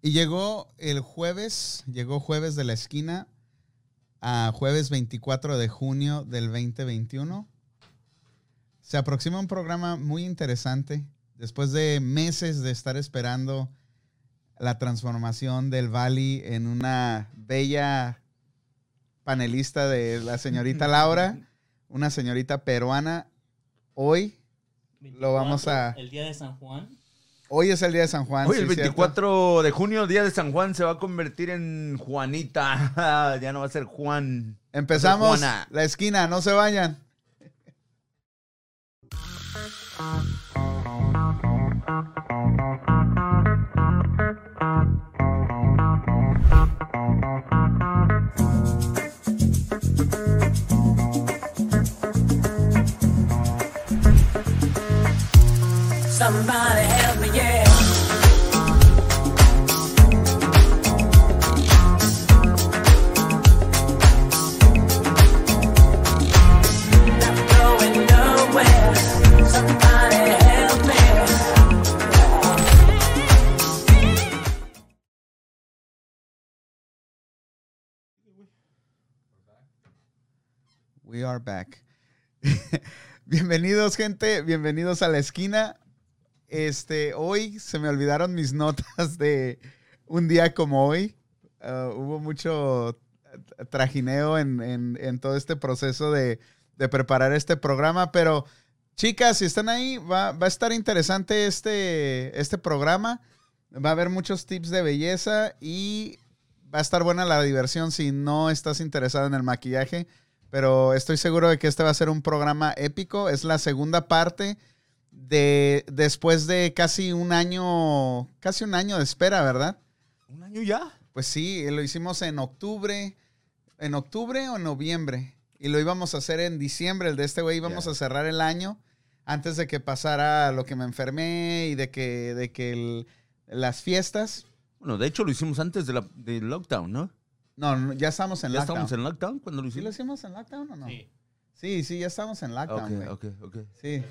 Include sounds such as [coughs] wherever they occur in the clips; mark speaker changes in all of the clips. Speaker 1: Y llegó el jueves, llegó jueves de la esquina a jueves 24 de junio del 2021. Se aproxima un programa muy interesante. Después de meses de estar esperando la transformación del Valley en una bella panelista de la
Speaker 2: [laughs]
Speaker 1: señorita Laura, una señorita peruana, hoy lo vamos a...
Speaker 3: El día de San Juan.
Speaker 1: Hoy es el día de San Juan.
Speaker 2: Hoy,
Speaker 1: sí,
Speaker 2: el
Speaker 1: ¿cierto?
Speaker 2: 24 de junio, día de San Juan, se va a convertir en Juanita. [laughs] ya no va a ser Juan.
Speaker 1: Empezamos
Speaker 2: Juana.
Speaker 1: la esquina, no se vayan.
Speaker 4: Somebody help me, yeah. Not going nowhere. Somebody help me.
Speaker 1: We are back. [laughs] Bienvenidos, gente. Bienvenidos a la esquina. Este, hoy se me olvidaron mis notas de un día como hoy. Ah, hubo mucho eh, trajineo en, en- en todo este proceso de, de preparar este programa, pero chicas, si están ahí, va, va a estar interesante este, este programa. Va a haber muchos tips de belleza y va a estar buena la diversión si no estás interesado en el maquillaje pero estoy seguro de que este va a ser un programa épico. Es la segunda parte de después de casi un año, casi un año de espera, ¿verdad?
Speaker 2: ¿Un año ya?
Speaker 1: Pues sí, lo hicimos en octubre, en octubre o en noviembre. Y lo íbamos a hacer en diciembre, el de este güey, íbamos
Speaker 2: Ya.
Speaker 1: a cerrar el año antes de que pasara lo que me enfermé y de que, de que el- las fiestas.
Speaker 2: Bueno, de hecho lo hicimos antes de la- del lockdown, ¿no?
Speaker 1: No, no, ya estamos en
Speaker 2: ya
Speaker 1: lockdown.
Speaker 2: estábamos en lockdown cuando lo
Speaker 1: ¿Sí lo
Speaker 2: hicimos.
Speaker 1: hicimos en lockdown o no? Sí,
Speaker 3: Sí.
Speaker 1: sí, ya estamos en
Speaker 2: Ah,
Speaker 1: lockdown.
Speaker 2: ok,
Speaker 1: güey.
Speaker 2: ok, ok.
Speaker 1: Sí.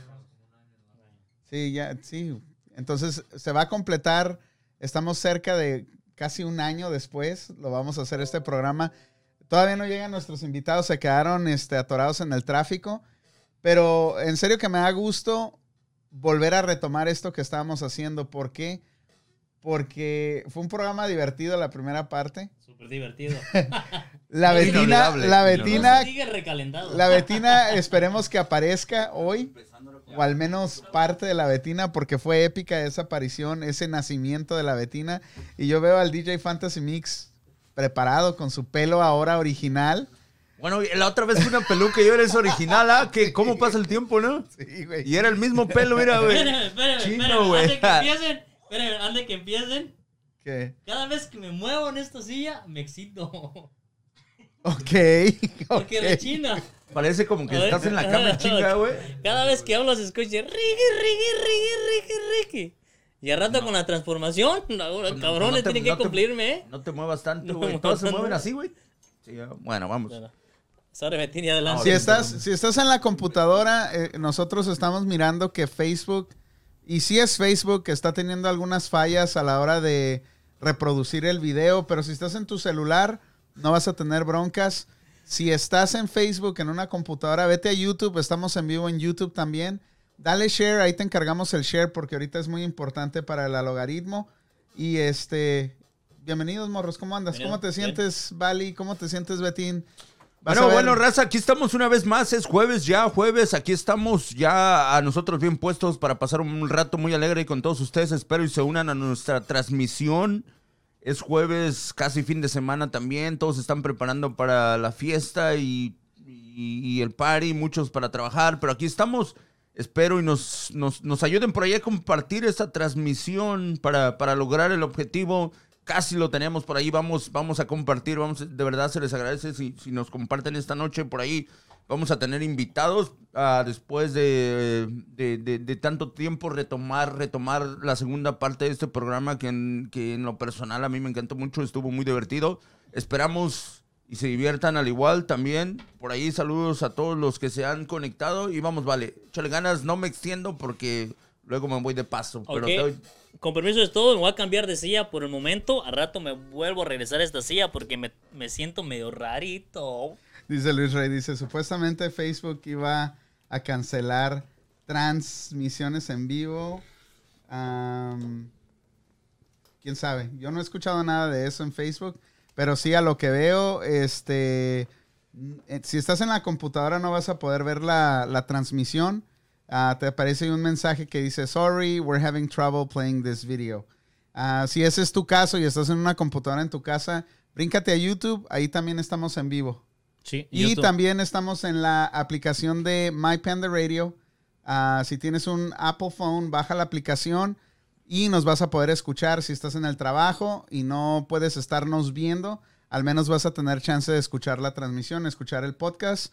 Speaker 1: Sí, ya, sí. Entonces se va a completar. Estamos cerca de casi un año después. Lo vamos a hacer este programa. Todavía no llegan nuestros invitados, se quedaron este, atorados en el tráfico. Pero en serio que me da gusto volver a retomar esto que estábamos haciendo. ¿Por qué? Porque fue un programa divertido la primera parte.
Speaker 3: Súper divertido.
Speaker 1: La Betina, [laughs]
Speaker 2: Inolvidable,
Speaker 1: la
Speaker 3: No
Speaker 1: Betina,
Speaker 3: se sigue recalentado.
Speaker 1: la Betina, esperemos que aparezca hoy. O al menos parte de la Betina, porque fue épica esa aparición, ese nacimiento de la Betina. Y yo veo al DJ Fantasy Mix preparado con su pelo ahora original.
Speaker 2: Bueno, y la otra vez fue una peluca y ahora es original, ¿ah? Que cómo pasa el tiempo, ¿no?
Speaker 1: Sí, güey.
Speaker 2: Y era el mismo pelo, mira, güey.
Speaker 3: [laughs] Espérenme, espérenme,
Speaker 2: Chino,
Speaker 3: espérenme,
Speaker 2: güey.
Speaker 3: Antes que empiecen, espérenme, antes que empiecen,
Speaker 1: ¿Qué?
Speaker 3: cada vez que me muevo en esta silla, me
Speaker 1: [laughs]
Speaker 3: excito.
Speaker 1: Ok.
Speaker 3: Porque
Speaker 1: ok.
Speaker 3: rechina.
Speaker 2: Parece como que estás en la cama en
Speaker 3: [laughs]
Speaker 2: chinga, güey.
Speaker 3: Cada vez que hablo se escucha Ricky, Ricky, Ricky, Ricky, Ricky. Y al rato con la transformación, [laughs] ahora
Speaker 2: Pues no,
Speaker 3: cabrones
Speaker 2: no te-
Speaker 3: tienen que
Speaker 2: no te-
Speaker 3: cumplirme, ¿eh?
Speaker 2: No te
Speaker 3: [laughs]
Speaker 2: muevas tanto,
Speaker 3: No,
Speaker 2: güey. Todos se
Speaker 3: no,
Speaker 2: mueven
Speaker 3: no.
Speaker 2: así, güey. Sí, ya. bueno, vamos.
Speaker 3: No, no. Sorry, me tiene adelante.
Speaker 1: Si estás, si estás en la computadora, eh, nosotros estamos mirando que Facebook, y si es Facebook, que está teniendo algunas fallas a la hora de reproducir el video, pero si estás en tu celular, no vas a tener broncas. Si estás en Facebook, en una computadora, vete a YouTube, estamos en vivo en YouTube también. Dale share, ahí te encargamos el share porque ahorita es muy importante para el algoritmo. Y este, bienvenidos morros, ¿cómo andas? ¿Cómo te
Speaker 3: Bienvenido,
Speaker 1: sientes, Vali? ¿Cómo te sientes, Betín? Vas a
Speaker 2: Bueno,
Speaker 1: ver-
Speaker 2: bueno, raza, aquí estamos una vez más, es jueves ya, jueves, aquí estamos ya a nosotros bien puestos para pasar un rato muy alegre con todos ustedes, espero y se unan a nuestra transmisión. Es jueves, casi fin de semana también, todos se están preparando para la fiesta y, y- y el party, muchos para trabajar, pero aquí estamos, espero y nos, nos, nos ayuden por ahí a compartir esta transmisión para, para lograr el objetivo. Casi lo tenemos por ahí, vamos, vamos a compartir, vamos, de verdad se les agradece si, si nos comparten esta noche por ahí. Vamos a tener invitados ah, después de, de- de- de tanto tiempo retomar, retomar la segunda parte de este programa que en, que en lo personal a mí me encantó mucho, estuvo muy divertido. Esperamos y se diviertan al igual también. Por ahí saludos a todos los que se han conectado y vamos, vale, échale ganas, no me extiendo porque Luego me voy de paso. Pero
Speaker 5: Ok.
Speaker 2: te doy-
Speaker 5: Con permiso es todo, me voy a cambiar de silla por el momento. Al rato me vuelvo a regresar a esta silla porque me, me siento medio rarito.
Speaker 1: Dice Luis Rey, dice, supuestamente Facebook iba a cancelar transmisiones en vivo. Am, ¿Quién sabe? Yo no he escuchado nada de eso en Facebook, pero sí a lo que veo, este, n- eh, si estás en la computadora no vas a poder ver la, la transmisión. Ah, te aparece un mensaje que dice, sorry, we're having trouble playing this video. Ah, si ese es tu caso y estás en una computadora en tu casa, bríncate a YouTube, ahí también estamos en vivo.
Speaker 5: Sí,
Speaker 1: Y también estamos en la aplicación de My Panda Radio. Ah, si tienes un Apple phone, baja la aplicación y nos vas a poder escuchar si estás en el trabajo y no puedes estarnos viendo. Al menos vas a tener chance de escuchar la transmisión, escuchar el podcast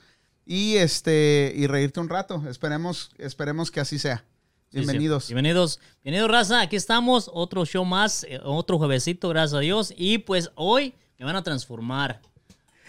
Speaker 1: y este y reírte un rato. Esperemos, esperemos que así sea.
Speaker 5: Sí, sí.
Speaker 1: Bienvenidos.
Speaker 5: Bienvenidos. Bienvenidos, raza. Aquí estamos. Otro show más. eh, Otro juevesito, gracias a Dios. Y pues hoy me van a transformar.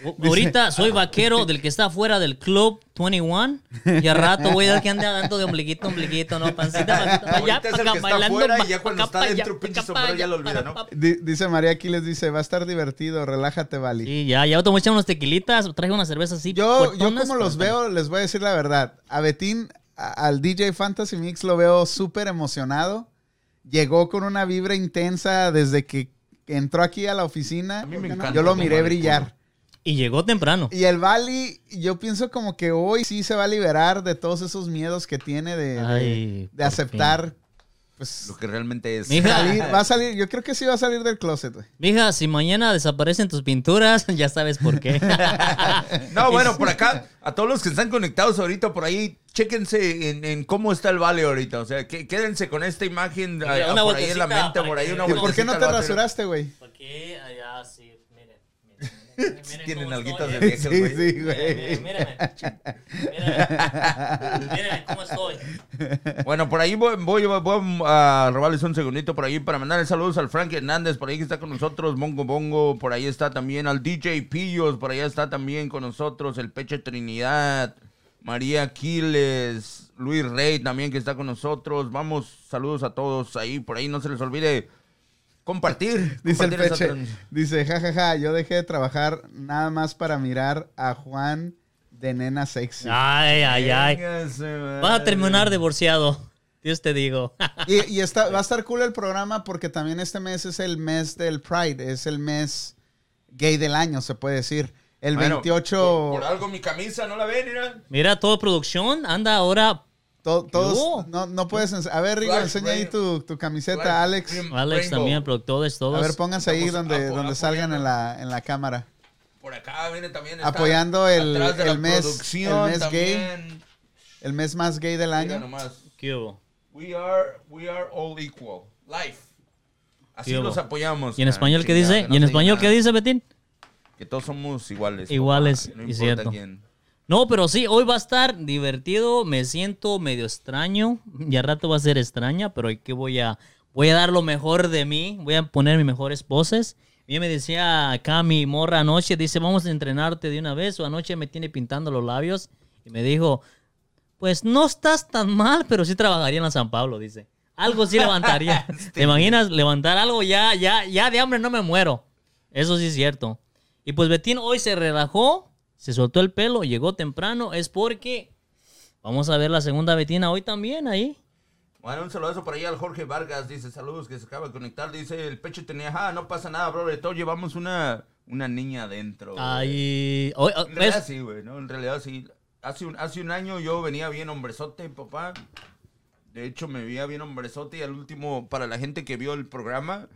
Speaker 5: O- Ahorita soy vaquero del que está fuera del club 21. Y al rato voy a dar que anda dando de ombliguito, ombliguito, ¿no? Pancita, pancita. pa' allá,
Speaker 2: Ahorita es
Speaker 5: pa'
Speaker 2: el
Speaker 5: acá,
Speaker 2: que está
Speaker 5: bailando,
Speaker 2: afuera y
Speaker 5: pa'
Speaker 2: ya cuando
Speaker 5: acá,
Speaker 2: está
Speaker 5: pa' allá,
Speaker 2: dentro,
Speaker 5: pa'
Speaker 2: pinche
Speaker 5: acá,
Speaker 2: sombrero,
Speaker 5: pa'
Speaker 2: ya lo
Speaker 5: allá,
Speaker 2: olvida,
Speaker 5: pa'
Speaker 2: ¿no?
Speaker 5: acá, pa'
Speaker 1: Di- dice María Aquiles, dice, va a estar divertido, relájate, Vali.
Speaker 5: Sí, ya, ya, te voy a echar unos tequilitas. Traje una cerveza así.
Speaker 1: Yo, yo
Speaker 5: fuertonas,
Speaker 1: como los
Speaker 5: pero-
Speaker 1: veo, les voy a decir la verdad. A Betín, a- al DJ Fantasy Mix, lo veo súper emocionado. Llegó con una vibra intensa desde que entró aquí a la oficina.
Speaker 2: A mí me encanta
Speaker 1: yo lo
Speaker 2: tomar
Speaker 1: miré
Speaker 2: alcohol.
Speaker 1: brillar.
Speaker 5: Y llegó temprano.
Speaker 1: Y el Bali, yo pienso como que hoy sí se va a liberar de todos esos miedos que tiene de, de-
Speaker 5: Ay,
Speaker 1: de
Speaker 5: por
Speaker 1: aceptar. Pues
Speaker 2: Lo que realmente es.
Speaker 5: Mija.
Speaker 1: salir, va a salir, yo creo que sí va a salir del closet, güey.
Speaker 5: Mija, si mañana desaparecen tus pinturas, [laughs] ya sabes por qué.
Speaker 1: [laughs]
Speaker 2: No, bueno, por acá, a todos los que están conectados ahorita por ahí, chéquense en, en cómo está el vale ahorita. O sea, que- quédense con esta imagen
Speaker 5: Mira,
Speaker 2: ah,
Speaker 5: una
Speaker 2: por ahí en la
Speaker 5: botecita
Speaker 2: mente,
Speaker 5: para
Speaker 2: por ahí
Speaker 5: que-
Speaker 2: una
Speaker 5: ¿Y
Speaker 1: ¿Y
Speaker 2: botecita.
Speaker 1: por qué no te
Speaker 2: al váter.
Speaker 1: rasuraste, güey?
Speaker 5: ¿Por qué? Allá sí, miren. miren, miren, miren
Speaker 2: Tienen
Speaker 5: cómo
Speaker 2: alguitas de
Speaker 5: estoy,
Speaker 2: viejo,
Speaker 1: Sí,
Speaker 2: güey.
Speaker 1: sí,
Speaker 5: eh.
Speaker 1: güey.
Speaker 5: [laughs] Miren, Mírenme, mírenme. Mírenme cómo estoy.
Speaker 2: Bueno, por ahí voy, voy- voy a robarles un segundito por ahí para mandarle saludos al Frank Hernández, por ahí que está con nosotros, Mongo Bongo, por ahí está también al DJ Pillos, por ahí está también con nosotros el Peche Trinidad, María Aquiles, Luis Rey también que está con nosotros. Vamos, saludos a todos ahí, por ahí no se les olvide compartir.
Speaker 1: [laughs] Dice el
Speaker 2: compartir esa
Speaker 1: Peche,
Speaker 2: transmisión.
Speaker 1: dice, jajaja, yo dejé de trabajar nada más para mirar a Juan de nena sexy.
Speaker 2: Ah.
Speaker 5: Ay, ay, ay.
Speaker 2: Venga, se va.
Speaker 5: Vas a terminar divorciado. Dios te digo. [laughs]
Speaker 1: Y, y está, va a estar cool el programa porque también este mes es el mes del Pride, es el mes gay del año, se puede decir. El
Speaker 2: Bueno,
Speaker 1: 28,
Speaker 2: Por, por algo mi camisa, ¿no la ven? Mira.
Speaker 5: Mira, toda producción anda ahora.
Speaker 1: to-
Speaker 5: hubo?
Speaker 1: todos, no, no puedes, ens- a ver, Rigo,
Speaker 2: Flash,
Speaker 1: enseña ahí
Speaker 2: Ray-
Speaker 1: tu, tu camiseta,
Speaker 2: Flash,
Speaker 1: Alex.
Speaker 2: Rim-
Speaker 5: Alex
Speaker 2: Rainbow.
Speaker 5: también, productores, todos.
Speaker 1: A ver, pónganse ahí
Speaker 2: Estamos
Speaker 1: donde,
Speaker 2: apo-
Speaker 1: donde salgan en la, en la cámara.
Speaker 2: Por acá viene también. está
Speaker 1: Apoyando el-
Speaker 2: atrás de la
Speaker 1: el mes-
Speaker 2: producción
Speaker 1: el mes gay
Speaker 2: también.
Speaker 1: El mes más gay del
Speaker 2: Mira
Speaker 1: año.
Speaker 2: nomás.
Speaker 5: ¿Qué hubo?
Speaker 2: We are, we are all equal. Life. Así
Speaker 5: Diego.
Speaker 2: los apoyamos.
Speaker 5: ¿Y en
Speaker 2: Ah,
Speaker 5: español qué
Speaker 2: chingada,
Speaker 5: dice?
Speaker 2: que no
Speaker 5: ¿Y en
Speaker 2: sé
Speaker 5: español
Speaker 2: nada.
Speaker 5: qué dice, Betín?
Speaker 2: Que todos somos iguales.
Speaker 5: Iguales,
Speaker 2: papá. No
Speaker 5: y
Speaker 2: importa
Speaker 5: cierto.
Speaker 2: quién.
Speaker 5: No, pero sí, hoy va a estar divertido. Me siento medio extraño. [laughs] Ya rato va a ser extraña, pero aquí voy a, voy a dar lo mejor de mí. Voy a poner mis mejores poses. Y me decía acá mi morra anoche, dice, vamos a entrenarte de una vez. O anoche me tiene pintando los labios. Y me dijo, pues no estás tan mal, pero sí trabajaría en la San Pablo, dice. Algo [laughs] sí levantaría. ¿Te imaginas? Levantar algo ya, ya, ya de hambre no me muero. Eso sí es cierto. Y pues Betín hoy se relajó, se soltó el pelo, llegó temprano. Es porque vamos a ver la segunda Betina hoy también ahí.
Speaker 2: Bueno, un saludazo por ahí al Jorge Vargas. Dice, saludos que se acaba de conectar. Dice, el pecho tenía, ajá, no pasa nada, bro. De todo llevamos una, una niña adentro.
Speaker 5: Oh,
Speaker 2: güey".
Speaker 5: Ahí. hoy- oh,
Speaker 2: En
Speaker 5: ¿ves?
Speaker 2: realidad sí, güey, ¿no? En realidad sí. Hace un, hace un año yo venía bien hombrezote, papá. De hecho, me veía bien hombrezote y al último, para la gente que vio el programa,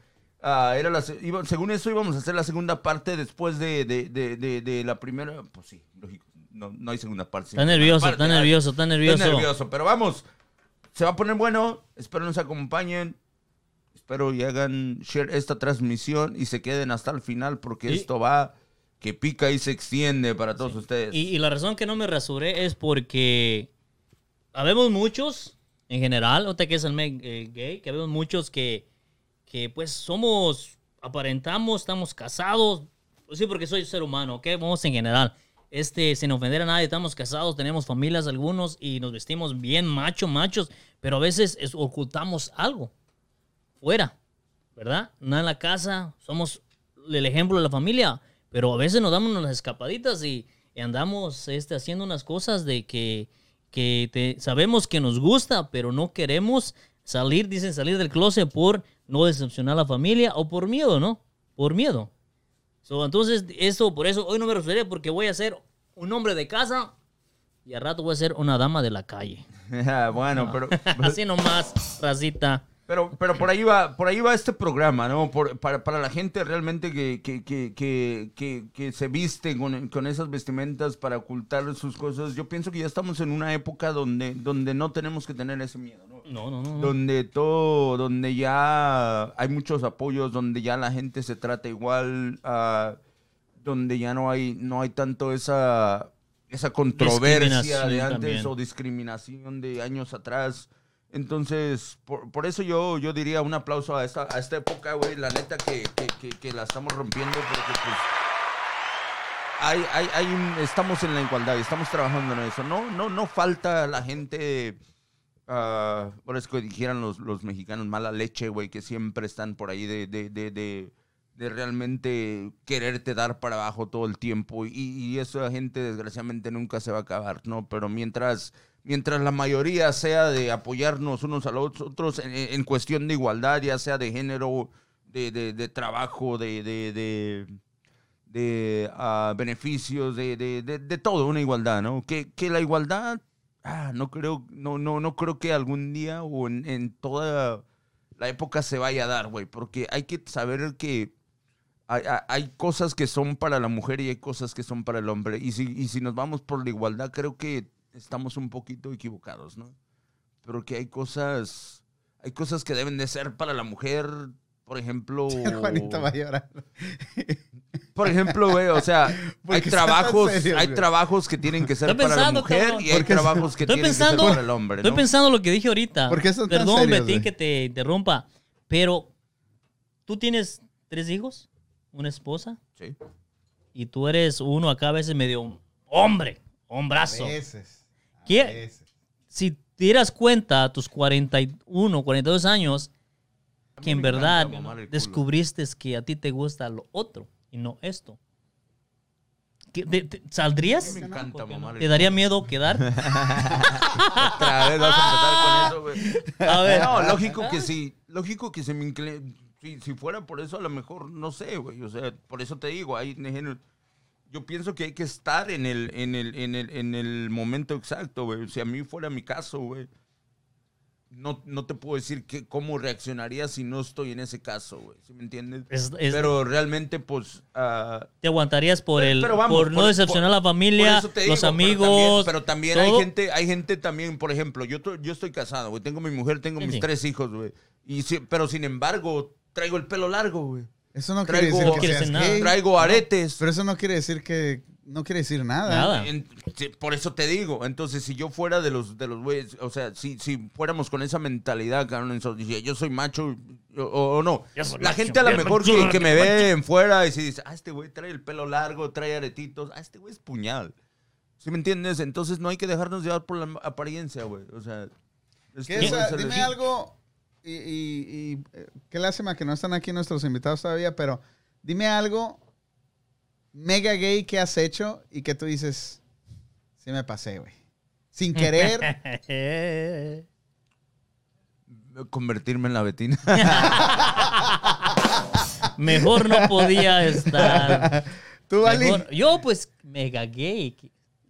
Speaker 2: ah, era la, se- iba- según eso íbamos a hacer la segunda parte después de, de- de- de- de la primera. Pues sí, lógico. No, no hay segunda parte.
Speaker 5: Está nervioso, está
Speaker 2: Parte, ah,
Speaker 5: nervioso, está nervioso.
Speaker 2: Estoy nervioso, pero vamos. Se va a poner bueno. Espero nos acompañen. Espero y hagan share esta transmisión y se queden hasta el final porque
Speaker 5: Y-
Speaker 2: esto va que pica y se extiende para todos ustedes.
Speaker 5: Y, y la razón que no me rasuré es porque habemos muchos, en general, ahorita que es el mes eh, gay, que habemos muchos que, que pues somos, aparentamos, estamos casados, pues sí, porque soy ser humano, ¿ok? Vamos en general. este, sin ofender a nadie, estamos casados, tenemos familias algunos y nos vestimos bien macho, machos, pero a veces es- ocultamos algo fuera, ¿verdad? No en la casa, somos el ejemplo de la familia, pero a veces nos damos unas escapaditas y, y andamos este, haciendo unas cosas de que, que te- sabemos que nos gusta, pero no queremos salir, dicen salir del closet por no decepcionar a la familia o por miedo, ¿no? Por miedo. So, entonces, eso, por eso hoy no me referiré porque voy a ser un hombre de casa y al rato voy a ser una dama de la calle. [laughs]
Speaker 2: [laughs] bueno, pero, pues,
Speaker 5: Así nomás, racita.
Speaker 2: Pero, pero por ahí va, por ahí va este programa, ¿no? Por- para, para la gente realmente que, que, que, que, que- que se viste con, con esas vestimentas para ocultar sus cosas, yo pienso que ya estamos en una época donde, donde no tenemos que tener ese miedo, ¿no?
Speaker 5: No, no, no. no.
Speaker 2: Donde todo, donde ya hay muchos apoyos, donde ya la gente se trata igual, ah, donde ya no hay, no hay tanto esa, esa controversia
Speaker 5: Discriminación
Speaker 2: de antes
Speaker 5: también.
Speaker 2: o discriminación de años atrás. Entonces, por, por eso yo, yo diría un aplauso a esta, a esta época, güey, la neta que, que, que- que la estamos rompiendo porque pues, hay, hay, hay un- estamos en la igualdad y estamos trabajando en eso. No, no, no falta la gente... Ah, por eso que dijeran los, los mexicanos, mala leche, güey, que siempre están por ahí de, de, de, de, de realmente quererte dar para abajo todo el tiempo. Y, y esa gente, desgraciadamente, nunca se va a acabar, ¿no? Pero mientras, mientras la mayoría sea de apoyarnos unos a los otros en, en- en cuestión de igualdad, ya sea de género, de, de, de trabajo, de, de, de, de ah, beneficios, de, de, de, de todo, una igualdad, ¿no? Que, que la igualdad, ah, no creo, no, no, no creo que algún día o en, en toda la época se vaya a dar, güey, porque hay que saber que hay, hay- hay cosas que son para la mujer y hay cosas que son para el hombre. Y si, y si nos vamos por la igualdad, creo que estamos un poquito equivocados, ¿no? Pero que hay cosas, hay cosas que deben de ser para la mujer, por ejemplo...
Speaker 1: [laughs] Juanito va a llorar.
Speaker 2: Por ejemplo, güey, o sea,
Speaker 1: ¿Por
Speaker 2: hay
Speaker 1: qué estás tan
Speaker 2: trabajos,
Speaker 1: serio,
Speaker 2: hay
Speaker 1: güey?
Speaker 2: trabajos que tienen que ser
Speaker 5: Estoy
Speaker 2: para la
Speaker 5: pensando,
Speaker 2: mujer
Speaker 5: cabrón.
Speaker 2: y hay
Speaker 1: ¿Por qué
Speaker 2: trabajos que
Speaker 5: Estoy
Speaker 2: tienen que
Speaker 5: pensando-
Speaker 2: ser para el hombre,
Speaker 5: Estoy
Speaker 2: ¿no?
Speaker 5: pensando lo que dije ahorita.
Speaker 1: ¿Por qué son tan
Speaker 5: Perdón,
Speaker 1: serios,
Speaker 5: Betín,
Speaker 1: güey?
Speaker 5: que te interrumpa. Pero, ¿tú tienes tres hijos? ¿Una esposa?
Speaker 2: Sí.
Speaker 5: Y tú eres uno acá a veces medio hombre, hombrazo.
Speaker 1: A veces. a
Speaker 5: ¿Qué?
Speaker 1: veces.
Speaker 5: Si te dieras cuenta a tus 41, 42 años, que en
Speaker 2: me encanta
Speaker 5: verdad
Speaker 2: mamar el culo.
Speaker 5: descubriste que a ti te gusta lo otro y no esto. ¿Qué- te- te- ¿Saldrías?
Speaker 2: Me encanta mamar el
Speaker 5: ¿Te daría miedo quedar?
Speaker 2: Otra vez vas
Speaker 5: Ah.
Speaker 2: a empezar con eso, güey.
Speaker 5: A
Speaker 1: [laughs]
Speaker 5: ver. [laughs]
Speaker 2: No, lógico que sí. Lógico que se me inclina. Si, si fuera por eso, a lo mejor, no sé, güey. O sea, por eso te digo, hay género- Yo pienso que hay que estar en el, en el, en el, en el momento exacto, güey. Si a mí fuera mi caso, güey. No, no te puedo decir que, cómo reaccionaría si no estoy en ese caso, güey. ¿Sí me entiendes?
Speaker 5: Es- es-
Speaker 2: Pero realmente, pues, ah,
Speaker 5: te aguantarías por el
Speaker 2: pero vamos,
Speaker 5: por no
Speaker 2: por-
Speaker 5: decepcionar a la
Speaker 2: Por
Speaker 5: familia,
Speaker 2: eso te
Speaker 5: los
Speaker 2: digo,
Speaker 5: amigos.
Speaker 2: Pero también, pero también
Speaker 5: todo.
Speaker 2: hay gente, hay gente también, por ejemplo, yo, to- yo estoy casado, güey. Tengo mi mujer, tengo
Speaker 5: Sí,
Speaker 2: mis
Speaker 5: sí.
Speaker 2: tres hijos, güey. Y si- pero sin embargo, traigo el pelo largo, güey.
Speaker 1: Eso no quiere
Speaker 2: Traigo-
Speaker 1: decir
Speaker 2: No
Speaker 1: que
Speaker 5: quiere
Speaker 1: seas
Speaker 5: decir nada.
Speaker 1: gay,
Speaker 2: Traigo aretes.
Speaker 1: Pero eso no quiere decir que. No quiere decir nada.
Speaker 5: Nada.
Speaker 2: En- sí, por eso te digo. Entonces, si yo fuera de los de los güeyes, o sea, si, si fuéramos con esa mentalidad, cabrón, eso, dije, yo soy macho o, o no.
Speaker 5: Yo soy
Speaker 2: la
Speaker 5: macho,
Speaker 2: gente a lo
Speaker 5: yo
Speaker 2: mejor
Speaker 5: soy
Speaker 2: que, que me
Speaker 5: macho.
Speaker 2: ve en fuera y si dice, ah, este güey trae el pelo largo, trae aretitos, ah, este güey es puñal. ¿Sí me entiendes? Entonces no hay que dejarnos llevar por la apariencia, güey. O sea, es
Speaker 1: ¿Qué
Speaker 2: que
Speaker 1: es,
Speaker 2: no
Speaker 1: ah,
Speaker 2: se les-
Speaker 1: dime algo. Y, y- y, eh, qué lástima que no están aquí nuestros invitados todavía, pero dime algo mega gay que has hecho y que tú dices, sí me pasé, güey.
Speaker 5: [laughs]
Speaker 1: Sin querer,
Speaker 2: Convertirme en la Betina.
Speaker 5: Mejor no podía estar.
Speaker 2: [laughs]
Speaker 1: tú, Ali.
Speaker 5: Mejor- yo, pues, mega gay.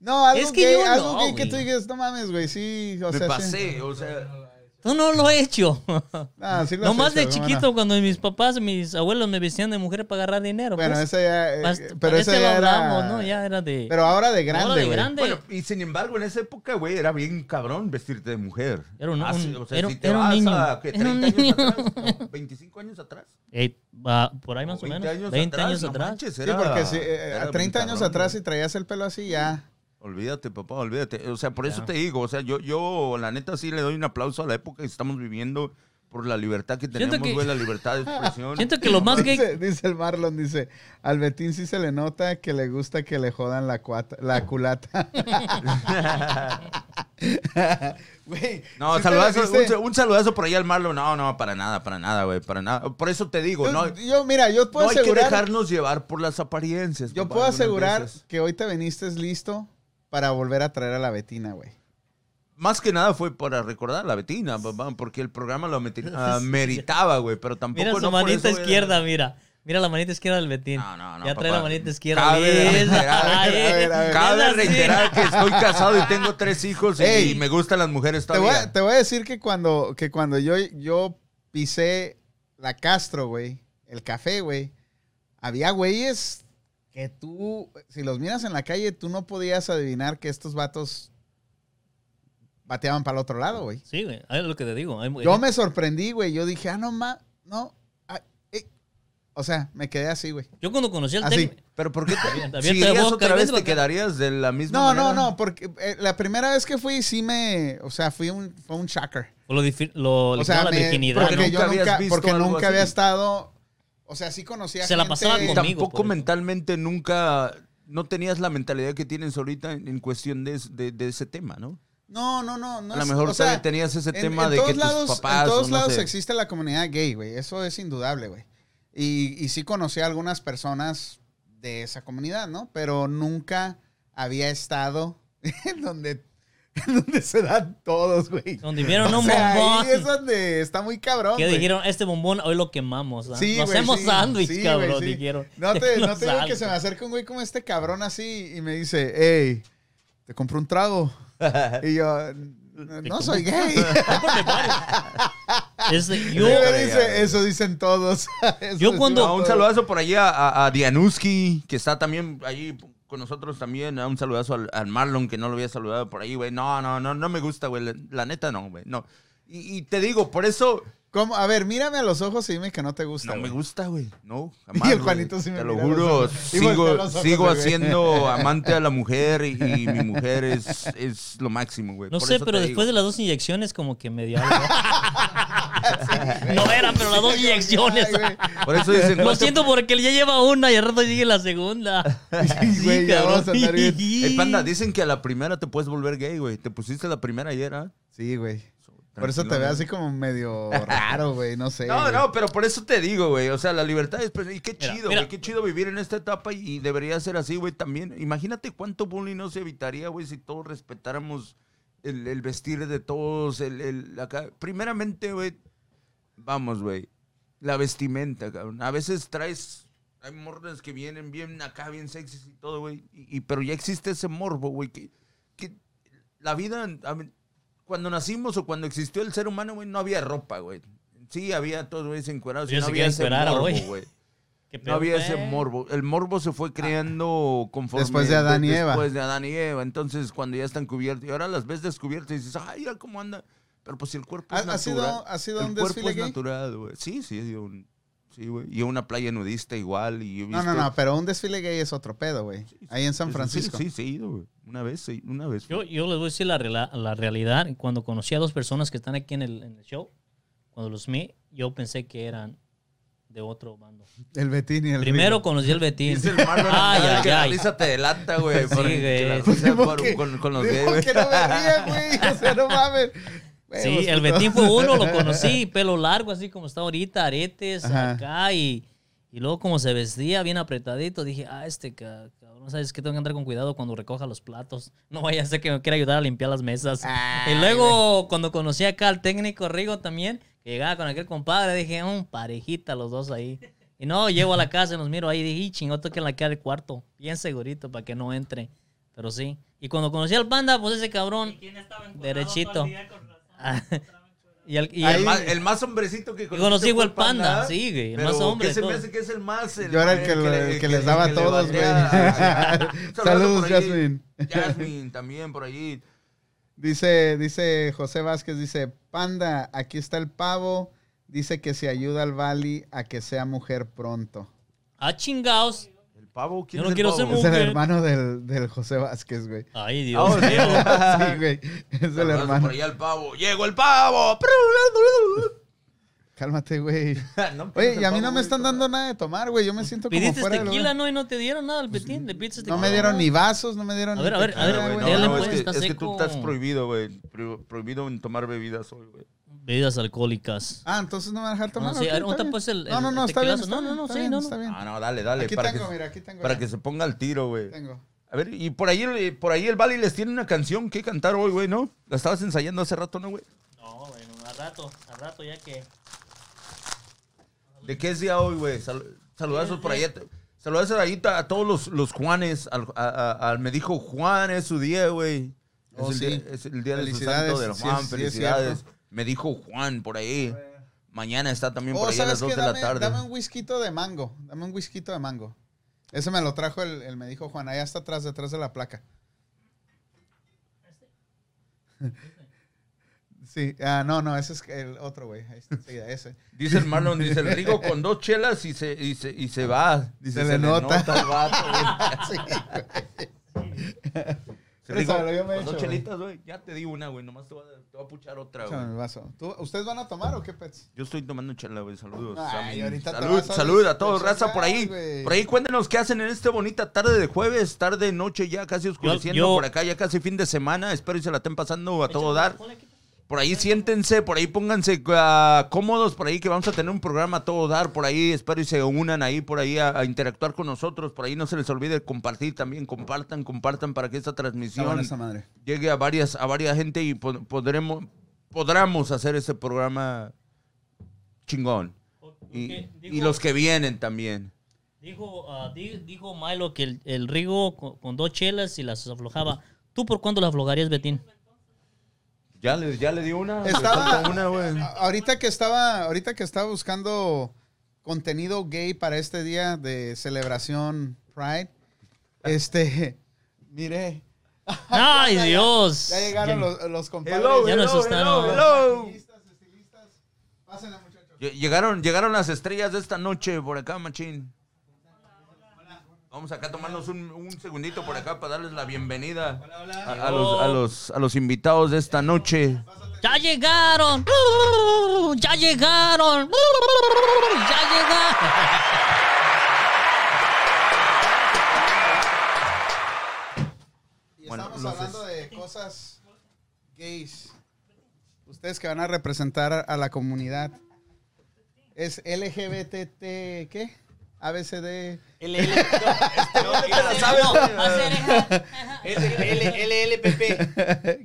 Speaker 1: No, algo
Speaker 5: Es que
Speaker 1: gay,
Speaker 5: yo no,
Speaker 1: algo gay que
Speaker 5: güey.
Speaker 1: tú digas, no mames, güey, sí. O
Speaker 2: [laughs] me
Speaker 1: sea, Sí.
Speaker 2: pasé, o sea.
Speaker 5: Tú no lo he hecho.
Speaker 1: No, Ah, sí lo has
Speaker 5: Nomás de
Speaker 1: hecho, ¿cómo no?
Speaker 5: chiquito, cuando mis papás, mis abuelos me vestían de mujer para agarrar dinero.
Speaker 1: Bueno,
Speaker 5: pues.
Speaker 1: esa ya. eh,
Speaker 5: Pas-
Speaker 1: pero
Speaker 5: parece
Speaker 1: esa
Speaker 5: lo
Speaker 1: ya
Speaker 5: hablamos,
Speaker 1: era.
Speaker 5: ¿no? Ya era de.
Speaker 1: Pero ahora de grande,
Speaker 5: Ahora
Speaker 1: güey.
Speaker 5: de grande.
Speaker 2: Bueno, y sin embargo, en esa época, güey, era bien cabrón vestirte de mujer.
Speaker 5: Era un-
Speaker 2: Así,
Speaker 5: un-
Speaker 2: o sea,
Speaker 5: era-
Speaker 2: si te
Speaker 5: era un
Speaker 2: vas
Speaker 5: niño.
Speaker 2: a, ¿qué,
Speaker 5: Era un
Speaker 2: 30 años
Speaker 5: niño. [laughs]
Speaker 2: atrás, no, 25 años atrás.
Speaker 5: Ey, va, por ahí más o
Speaker 2: 20
Speaker 5: menos.
Speaker 2: años
Speaker 5: 20
Speaker 2: atrás,
Speaker 5: años
Speaker 2: no
Speaker 5: atrás.
Speaker 2: manches,
Speaker 1: Sí,
Speaker 2: era-
Speaker 1: porque si, eh,
Speaker 2: era
Speaker 1: a
Speaker 2: bien
Speaker 1: 30 años
Speaker 2: cabrón,
Speaker 1: atrás, si
Speaker 2: güey.
Speaker 1: traías el pelo así, ya.
Speaker 2: Olvídate, papá, olvídate. O sea, por eso
Speaker 5: Ya.
Speaker 2: te digo, o sea, yo, yo la neta sí le doy un aplauso a la época que estamos viviendo. por la libertad que
Speaker 5: Siento
Speaker 2: tenemos,
Speaker 5: que-
Speaker 2: güey, la libertad de expresión.
Speaker 5: [laughs] Siento que lo
Speaker 1: [laughs]
Speaker 5: más
Speaker 1: Dice,
Speaker 5: gay.
Speaker 1: dice el Marlon, dice, al Betín sí se le nota que le gusta que le jodan la, cuata- la culata. [laughs] Güey,
Speaker 2: No,
Speaker 1: ¿sí te
Speaker 2: saludazo, un,
Speaker 1: naciste?
Speaker 2: sa- un saludazo por ahí al Marlon. No, no, para nada, para nada, güey, para nada. Por eso te digo,
Speaker 1: Yo,
Speaker 2: no,
Speaker 1: yo, mira, yo puedo
Speaker 2: no hay que
Speaker 1: asegurar,
Speaker 2: dejarnos llevar por las apariencias.
Speaker 1: yo
Speaker 2: papá,
Speaker 1: puedo
Speaker 2: algunas
Speaker 1: asegurar
Speaker 2: veces.
Speaker 1: que hoy te viniste listo para volver a traer a la Betina, güey.
Speaker 2: Más que nada fue para recordar a la Betina, papá, porque el programa lo
Speaker 1: [laughs]
Speaker 2: meti- ah, meritaba, güey, pero tampoco
Speaker 5: Mira su
Speaker 2: no por
Speaker 5: manita
Speaker 2: eso, güey.
Speaker 5: izquierda, mira. Mira la manita izquierda del Betín.
Speaker 2: No, no, no,
Speaker 5: Ya trae la
Speaker 2: papá.
Speaker 5: manita izquierda.
Speaker 2: Cabe
Speaker 5: lisa.
Speaker 2: reiterar, a
Speaker 5: Ay,
Speaker 1: ver, a ver.
Speaker 5: es
Speaker 2: Cabe
Speaker 5: así.
Speaker 2: reiterar que estoy casado y tengo tres hijos y-
Speaker 1: Ey.
Speaker 2: y me gustan las mujeres
Speaker 1: Te voy,
Speaker 2: todavía.
Speaker 1: a, te voy a decir que cuando, que cuando yo, yo pisé la Castro, güey, el café, güey, había güeyes que tú, si los miras en la calle, tú no podías adivinar que estos vatos bateaban para el otro lado, güey.
Speaker 5: Sí, güey. Es lo que te digo. eh, Hay-
Speaker 1: Yo me sorprendí, güey. Yo dije, ah, no, ma, no. ah, eh. O sea, me quedé así, güey.
Speaker 5: Yo cuando conocí al
Speaker 1: Así.
Speaker 5: técnico.
Speaker 2: Pero ¿por qué
Speaker 5: Abierta
Speaker 2: te,
Speaker 5: de
Speaker 2: si irías
Speaker 5: boca,
Speaker 2: otra vez
Speaker 5: vente
Speaker 2: te
Speaker 5: para acá.
Speaker 2: quedarías de la misma
Speaker 1: No,
Speaker 2: manera?
Speaker 1: no, no, porque eh, la primera vez que fui sí me, o sea, fui un, fue un shocker.
Speaker 5: Lo, difi- lo
Speaker 1: O
Speaker 5: le
Speaker 1: sea,
Speaker 5: quitaron la
Speaker 1: me-
Speaker 5: virginidad.
Speaker 1: porque
Speaker 5: ¿no?
Speaker 1: yo
Speaker 2: Nunca habías
Speaker 1: nunca,
Speaker 2: visto
Speaker 1: porque
Speaker 2: algo
Speaker 1: nunca
Speaker 2: así.
Speaker 1: había estado, o sea, sí conocía
Speaker 5: Se la
Speaker 1: gente-
Speaker 5: pasaba
Speaker 2: Y
Speaker 5: conmigo.
Speaker 2: tampoco
Speaker 5: por eso.
Speaker 2: mentalmente nunca, no tenías la mentalidad que tienes ahorita en, en cuestión de, es- de- de ese tema, ¿no?
Speaker 1: No, no, no, no.
Speaker 2: A lo
Speaker 1: es-
Speaker 2: mejor
Speaker 1: o sea,
Speaker 2: tenías ese
Speaker 1: en-
Speaker 2: tema
Speaker 1: en
Speaker 2: de que
Speaker 1: todos
Speaker 2: tus
Speaker 1: lados-
Speaker 2: papás
Speaker 1: En todos
Speaker 2: o no
Speaker 1: lados
Speaker 2: sé.
Speaker 1: existe la comunidad gay, güey. Eso es indudable, güey. Y, y sí conocí a algunas personas de esa comunidad, ¿no? Pero nunca había estado [laughs] en donde, en donde se dan todos, güey.
Speaker 5: Donde vieron
Speaker 1: [laughs] O
Speaker 5: un
Speaker 1: sea,
Speaker 5: bombón.
Speaker 1: ahí es donde está muy cabrón,
Speaker 5: Que
Speaker 1: güey.
Speaker 5: dijeron, este bombón hoy lo quemamos. ¿ah?
Speaker 1: Sí,
Speaker 5: lo
Speaker 1: güey,
Speaker 5: hacemos
Speaker 1: sí,
Speaker 5: sándwich,
Speaker 1: sí,
Speaker 5: cabrón.
Speaker 1: güey, sí.
Speaker 5: Dijeron.
Speaker 1: No
Speaker 5: [laughs]
Speaker 1: te, no
Speaker 5: Los
Speaker 1: te digo que
Speaker 5: sándwich.
Speaker 1: se me acerca un güey como este cabrón así y me dice, hey, te compro un
Speaker 5: [laughs]
Speaker 1: trago. Y yo, no no soy gay. [laughs]
Speaker 5: Este,
Speaker 1: Yo
Speaker 5: [laughs] yo,
Speaker 1: me
Speaker 2: creo, güey.
Speaker 1: dice, eso dicen todos. [laughs] Eso
Speaker 5: Yo
Speaker 1: dicen
Speaker 5: cuando-
Speaker 2: Ah, un
Speaker 1: todos.
Speaker 2: saludazo por allí a, a, a Dianuski, que está también ahí con nosotros también. Ah, Un saludazo al, al Marlon, que no lo había saludado por ahí, güey. No, no, no, no me gusta, güey. La, la neta no, güey. No. Y, y te digo, por eso
Speaker 1: ¿Cómo? A ver, mírame a los ojos y dime que no te gusta.
Speaker 2: no me
Speaker 1: güey.
Speaker 2: gusta, güey.
Speaker 1: [laughs]
Speaker 2: No,
Speaker 1: Y el
Speaker 2: güey.
Speaker 1: Juanito sí me
Speaker 2: Te lo
Speaker 1: mira los
Speaker 2: juro,
Speaker 1: ojos. Y voltea
Speaker 2: sigo,
Speaker 1: los ojos,
Speaker 2: sigo
Speaker 1: güey. [laughs]
Speaker 2: haciendo amante a la mujer y, y mi mujer es, es lo máximo, güey.
Speaker 5: no
Speaker 2: Por
Speaker 5: sé,
Speaker 2: eso te
Speaker 5: pero
Speaker 2: digo.
Speaker 5: después de las dos inyecciones, como que me dio
Speaker 1: [laughs]
Speaker 5: algo. no eran, pero las dos inyecciones.
Speaker 1: Ay, güey.
Speaker 2: Por eso dicen,
Speaker 5: [laughs] Lo
Speaker 2: "No te-
Speaker 5: siento porque ya lleva una y al rato llegue
Speaker 2: [laughs]
Speaker 5: la segunda. [laughs]
Speaker 1: Sí, güey, ya vamos a andar bien.
Speaker 2: Ey, panda, dicen que a la primera te puedes volver gay, güey. Te pusiste la primera ayer, ¿ah?
Speaker 1: Sí, güey. Por eso te
Speaker 2: Tranquilo,
Speaker 1: veo
Speaker 2: güey.
Speaker 1: así como
Speaker 5: [laughs]
Speaker 1: medio raro, güey. No sé.
Speaker 2: No,
Speaker 1: güey.
Speaker 2: no, pues pero por eso te digo, güey. O sea, la libertad es... Y qué
Speaker 5: Mira,
Speaker 2: chido,
Speaker 5: mira.
Speaker 2: güey. Qué chido vivir en esta etapa y, y debería ser así, güey, también. Imagínate cuánto bullying no se evitaría, güey, si todos respetáramos el, el vestir de todos, el... el- acá. Primeramente, güey, vamos, güey. La vestimenta, cabrón. A veces traes... Hay morras que vienen bien acá, bien sexys y todo, güey. Y, y- pero ya existe ese morbo, güey, que... que la vida, a ver, cuando nacimos o cuando existió el ser humano, güey, no había ropa, güey. Sí, había todos güeyes encuerados. y
Speaker 5: Yo
Speaker 2: no
Speaker 5: sé que
Speaker 2: había ese
Speaker 5: encuerara,
Speaker 2: morbo,
Speaker 5: güey.
Speaker 2: güey.
Speaker 5: Qué pedo,
Speaker 2: No había
Speaker 5: güey.
Speaker 2: ese morbo. El morbo se fue creando conforme...
Speaker 1: Después de Adán y Eva.
Speaker 2: después de Adán y Eva. Entonces, cuando ya están cubiertos... Y ahora las ves descubiertas y dices, ay, mira cómo anda. Pero pues si el cuerpo es
Speaker 1: ¿Ha, ha
Speaker 2: natural.
Speaker 1: sido, ha sido
Speaker 2: el
Speaker 1: un
Speaker 2: cuerpo
Speaker 1: desfile
Speaker 2: es
Speaker 1: gay?
Speaker 2: natural, güey. Sí, sí, sí, un- sí, güey. Y una playa nudista igual. Y he
Speaker 1: No, no,
Speaker 2: visto-
Speaker 1: no, pero un desfile gay es otro pedo, güey. Ahí en San
Speaker 2: Sí,
Speaker 1: Francisco.
Speaker 2: Sí, sí, he ido, güey. Una vez, sí, una vez.
Speaker 5: Yo, yo les voy a decir la, rela- la realidad. Cuando conocí a dos personas que están aquí en el, en el show, cuando los vi, yo pensé que eran de otro bando.
Speaker 1: El Betín y el
Speaker 5: Primero
Speaker 1: Rigo.
Speaker 5: conocí al
Speaker 2: [laughs]
Speaker 5: Betín.
Speaker 2: Dice el Marlon
Speaker 5: [laughs] Ay,
Speaker 2: Andrade
Speaker 5: ay,
Speaker 2: que la
Speaker 5: ay.
Speaker 2: risa te delata, güey.
Speaker 5: Sí,
Speaker 2: porque
Speaker 5: güey.
Speaker 2: la risa
Speaker 1: Digo
Speaker 2: por-
Speaker 1: Pues, que-
Speaker 2: con, con los
Speaker 1: digo
Speaker 2: gays, güey.
Speaker 1: que no me ría, güey. O sea, no mames. Güey,
Speaker 5: Sí,
Speaker 1: vos,
Speaker 5: el
Speaker 1: puto.
Speaker 5: Betín fue uno, lo conocí, pelo largo, así como está ahorita, aretes
Speaker 1: Ajá.
Speaker 5: acá y, y luego como se vestía bien apretadito, dije, ah, este ca- cabrón, ¿sabes que Tengo que andar con cuidado cuando recoja los platos, [laughs] no vaya a ser que me quiera ayudar a limpiar las mesas.
Speaker 1: Ay,
Speaker 5: y luego cuando conocí acá al técnico Rigo también, que llegaba con aquel compadre, dije, "Ah, un parejita los dos ahí. Y no, llego a la casa y los miro ahí y dije, "Y chingón, toquen la cara del cuarto, bien segurito para que no entre. Pero sí. Y cuando conocí al panda, pues ese cabrón, derechito. [laughs] Ah, y el, y
Speaker 2: El,
Speaker 5: el-
Speaker 2: más, el más hombrecito que
Speaker 5: Yo conocí
Speaker 2: fue
Speaker 5: fue el panda,
Speaker 2: ¿verdad?
Speaker 5: sí, güey, el
Speaker 2: Pero
Speaker 5: más hombre
Speaker 2: que se me
Speaker 5: todo.
Speaker 2: hace que es el más.
Speaker 1: Yo era el que, le- el que les daba a
Speaker 2: que le
Speaker 1: todos, güey. [laughs]
Speaker 2: batea. Un
Speaker 1: [laughs]
Speaker 2: saludo
Speaker 1: Saludos,
Speaker 2: por ahí.
Speaker 1: Jasmine.
Speaker 2: Jasmine también por allí.
Speaker 1: Dice, dice José Vázquez, dice, panda, aquí está el pavo. Dice que se ayuda al Bali a que sea mujer pronto.
Speaker 5: ah, chingaos.
Speaker 2: El pavo, ¿quién
Speaker 5: Yo no
Speaker 2: es el
Speaker 5: quiero ser
Speaker 2: pavo?
Speaker 1: Es el
Speaker 5: Mujer.
Speaker 1: hermano del, del José Vázquez, güey.
Speaker 5: Ay, Dios
Speaker 2: Ah,
Speaker 5: mío.
Speaker 1: Sí, güey. Es el
Speaker 2: Saludazo
Speaker 1: hermano.
Speaker 2: Por allá al pavo. ¡Llegó el pavo!
Speaker 1: Cálmate, güey.
Speaker 2: [laughs] No,
Speaker 1: Oye,
Speaker 2: pinche
Speaker 1: y a mí no
Speaker 2: pavo,
Speaker 1: me
Speaker 2: güey,
Speaker 1: están
Speaker 2: toma.
Speaker 1: dando nada de tomar, güey. Yo me siento como
Speaker 3: Pidiste
Speaker 1: fuera de
Speaker 3: tequila,
Speaker 1: lugar.
Speaker 3: ¿no? Y no te dieron nada al Petín. Le pidiste tequila.
Speaker 1: No me dieron ni vasos, no me dieron
Speaker 3: A
Speaker 1: ni
Speaker 3: ver, a ver, a
Speaker 1: tequila,
Speaker 3: ver,
Speaker 1: güey,
Speaker 3: güey,
Speaker 1: no,
Speaker 3: dale,
Speaker 1: no,
Speaker 3: pues,
Speaker 1: es que-
Speaker 3: está
Speaker 2: es que tú
Speaker 3: seco.
Speaker 2: estás prohibido, güey. Pro- prohibido en tomar bebidas hoy, güey.
Speaker 3: Bebidas alcohólicas.
Speaker 1: Ah, entonces no me van a dejar tomar.
Speaker 3: No, sí,
Speaker 1: ok,
Speaker 3: a ver,
Speaker 1: está
Speaker 3: unta,
Speaker 1: bien.
Speaker 3: pues, el-
Speaker 1: No, no,
Speaker 3: el
Speaker 1: no, está bien.
Speaker 3: tequilazo.
Speaker 1: está
Speaker 3: No, no,
Speaker 1: bien,
Speaker 3: no,
Speaker 1: está
Speaker 3: sí,
Speaker 1: bien,
Speaker 3: no,
Speaker 1: está
Speaker 3: no.
Speaker 1: bien.
Speaker 2: Ah, no, dale, dale.
Speaker 1: Aquí
Speaker 2: para
Speaker 1: tengo,
Speaker 2: que,
Speaker 1: mira, aquí tengo.
Speaker 2: Para
Speaker 1: ya.
Speaker 2: que se ponga al tiro, güey.
Speaker 1: Tengo.
Speaker 2: A ver, y por ahí, el- por ahí el Bali les tiene una canción que cantar hoy, güey, ¿no? La estabas ensayando hace rato, ¿no, güey?
Speaker 3: No, bueno, al rato, al rato ya que.
Speaker 2: ¿De qué es día hoy, güey? Sal- saludazos por allá. te- Saludazos ahí a todos los, los Juanes. Al, a- a- al- me dijo Juan es su día, güey. Es,
Speaker 1: Oh,
Speaker 2: el
Speaker 1: sí.
Speaker 2: día- es el día del
Speaker 1: Felicidades,
Speaker 2: santo del
Speaker 1: sí,
Speaker 2: Juan.
Speaker 1: sí, es
Speaker 2: felicidades.
Speaker 1: cierto.
Speaker 2: me dijo Juan por ahí. Mañana está también por
Speaker 1: Oh,
Speaker 2: ahí a las
Speaker 1: ¿sabes
Speaker 2: 2
Speaker 1: qué?
Speaker 2: de
Speaker 1: Dame,
Speaker 2: la tarde.
Speaker 1: dame un whisquito de mango. Dame un whisquito de mango. Ese me lo trajo el, el- me dijo Juan. Allá está atrás, detrás de la placa. [laughs] Sí, ah, no, no, ese es el otro, güey. Ahí está enseguida,
Speaker 2: [laughs]
Speaker 1: ese.
Speaker 2: Dice el Marlon, dice el Rigo con dos chelas y se, y se, y se va. Dice,
Speaker 1: Se le nota.
Speaker 2: el vato,
Speaker 1: [laughs]
Speaker 2: güey.
Speaker 1: Sí, güey.
Speaker 2: Se Rigo,
Speaker 1: Préstamelo, yo me
Speaker 2: con
Speaker 1: echo,
Speaker 2: dos
Speaker 1: güey.
Speaker 2: chelitas, güey. Ya te di una, güey. Nomás te voy a, te voy a puchar otra,
Speaker 1: Échame mi
Speaker 2: güey.
Speaker 1: vaso. ¿Tú- ¿Ustedes van a tomar o qué, Pets?
Speaker 2: Yo estoy tomando chela, güey. Saludos.
Speaker 1: Ay,
Speaker 2: Sammy.
Speaker 1: ahorita te
Speaker 2: salud,
Speaker 1: vas a
Speaker 2: salud a todos, raza,
Speaker 1: despechocar,
Speaker 2: por ahí.
Speaker 1: güey.
Speaker 2: Por ahí cuéntenos qué hacen en esta bonita tarde de jueves, tarde, noche, ya casi oscureciendo.
Speaker 3: yo-
Speaker 2: Por acá ya casi fin de semana. Espero y se la estén pasando a todo
Speaker 3: Échale,
Speaker 2: dar.
Speaker 3: ponle aquí.
Speaker 2: Por ahí siéntense, por ahí pónganse ah, cómodos, por ahí que vamos a tener un programa a todo dar, por ahí espero y se unan ahí, por ahí a, a interactuar con nosotros, por ahí no se les olvide compartir también, compartan, compartan para que esta
Speaker 1: Está buena
Speaker 2: transmisión
Speaker 1: esa madre.
Speaker 2: llegue a varias a varias gente y pod- podremos podremos hacer ese programa chingón.
Speaker 3: Ok,
Speaker 2: Y,
Speaker 3: dijo-
Speaker 2: y los que vienen también.
Speaker 3: Dijo, ah, di- dijo Milo que el, el Rigo con, con dos chelas y las aflojaba. ¿Tú por cuánto las aflojarías,
Speaker 1: [laughs]
Speaker 3: Betín?
Speaker 2: Ya le, ya le di una. le
Speaker 1: Estaba-
Speaker 2: falta una, güey.
Speaker 1: A- Ahorita que estaba, ahorita que estaba buscando contenido gay para este día de celebración Pride, este, [laughs] mire,
Speaker 3: ¡Ay, Dios!
Speaker 1: ya llegaron los, los compadres.
Speaker 2: Hello,
Speaker 3: Ya nos
Speaker 2: hello,
Speaker 3: asustaron.
Speaker 2: hello, hello.
Speaker 1: Estilistas, estilistas. Pásenla, muchachos.
Speaker 2: Lle- Llegaron, llegaron las estrellas de esta noche por acá, machín. Vamos acá a tomarnos un, un segundito por acá para darles la bienvenida A, a los, a, los, a los invitados de esta noche.
Speaker 3: ¡Ya llegaron! ¡Ya llegaron! ¡Ya llegaron!
Speaker 1: Y
Speaker 2: Bueno,
Speaker 1: estamos
Speaker 2: los
Speaker 1: hablando de cosas gays. Ustedes que van a representar a- a la comunidad. Es LGBTT, ¿qué? ABCD.
Speaker 6: este [laughs] Es el L- LLPP.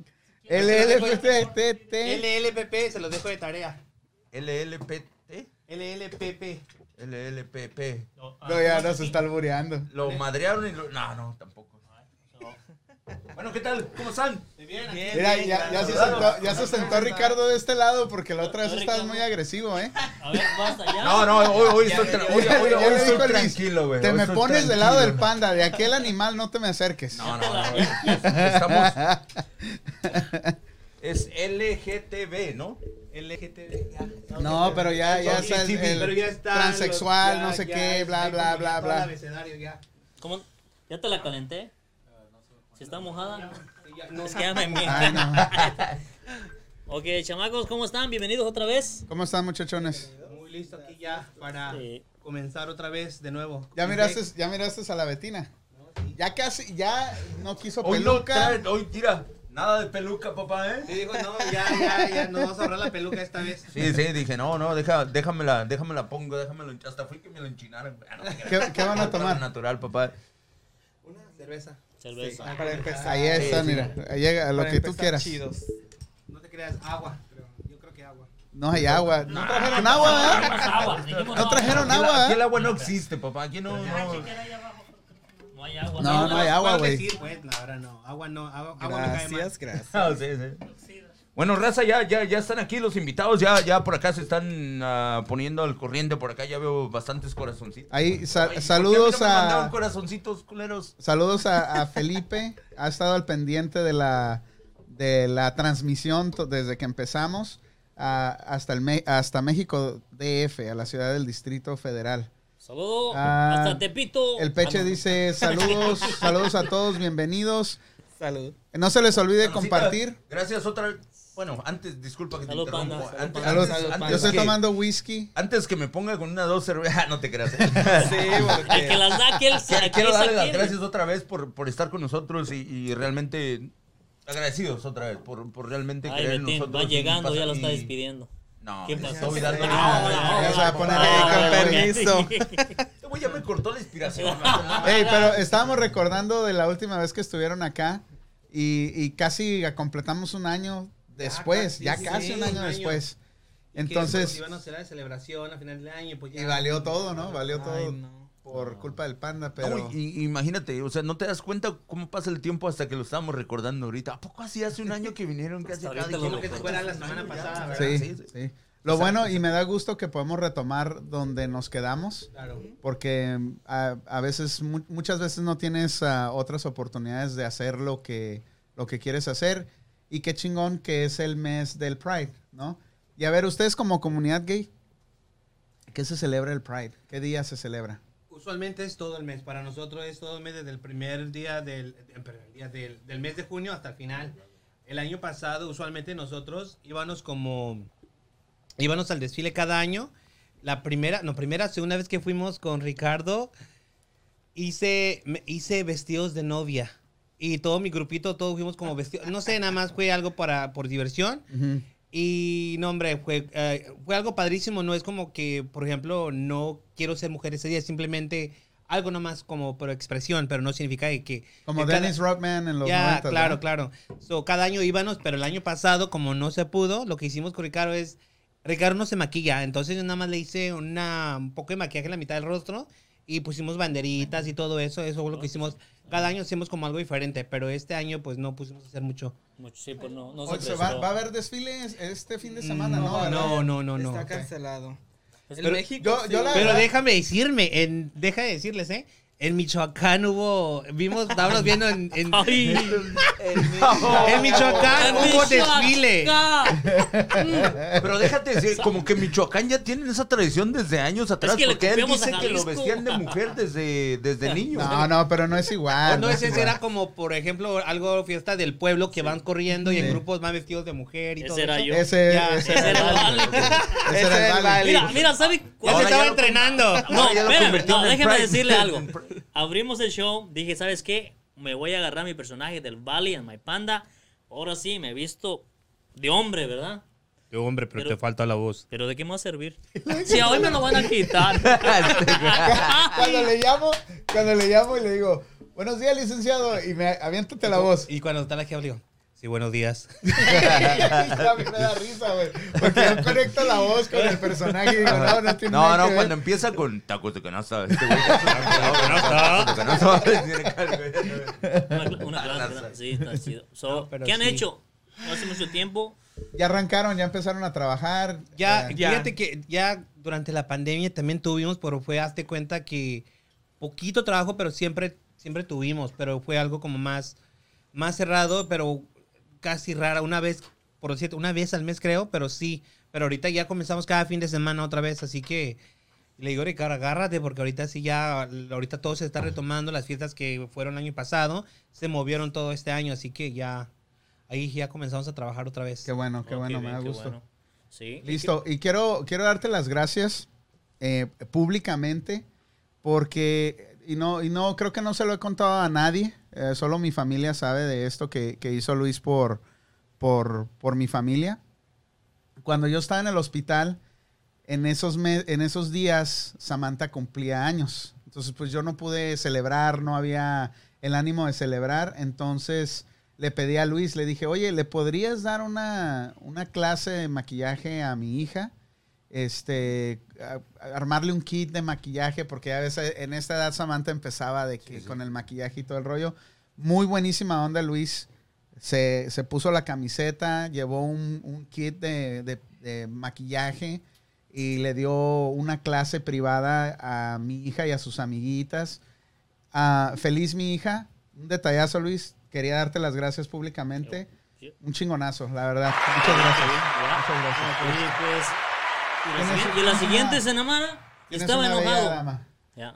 Speaker 1: LLBTT.
Speaker 6: LLPP, se los dejo de tarea.
Speaker 2: LLPT.
Speaker 6: LLPP.
Speaker 2: LLPP.
Speaker 1: No, ya nos está albureando.
Speaker 2: Lo madrearon y lo... No, no, tampoco. Bueno, ¿qué tal? ¿Cómo están?
Speaker 1: Mira, ya, ya se sentó, ya se sentó Ricardo de este lado porque la otra vez estabas muy agresivo,
Speaker 2: [laughs]
Speaker 1: ¿eh?
Speaker 3: A ver, basta ya.
Speaker 2: No, no, hoy, hoy estoy, tra- hoy-
Speaker 1: Ya-
Speaker 2: hoy-
Speaker 1: ya
Speaker 2: hoy
Speaker 1: le dijo
Speaker 2: estoy
Speaker 1: el Luis,
Speaker 2: tranquilo, güey.
Speaker 1: Te
Speaker 2: Hoy
Speaker 1: me
Speaker 2: estoy
Speaker 1: pones del lado del
Speaker 2: tranquilo.
Speaker 1: panda, de aquel animal no te me acerques.
Speaker 2: No, no, no. Estamos. Es LGTB, ¿no?
Speaker 6: LGTB.
Speaker 1: No, pero ya, ya
Speaker 6: Sí,
Speaker 1: está el,
Speaker 6: sí,
Speaker 1: el
Speaker 6: pero ya está
Speaker 1: transexual,
Speaker 6: los-
Speaker 1: no
Speaker 6: ya-
Speaker 1: sé
Speaker 6: ya
Speaker 1: qué,
Speaker 6: es-
Speaker 1: bla,
Speaker 6: hay
Speaker 1: bla,
Speaker 6: como
Speaker 1: bla,
Speaker 6: todo el
Speaker 1: bla.
Speaker 6: abecedario ya.
Speaker 3: ¿Cómo? ¿Ya te la calenté? Si está mojada,
Speaker 6: No,
Speaker 3: es que ya me
Speaker 1: Ay,
Speaker 3: mientan.
Speaker 1: no.
Speaker 3: Ok, chamacos, ¿cómo están? Bienvenidos otra vez.
Speaker 1: ¿Cómo están, muchachones?
Speaker 6: Muy listo aquí ya para
Speaker 3: Sí.
Speaker 6: comenzar otra vez de nuevo.
Speaker 1: ¿Ya miraste, ya miraste a la Betina? Ya casi, ya no quiso
Speaker 2: Hoy no
Speaker 1: peluca.
Speaker 2: trae- hoy tira. Nada de peluca, papá,
Speaker 6: Sí,
Speaker 2: ¿eh?
Speaker 6: dijo, no, ya, ya, ya, no vamos a hablar la peluca esta vez.
Speaker 2: Sí, sí, dije, no, no, deja, déjamela, déjamela pongo, déjamela, ench- hasta fui que me la enchinaran. güey. Ah, no te creas.
Speaker 1: ¿Qué, qué van a tomar?
Speaker 2: Natural, papá.
Speaker 6: Una cerveza.
Speaker 3: Cerveza.
Speaker 6: Sí.
Speaker 1: Para empezar. Ahí está, mira. Ahí Llega lo
Speaker 7: Para
Speaker 1: que tú
Speaker 7: empezar,
Speaker 1: quieras.
Speaker 7: Chidos.
Speaker 6: No te creas, agua. creo. Yo creo que agua.
Speaker 1: No hay agua. No trajeron agua, ¿verdad?
Speaker 3: Agua, dijimos
Speaker 1: No
Speaker 3: agua.
Speaker 1: trajeron
Speaker 2: Aquí, la-
Speaker 1: agua,
Speaker 2: aquí el
Speaker 1: ¿eh?
Speaker 2: agua no existe, papá, aquí no, no.
Speaker 3: No hay agua.
Speaker 1: No, no hay agua,
Speaker 6: ¿Puedo
Speaker 1: güey.
Speaker 6: decir? Pues, no, ahora no. Agua no, agua, agua me cae mal.
Speaker 7: Gracias, gracias.
Speaker 2: [laughs] Ah, sí, sí. Bueno, raza, ya, ya, ya están aquí los invitados, ya, ya por acá se están ah, poniendo al corriente, por acá ya veo bastantes corazoncitos.
Speaker 1: Ahí, sa-
Speaker 2: Ay, ¿por qué
Speaker 1: saludos
Speaker 2: mí no me mandaron
Speaker 1: a.
Speaker 2: corazoncitos culeros.
Speaker 1: Saludos a, a Felipe. Ha estado al pendiente de la, de la transmisión to- desde que empezamos a- hasta, el, Me- hasta México DF, a la ciudad del Distrito Federal.
Speaker 3: Saludo.
Speaker 1: Ah,
Speaker 3: Hasta Tepito.
Speaker 1: El Peche
Speaker 3: Ah, no.
Speaker 1: dice saludos, saludos a todos, bienvenidos.
Speaker 7: Salud.
Speaker 1: No se les olvide
Speaker 2: Salucita,
Speaker 1: compartir.
Speaker 2: Gracias otra vez. Bueno, antes, disculpa que te
Speaker 3: Salud,
Speaker 2: interrumpo.
Speaker 3: panda, salud,
Speaker 2: antes,
Speaker 3: panda.
Speaker 1: Salud.
Speaker 2: antes-
Speaker 3: Salud,
Speaker 2: antes
Speaker 1: Yo estoy
Speaker 2: que-
Speaker 1: tomando whisky.
Speaker 2: Antes que me ponga con una dos [laughs] cervezas, no te creas.
Speaker 3: El que las da, que él
Speaker 2: Quiero-
Speaker 3: saque,
Speaker 2: [laughs] Quiero darle las
Speaker 3: saque.
Speaker 2: gracias otra vez por, por estar con nosotros y, y realmente agradecidos otra vez por, por realmente
Speaker 3: Ay,
Speaker 2: creer en
Speaker 3: Betín,
Speaker 2: nosotros.
Speaker 3: va
Speaker 2: y
Speaker 3: llegando,
Speaker 2: pasar-
Speaker 3: ya lo está
Speaker 2: y-
Speaker 3: despidiendo.
Speaker 2: No,
Speaker 3: ¿Qué
Speaker 2: ya
Speaker 3: pasó?
Speaker 2: estoy dándole-
Speaker 3: [laughs] Ah,
Speaker 2: no,
Speaker 3: hola,
Speaker 1: Ya se va a
Speaker 3: hola,
Speaker 1: poner
Speaker 3: hola,
Speaker 1: ahí con
Speaker 3: hola, hola.
Speaker 1: permiso.
Speaker 2: Este güey ya me cortó
Speaker 3: [laughs]
Speaker 2: la inspiración. ¿no?
Speaker 1: Ey, pero estábamos recordando de la última vez que estuvieron acá y, y casi completamos un año después,
Speaker 6: casi,
Speaker 1: ya
Speaker 6: sí,
Speaker 1: casi un año
Speaker 6: un año.
Speaker 1: después.
Speaker 6: Y que
Speaker 1: Entonces,
Speaker 6: eso, iban pues, a hacer la celebración a final del año, pues ya.
Speaker 1: y valió todo, ¿no? Valió
Speaker 6: Ay,
Speaker 1: todo
Speaker 6: no.
Speaker 1: por culpa del panda,
Speaker 2: No,
Speaker 1: pero...
Speaker 2: y- y imagínate, o sea, no te das cuenta cómo pasa el tiempo hasta que lo estábamos recordando ahorita. ¿A poco así hace un año que vinieron casi
Speaker 3: Hasta
Speaker 2: acá?
Speaker 3: Pues ahorita
Speaker 2: Dije,
Speaker 3: lo
Speaker 2: no, que
Speaker 6: recuerdo.
Speaker 2: fuera
Speaker 6: Sí,
Speaker 1: Sí,
Speaker 6: ya.
Speaker 2: Sí, sí.
Speaker 1: sí. Lo bueno, y me da gusto que podemos retomar donde nos quedamos,
Speaker 6: Claro.
Speaker 1: porque a, a veces, mu- muchas veces no tienes ah, otras oportunidades de hacer lo que, lo que quieres hacer. Y qué chingón que es el mes del Pride, ¿no? Y a ver, ustedes como comunidad gay, ¿qué se celebra el Pride? ¿Qué día se celebra?
Speaker 6: Usualmente es todo el mes. Para nosotros es todo el mes desde el primer día del, eh, perdón, el día del, del mes de junio hasta el final. El año pasado, usualmente nosotros íbamos como. íbamos al desfile cada año. La primera, no, primera, segunda vez que fuimos con Ricardo, hice, me- hice vestidos de novia. Y todo mi grupito, todos fuimos como vestidos. No sé, nada más fue algo para, por diversión. Y no, hombre, fue, eh, fue algo padrísimo. No es como que, por ejemplo, no quiero ser mujer ese día, simplemente algo nomás como por expresión, pero no significa que. que
Speaker 1: Como
Speaker 6: que cada-
Speaker 1: Dennis Rodman en los
Speaker 6: ya,
Speaker 1: 90,
Speaker 6: claro,
Speaker 1: ¿no?
Speaker 6: claro. So, cada año íbamos, pero el año pasado, como no se pudo, lo que hicimos con Ricardo es. Ricardo no se maquilla, entonces yo nada más le hice una, un poco de maquillaje en la mitad del rostro y pusimos banderitas y todo eso. Eso fue lo que hicimos. Cada año hicimos como algo diferente, pero este año, pues no pusimos a hacer mucho.
Speaker 3: Mucho, sí, pues no, no se
Speaker 1: Oye, se va,
Speaker 3: prestó.
Speaker 1: va a haber desfiles este fin de semana, ¿no?
Speaker 6: Mm, No,
Speaker 1: ¿verdad?
Speaker 6: no, no, no. no.
Speaker 7: Está cancelado.
Speaker 3: Es
Speaker 7: En
Speaker 3: que-
Speaker 7: México.
Speaker 1: yo- yo
Speaker 7: sí.
Speaker 1: la-
Speaker 6: Pero
Speaker 1: verdad.
Speaker 6: déjame decirme, en, deja de decirles, ¿eh? En Michoacán hubo, vimos, estábamos viendo en, en,
Speaker 3: [laughs] [laughs] Ay,
Speaker 7: [laughs] El-
Speaker 6: en Michoacán hubo
Speaker 3: Michoacán.
Speaker 6: desfile.
Speaker 3: [laughs]
Speaker 2: Pero déjate decir, como que Michoacán ya tienen esa tradición desde años atrás,
Speaker 3: que le
Speaker 2: porque él
Speaker 3: copiamos a
Speaker 2: dice que lo
Speaker 3: Jalisco.
Speaker 2: vestían de mujer desde, desde
Speaker 1: [laughs]
Speaker 2: niño.
Speaker 1: No, no, pero no es
Speaker 6: O
Speaker 3: Ah,
Speaker 1: igual.
Speaker 6: no,
Speaker 1: no es
Speaker 6: ese
Speaker 1: igual.
Speaker 6: era como, por ejemplo, algo fiesta del pueblo que van corriendo y en
Speaker 1: Sí.
Speaker 6: grupos van vestidos de mujer y todo.
Speaker 3: Ese era
Speaker 6: eso.
Speaker 3: yo.
Speaker 1: Ese,
Speaker 6: Ya,
Speaker 1: ese
Speaker 3: Ese
Speaker 1: era,
Speaker 3: era
Speaker 1: el
Speaker 3: el
Speaker 1: Vale. Ese era el Vale.
Speaker 3: Mira, mira, ¿sabe
Speaker 6: Ya
Speaker 3: cuál?
Speaker 6: se
Speaker 2: Ahora ya
Speaker 6: estaba
Speaker 2: lo-
Speaker 6: entrenando.
Speaker 3: No,
Speaker 2: Ahora ya lo
Speaker 3: espérame,
Speaker 2: convirtió
Speaker 3: no,
Speaker 2: en el
Speaker 3: déjame
Speaker 2: Pride.
Speaker 3: decirle
Speaker 2: [laughs]
Speaker 3: algo. [laughs] Abrimos el show, dije, ¿sabes qué? Me voy a agarrar mi personaje del Valley and My Panda. Ahora sí, me he visto de hombre, ¿verdad?
Speaker 6: hombre,
Speaker 3: pero Pero- te
Speaker 6: falta la voz.
Speaker 3: Pero ¿de qué me va a servir? Si a hoy me lo van a quitar.
Speaker 1: Ah, Cuando le llamo, cuando le llamo y le digo, buenos días, licenciado, y me aviéntate la
Speaker 6: [laughs]
Speaker 1: voz.
Speaker 6: Y cuando está la jefa, le digo, sí, buenos días.
Speaker 1: [laughs] a mí me da risa, güey. Porque yo conecto la voz con el personaje y digo, no, no tiene
Speaker 2: No,
Speaker 1: nada
Speaker 2: no,
Speaker 1: que
Speaker 2: cuando
Speaker 1: ver.
Speaker 2: empieza con tacos de canasta, este güey.
Speaker 3: [laughs]
Speaker 2: Tacos de canasta. [laughs] va a decir acá, güey.
Speaker 3: Una, cla- una clase, ¿verdad? Sí, está chido. So,
Speaker 6: No, pero
Speaker 3: ¿Qué han
Speaker 6: sí.
Speaker 3: hecho? No hace mucho tiempo.
Speaker 1: Ya arrancaron, ya empezaron a trabajar.
Speaker 6: Ya,
Speaker 1: Eh,
Speaker 7: Ya.
Speaker 6: fíjate que ya durante la pandemia también tuvimos, pero fue, hazte cuenta que poquito trabajo, pero siempre, siempre tuvimos, pero fue algo como más, más cerrado, pero casi rara, una vez, por cierto, una vez al mes creo, pero sí, pero ahorita ya comenzamos cada fin de semana otra vez, así que le digo, Ricardo, agárrate, porque ahorita sí ya, ahorita todo se está retomando, las fiestas que fueron el año pasado, se movieron todo este año, así que ya, ahí ya comenzamos a trabajar otra vez.
Speaker 1: Qué bueno, qué
Speaker 3: Ok,
Speaker 1: bueno, me
Speaker 3: bien,
Speaker 1: da
Speaker 3: qué
Speaker 1: gusto.
Speaker 3: bueno. Sí.
Speaker 1: Listo, y quiero, quiero darte las gracias eh, públicamente porque, y no, y no, creo que no se lo he contado a nadie, eh, solo mi familia sabe de esto que, que hizo Luis por, por, por mi familia. Cuando yo estaba en el hospital, en esos, me- en esos días Samantha cumplía años, entonces pues yo no pude celebrar, no había el ánimo de celebrar, entonces le pedí a Luis, le dije, oye, ¿le podrías dar una, una clase de maquillaje a mi hija? Este, a- a- armarle un kit de maquillaje, porque a veces en esta edad Samantha empezaba de que con el maquillaje y todo el rollo. Muy buenísima onda Luis. Se, se puso la camiseta, llevó un, un kit de, de- de maquillaje y le dio una clase privada a mi hija y a sus amiguitas. Ah, feliz mi hija. Un detallazo, Luis. Quería darte las gracias públicamente.
Speaker 3: Sí.
Speaker 1: Un chingonazo, la verdad. Muchas gracias.
Speaker 3: Ya.
Speaker 1: Muchas gracias.
Speaker 3: Oye, pues. Y la,
Speaker 1: Tienes
Speaker 3: siguiente-
Speaker 1: una-
Speaker 3: y la siguiente semana
Speaker 1: Tienes
Speaker 3: estaba
Speaker 1: una bella
Speaker 3: enojado.
Speaker 1: dama. [laughs]
Speaker 3: Ya.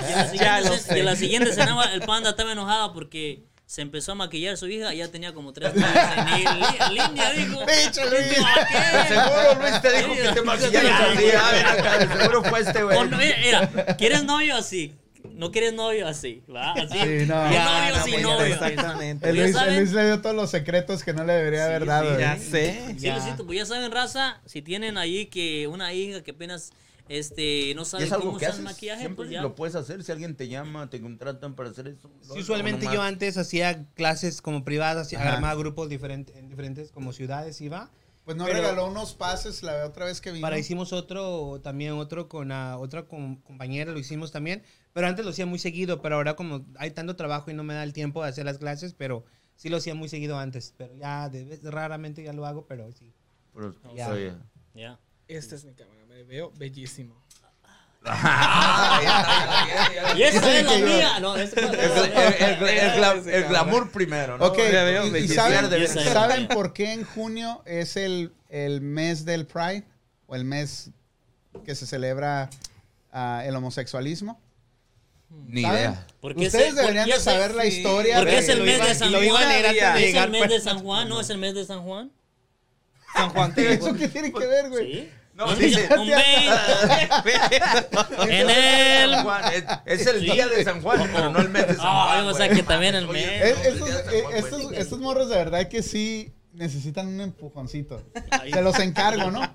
Speaker 3: Y la siguiente se- y la siguiente semana el panda estaba enojado porque se empezó a maquillar su hija, ya tenía como tres meses en Lin- Lindia, dijo.
Speaker 1: Pinche Luis.
Speaker 3: Dijo, ¿a qué?
Speaker 2: Seguro Luis te dijo que te maquillaras así. A ver, acá, de seguro fue este, güey.
Speaker 3: O no, mira, mira, ¿quieres novio así? No quieres novio así, ¿verdad? Así.
Speaker 1: Sí, no.
Speaker 3: ¿Qué
Speaker 1: Ah,
Speaker 3: novio sin
Speaker 7: pues,
Speaker 3: novio?
Speaker 7: Exactamente.
Speaker 1: El
Speaker 3: Ya
Speaker 1: Luis, el
Speaker 3: saben.
Speaker 1: Luis le dio todos los secretos que no le debería haber dado. ¿eh?
Speaker 7: sí,
Speaker 1: güey.
Speaker 7: ya sé.
Speaker 3: Sí,
Speaker 7: ya.
Speaker 3: Luisito, pues ya saben, raza, si tienen ahí que una hija que apenas este, no
Speaker 2: Y
Speaker 3: sabe
Speaker 2: es
Speaker 3: cómo
Speaker 2: algo que
Speaker 3: usar
Speaker 2: haces.
Speaker 3: el maquillaje,
Speaker 2: Siempre
Speaker 3: pues ya.
Speaker 2: lo puedes hacer si alguien te llama, te contratan para hacer eso.
Speaker 6: Sí, usualmente
Speaker 2: No
Speaker 6: yo
Speaker 2: más.
Speaker 6: antes hacía clases como privadas, hacía-
Speaker 1: Ajá.
Speaker 6: armaba grupos diferentes, en diferentes como ciudades iba.
Speaker 1: Pues no
Speaker 6: Pero-
Speaker 1: regaló unos pases la otra vez que vino.
Speaker 6: Para hicimos otro, también otro con ah, otra com- compañera, lo hicimos también. Pero antes lo hacía muy seguido, pero ahora como hay tanto trabajo y no me da el tiempo de hacer las clases, pero sí lo hacía muy seguido antes. Pero ya de vez- raramente ya lo hago, pero sí.
Speaker 2: Pero, pues,
Speaker 6: Ya.
Speaker 2: oye.
Speaker 3: Ya.
Speaker 7: Esta es mi cámara, me veo bellísimo. [laughs] Ah,
Speaker 3: Y esa
Speaker 1: Dice
Speaker 3: es la
Speaker 1: que yo-
Speaker 3: mía. No, esa es la
Speaker 2: El, el- el- el gla- el glamour primero, ¿no?
Speaker 1: Ok,
Speaker 7: Ya veo,
Speaker 1: y- y,
Speaker 7: me
Speaker 1: saben,
Speaker 2: pierde.
Speaker 3: Ya sé.
Speaker 1: ¿saben por qué en junio es el, el mes del Pride? O el mes que se celebra ah, el homosexualismo.
Speaker 2: Ni
Speaker 1: ¿Saben?
Speaker 2: idea.
Speaker 3: Porque
Speaker 1: Ustedes
Speaker 3: ese-
Speaker 1: deberían
Speaker 3: porque
Speaker 1: de
Speaker 3: ese-
Speaker 1: saber la
Speaker 7: sí.
Speaker 1: historia.
Speaker 3: Porque
Speaker 1: de-
Speaker 3: es el
Speaker 7: Lo
Speaker 3: mes
Speaker 7: iba-
Speaker 3: de San
Speaker 7: lo iba a leer antes
Speaker 3: Juan.
Speaker 7: de
Speaker 3: Es el
Speaker 7: llegar,
Speaker 3: mes
Speaker 7: pero-
Speaker 3: de San Juan, ¿no? Es el mes de San Juan.
Speaker 7: San Juan
Speaker 1: [laughs]
Speaker 7: Diego.
Speaker 1: ¿Eso qué tiene que ver, güey?
Speaker 3: Sí.
Speaker 2: No,
Speaker 6: [laughs]
Speaker 3: Un-
Speaker 2: dice-
Speaker 3: un 20 en el.
Speaker 2: San Juan, es, es el día de San Juan, pero no el mes de San
Speaker 3: Ah,
Speaker 2: Juan.
Speaker 3: o sea
Speaker 2: güey.
Speaker 3: que también el
Speaker 2: Oye,
Speaker 3: mes.
Speaker 1: Es- estos,
Speaker 2: no, el día de San
Speaker 1: eh,
Speaker 2: Juan, güey.
Speaker 1: estos, estos morros de verdad que sí necesitan un empujoncito. Se los encargo, ¿no?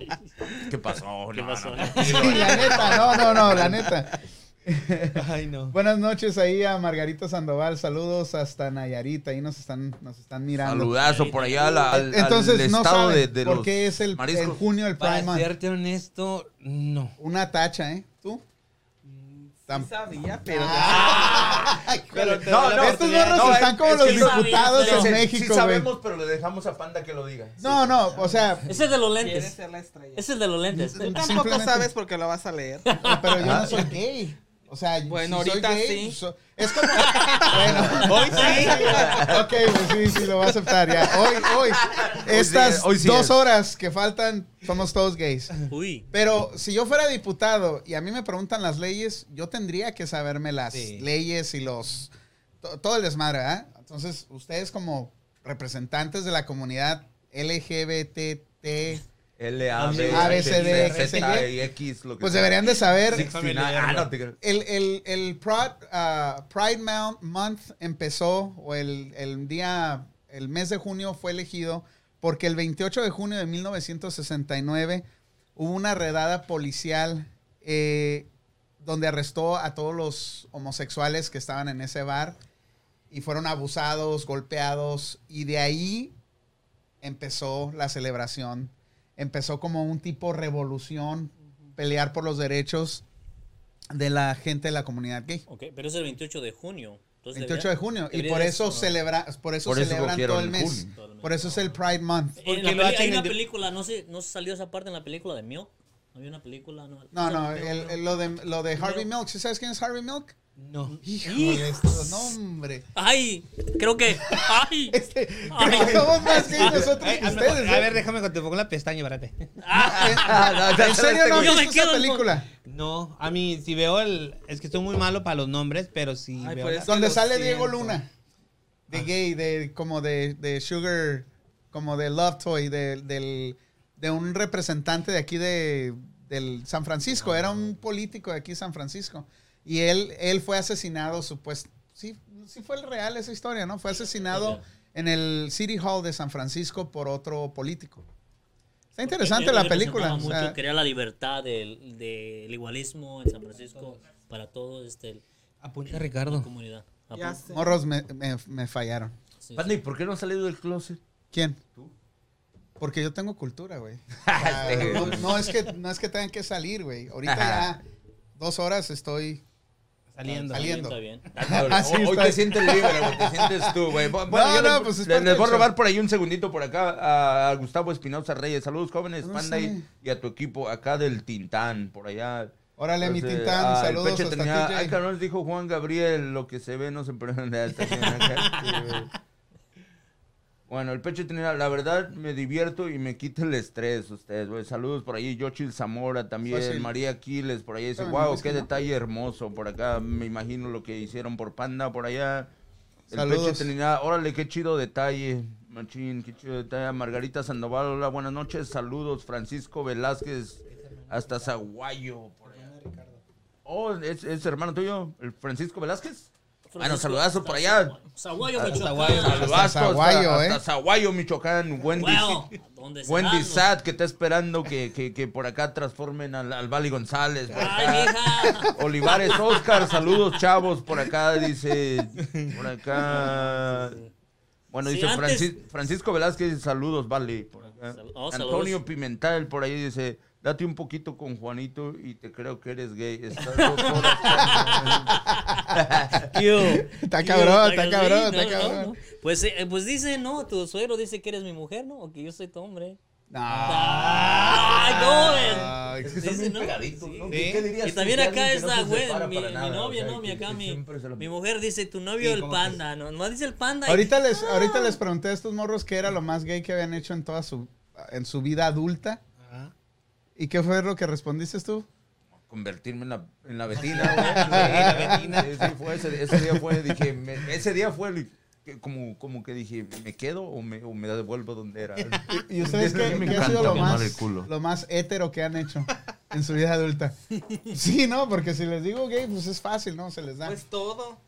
Speaker 2: ¿Qué pasó?
Speaker 3: ¿Qué
Speaker 2: No,
Speaker 3: pasó?
Speaker 2: no,
Speaker 1: Sí, la neta, no, no, no, la neta.
Speaker 6: [laughs] Ay, no.
Speaker 1: Buenas noches ahí a Margarita Sandoval, saludos hasta Nayarita, ahí nos están, nos están mirando. E,
Speaker 2: Saludazo por allá al, al- al
Speaker 1: Entonces no
Speaker 2: estado
Speaker 1: saben
Speaker 2: de, de
Speaker 1: por
Speaker 2: los
Speaker 1: qué es el,
Speaker 2: mariscos.
Speaker 1: el junio el Prime
Speaker 6: Para
Speaker 1: Month.
Speaker 6: serte honesto, no.
Speaker 1: Una tacha, ¿eh? ¿Tú? Tam-
Speaker 7: Sí sabía, pero.
Speaker 1: Ay,
Speaker 6: Pero te
Speaker 2: No,
Speaker 6: doy la
Speaker 2: no,
Speaker 1: Ah. Estos
Speaker 6: oportunidad.
Speaker 1: morros
Speaker 2: no,
Speaker 1: están
Speaker 2: es-
Speaker 1: como
Speaker 2: es
Speaker 1: los
Speaker 3: que sí
Speaker 1: diputados
Speaker 3: sabía,
Speaker 1: en
Speaker 3: sí,
Speaker 1: México,
Speaker 2: sí
Speaker 1: güey.
Speaker 2: sabemos, pero le dejamos a Panda que lo diga.
Speaker 1: No, no, o sea,
Speaker 3: Ese es de los
Speaker 7: Quieres
Speaker 3: lentes.
Speaker 7: ser la estrella. Pues
Speaker 3: Ese es de los lentes.
Speaker 7: Tú tampoco
Speaker 1: Simplemente-
Speaker 7: sabes porque lo vas a leer.
Speaker 1: pero yo
Speaker 2: Ah.
Speaker 1: no soy gay. O sea,
Speaker 7: Bueno,
Speaker 1: si soy
Speaker 7: ahorita
Speaker 1: gay,
Speaker 7: sí.
Speaker 1: pues, so- es como.
Speaker 2: [laughs]
Speaker 1: Bueno, hoy sí. [laughs] ok, pues sí, sí, lo voy a aceptar ya. Hoy, hoy. Estas
Speaker 2: hoy sí
Speaker 1: dos
Speaker 2: es.
Speaker 1: horas que faltan, somos todos gays.
Speaker 3: Uy.
Speaker 1: Pero si yo fuera diputado y a mí me preguntan las leyes, yo tendría que saberme las
Speaker 6: Sí.
Speaker 1: leyes y los to- todo el desmadre, ¿verdad? Entonces, ustedes como representantes de la comunidad LGBT,
Speaker 2: L, A, B,
Speaker 1: A, B, C, D,
Speaker 2: Z,
Speaker 1: F,
Speaker 2: Y, X, lo que
Speaker 1: pues
Speaker 2: sea.
Speaker 1: deberían de saber
Speaker 2: 69. Ah, no, te creo.
Speaker 1: el, el, el Prod- ah, Pride Mount- Month empezó, o el, el día, el mes de junio fue elegido porque el 28 de junio de 1969 hubo una redada policial eh, donde arrestó a todos los homosexuales que estaban en ese bar y fueron abusados, golpeados, y de ahí empezó la celebración. Empezó como un tipo revolución, pelear por los derechos de la gente de la comunidad gay.
Speaker 3: Ok, pero es el 28 de junio.
Speaker 5: Pues
Speaker 3: Entonces,
Speaker 1: 28 de junio. Y
Speaker 3: debería
Speaker 1: por
Speaker 3: de-
Speaker 1: eso,
Speaker 3: no.
Speaker 1: celebra, por eso
Speaker 2: Por eso
Speaker 1: celebran
Speaker 2: cogieron
Speaker 1: todo el
Speaker 2: el
Speaker 1: mes.
Speaker 2: junio.
Speaker 3: Todo el mes.
Speaker 1: Por eso es el Pride Month.
Speaker 3: En
Speaker 6: Porque
Speaker 3: la
Speaker 6: lo
Speaker 3: peli-
Speaker 6: hacen
Speaker 3: hay
Speaker 6: en
Speaker 3: una
Speaker 6: di-
Speaker 3: película, no sé, no salió esa parte en la película de Milk. Había una película, no.
Speaker 1: No, no,
Speaker 3: Pero-
Speaker 1: el-
Speaker 3: pero-
Speaker 1: el- lo, de, lo de Harvey Milk. ¿Sí sabes quién es Harvey Milk?
Speaker 6: No.
Speaker 1: Híjole, esto, no, hombre.
Speaker 3: Ay, creo que. Ay.
Speaker 1: [laughs] Este, creo que somos más gays nosotros
Speaker 6: Ay,
Speaker 1: que
Speaker 6: a, ver,
Speaker 1: ustedes.
Speaker 6: a ver,
Speaker 1: ¿eh?
Speaker 6: déjame que te pongo la pestaña, espérate.
Speaker 2: Ah,
Speaker 1: [laughs]
Speaker 2: no, ya
Speaker 1: ¿En
Speaker 2: sabes,
Speaker 1: serio no has
Speaker 2: güey.
Speaker 3: Yo
Speaker 2: [laughs]
Speaker 3: me
Speaker 1: visto esa
Speaker 3: quedo con-
Speaker 1: película?
Speaker 6: No, a mí si veo el... Es que estoy muy malo para los nombres, pero si
Speaker 7: Ay,
Speaker 6: veo...
Speaker 7: por
Speaker 6: la-
Speaker 7: eso-
Speaker 1: Donde
Speaker 7: lo
Speaker 1: sale Diego
Speaker 7: siento.
Speaker 1: Luna. De gay, de como de, de Sugar, como de Love Toy, de, del- de un representante de aquí de del San Francisco. Era un
Speaker 3: Ah.
Speaker 1: político de aquí San Francisco. Y él, él fue asesinado, supuesto. Sí, sí fue el real esa historia, ¿no? Fue asesinado en el City Hall de San Francisco por otro político. Está interesante
Speaker 3: Él
Speaker 1: la
Speaker 3: representaba
Speaker 1: película. o
Speaker 3: mucho,
Speaker 1: sea,
Speaker 3: quería la libertad del, del igualismo en San Francisco para todo este,
Speaker 6: Apunta
Speaker 3: la
Speaker 6: Ricardo.
Speaker 3: comunidad.
Speaker 7: Ya sé.
Speaker 1: morros me, me- me fallaron.
Speaker 3: Sí,
Speaker 2: Panda, ¿y por qué no has salido del closet?
Speaker 1: ¿Quién?
Speaker 2: Tú.
Speaker 1: Porque yo tengo cultura,
Speaker 2: [laughs]
Speaker 1: güey. Ah, no, no es que, no es que tengan que salir, güey. Ahorita
Speaker 2: Este, Ajá.
Speaker 1: ya dos horas estoy.
Speaker 6: Saliendo.
Speaker 3: sí,
Speaker 1: saliendo.
Speaker 3: Está bien.
Speaker 1: Así
Speaker 2: Ah, hoy hoy
Speaker 1: Ah, está.
Speaker 2: te sientes libre, güey, te sientes tú, güey. Bu- Bueno,
Speaker 1: No,
Speaker 2: yo
Speaker 1: no,
Speaker 2: les,
Speaker 1: pues es
Speaker 2: les-
Speaker 1: parte
Speaker 2: les voy
Speaker 1: del
Speaker 2: a robar por ahí un segundito por acá a, a Gustavo Espinosa Reyes. Saludos jóvenes,
Speaker 1: No
Speaker 2: Panda, y,
Speaker 1: sé.
Speaker 2: y a tu equipo acá del Tintán, por allá.
Speaker 1: Órale, mi
Speaker 2: Entonces,
Speaker 1: tintán.
Speaker 2: ah, el
Speaker 1: saludos
Speaker 2: Peche
Speaker 1: hasta
Speaker 2: tenía-
Speaker 1: TJ.
Speaker 2: Ay, cabrón, dijo Juan Gabriel, lo que se ve no se prende. Está bien,
Speaker 1: [laughs]
Speaker 2: acá, sí, güey. Bueno, el pecho tenía, la verdad, me divierto y me quita el estrés ustedes, güey. Saludos por ahí, Yochil Zamora también,
Speaker 1: Fácil.
Speaker 2: María Aquiles por ahí. Dice,
Speaker 1: Espérame,
Speaker 2: wow,
Speaker 1: es que
Speaker 2: qué
Speaker 1: no".
Speaker 2: detalle hermoso por acá. Me imagino lo que hicieron por Panda por allá. El
Speaker 1: Saludos.
Speaker 2: Peche Trinidad, órale, qué chido detalle. Machín, qué chido detalle. Margarita Sandoval, hola, buenas noches. Saludos, Francisco Velázquez, hasta Zaguayo. por allá. Oh, ¿es, es hermano tuyo, el Francisco Velázquez. Bueno, saludazo por allá.
Speaker 3: Saguayo,
Speaker 2: Hasta-
Speaker 3: Michoacán.
Speaker 2: Saludazo hasta
Speaker 1: Zaguayo,
Speaker 2: hasta,
Speaker 1: ¿eh?
Speaker 2: Zaguayo, Michoacán. Wendy,
Speaker 3: Wow, ¿dónde será?
Speaker 2: Wendy Sad, que está esperando que, que- que por acá transformen al, al Vali González. por acá.
Speaker 3: Ay, mija.
Speaker 2: Olivares Oscar, saludos chavos por acá, dice. Por acá. Bueno,
Speaker 3: Sí,
Speaker 2: dice
Speaker 3: antes-
Speaker 2: Francis- Francisco Velázquez, saludos, vale. por acá.
Speaker 3: Sal- oh,
Speaker 2: Antonio
Speaker 3: saludos.
Speaker 2: Pimentel, por ahí dice. Date un poquito con Juanito y te creo que eres gay. Estás dos horas-
Speaker 3: Yo.
Speaker 1: [laughs] Está
Speaker 3: Yo,
Speaker 1: cabrón, está
Speaker 3: sí,
Speaker 1: cabrón,
Speaker 3: no,
Speaker 1: está
Speaker 3: no,
Speaker 1: cabrón.
Speaker 3: no. Pues, eh, pues dice, no, tu suegro dice que eres mi mujer, ¿no? O que yo soy tu hombre. Ah,
Speaker 1: Ay,
Speaker 2: Es que están
Speaker 3: Dice,
Speaker 2: bien
Speaker 3: ¿no?
Speaker 2: pegaditos,
Speaker 3: Sí.
Speaker 2: ¿no? ¿Qué- qué dirías
Speaker 3: Y
Speaker 2: tú
Speaker 3: también
Speaker 2: de
Speaker 3: acá
Speaker 2: alguien que no
Speaker 3: está,
Speaker 2: se
Speaker 3: güey,
Speaker 2: separa
Speaker 3: mi,
Speaker 2: para
Speaker 3: mi
Speaker 2: nada? O sea,
Speaker 3: novia, no,
Speaker 2: que-
Speaker 3: mi acá,
Speaker 2: que
Speaker 3: mi,
Speaker 2: siempre se la-
Speaker 3: mi mujer dice, tu novio
Speaker 6: Sí,
Speaker 3: el
Speaker 6: como que
Speaker 3: panda, no, no dice el panda. y- [laughs]
Speaker 1: Ahorita les, ahorita les pregunté a estos morros qué era lo más gay que habían hecho en toda su, en su vida adulta. ¿Y qué fue lo que respondiste tú?
Speaker 2: convertirme en la, en la [laughs] Betina, güey. la Betina. Sí, sí, fue ese, ese día fue, dije, me- ese día fue el- que como, como que dije, ¿me quedo o me, o me devuelvo donde era?
Speaker 1: ¿Y ustedes
Speaker 2: Desde
Speaker 1: qué,
Speaker 2: ahí me
Speaker 1: qué ha sido
Speaker 2: encanta
Speaker 1: lo
Speaker 2: mamar
Speaker 1: más,
Speaker 2: el culo.
Speaker 1: lo más hétero que han hecho en su vida adulta? Sí, ¿no? Porque si les digo gay, pues es fácil, ¿no? Se les da.
Speaker 7: Pues todo.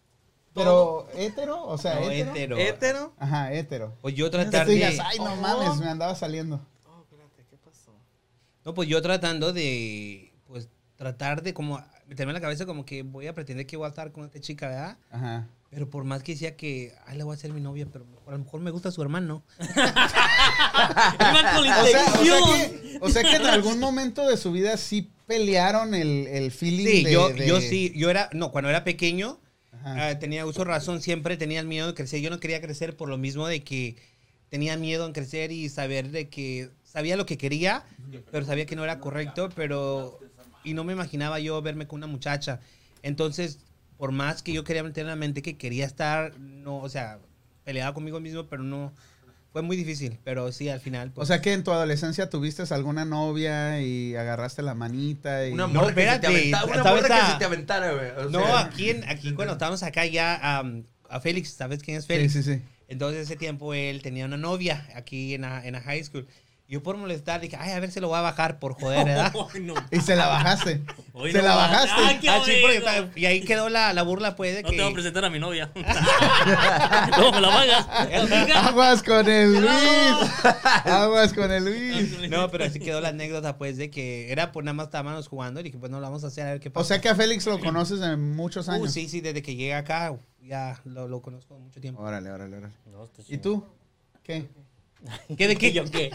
Speaker 1: Pero, ¿hétero? O sea,
Speaker 6: No,
Speaker 1: ¿hétero?
Speaker 6: hétero.
Speaker 7: ¿Hétero?
Speaker 1: Ajá, hétero.
Speaker 6: Pues yo
Speaker 1: Que
Speaker 6: tratar
Speaker 1: tú digas,
Speaker 6: de...
Speaker 1: ay, no mames, me andaba saliendo.
Speaker 7: Oh, espérate, ¿qué pasó?
Speaker 6: No, pues yo tratando de... Pues tratar de como... Meterme en la cabeza como que voy a pretender que voy a estar con esta chica, ¿verdad?
Speaker 1: Ajá.
Speaker 6: Pero por más que decía que... Ay, la voy a hacer mi novia, pero mejor- a lo mejor me gusta su hermano.
Speaker 3: Iba con
Speaker 1: [laughs] O sea, o sea
Speaker 3: intención.
Speaker 1: que, o sea que en algún momento de su vida sí pelearon el, el feeling
Speaker 6: Sí,
Speaker 1: de-
Speaker 6: yo,
Speaker 1: de-
Speaker 6: yo sí, yo era, no, cuando era pequeño,
Speaker 1: Ajá.
Speaker 6: ah, tenía uso razón, siempre tenía el miedo de crecer. Yo no quería crecer por lo mismo de que tenía miedo en crecer y saber de que sabía lo que quería, pero sabía que no era correcto, pero y no me imaginaba yo verme con una muchacha. Entonces, por más que yo quería meter en la mente que quería estar, no, o sea, peleaba conmigo mismo, pero no fue muy difícil, pero sí al final
Speaker 1: O
Speaker 6: pues,
Speaker 1: sea que en tu adolescencia tuviste alguna novia y agarraste la manita y...
Speaker 2: Una
Speaker 6: No,
Speaker 2: morra que se te
Speaker 6: espérate,
Speaker 2: aventara, una
Speaker 6: estaba
Speaker 2: morra que
Speaker 6: esa-
Speaker 2: se te aventara, güey. o
Speaker 6: no,
Speaker 2: sea,
Speaker 6: aquí en- aquí cuando estábamos acá ya am, a Félix, ¿sabes quién es
Speaker 1: Sí,
Speaker 6: Félix?
Speaker 1: sí, sí.
Speaker 6: Entonces ese tiempo él tenía una novia aquí en la, en la high school. Yo por molestar dije, ay, a ver si lo voy a bajar por
Speaker 3: [laughs]
Speaker 6: joder, ¿verdad?
Speaker 3: Ay, no.
Speaker 1: Y se la bajaste.
Speaker 3: Hoy
Speaker 1: se
Speaker 3: no
Speaker 1: la
Speaker 3: va-
Speaker 1: bajaste.
Speaker 3: Ah, qué
Speaker 6: Ah, sí, porque
Speaker 3: bueno.
Speaker 6: ta- y ahí quedó la, la burla, pues, de
Speaker 3: No te voy a
Speaker 6: que...
Speaker 3: presentar a mi
Speaker 1: [laughs]
Speaker 3: novia. [laughs] no, me la [laughs] pagas.
Speaker 1: Aguas con el
Speaker 3: No.
Speaker 1: Luis. Aguas con el Luis.
Speaker 6: No, pero así quedó la anécdota, pues, de que era por nada más estábamos jugando y dije, pues, no, lo vamos a hacer, a ver qué
Speaker 1: O
Speaker 6: pasa.
Speaker 1: sea que a Félix lo conoces de muchos
Speaker 6: Uh,
Speaker 1: años.
Speaker 6: sí, sí, desde que llegué acá, ya lo, lo conozco mucho tiempo.
Speaker 1: Órale, órale, órale.
Speaker 3: No, este
Speaker 1: ¿Y tú? ¿Qué?
Speaker 6: ¿Qué de qué?
Speaker 3: ¿Yo qué?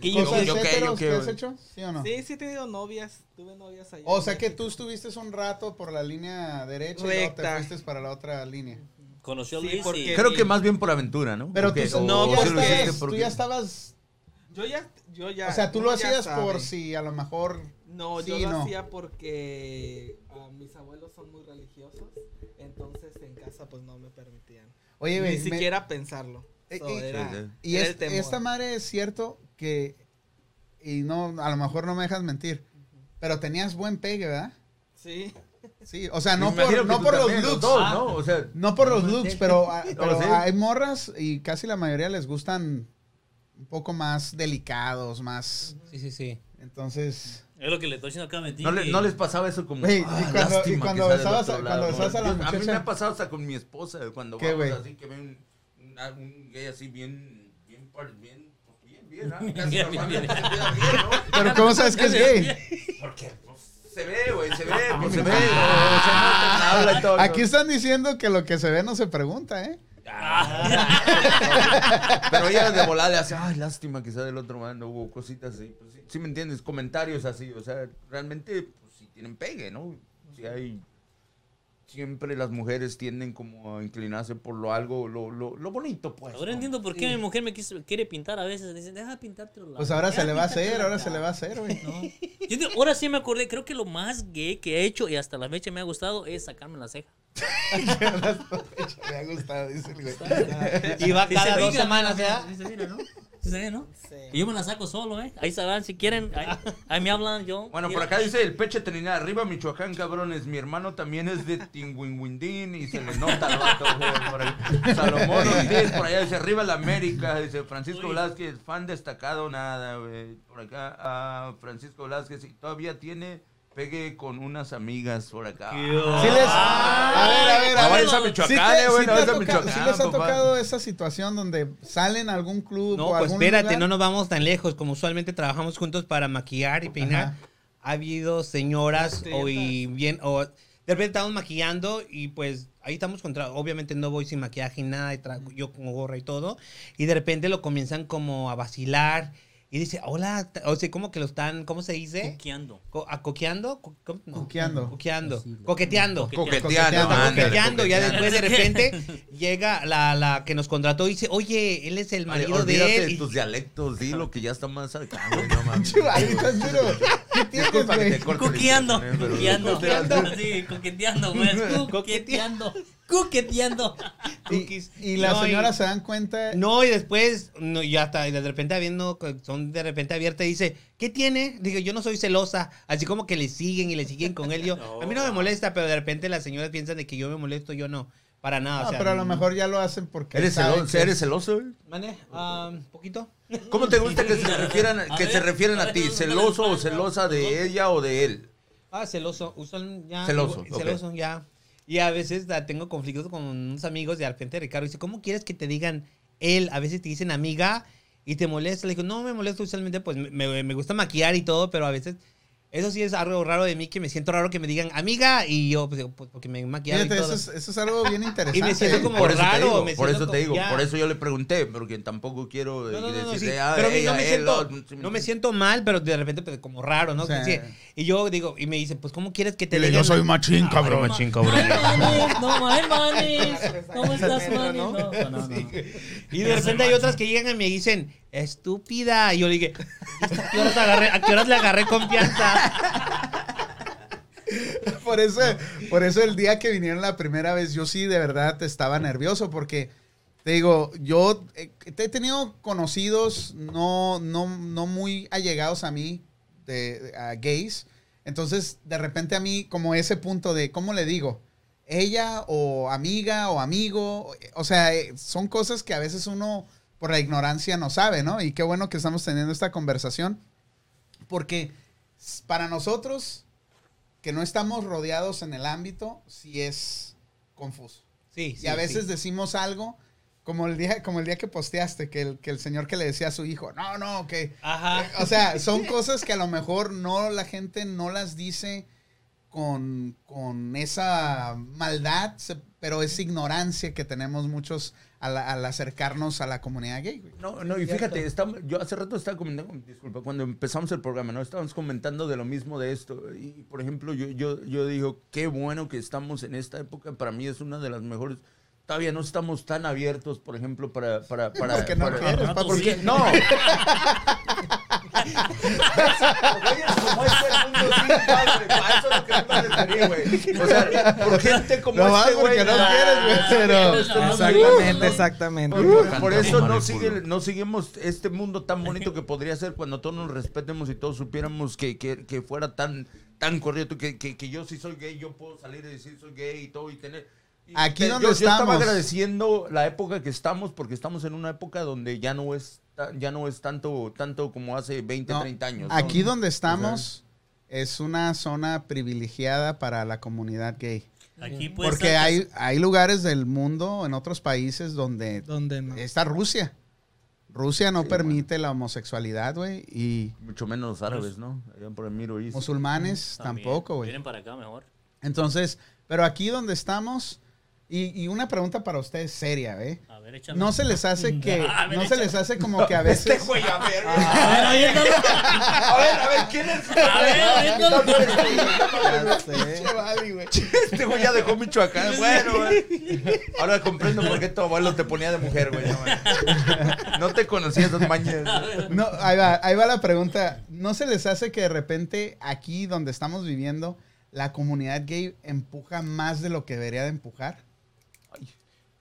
Speaker 3: ¿Qué yo?
Speaker 1: ¿Cosas
Speaker 2: yo qué, yo
Speaker 1: heteros
Speaker 2: qué,
Speaker 1: que has
Speaker 2: güey.
Speaker 1: hecho? ¿Sí o no?
Speaker 7: Sí, sí he tenido novias. Tuve novias allá.
Speaker 1: O sea que tú estuviste un rato por la línea derecha y luego
Speaker 7: Recta.
Speaker 1: te fuiste para la otra línea.
Speaker 3: Conoció a
Speaker 7: Sí,
Speaker 3: Luis
Speaker 7: porque-
Speaker 3: y...
Speaker 2: Creo que más bien por aventura, ¿no?
Speaker 1: Pero
Speaker 2: Porque-
Speaker 1: tú,
Speaker 2: o-
Speaker 1: no,
Speaker 2: o
Speaker 1: ya
Speaker 2: sí lo hiciste
Speaker 1: estabas, tú
Speaker 2: porque-
Speaker 1: ya estabas...
Speaker 7: Yo ya, yo ya.
Speaker 1: o sea, tú
Speaker 7: uno
Speaker 1: lo
Speaker 7: ya
Speaker 1: hacías
Speaker 7: sabe.
Speaker 1: por si a lo mejor...
Speaker 7: No, yo
Speaker 1: Sí,
Speaker 7: lo
Speaker 1: no.
Speaker 7: hacía porque ah, mis abuelos son muy religiosos, entonces en casa pues no me permitían.
Speaker 1: Oye,
Speaker 7: Ni
Speaker 1: güey, me-
Speaker 7: siquiera pensarlo.
Speaker 1: Eh,
Speaker 7: So,
Speaker 1: eh,
Speaker 7: era-
Speaker 2: Sí, sí.
Speaker 1: Y
Speaker 7: era
Speaker 1: es-
Speaker 7: el temor.
Speaker 1: esta madre es cierto que... Y no, a lo mejor no me dejas mentir. Pero tenías buen pegue, ¿verdad?
Speaker 7: Sí.
Speaker 1: Sí, o sea, no
Speaker 2: Me imagino
Speaker 1: por,
Speaker 2: que
Speaker 1: no
Speaker 2: tú
Speaker 1: por los
Speaker 2: también,
Speaker 1: looks.
Speaker 2: dos, ¿no? O sea,
Speaker 1: No por los looks, pero, a- pero
Speaker 2: sí.
Speaker 1: hay morras y casi la mayoría les gustan un poco más delicados, más...
Speaker 6: Sí, sí, sí.
Speaker 1: Entonces...
Speaker 3: Es lo que le estoy diciendo acá a Metín.
Speaker 2: No, le-
Speaker 3: que-
Speaker 2: no les pasaba eso como.
Speaker 1: Güey, y
Speaker 2: "Ah,
Speaker 1: cuando- y
Speaker 2: lástima que
Speaker 1: cuando
Speaker 2: sale del
Speaker 1: besabas
Speaker 2: otro
Speaker 1: a- cuando
Speaker 2: lado".
Speaker 1: besabas a la
Speaker 2: Yo- mí me
Speaker 1: muchacha.
Speaker 2: ha pasado hasta con mi esposa, güey, cuando
Speaker 1: ¿Qué,
Speaker 2: vamos
Speaker 1: güey?
Speaker 2: así que ve un, un- ah, un gay así bien. Bien, par- bien,
Speaker 3: [laughs]
Speaker 2: bien, bien, ¿ah? Casi
Speaker 3: Bien,
Speaker 2: normal,
Speaker 3: bien, bien.
Speaker 2: se vea bien, ¿no?
Speaker 1: Pero
Speaker 2: [laughs]
Speaker 1: ¿cómo sabes que es gay?
Speaker 2: Porque pues, se ve, güey, se ve, pues, se ve. o sea, no te habla y todo, ¿no?
Speaker 1: Aquí están diciendo que lo que se ve no se pregunta, ¿eh?
Speaker 3: Ah.
Speaker 2: Pero ella de volada le hace, ay, lástima que sea del otro mando, hubo cositas así. Pues, sí, sí me entiendes, comentarios así, o sea, realmente, pues sí tienen pegue, ¿no? Si hay... Siempre las mujeres tienden como a inclinarse por lo algo, lo, lo, lo bonito, pues.
Speaker 3: Ahora
Speaker 2: ¿no?
Speaker 3: entiendo por qué mi mujer me quiso- quiere pintar a veces. Dice, deja pintarte los
Speaker 1: Pues ahora se le va a hacer, ahora se le va a hacer, güey.
Speaker 3: Yo te- ahora sí me acordé, creo que lo más gay que he hecho y hasta la fecha me ha gustado es sacarme la
Speaker 1: [laughs]
Speaker 3: ceja.
Speaker 1: Me ha gustado, dice el güey.
Speaker 6: Y va
Speaker 3: Dice, [laughs]
Speaker 6: cada dos
Speaker 3: "Oiga".
Speaker 6: semanas, ¿verdad?
Speaker 2: ¿eh?
Speaker 3: Dice, "Mira, ¿no?". Sí, ¿no?
Speaker 7: Sí.
Speaker 3: Y yo me la saco solo, ¿eh? Ahí sabrán si quieren. Ahí, ahí me hablan yo.
Speaker 2: Bueno, por acá dice el Peche Trinidad, arriba Michoacán, cabrones. Mi hermano también es de Tinguinguindín y se le nota el vato, güey, por ahí. Salomón Ortiz, por allá dice, arriba la América. Dice Francisco Velázquez, fan destacado, nada, güey. Por acá, ah, Francisco Velázquez, y todavía tiene pegue con unas amigas por acá.
Speaker 1: Sí les- a ver, a ver, a
Speaker 2: No
Speaker 1: ver.
Speaker 2: vayas a Michoacán,
Speaker 1: Sí te-
Speaker 2: eh, güey,
Speaker 1: sí
Speaker 2: no
Speaker 1: te
Speaker 2: vayas a
Speaker 1: ha tocado-
Speaker 2: Michoacán,
Speaker 1: sí les ha
Speaker 2: papá.
Speaker 1: tocado esa situación donde salen a algún club
Speaker 6: No,
Speaker 1: o a
Speaker 6: pues
Speaker 1: algún
Speaker 6: espérate,
Speaker 1: lugar?
Speaker 6: no nos vamos tan lejos. Como usualmente trabajamos juntos para maquillar y peinar,
Speaker 1: Ajá.
Speaker 6: ha habido señoras
Speaker 7: Las
Speaker 6: o y bien o de repente estamos maquillando y pues ahí estamos contra. Obviamente no voy sin maquillaje y nada, y tra- yo con gorra y todo. Y de repente lo comienzan como a vacilar y dice, hola, t- o sea, como que lo están, ¿cómo se
Speaker 2: ¿eh?
Speaker 6: dice?
Speaker 3: Coqueando.
Speaker 6: Co- ¿A coqueando? Co- ¿cómo? No.
Speaker 1: Coqueando.
Speaker 6: Coqueando. Coqueteando.
Speaker 1: Coqueteando,
Speaker 6: Está
Speaker 1: ándale,
Speaker 6: coqueteando, ya después de repente llega la, la que nos contrató y dice, oye, él es el
Speaker 2: Vale,
Speaker 6: marido
Speaker 2: olvídate
Speaker 6: de él. Y-
Speaker 2: tus dialectos, di lo que ya está más acá,
Speaker 1: [laughs]
Speaker 2: güey, no mames.
Speaker 1: Chivadito, es duro. ¿Qué tienes,
Speaker 2: Disculpa que
Speaker 1: güey?
Speaker 2: te corte la
Speaker 3: Coqueando,
Speaker 2: interrupción, pero-
Speaker 3: coqueando, [laughs] sí, coqueteando,
Speaker 2: [laughs]
Speaker 3: güey, coqueteando, coqueteando.
Speaker 1: Y,
Speaker 6: Cookies.
Speaker 1: y las
Speaker 6: No, y-
Speaker 1: señoras se dan cuenta.
Speaker 6: No, y después, no, ya está, y de repente habiendo, son de repente abierta y dice, ¿qué tiene? Digo, yo no soy celosa, así como que le siguen y le siguen con él. Yo, a mí [laughs] no me molesta, pero de repente las señoras piensan de que yo me molesto, yo no, para nada.
Speaker 1: No,
Speaker 6: o
Speaker 1: ah,
Speaker 6: sea,
Speaker 1: pero a lo
Speaker 6: no.
Speaker 1: mejor ya lo hacen porque.
Speaker 2: ¿Eres
Speaker 1: saben
Speaker 2: celoso?
Speaker 1: que-
Speaker 2: ¿Eres celoso, güey?
Speaker 6: Mane, ah, poquito.
Speaker 2: ¿Cómo te gusta que se refieran
Speaker 3: A
Speaker 2: que
Speaker 3: ver,
Speaker 2: se refieren
Speaker 3: a
Speaker 2: a
Speaker 3: ver,
Speaker 2: ti?
Speaker 3: no, no,
Speaker 2: ¿Celoso
Speaker 3: no, no,
Speaker 2: o celosa de ella o de él?
Speaker 6: Ah, celoso. Usan ya.
Speaker 2: Celoso, ok.
Speaker 6: Celoso, ya. Y a veces ah, tengo conflictos con unos amigos y de repente Ricardo dice, ¿cómo quieres que te digan él? A veces te dicen amiga y te molesta. Le digo, no, me molesta usualmente, pues me- me, me gusta maquillar y todo, pero a veces... Eso sí es algo raro de mí, que me siento raro que me digan amiga y yo, pues, digo, pues, porque me he maquillado
Speaker 1: Fíjate,
Speaker 6: y
Speaker 1: eso
Speaker 6: todo.
Speaker 1: es, eso es algo [laughs] bien interesante.
Speaker 6: Y me siento como
Speaker 2: Por eso te
Speaker 6: raro.
Speaker 2: digo,
Speaker 6: me
Speaker 2: por
Speaker 6: siento
Speaker 2: eso te digo,
Speaker 6: como- ya.
Speaker 2: por eso yo le pregunté, porque tampoco quiero
Speaker 6: No, no, no, no,
Speaker 2: decirle,
Speaker 6: sí.
Speaker 2: ah,
Speaker 6: Pero a mí no
Speaker 2: ella,
Speaker 6: me
Speaker 2: él,
Speaker 6: siento,
Speaker 2: oh, sí,
Speaker 6: no me siento mal, pero de repente pues, como raro, ¿no?
Speaker 1: O sea-
Speaker 6: Sí. y yo digo, y me dice, pues, ¿cómo quieres que te
Speaker 1: Dile, yo
Speaker 6: digan?
Speaker 1: soy machín,
Speaker 6: Ah,
Speaker 1: cabrón.
Speaker 6: machín, cabrón.
Speaker 3: no, Mane,
Speaker 7: [laughs]
Speaker 3: ¿cómo estás, Mane? No, no, no.
Speaker 6: Y de repente hay otras que llegan y me dicen, estúpida. Y yo le dije, "¿Esta ¿a qué horas, agarré, a qué horas le agarré confianza?
Speaker 1: [laughs] Por eso, por eso el día que vinieron la primera vez, yo sí de verdad estaba nervioso porque te digo, yo eh, he tenido conocidos no, no, no muy allegados a mí, de, a gays. Entonces, de repente a mí, como ese punto de, ¿cómo le digo? Ella o amiga o amigo. O sea, eh, son cosas que a veces uno por la ignorancia no sabe, ¿no? Y qué bueno que estamos teniendo esta conversación porque s- para nosotros que no estamos rodeados en el ámbito, sí es confuso.
Speaker 6: Sí, sí,
Speaker 1: y a veces
Speaker 6: sí.
Speaker 1: decimos algo, como el día, como el día que posteaste, que el, que el señor que le decía a su hijo, no, no, que... Eh,
Speaker 6: Ajá.
Speaker 1: O
Speaker 6: [laughs]
Speaker 1: sea, son cosas que a lo mejor no la gente no las dice con, con esa maldad, se- pero es ignorancia que tenemos muchos al, al acercarnos a la comunidad gay. güey.
Speaker 2: No, no, y fíjate, estamos- yo hace rato estaba comentando, disculpa, cuando empezamos el programa, ¿no? Estábamos comentando de lo mismo de esto. Y, por ejemplo, yo, yo, yo digo, qué bueno que estamos en esta época. Para mí es una de las mejores. Todavía no estamos tan abiertos, por ejemplo, para...
Speaker 6: [laughs]
Speaker 2: para, para
Speaker 1: Porque no
Speaker 2: para-
Speaker 1: quieres,
Speaker 3: Ah,
Speaker 1: papi.
Speaker 3: ¿por qué?
Speaker 2: No.
Speaker 1: [laughs]
Speaker 2: O sea, por gente como
Speaker 1: No más
Speaker 2: este güey.
Speaker 1: porque no quieres, güey,
Speaker 3: Ah,
Speaker 1: pero-
Speaker 7: Exactamente, exactamente.
Speaker 2: Por, por eso
Speaker 5: Tomar
Speaker 2: no,
Speaker 5: el
Speaker 2: sigue-
Speaker 5: culo.
Speaker 2: no seguimos este mundo tan bonito que podría ser cuando todos nos respetemos y todos supiéramos que, que- que fuera tan, tan correcto, que, que- que yo si soy gay, yo puedo salir y decir soy gay y todo y tener... y
Speaker 1: Aquí
Speaker 2: te-
Speaker 1: donde
Speaker 2: yo, yo estaba
Speaker 1: estamos.
Speaker 2: agradeciendo la época que estamos porque estamos en una época donde ya no es, ta- ya no es tanto, tanto como hace 20,
Speaker 1: No,
Speaker 2: 30 años. ¿no?
Speaker 1: Aquí donde estamos es una zona privilegiada para la comunidad gay.
Speaker 3: Aquí pues,
Speaker 5: Pues
Speaker 3: puedes
Speaker 1: Porque hay, hay lugares del mundo, en otros países, donde
Speaker 7: Donde no.
Speaker 1: está Rusia. Rusia no permite la homosexualidad, güey. Y
Speaker 2: Mucho menos los árabes, ¿no? Allá por el Miro East.
Speaker 1: [laughs] musulmanes tampoco, güey.
Speaker 3: Vienen para acá mejor.
Speaker 1: Entonces, pero aquí donde estamos, y, y una pregunta para ustedes seria, ¿eh?
Speaker 3: A ver, échame.
Speaker 5: [laughs]
Speaker 1: No se les hace que,
Speaker 3: A ver,
Speaker 1: no se
Speaker 3: échame.
Speaker 1: les hace como que a veces...
Speaker 2: Güey, a ver,
Speaker 3: A ver, aviéntalo.
Speaker 1: [laughs]
Speaker 2: a ver, a ver, ¿quién es?
Speaker 3: A ver, aviéntalo.
Speaker 1: Ya sé.
Speaker 2: Este güey ya dejó Michoacán. Bueno, güey. Ahora comprendo por qué tu abuelo te ponía de mujer, güey. No, güey. No te conocía esas mañas.
Speaker 1: No, ahí va, ahí va la pregunta. ¿No se les hace que de repente aquí donde estamos viviendo, la comunidad gay empuja más de lo que debería de empujar?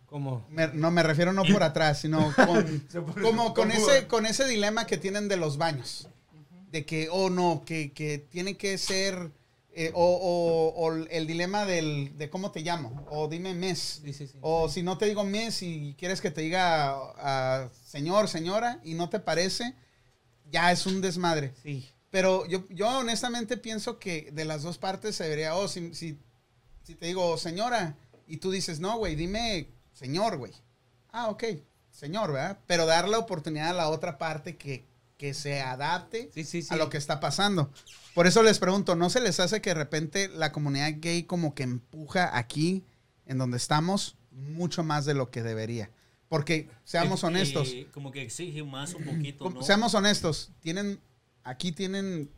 Speaker 6: Como,
Speaker 1: Me- no, me refiero no por atrás, sino con, como con ese, con ese dilema que tienen de los baños. De que, oh no, que, que tiene que ser, eh, o, o- o el dilema del, de cómo te llamo, o dime mes.
Speaker 7: Sí, sí, sí.
Speaker 1: O si no te digo mes y quieres que te diga ah, señor, señora, y no te parece, ya es un desmadre.
Speaker 6: sí.
Speaker 1: Pero yo, yo honestamente pienso que de las dos partes se debería, oh, si, si, si te digo señora y tú dices, no, güey, dime señor, güey. Ah, ok, señor, ¿verdad? Pero dar la oportunidad a la otra parte que, que se adapte
Speaker 7: Sí, sí, sí.
Speaker 1: a lo que está pasando. Por eso les pregunto, ¿no se les hace que de repente la comunidad gay como que empuja aquí, en donde estamos, mucho más de lo que debería? Porque, seamos
Speaker 5: Eh,
Speaker 1: honestos,
Speaker 5: eh, como que exige más un poquito,
Speaker 1: como-
Speaker 5: ¿no?
Speaker 1: Seamos honestos, tienen, aquí tienen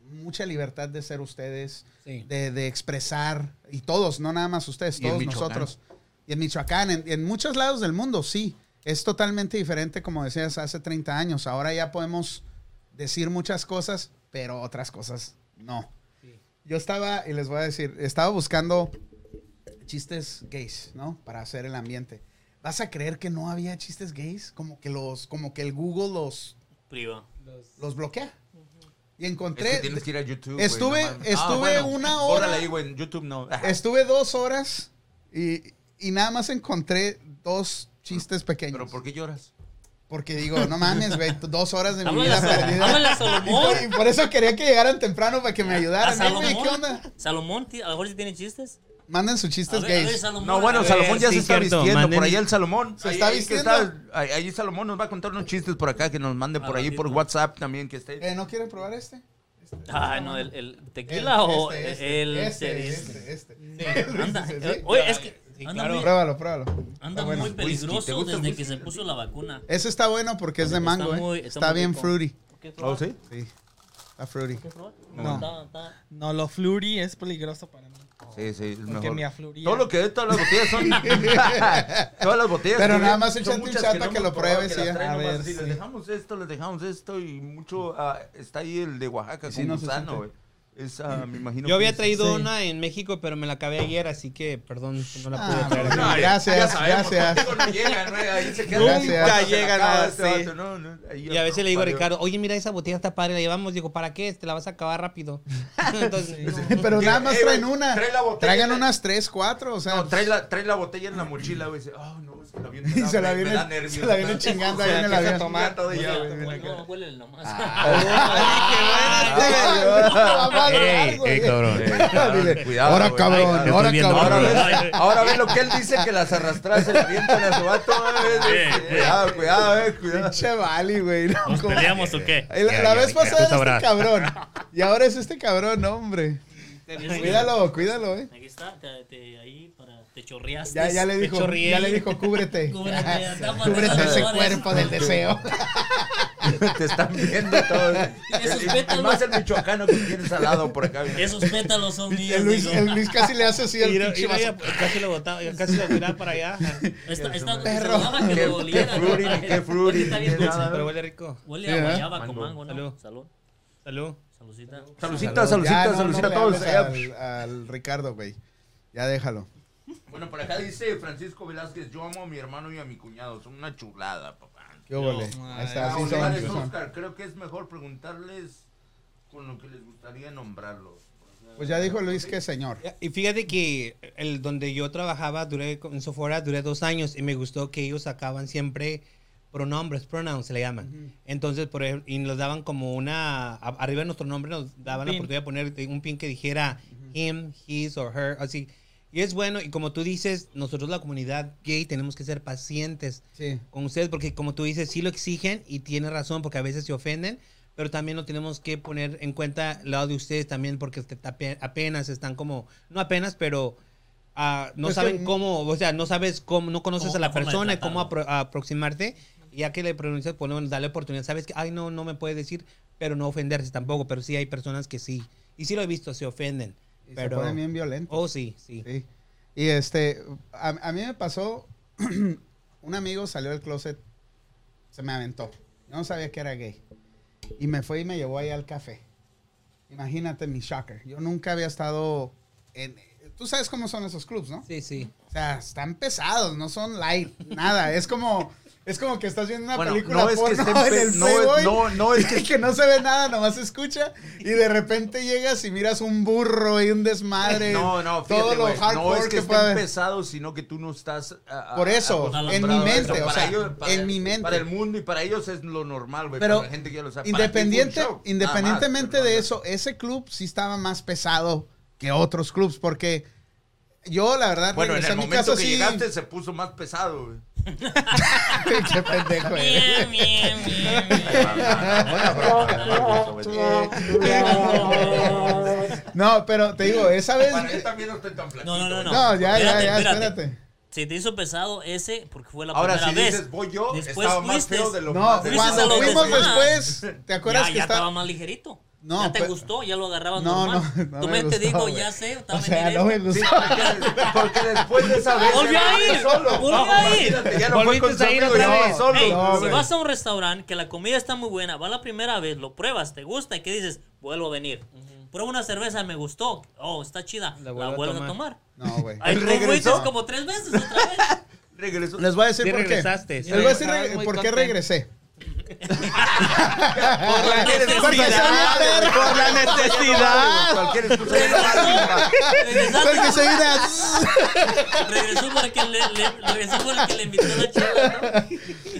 Speaker 1: mucha libertad de ser ustedes,
Speaker 6: Sí.
Speaker 1: de, de expresar, y todos, no nada más ustedes,
Speaker 2: Y en
Speaker 1: todos
Speaker 2: Michoacán.
Speaker 1: nosotros. Y en Michoacán, en, en muchos lados del mundo, sí. Es totalmente diferente, como decías, hace 30 años. Ahora ya podemos decir muchas cosas, pero otras cosas no. Yo estaba, y les voy a decir, estaba buscando chistes gays, ¿no? Para hacer el ambiente. ¿Vas a creer que no había chistes gays? Como que los, como que el Google los,
Speaker 5: Priva.
Speaker 7: Los-
Speaker 1: los bloquea. Y
Speaker 2: Es que
Speaker 1: encontré,
Speaker 2: tienes que ir a YouTube.
Speaker 1: Estuve-
Speaker 2: güey, no mames.
Speaker 1: estuve una hora-
Speaker 2: Bórrale ahí, güey, en YouTube no. Ah,
Speaker 1: estuve dos horas y, y nada más encontré dos chistes pequeños.
Speaker 2: Pero ¿por qué lloras?
Speaker 1: Porque digo, no mames,
Speaker 5: [laughs]
Speaker 1: güey, dos horas de mi
Speaker 5: Háblale
Speaker 1: vida
Speaker 5: a Sal-
Speaker 1: perdida.
Speaker 5: háblale a
Speaker 1: Y [laughs]
Speaker 5: Salomón.
Speaker 1: por, y por eso quería que llegaran temprano para que me
Speaker 5: A
Speaker 1: ayudaran. Eh, güey, ¿Qué
Speaker 5: Salomón.
Speaker 1: onda?
Speaker 5: Salomón, ti- a lo mejor si tiene chistes.
Speaker 1: Manden sus
Speaker 5: A
Speaker 1: chistes
Speaker 5: ver, a ver,
Speaker 1: gays.
Speaker 5: Salomón,
Speaker 2: No, bueno,
Speaker 5: a ver.
Speaker 2: Salomón ya
Speaker 6: sí,
Speaker 2: se está
Speaker 6: cierto,
Speaker 2: vistiendo.
Speaker 6: manden-
Speaker 2: Por ahí el Salomón.
Speaker 1: Se
Speaker 2: ahí-
Speaker 1: está
Speaker 2: ahí que
Speaker 1: vistiendo.
Speaker 2: ahí, ahí Salomón nos va a contar unos chistes por acá que nos manden por
Speaker 5: Ah,
Speaker 2: ahí por
Speaker 5: ratito.
Speaker 2: WhatsApp también que esté.
Speaker 1: Eh, ¿No quieren probar este?
Speaker 5: Ay, Ah, no, el, el
Speaker 1: El-
Speaker 5: tequila o
Speaker 1: este, este,
Speaker 5: el.
Speaker 1: este,
Speaker 5: ceris-
Speaker 1: este, este.
Speaker 5: Anda,
Speaker 1: Sí, sí,
Speaker 5: eh,
Speaker 1: sí.
Speaker 5: oye, es que
Speaker 6: Sí,
Speaker 5: anda
Speaker 6: claro.
Speaker 5: muy,
Speaker 1: Pruébalo, pruébalo.
Speaker 5: anda
Speaker 1: bueno. Whisky,
Speaker 5: muy
Speaker 2: ¿te
Speaker 5: peligroso
Speaker 2: gusta el
Speaker 5: desde
Speaker 2: whisky?
Speaker 5: que se puso la vacuna.
Speaker 1: Ese está bueno porque es de
Speaker 5: Está
Speaker 1: mango,
Speaker 5: muy-
Speaker 1: eh.
Speaker 5: está
Speaker 1: Está
Speaker 5: muy
Speaker 1: bien
Speaker 5: rico.
Speaker 1: fruity.
Speaker 2: ¿Oh, sí?
Speaker 1: ¿Ah, Sí, está fruity.
Speaker 5: ¿Qué probar?
Speaker 7: No.
Speaker 5: Ah, Está- está-
Speaker 7: No, lo flurry es peligroso para mí.
Speaker 2: Sí, sí, es
Speaker 7: Porque
Speaker 2: mejor.
Speaker 7: me afluría.
Speaker 2: Todo lo que es, todas las botellas
Speaker 6: [laughs]
Speaker 2: son. todas las botellas.
Speaker 1: Pero
Speaker 2: que
Speaker 1: nada
Speaker 2: ven,
Speaker 1: más
Speaker 2: son
Speaker 1: échate un
Speaker 2: muchas
Speaker 1: shot
Speaker 2: no
Speaker 1: para que
Speaker 2: hemos
Speaker 1: lo
Speaker 2: probado,
Speaker 1: pruebes
Speaker 2: las
Speaker 1: y ya.
Speaker 2: traen
Speaker 7: A
Speaker 2: nomás
Speaker 7: ver,
Speaker 2: así, Les
Speaker 7: sí.
Speaker 2: dejamos esto, les dejamos esto y mucho. ah, está ahí el de Oaxaca
Speaker 1: Sí,
Speaker 2: con
Speaker 1: no se
Speaker 2: gusano, güey.
Speaker 1: siente.
Speaker 2: Es, ah, me imagino.
Speaker 6: Yo
Speaker 2: que
Speaker 6: había
Speaker 2: es-
Speaker 6: traído
Speaker 7: Sí.
Speaker 6: una en México, pero me la acabé ayer, así que perdón, no la pude
Speaker 1: Ah,
Speaker 6: traer.
Speaker 1: bueno,
Speaker 2: No, ya- ya
Speaker 1: gracias,
Speaker 2: sabemos,
Speaker 1: gracias.
Speaker 2: contigo no llega, ¿no? Ahí se queda.
Speaker 1: Nunca
Speaker 2: Cuando se le
Speaker 6: llega
Speaker 2: acaba
Speaker 6: nada,
Speaker 2: este vato,
Speaker 6: sí.
Speaker 2: no, no, ahí
Speaker 6: Y a veces le digo a
Speaker 2: valió.
Speaker 6: Ricardo, oye, mira, esa botella está padre, la llevamos. Digo, ¿para qué? Te la vas a acabar rápido.
Speaker 1: [laughs]
Speaker 6: Entonces, no.
Speaker 1: Pero
Speaker 2: Digo,
Speaker 1: nada más
Speaker 2: "Eh, güey,
Speaker 1: traen una.
Speaker 2: trae la botella".
Speaker 1: Traigan unas tres, cuatro, o sea.
Speaker 2: No,
Speaker 1: [laughs]
Speaker 2: trae la, trae la botella en la mochila, güey. y Dice, oh, no, se la viene.
Speaker 1: Y se la
Speaker 2: me- me
Speaker 1: viene-
Speaker 2: da nervios,
Speaker 1: se la viene
Speaker 2: ¿no? [laughs]
Speaker 1: chingando
Speaker 2: Se
Speaker 1: ahí
Speaker 2: la
Speaker 1: en el
Speaker 2: empieza a
Speaker 1: avión.
Speaker 2: tomar todo ya, güey,
Speaker 5: Huele-
Speaker 2: mira acá.
Speaker 5: no, huele nomás.
Speaker 6: Oh,
Speaker 1: Ah, vale,
Speaker 8: Ey,
Speaker 1: güey.
Speaker 8: ey, cabrón,
Speaker 2: [laughs]
Speaker 8: ey,
Speaker 1: [laughs] Dile,
Speaker 2: Eh, cuidado,
Speaker 1: ahora
Speaker 2: güey.
Speaker 1: cabrón,
Speaker 8: Ay,
Speaker 1: ahora
Speaker 8: estoy viendo,
Speaker 1: cabrón.
Speaker 2: Ahora
Speaker 8: Ahora
Speaker 2: ve, ahora ve lo que él dice que las arrastras se le avientan a su vato. eh, eh, Cuidado, cuidado, eh, cuidado. [laughs]
Speaker 1: Pinche Bali, güey. no,
Speaker 8: ¿Nos
Speaker 1: como-
Speaker 8: peleamos o qué?
Speaker 1: Ay, La,
Speaker 8: Ya,
Speaker 1: la
Speaker 8: ya,
Speaker 1: vez
Speaker 8: ya,
Speaker 1: pasada
Speaker 8: tú
Speaker 1: era
Speaker 8: sabrás.
Speaker 1: este cabrón. Y ahora es este cabrón, no, hombre. Cuídalo, cuídalo, eh.
Speaker 5: Aquí está, te, te- ahí para, te chorreaste.
Speaker 1: Ya, ya le dijo,
Speaker 5: chorreé.
Speaker 1: ya le
Speaker 8: [laughs]
Speaker 1: dijo, cúbrete.
Speaker 5: Cúbrete, tápate
Speaker 1: Cúbrete
Speaker 5: los
Speaker 1: ese
Speaker 5: olores.
Speaker 1: cuerpo del deseo.
Speaker 2: Te están viendo todos.
Speaker 5: Esos
Speaker 2: Y- Y
Speaker 5: pétalos.
Speaker 2: más el michoacano que tienes al lado por acá. mira.
Speaker 5: Esos pétalos son míos.
Speaker 1: El Luis,
Speaker 5: digo.
Speaker 1: el Luis casi le hace así al
Speaker 6: Y era-
Speaker 1: pinche
Speaker 6: y era-
Speaker 1: vaso.
Speaker 6: casi lo botaba, casi lo tiraba para
Speaker 1: [laughs]
Speaker 6: allá.
Speaker 5: Está, está, se
Speaker 1: Perro.
Speaker 5: daba que
Speaker 2: Qué-
Speaker 5: lo oliera,
Speaker 2: qué
Speaker 5: ¿no?
Speaker 2: fruity, qué fruity,
Speaker 5: Está bien
Speaker 2: qué
Speaker 5: dulce.
Speaker 2: nada.
Speaker 6: Pero huele rico.
Speaker 5: Huele a
Speaker 1: Sí, ¿eh?
Speaker 5: guayaba con
Speaker 2: Mango.
Speaker 5: mango, ¿no?
Speaker 6: Salud.
Speaker 5: Salud.
Speaker 6: Salud.
Speaker 5: Saludcita.
Speaker 2: Salucita,
Speaker 1: Ya,
Speaker 2: salucita,
Speaker 1: no, no
Speaker 2: salucita
Speaker 1: le
Speaker 2: a todos.
Speaker 1: hables Al, al Ricardo, güey. Ya déjalo.
Speaker 2: Bueno, por acá dice Francisco Velázquez, yo amo a mi hermano y a mi cuñado, son una chulada, papá.
Speaker 1: Qué óvole. Ahí está,
Speaker 2: Ah,
Speaker 1: así son,
Speaker 2: Olivares
Speaker 1: así son.
Speaker 2: Oscar, creo que es mejor preguntarles con lo que les gustaría nombrarlos. O sea,
Speaker 1: Pues ya dijo Luis que señor.
Speaker 6: Y fíjate que el donde yo trabajaba, duré con- en Sephora, duré dos años y me gustó que ellos sacaban siempre pronombres, pronouns se le llaman. Entonces, por ejemplo, y nos daban como una, a- arriba de nuestro nombre nos daban la
Speaker 3: Pin.
Speaker 6: oportunidad de poner un pin que dijera him, his or her, así. Y es bueno, y como tú dices, nosotros la comunidad gay tenemos que ser pacientes
Speaker 1: Sí.
Speaker 6: con ustedes porque como tú dices, sí lo exigen y tiene razón porque a veces se ofenden, pero también lo tenemos que poner en cuenta el lado de ustedes también porque este- ape- apenas están como, no apenas, pero ah, no
Speaker 1: Pues que
Speaker 6: saben
Speaker 1: un-
Speaker 6: cómo, o sea, no sabes cómo, no conoces
Speaker 5: Cómo-
Speaker 6: a la
Speaker 5: la forma de
Speaker 6: persona y cómo
Speaker 5: tratarlo.
Speaker 6: apro- aproximarte. y Ya que le pronuncias, por lo menos dale oportunidad. Sabes que, ay, no, no me puede decir, pero no ofenderse tampoco. Pero sí hay personas que sí. Y sí lo he visto, se ofenden.
Speaker 1: Y se
Speaker 6: pero,
Speaker 1: ponen bien violentos.
Speaker 6: Oh, sí, sí.
Speaker 1: Sí. Y este, a, a mí me pasó, [clears throat] un amigo salió del closet, se me aventó. Yo no sabía que era gay. Y me fue y me llevó ahí al café. Imagínate mi shocker. Yo nunca había estado en- tú sabes cómo son esos clubs, ¿no?
Speaker 7: Sí, sí.
Speaker 1: O sea, están pesados, no son light,
Speaker 2: [laughs]
Speaker 1: nada. Es como, es como que estás viendo una
Speaker 2: Bueno,
Speaker 1: película
Speaker 2: no es que
Speaker 1: porno
Speaker 2: estén
Speaker 1: en
Speaker 2: pe-
Speaker 1: el
Speaker 2: no,
Speaker 1: Playboy,
Speaker 2: no,
Speaker 1: [laughs]
Speaker 2: no es
Speaker 1: que... no se ve nada, nomás se escucha. Y de repente llegas y miras un burro y un desmadre.
Speaker 2: [laughs] No, no,
Speaker 1: todo
Speaker 2: fíjate,
Speaker 1: lo
Speaker 2: güey,
Speaker 1: hardcore
Speaker 2: no es que,
Speaker 1: que, pueda
Speaker 2: estén
Speaker 1: haber.
Speaker 2: pesados, sino que tú no estás... a- a-
Speaker 1: Por eso,
Speaker 2: acostumbrado
Speaker 1: en mi
Speaker 2: a eso.
Speaker 1: mente, o
Speaker 2: Para
Speaker 1: sea,
Speaker 2: para
Speaker 1: en
Speaker 2: el-
Speaker 1: mi mente.
Speaker 2: Para el mundo y para ellos es lo normal, güey,
Speaker 1: Pero
Speaker 2: para la gente que ya lo sabe. Para ti fue un Ah,
Speaker 1: Independiente,
Speaker 2: show,
Speaker 1: independientemente
Speaker 2: nada más,
Speaker 1: de eso,
Speaker 2: pero
Speaker 1: ese club sí estaba más pesado que otros clubs porque yo la verdad
Speaker 2: Bueno, en
Speaker 1: regresé
Speaker 2: el
Speaker 1: a mi
Speaker 2: momento
Speaker 1: casa
Speaker 2: que
Speaker 1: sí- [laughs]
Speaker 2: llegaste se puso más pesado,
Speaker 5: [laughs]
Speaker 2: güey.
Speaker 1: Qué
Speaker 2: [laughs]
Speaker 1: pendejo eres.
Speaker 5: Bien, bien, bien, bien.
Speaker 1: [laughs] No, pero te digo, esa vez
Speaker 2: Para él también no estoy tan flaquito.
Speaker 5: No, no, no, no.
Speaker 1: No, ya,
Speaker 5: Espérate,
Speaker 1: ya, ya,
Speaker 5: espérate.
Speaker 1: espérate.
Speaker 5: Se te hizo pesado ese porque fue la
Speaker 2: Ahora,
Speaker 5: primera
Speaker 2: si
Speaker 5: vez.
Speaker 2: dices voy yo,
Speaker 5: Después
Speaker 2: estaba más
Speaker 5: fuiste.
Speaker 2: feo de lo
Speaker 1: No,
Speaker 2: más-
Speaker 5: Fuiste a
Speaker 1: cuando
Speaker 5: los
Speaker 1: fuimos
Speaker 5: demás.
Speaker 1: después, ¿te
Speaker 5: Ya,
Speaker 1: acuerdas
Speaker 5: ya
Speaker 1: que
Speaker 5: estaba
Speaker 1: estaba
Speaker 5: más ligerito.
Speaker 1: No,
Speaker 5: ya te
Speaker 1: pero-
Speaker 5: gustó, ya lo agarrabas
Speaker 1: No, no,
Speaker 5: normal.
Speaker 1: no
Speaker 5: Tú
Speaker 1: me
Speaker 5: me
Speaker 1: gustó,
Speaker 5: te digo,
Speaker 1: güey.
Speaker 5: ya sé, estaba
Speaker 1: O sea, no me
Speaker 5: en
Speaker 1: gustó.
Speaker 2: Sí,
Speaker 1: [laughs]
Speaker 2: porque, porque después de esa vez.
Speaker 5: Volvió
Speaker 2: se
Speaker 5: a
Speaker 2: va
Speaker 5: ir,
Speaker 2: solo.
Speaker 5: volvió a ir.
Speaker 2: imagínate, Ya no fue con su amigo, ya va solo.
Speaker 5: Ey,
Speaker 1: No,
Speaker 5: si
Speaker 1: güey.
Speaker 5: vas a un restaurante que la comida está muy buena, va la primera vez, lo pruebas, te gusta y qué dices, vuelvo a venir. Prueba una cerveza, me gustó, oh, está chida, la vuelvo, a, tomar.
Speaker 1: No, güey.
Speaker 5: Ahí tú
Speaker 2: ¿Regresó?
Speaker 5: fuiste como tres veces otra vez.
Speaker 2: Regresó.
Speaker 1: Les voy a decir
Speaker 8: Sí
Speaker 1: por qué.
Speaker 8: regresaste,
Speaker 1: Les
Speaker 8: sí.
Speaker 1: voy a decir
Speaker 7: Estabas
Speaker 1: reg-
Speaker 7: muy
Speaker 1: por qué
Speaker 7: contento.
Speaker 1: regresé.
Speaker 2: Cualquier excusa
Speaker 5: Por la
Speaker 2: es válida, güey, por [laughs] la necesidad. Cualquier excusa es válida.
Speaker 1: [laughs]
Speaker 5: Regresaste,
Speaker 1: [laughs] Porque soy una-
Speaker 5: regresó porque le, le- regresó porque le invitó la chela,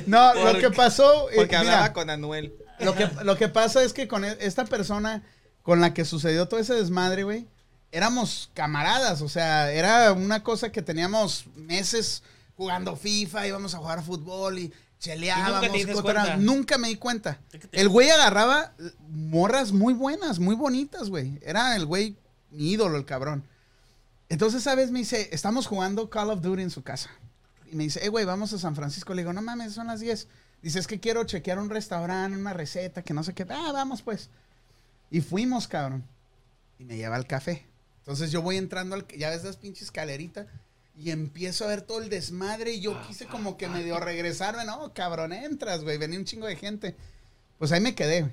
Speaker 5: ¿no?
Speaker 1: No, lo
Speaker 7: Porque-
Speaker 1: que pasó. eh,
Speaker 7: Porque
Speaker 1: mira,
Speaker 7: hablaba con Anuel.
Speaker 1: lo, que, lo que pasa es que con e- esta persona con la que sucedió todo ese desmadre, güey, éramos camaradas. O sea, era una cosa que teníamos meses jugando FIFA, íbamos a jugar fútbol y cheleábamos.
Speaker 8: Y nunca te dices
Speaker 1: cotorra-
Speaker 8: cuenta.
Speaker 1: Nunca me di cuenta.
Speaker 5: Es que te-
Speaker 1: El güey agarraba eh, morras muy buenas, muy bonitas, güey. Era el güey, mi ídolo, el cabrón. Entonces, ¿sabes? Me dice, estamos jugando Call of Duty en su casa. Y me dice, hey, güey, vamos a San Francisco. Le digo, no mames, son las 10. Dice, es que quiero chequear un restaurante, una receta, que no sé qué. Ah, vamos pues. Y fuimos, cabrón. Y me lleva al café. Entonces yo voy entrando al... Ya ves las pinches escalerita. Y empiezo a ver todo el desmadre. Y yo quise como que medio regresarme. No, cabrón, entras, güey. Venía un chingo de gente. Pues ahí me quedé, güey.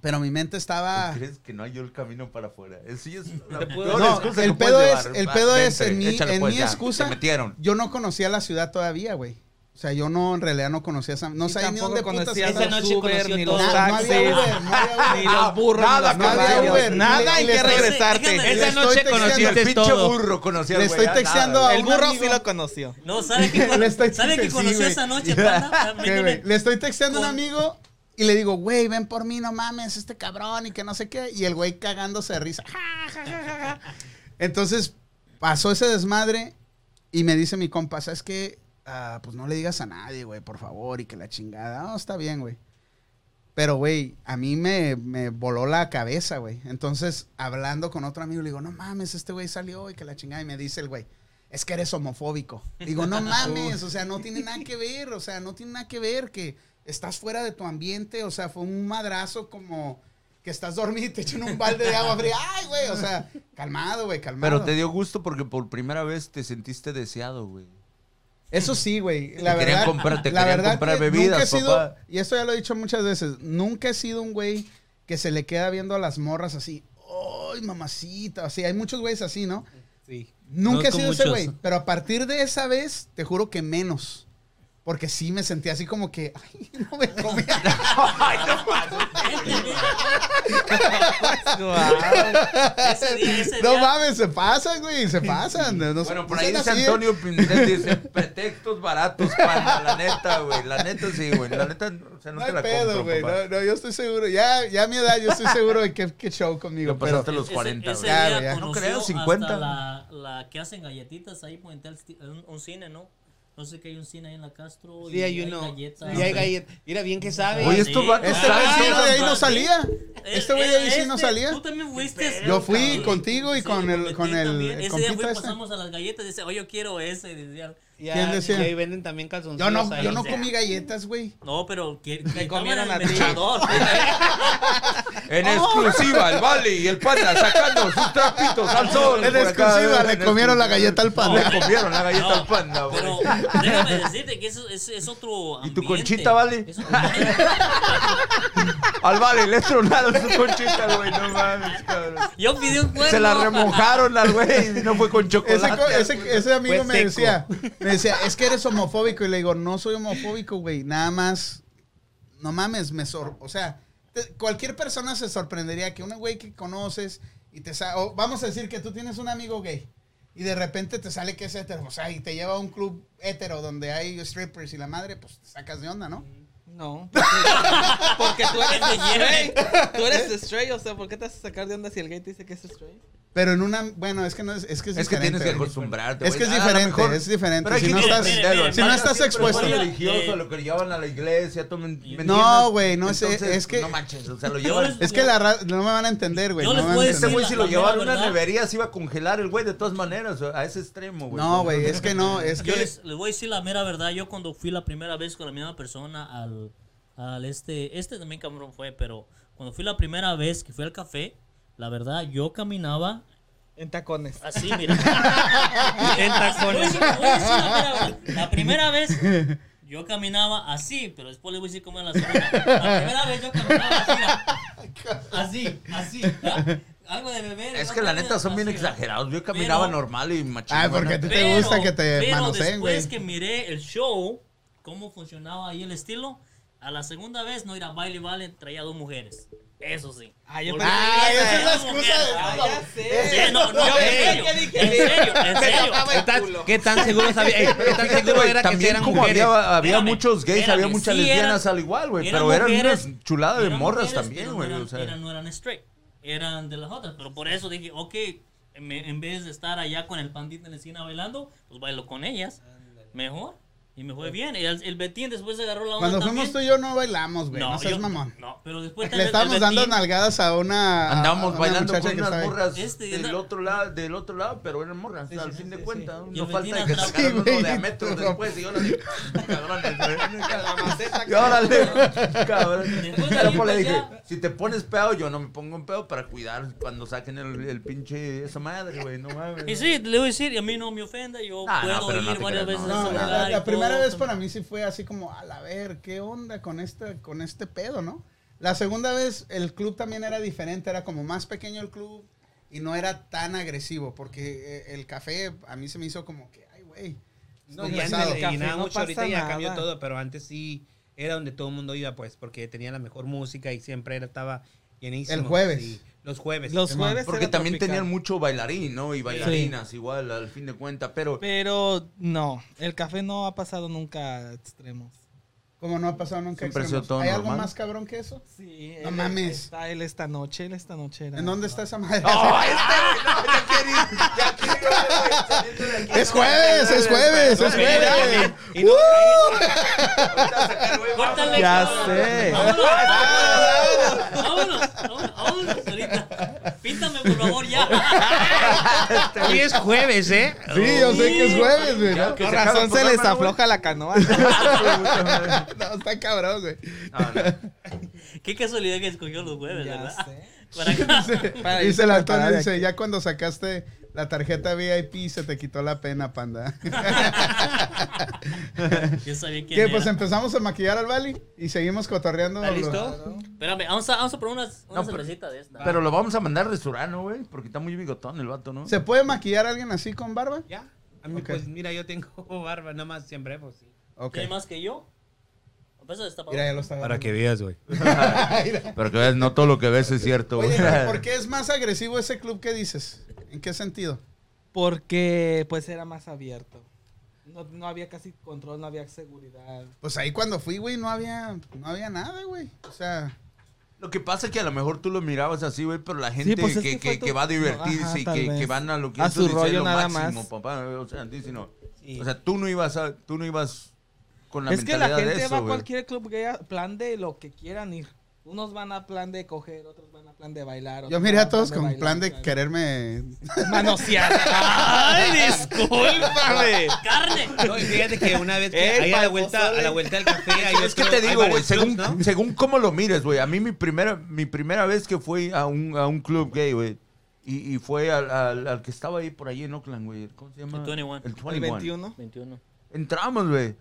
Speaker 1: Pero mi mente estaba...
Speaker 2: ¿Crees que no hay el camino para afuera? Sí, es la
Speaker 8: Te puedo-
Speaker 2: peor
Speaker 1: No,
Speaker 2: excusa
Speaker 1: el
Speaker 2: Pues que
Speaker 1: pedo
Speaker 2: puedes
Speaker 1: es,
Speaker 2: llevar.
Speaker 1: el
Speaker 2: Va,
Speaker 1: pedo es,
Speaker 2: vente,
Speaker 1: en mi,
Speaker 2: échale,
Speaker 1: en
Speaker 2: pues,
Speaker 1: mi
Speaker 2: ya,
Speaker 1: excusa,
Speaker 2: Te metieron.
Speaker 1: yo no conocía la ciudad todavía, güey. O sea, yo no, en realidad no conocía San... No
Speaker 7: Y
Speaker 1: sabía ni
Speaker 7: tampoco
Speaker 1: dónde putas
Speaker 7: conocía
Speaker 1: estaba.
Speaker 8: Esa noche conoció
Speaker 7: ni
Speaker 8: todo.
Speaker 7: los
Speaker 1: Na- no
Speaker 7: taxis,
Speaker 1: había Uber, no había
Speaker 7: [laughs] ni
Speaker 1: Uber.
Speaker 7: los burros,
Speaker 2: nada,
Speaker 7: ni
Speaker 1: no
Speaker 7: los
Speaker 1: había
Speaker 7: caballos,
Speaker 1: Uber,
Speaker 7: nada
Speaker 1: ni-
Speaker 7: hay
Speaker 1: le
Speaker 7: que
Speaker 1: estoy-
Speaker 5: déjame-
Speaker 7: regresarte.
Speaker 8: Esa
Speaker 1: estoy
Speaker 8: noche
Speaker 1: texteando.
Speaker 2: Y el
Speaker 8: conociste
Speaker 2: pinche
Speaker 8: todo.
Speaker 2: burro conocí al
Speaker 1: Le
Speaker 2: güey,
Speaker 1: estoy
Speaker 2: ya,
Speaker 1: texteando
Speaker 2: nada.
Speaker 1: a
Speaker 7: El
Speaker 1: un
Speaker 7: burro
Speaker 1: amigo-
Speaker 7: sí lo conoció.
Speaker 5: No, ¿sabe
Speaker 1: [laughs]
Speaker 5: que,
Speaker 1: Le estoy-
Speaker 5: ¿sabe que
Speaker 1: sí,
Speaker 5: conoció
Speaker 1: güey.
Speaker 5: esa noche, pana?
Speaker 1: [laughs] ¿Qué,
Speaker 5: Mira,
Speaker 1: güey? Le estoy texteando a un
Speaker 5: Ah, Con-
Speaker 1: amigo y le digo, güey, ven por mí, no mames, este cabrón y que no sé qué. Y el güey cagándose de risa. Ja, ja, ja, ja, ja. Entonces pasó ese desmadre y me dice mi compa, ¿sabes qué? Ah, pues no le digas a nadie, güey, por favor, y que la chingada. No, está bien, güey. Pero, güey, a mí me, me voló la cabeza, güey. Entonces, hablando con otro amigo, le digo, no mames, este güey salió y que la chingada. Y me dice el güey, es que eres homofóbico. Digo, no mames, o sea, no tiene nada que ver, o sea, no tiene nada que ver que estás fuera de tu ambiente, o sea, fue un madrazo como que estás dormido y te echan un balde de agua fría. Ay, güey, o sea, calmado, güey, calmado.
Speaker 2: Pero te dio gusto porque por primera vez te sentiste deseado, güey.
Speaker 1: Eso sí, güey. La
Speaker 2: Te
Speaker 1: verdad.
Speaker 2: querían comprar- te
Speaker 1: la
Speaker 2: querían
Speaker 1: verdad
Speaker 2: comprar
Speaker 1: que
Speaker 2: bebidas,
Speaker 1: nunca he sido,
Speaker 2: papá.
Speaker 1: Y esto ya lo he dicho muchas veces. Nunca he sido un güey que se le queda viendo a las morras así. ¡Ay, mamacita! Así, hay muchos güeyes así, ¿no?
Speaker 7: Sí.
Speaker 1: Nunca he
Speaker 3: Conozco
Speaker 1: sido ese
Speaker 3: muchos.
Speaker 1: güey. Pero a partir de esa vez, te juro que menos. Porque sí me sentí así como que. ¡Ay, no me comía!
Speaker 6: ah,
Speaker 5: ese día, ese
Speaker 1: no
Speaker 5: día-
Speaker 1: mames, se pasan, güey. Se pasan. No,
Speaker 2: Bueno,
Speaker 1: no
Speaker 2: por ahí
Speaker 1: sean
Speaker 2: dice
Speaker 1: así, ¿eh?
Speaker 2: Antonio
Speaker 1: [laughs]
Speaker 2: Pinzet, dice pretextos baratos, pana, la neta, güey. La neta sí, güey. La neta, o sea,
Speaker 1: No
Speaker 2: no, te
Speaker 1: hay
Speaker 2: la
Speaker 1: pedo,
Speaker 2: compro,
Speaker 1: güey.
Speaker 2: compa.
Speaker 1: No, no, yo estoy seguro. Ya, ya a mi edad, yo estoy seguro de que, que show conmigo.
Speaker 2: Ya
Speaker 1: Pero,
Speaker 2: pasaste los
Speaker 5: Ese-
Speaker 2: 40,
Speaker 5: ese
Speaker 2: güey.
Speaker 1: Ya,
Speaker 5: día
Speaker 1: güey, ya.
Speaker 5: conoció
Speaker 2: No creo,
Speaker 5: hasta
Speaker 2: 50.
Speaker 5: La, la que hacen galletitas ahí por entrar al sti- un, un cine, ¿no? No sé que hay un cine ahí en la Castro.
Speaker 8: Sí, hay uno.
Speaker 5: galletas. Ah,
Speaker 8: Y hay galletas. Mira bien que sabe.
Speaker 2: Oye, estos
Speaker 5: Sí,
Speaker 2: vatos
Speaker 1: este
Speaker 5: claro.
Speaker 1: güey
Speaker 2: saben
Speaker 1: sí,
Speaker 2: todo.
Speaker 1: de ahí no salía.
Speaker 5: Eh,
Speaker 1: Este güey
Speaker 5: eh,
Speaker 1: de ahí sí no
Speaker 5: este,
Speaker 1: salía.
Speaker 5: Tú también fuiste.
Speaker 1: Yo fui
Speaker 5: cabrón.
Speaker 1: contigo y con el- con
Speaker 5: metí
Speaker 1: el-
Speaker 5: también.
Speaker 1: el
Speaker 5: Ese día fui,
Speaker 2: este.
Speaker 1: compita ese.
Speaker 5: pasamos a las galletas y dice, oye, yo quiero ese. Decía,
Speaker 8: Ya,
Speaker 1: ¿Quién decía?
Speaker 8: Y ahí venden también calzoncillos.
Speaker 1: Yo no,
Speaker 8: ahí.
Speaker 1: yo no comí galletas, güey.
Speaker 5: no, pero que, que
Speaker 8: comieron
Speaker 1: [laughs]
Speaker 8: a
Speaker 5: estaban en el
Speaker 8: ti.
Speaker 5: mezclador.
Speaker 2: En
Speaker 1: Ah.
Speaker 2: exclusiva, el Vale y el Panda sacando sus trapitos al sol.
Speaker 1: En
Speaker 2: por acá,
Speaker 1: exclusiva, le
Speaker 2: en
Speaker 1: comieron la
Speaker 2: exclusiva.
Speaker 1: galleta al panda.
Speaker 2: Le comieron la galleta
Speaker 5: No,
Speaker 2: al panda, güey.
Speaker 5: Pero déjame decirte que eso es, es
Speaker 2: ¿Y
Speaker 5: otro
Speaker 2: tu
Speaker 5: ambiente.
Speaker 2: conchita, Vale?
Speaker 5: Es otro ambiente.
Speaker 2: Al Vale le tronaron su conchita, güey. No mames, cabrón.
Speaker 5: Yo pedí un cuerno.
Speaker 2: Se la remojaron al güey y no fue con chocolate.
Speaker 1: Ese, co- ese, ese amigo
Speaker 8: Fue
Speaker 1: me
Speaker 8: seco.
Speaker 1: decía, me [laughs] decía, es que eres homofóbico. Y le digo, no soy homofóbico, güey. Nada más, no mames, me sor... O sea, te- cualquier persona se sorprendería que un güey que conoces y te sa- o vamos a decir que tú tienes un amigo gay y de repente te sale que es hetero. O sea, y te lleva a un club hetero donde hay strippers y la madre, pues te sacas de onda, ¿no?
Speaker 7: No.
Speaker 5: Porque tú eres de
Speaker 7: Güey,
Speaker 5: hierro.
Speaker 7: Tú eres straight, o sea, ¿por qué te vas a sacar de onda si el gay te dice que es straight?
Speaker 1: Pero en una, bueno, es que no es, es que es,
Speaker 2: Es que
Speaker 1: diferente,
Speaker 2: tienes que
Speaker 1: güey.
Speaker 2: acostumbrarte.
Speaker 1: Es que es
Speaker 2: güey. Ah, A lo
Speaker 1: diferente,
Speaker 2: mejor-
Speaker 1: es diferente.
Speaker 2: Pero hay
Speaker 1: Si
Speaker 2: que
Speaker 1: no estás-
Speaker 2: entenderlo,
Speaker 5: si
Speaker 2: hermano.
Speaker 1: no estás
Speaker 2: Siempre
Speaker 1: expuesto.
Speaker 2: fue religioso, lo que llevaban a la iglesia, tú me- me
Speaker 1: No,
Speaker 2: entiendes?
Speaker 1: güey, no sé,
Speaker 2: Entonces,
Speaker 1: es que-
Speaker 2: No manches, o
Speaker 1: [laughs]
Speaker 2: sea, lo llevan...
Speaker 5: les-
Speaker 1: Es que la ra- no me van a entender, güey.
Speaker 5: Yo
Speaker 1: no
Speaker 5: les
Speaker 1: me van a
Speaker 5: puedo
Speaker 2: Ese
Speaker 1: entender.
Speaker 2: güey
Speaker 5: Sí,
Speaker 2: si
Speaker 5: la-
Speaker 2: lo
Speaker 5: la
Speaker 2: llevaron a
Speaker 5: mera
Speaker 2: una
Speaker 5: verdad.
Speaker 2: nevería se iba a congelar el güey de todas maneras, a ese extremo, güey.
Speaker 1: No, güey, es que no, es
Speaker 5: Yo
Speaker 1: que
Speaker 5: les, les voy a decir la mera verdad. Yo cuando fui la primera vez con la misma persona al, al este, este también cabrón fue, pero cuando fui la primera vez que fui al café, la verdad yo caminaba
Speaker 7: En tacones.
Speaker 5: así, mira. en tacones. La primera vez yo caminaba así, pero después les voy a decir cómo era la segunda. La primera vez yo caminaba así, mira. así, así. ¿ya? Algo de beber.
Speaker 2: Es
Speaker 5: ¿no?
Speaker 2: que la
Speaker 5: Algo
Speaker 2: neta
Speaker 5: de-
Speaker 2: son bien
Speaker 5: así, ¿ya?
Speaker 2: exagerados. Yo caminaba
Speaker 5: Pero-
Speaker 2: normal y machín.
Speaker 1: Ay, Ah, porque a ti te gusta que te
Speaker 5: pero
Speaker 1: manoseen, güey.
Speaker 5: después que miré el show, cómo funcionaba ahí el estilo, a la segunda vez no ir a baile vale traía dos mujeres. Eso sí.
Speaker 7: Ah, yo
Speaker 5: Porque
Speaker 7: pensé que
Speaker 5: traía
Speaker 1: ibas a- esa es la
Speaker 5: dos
Speaker 1: excusa
Speaker 5: mujeres.
Speaker 1: de-
Speaker 5: Ay,
Speaker 7: Ah, ya sé.
Speaker 5: Sí, no, eh, no,
Speaker 7: Yo
Speaker 5: en
Speaker 7: pensé
Speaker 5: serio,
Speaker 7: que
Speaker 5: en
Speaker 7: dije-
Speaker 5: serio, en serio.
Speaker 8: ¿Qué tan, qué tan seguro sabía? Ey, ¿Qué tan seguro era que si
Speaker 2: También
Speaker 8: eran
Speaker 2: como
Speaker 8: mujeres?
Speaker 2: había, había
Speaker 5: Espérame,
Speaker 2: muchos gays,
Speaker 5: espérame,
Speaker 2: había muchas
Speaker 5: sí eran-
Speaker 2: lesbianas al igual, güey. Pero eran unas chuladas Ah, de morras también, güey.
Speaker 5: No,
Speaker 2: o sea.
Speaker 5: eran, no eran straight, eran de las otras. Pero por eso dije, ok, en, en vez de estar allá con el pandita en la esquina bailando, pues bailo con ellas. Mejor. Y me fue bien. El, el Betín después agarró la onda
Speaker 1: cuando
Speaker 5: también.
Speaker 1: fuimos tú y yo no bailamos, güey. No, seas
Speaker 5: yo-
Speaker 1: mamón.
Speaker 5: No, pero después
Speaker 1: Le estábamos dando
Speaker 5: nada.
Speaker 1: nalgadas a una. a- a
Speaker 2: Andábamos
Speaker 1: una
Speaker 2: bailando
Speaker 1: muchacha
Speaker 2: con
Speaker 1: que
Speaker 2: unas
Speaker 1: estaba ahí.
Speaker 2: morras
Speaker 5: Este,
Speaker 2: del,
Speaker 5: esa-
Speaker 2: otro lado, del otro lado, pero eran morras, al fin de cuentas.
Speaker 5: Y
Speaker 2: No
Speaker 5: el
Speaker 2: falta
Speaker 5: Betín
Speaker 2: que
Speaker 5: atrás.
Speaker 2: sacaran uno
Speaker 1: Sí, güey,
Speaker 2: de a metros
Speaker 1: tú,
Speaker 2: después y órale, cabrones, güey. Y
Speaker 7: maceta,
Speaker 2: órale, cabrones.
Speaker 5: Después de
Speaker 2: Pero
Speaker 5: ahí,
Speaker 2: pues le
Speaker 5: pues,
Speaker 2: dije,
Speaker 5: ya.
Speaker 2: si te pones pedo, yo no me pongo en pedo para cuidar cuando saquen el, el pinche esa madre, güey, no mames.
Speaker 5: Y sí, le voy a decir, y a mí no me ofenda, yo
Speaker 2: Ah, no,
Speaker 5: puedo
Speaker 2: pero no
Speaker 5: ir
Speaker 2: te
Speaker 5: varias
Speaker 2: creas,
Speaker 5: veces
Speaker 2: no,
Speaker 5: a
Speaker 1: No,
Speaker 5: su
Speaker 1: la,
Speaker 5: lugar
Speaker 1: la-
Speaker 5: y
Speaker 1: la primera
Speaker 5: todo.
Speaker 1: vez para mí sí fue así como, a la ver, ¿qué onda con este, con este pedo, no? La segunda vez el club también era diferente, era como más pequeño el club y no era tan agresivo, porque eh, el café a mí se me hizo como que, ay, güey.
Speaker 6: No,
Speaker 1: muy
Speaker 6: ya antes
Speaker 1: pesado.
Speaker 6: le llenaba
Speaker 7: no
Speaker 6: mucho, ahorita
Speaker 7: pasa
Speaker 6: ya
Speaker 7: nada.
Speaker 6: cambió todo, pero antes sí era donde todo el mundo iba, pues, porque tenía la mejor música y siempre era, estaba llenísimo.
Speaker 1: El jueves.
Speaker 6: sí. los jueves.
Speaker 7: Los
Speaker 1: Simón.
Speaker 7: jueves
Speaker 2: Porque
Speaker 7: era
Speaker 2: también
Speaker 7: tropical.
Speaker 2: tenían mucho bailarín, ¿no? Y bailarinas igual, al fin de cuentas, pero...
Speaker 7: Pero no, el café no ha pasado nunca a extremos.
Speaker 1: Como no ha pasado nunca.
Speaker 2: Siempre ha sido
Speaker 1: extremos.
Speaker 2: todo
Speaker 1: ¿Hay algo
Speaker 2: normal.
Speaker 1: más cabrón que eso?
Speaker 7: Sí,
Speaker 1: No
Speaker 7: él
Speaker 1: mames.
Speaker 7: Está él esta noche, él esta noche era.
Speaker 1: ¿En dónde está esa madre?
Speaker 2: ¡Oh, este, güey! [laughs] No, ya quería ir, ya quería ir, güey, saliendo de aquí.
Speaker 1: Es jueves, es jueves, es jueves.
Speaker 2: Ahorita sacar, güey,
Speaker 5: Córtale,
Speaker 7: Ya
Speaker 5: cabrón.
Speaker 7: sé.
Speaker 5: Vámonos, vámonos, vámonos, vámonos ahorita. Píntame, por favor, ya.
Speaker 2: [laughs]
Speaker 8: Hoy es jueves, ¿eh?
Speaker 1: Sí, yo sé que es jueves, güey. ¿no?
Speaker 2: que
Speaker 7: Con
Speaker 2: se acaba
Speaker 7: razón
Speaker 2: el
Speaker 7: se les
Speaker 2: programa, güey.
Speaker 7: afloja la canoa.
Speaker 1: [laughs] No, está cabrón, güey.
Speaker 2: Ah, no.
Speaker 5: Qué casualidad que escogió los jueves,
Speaker 7: ya
Speaker 5: ¿verdad?
Speaker 7: sé.
Speaker 5: Para acá.
Speaker 7: Para
Speaker 1: Dice
Speaker 7: irse
Speaker 1: el
Speaker 7: preparada
Speaker 1: Antonio,
Speaker 7: de
Speaker 1: dice,
Speaker 7: aquí.
Speaker 1: ya cuando sacaste la tarjeta VIP se te quitó la pena, panda.
Speaker 5: Yo sabía quién
Speaker 1: ¿Qué?
Speaker 5: era.
Speaker 1: Pues empezamos a maquillar al Bali y seguimos cotorreando.
Speaker 8: ¿Está
Speaker 1: lo-
Speaker 8: listo?
Speaker 5: Espérame, vamos a, vamos a probar unas, una
Speaker 2: No, pero-
Speaker 5: cervecita de esta.
Speaker 2: Pero lo vamos a mandar al restaurante, ¿no, güey, porque está muy bigotón el vato, ¿no?
Speaker 1: ¿Se puede maquillar a alguien así con barba?
Speaker 6: Ya. A mí,
Speaker 1: Ok.
Speaker 6: pues, mira, yo tengo [laughs] barba, nada más siempre, pues, sí.
Speaker 1: Ok.
Speaker 5: ¿Tiene más que yo? A pesar de esta
Speaker 1: Mira, ya lo está agarrando.
Speaker 6: veas, güey.
Speaker 1: Mira.
Speaker 2: Pero que veas, no todo lo que ves es cierto,
Speaker 1: Oye,
Speaker 2: güey.
Speaker 1: pero
Speaker 2: [laughs]
Speaker 1: ¿por qué es más agresivo ese club que dices? ¿En qué sentido?
Speaker 7: Porque pues era más abierto. No, no había casi control, no había seguridad.
Speaker 1: Pues ahí cuando fui, güey, no había, no había nada, güey. O sea,
Speaker 2: Lo que pasa es que a lo mejor tú lo mirabas así, güey, pero la gente
Speaker 7: pues, es
Speaker 2: que,
Speaker 7: que fue
Speaker 2: que-
Speaker 7: tu-
Speaker 2: que va a divertirse
Speaker 7: Ajá,
Speaker 2: y
Speaker 7: tal
Speaker 2: que, que
Speaker 7: vez.
Speaker 2: van a lo que
Speaker 7: A
Speaker 2: ellos
Speaker 7: su
Speaker 2: dicen es
Speaker 7: rollo
Speaker 2: lo
Speaker 7: nada
Speaker 2: máximo,
Speaker 7: más.
Speaker 2: papá. O sea, dice, no.
Speaker 7: Sí.
Speaker 2: O sea, tú no ibas a, tú no ibas con la
Speaker 7: es que la
Speaker 2: mentalidad
Speaker 7: gente
Speaker 2: de eso,
Speaker 7: va a
Speaker 2: güey.
Speaker 7: cualquier club gay a plan de lo que quieran ir. Unos van a plan de coger, otros van a plan de bailar.
Speaker 1: yo
Speaker 7: otros
Speaker 1: miré
Speaker 7: van
Speaker 1: a todos
Speaker 7: plan
Speaker 1: con
Speaker 7: bailar,
Speaker 1: plan de
Speaker 7: claro.
Speaker 1: quererme
Speaker 7: manosear. Ay,
Speaker 8: Discúlpame.
Speaker 5: ¡Carne!
Speaker 6: No, y fíjate que una vez que
Speaker 8: Ey,
Speaker 6: ahí a la,
Speaker 8: pal-
Speaker 6: vuelta, a la vuelta del café hay
Speaker 2: Es que
Speaker 6: otro-
Speaker 2: te
Speaker 6: hay
Speaker 2: digo, güey,
Speaker 6: varios
Speaker 2: según, [laughs]
Speaker 6: clubs, ¿no?
Speaker 2: según cómo lo mires, güey. A mí mi primera, mi primera vez que fui a un, a un club gay, güey. Y, y fue al, al- al que estaba ahí por ahí en Oakland, güey. ¿Cómo se llama?
Speaker 5: El 21.
Speaker 2: El
Speaker 7: El
Speaker 2: 21.
Speaker 7: 21.
Speaker 5: 21.
Speaker 2: Entramos, güey.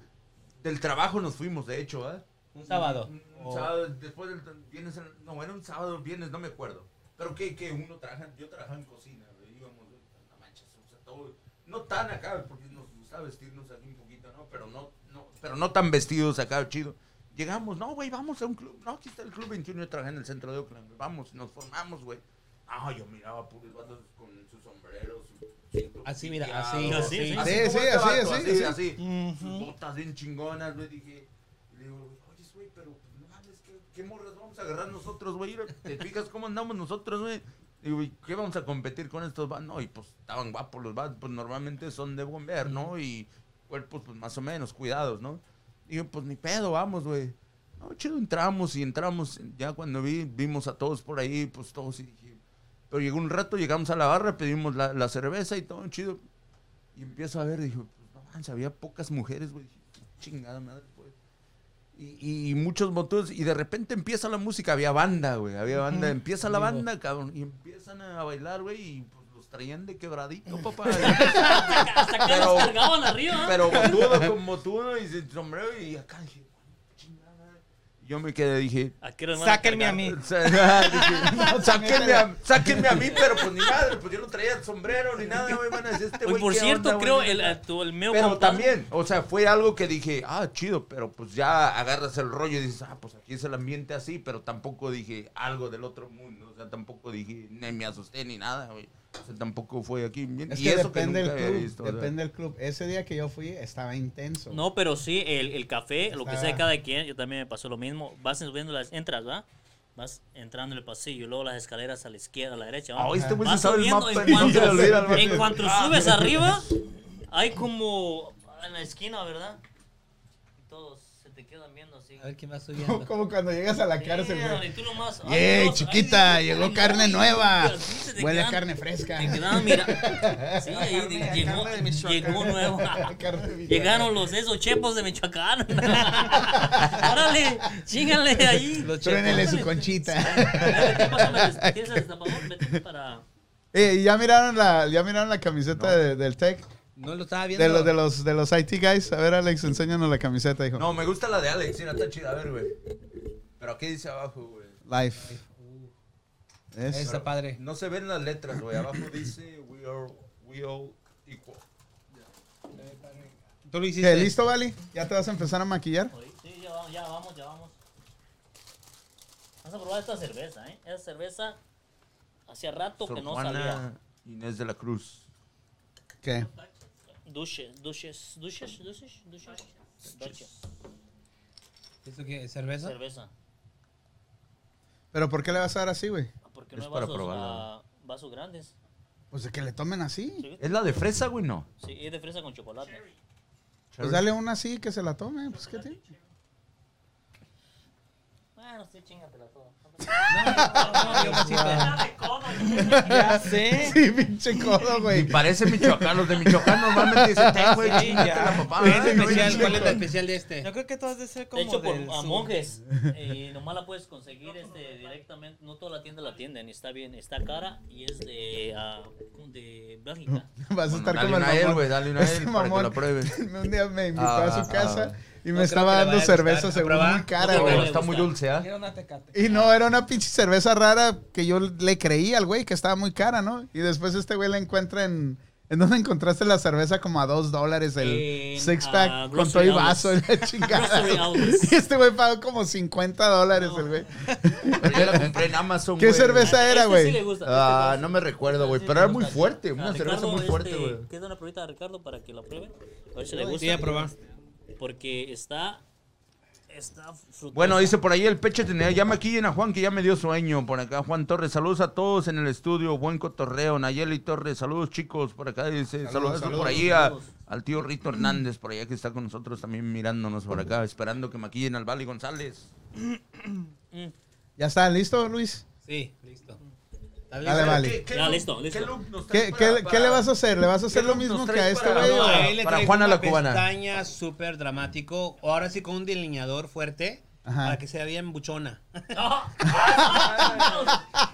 Speaker 2: Del trabajo nos fuimos, de hecho, ¿eh?
Speaker 6: Un sábado. Oh.
Speaker 2: Un
Speaker 6: O-
Speaker 2: sábado, después del viernes, no, era un sábado, viernes, no me acuerdo. Pero que, que uno trabaja, yo trabajaba en cocina, güey, íbamos, no manches, o sea, todo, no tan acá, porque nos gustaba vestirnos así un poquito, ¿no? Pero no, no, pero no tan vestidos acá, chido. Llegamos, no, güey, vamos a un club, no, aquí está el Club 21, yo trabajé en el centro de Oakland, güey, vamos, nos formamos, güey. Ah, yo miraba puros vatos con sus sombreros, su cinto
Speaker 6: Así, mira,
Speaker 2: piteado,
Speaker 6: así,
Speaker 5: así,
Speaker 2: así,
Speaker 5: sí.
Speaker 1: Sí,
Speaker 2: como
Speaker 1: sí,
Speaker 2: este
Speaker 1: así,
Speaker 2: vato,
Speaker 1: así, así.
Speaker 2: así, así. Sus botas bien chingonas, güey, dije. Y le digo, oye, güey, pero pues, no mames, ¿qué, qué morras vamos a agarrar nosotros, güey? Mira, ¿Te fijas cómo andamos nosotros, güey? Digo, ¿y qué vamos a competir con estos vatos? No, y pues estaban guapos los vatos, pues normalmente son de bomber, ¿no? Y cuerpos, pues más o menos, cuidados, ¿no? Digo, pues ni pedo, vamos, güey. No, chido, entramos y entramos. Ya cuando vi, vimos a todos por ahí, pues todos y dije. Pero llegó un rato, llegamos a la barra, pedimos la, la cerveza y todo, chido. Y empiezo a ver, dije, pues no manches, había pocas mujeres, güey. Dije, "Qué Chingada madre, pues. Y, y- y muchos motos, y de repente empieza la música, había banda, güey, había banda, empieza la banda, cabrón, y empiezan a bailar, güey, y pues los traían de quebradito, papá.
Speaker 5: Hasta que
Speaker 2: Pero-
Speaker 5: los cargaban arriba. ¿eh?
Speaker 2: Pero botudo con botudo y sin sombrero y acá dije, "Bueno, chingada madre". Yo me quedé, dije,
Speaker 5: ¿A qué hora me van a
Speaker 8: Sáquenme a
Speaker 2: [laughs]
Speaker 8: mí.
Speaker 2: o sea, Ah, [laughs] dije, sáquenme, a, sáquenme a mí, pero pues ni madre, pues yo no traía el sombrero ni nada, güey, van a decir, este
Speaker 5: Oye,
Speaker 2: güey,
Speaker 5: Pues, por
Speaker 2: ¿qué
Speaker 5: cierto,
Speaker 2: onda,
Speaker 5: creo
Speaker 2: güey?"
Speaker 5: el, a tu- el mío
Speaker 2: Pero
Speaker 5: compadre-
Speaker 2: también, o sea, fue algo que dije, ah, chido, pero pues ya agarras el rollo y dices, ah, pues aquí es el ambiente así, pero tampoco dije algo del otro mundo, o sea, tampoco dije, ni me asusté ni nada, güey. O sea, tampoco fue aquí. bien.
Speaker 1: Es
Speaker 2: y
Speaker 1: que
Speaker 2: eso
Speaker 1: depende
Speaker 2: que
Speaker 1: del
Speaker 2: nunca había
Speaker 1: club.
Speaker 2: visto, o sea.
Speaker 1: depende del club. Ese día que yo fui estaba intenso.
Speaker 5: No, pero sí, el, el café, lo que
Speaker 1: Está-
Speaker 5: sea de cada quien, yo también me pasó lo mismo. Vas subiendo las, entras, ¿va? Vas entrando en el pasillo, luego las escaleras a la izquierda, a la derecha. ¿va?
Speaker 2: Ah, este güey se
Speaker 5: Vas
Speaker 2: sabe el
Speaker 5: subiendo,
Speaker 2: mapa,
Speaker 5: en
Speaker 2: [laughs] no se le olvida Ah. el
Speaker 5: cuanto,
Speaker 2: mapa.
Speaker 5: en cuanto subes arriba, hay como en la esquina, ¿verdad? Y todos se te quedan viendo así.
Speaker 8: A ver quién va
Speaker 1: [laughs] Como,
Speaker 8: subiendo.
Speaker 1: [laughs] como cuando llegas a la cárcel,
Speaker 5: Mierda,
Speaker 1: güey.
Speaker 5: y tú nomás, ay,
Speaker 1: ¡Yey,
Speaker 5: Dios,
Speaker 1: chiquita!
Speaker 5: ay,
Speaker 1: llegó
Speaker 5: ay,
Speaker 1: carne
Speaker 5: ay,
Speaker 1: nueva.
Speaker 5: así se te
Speaker 1: Huele a
Speaker 5: quedan-
Speaker 1: carne fresca.
Speaker 5: Te quedaban
Speaker 1: [laughs]
Speaker 2: [laughs]
Speaker 5: mira. Sí,
Speaker 7: Carne-
Speaker 5: y de-
Speaker 7: carne
Speaker 5: llegó,
Speaker 7: de Michoacán.
Speaker 5: llegó nuevo.
Speaker 2: [laughs]
Speaker 1: Carne de Michoacán.
Speaker 5: Llegaron los esos chepos de Michoacán. [laughs] Órale, chíngale ahí.
Speaker 1: Truénele su conchita.
Speaker 5: Vete, pásame el- ¿Quieres el destapador? Vete para.
Speaker 1: Eh, ¿ya, miraron la, ¿Ya miraron la camiseta de- del Tech?
Speaker 8: No lo estaba viendo.
Speaker 1: De los, de, los, de los IT guys. A ver, Alex, enséñanos la camiseta, hijo.
Speaker 2: No, me gusta la de Alex, mira, está chida, a ver, güey. Pero aquí dice abajo, güey.
Speaker 1: Life. Es-
Speaker 8: Está padre.
Speaker 2: No se ven las letras, güey. Abajo dice we are we all equal.
Speaker 8: Tú lo
Speaker 1: ¿Qué,
Speaker 8: hiciste.
Speaker 1: ¿Listo, Vali? ¿Ya te vas a empezar a maquillar?
Speaker 5: Sí, ya vamos, ya vamos, ya vamos. Vamos a probar esta cerveza, ¿eh? Esa cerveza hacía rato que
Speaker 2: Sor
Speaker 5: no
Speaker 2: Juana
Speaker 5: salía.
Speaker 2: Inés de la Cruz.
Speaker 1: ¿Qué?
Speaker 5: Duches, duches, duches, duches, duches. Duches.
Speaker 8: ¿Esto qué? es? ¿Cerveza?
Speaker 5: Cerveza.
Speaker 1: ¿Pero por qué le vas a dar así, güey?
Speaker 5: Ah, Porque
Speaker 2: Es
Speaker 5: no hay
Speaker 2: para
Speaker 5: vasos,
Speaker 2: probarla.
Speaker 5: ah, vasos grandes.
Speaker 1: Pues de que le tomen así.
Speaker 5: Sí.
Speaker 2: ¿Es la de fresa, güey? No.
Speaker 5: Sí, es de fresa con chocolate.
Speaker 1: Pues dale una así que se la tome. Pues qué tiene. [laughs]
Speaker 5: Bueno, sí, chingatela toda.
Speaker 8: Ya sé.
Speaker 1: Sí, pinche codo,
Speaker 2: [laughs]
Speaker 1: güey.
Speaker 2: Parece Michoacán. Los de Michoacán normalmente
Speaker 1: [laughs]
Speaker 2: dicen, "Ten, güey,
Speaker 8: Sí,
Speaker 2: chingate
Speaker 8: ya.
Speaker 2: la papá.
Speaker 8: ¿Cuál
Speaker 6: Ah,
Speaker 8: es
Speaker 2: ¿eh?
Speaker 8: el
Speaker 2: No,
Speaker 8: especial?
Speaker 2: no,
Speaker 8: ¿Cuál es la
Speaker 2: no".
Speaker 8: especial de
Speaker 7: Yo
Speaker 8: este?
Speaker 7: creo que tú has de ser como.
Speaker 5: De hecho, por,
Speaker 7: del
Speaker 5: a
Speaker 7: sur. [laughs]
Speaker 5: monjes. Y nomás la puedes conseguir este, directamente. No toda la tienda la tienden. Está bien, está cara y es de, ah, de
Speaker 2: [laughs]
Speaker 5: Bélgica.
Speaker 1: Vas a
Speaker 2: Bueno,
Speaker 1: estar
Speaker 2: dale
Speaker 1: como el
Speaker 2: una a él,
Speaker 1: mamón.
Speaker 2: güey, dale una a
Speaker 1: Ese
Speaker 2: él para que
Speaker 1: mamón
Speaker 2: la pruebe.
Speaker 1: [laughs] Un día me invitó
Speaker 2: Ah,
Speaker 1: a su
Speaker 2: ah,
Speaker 1: casa y me
Speaker 8: No
Speaker 1: estaba
Speaker 8: creo que le
Speaker 1: dando
Speaker 8: vaya a
Speaker 1: cerveza,
Speaker 8: gustar.
Speaker 1: según
Speaker 8: ¿Habrá?
Speaker 1: muy cara,
Speaker 5: No creo
Speaker 1: güey.
Speaker 2: Pero
Speaker 5: le
Speaker 2: está muy
Speaker 5: gusta.
Speaker 2: dulce, ¿ah?
Speaker 7: Era una tecate.
Speaker 1: Y no, era una pinche cerveza rara que yo le creía al güey que estaba muy cara, ¿no? Y después este güey la encuentra en... ¿En dónde encontraste la cerveza como a dos dólares? El
Speaker 5: En, ah,
Speaker 1: six-pack con todo
Speaker 5: grocery
Speaker 1: y vaso y la
Speaker 5: Grocery
Speaker 1: chingada. [laughs]
Speaker 5: outlets.
Speaker 1: Y este güey pagó como 50 dólares el güey.
Speaker 2: Pero Yo la compré en Amazon,
Speaker 1: ¿Qué
Speaker 2: güey.
Speaker 1: cerveza
Speaker 5: Este
Speaker 1: era,
Speaker 5: sí
Speaker 1: güey?
Speaker 5: le gusta, este
Speaker 2: Ah,
Speaker 5: sí.
Speaker 2: no me recuerdo, güey.
Speaker 5: Sí,
Speaker 2: Pero
Speaker 5: le
Speaker 2: era muy
Speaker 5: gusta.
Speaker 2: fuerte.
Speaker 5: A
Speaker 2: Una
Speaker 5: Ricardo,
Speaker 2: cerveza muy fuerte,
Speaker 5: este,
Speaker 2: güey.
Speaker 5: ¿Quieres dar una probita a Ricardo para que la pruebe? A ver si le gusta.
Speaker 8: Sí, a probar.
Speaker 5: Porque está. Está frutosa. [laughs]
Speaker 2: Bueno, dice por ahí el peche tenía. Ya maquillen a Juan, que ya me dio sueño. Por acá, Juan Torres. Saludos a todos en el estudio. Buen cotorreo. Nayeli Torres. Saludos, chicos. Por acá dice. Saludos, por ahí a- al tío Rito Hernández. Por allá que está con nosotros también mirándonos por acá. Esperando que maquillen al Vali González.
Speaker 1: ¿Ya está listo, Luis?
Speaker 8: Sí, listo.
Speaker 1: Dale, vale.
Speaker 2: ¿Qué- qué
Speaker 5: Ya,
Speaker 2: look-
Speaker 5: listo, listo.
Speaker 2: ¿Qué, look nos
Speaker 1: ¿Qué,
Speaker 2: traes
Speaker 1: qué-
Speaker 2: para-
Speaker 1: qué le
Speaker 2: para-
Speaker 1: vas a hacer? ¿Le vas a hacer
Speaker 2: ¿Qué
Speaker 1: lo
Speaker 2: look
Speaker 1: mismo
Speaker 2: nos
Speaker 1: que a
Speaker 2: traes
Speaker 1: este
Speaker 2: para-
Speaker 1: güey?
Speaker 2: No,
Speaker 1: o-
Speaker 2: a él? Para Juana la Cubana.
Speaker 6: pestaña súper dramático. O Ahora sí con un delineador fuerte.
Speaker 1: Ajá.
Speaker 6: Para que se vea bien
Speaker 2: [laughs]
Speaker 6: buchona.
Speaker 5: Ah,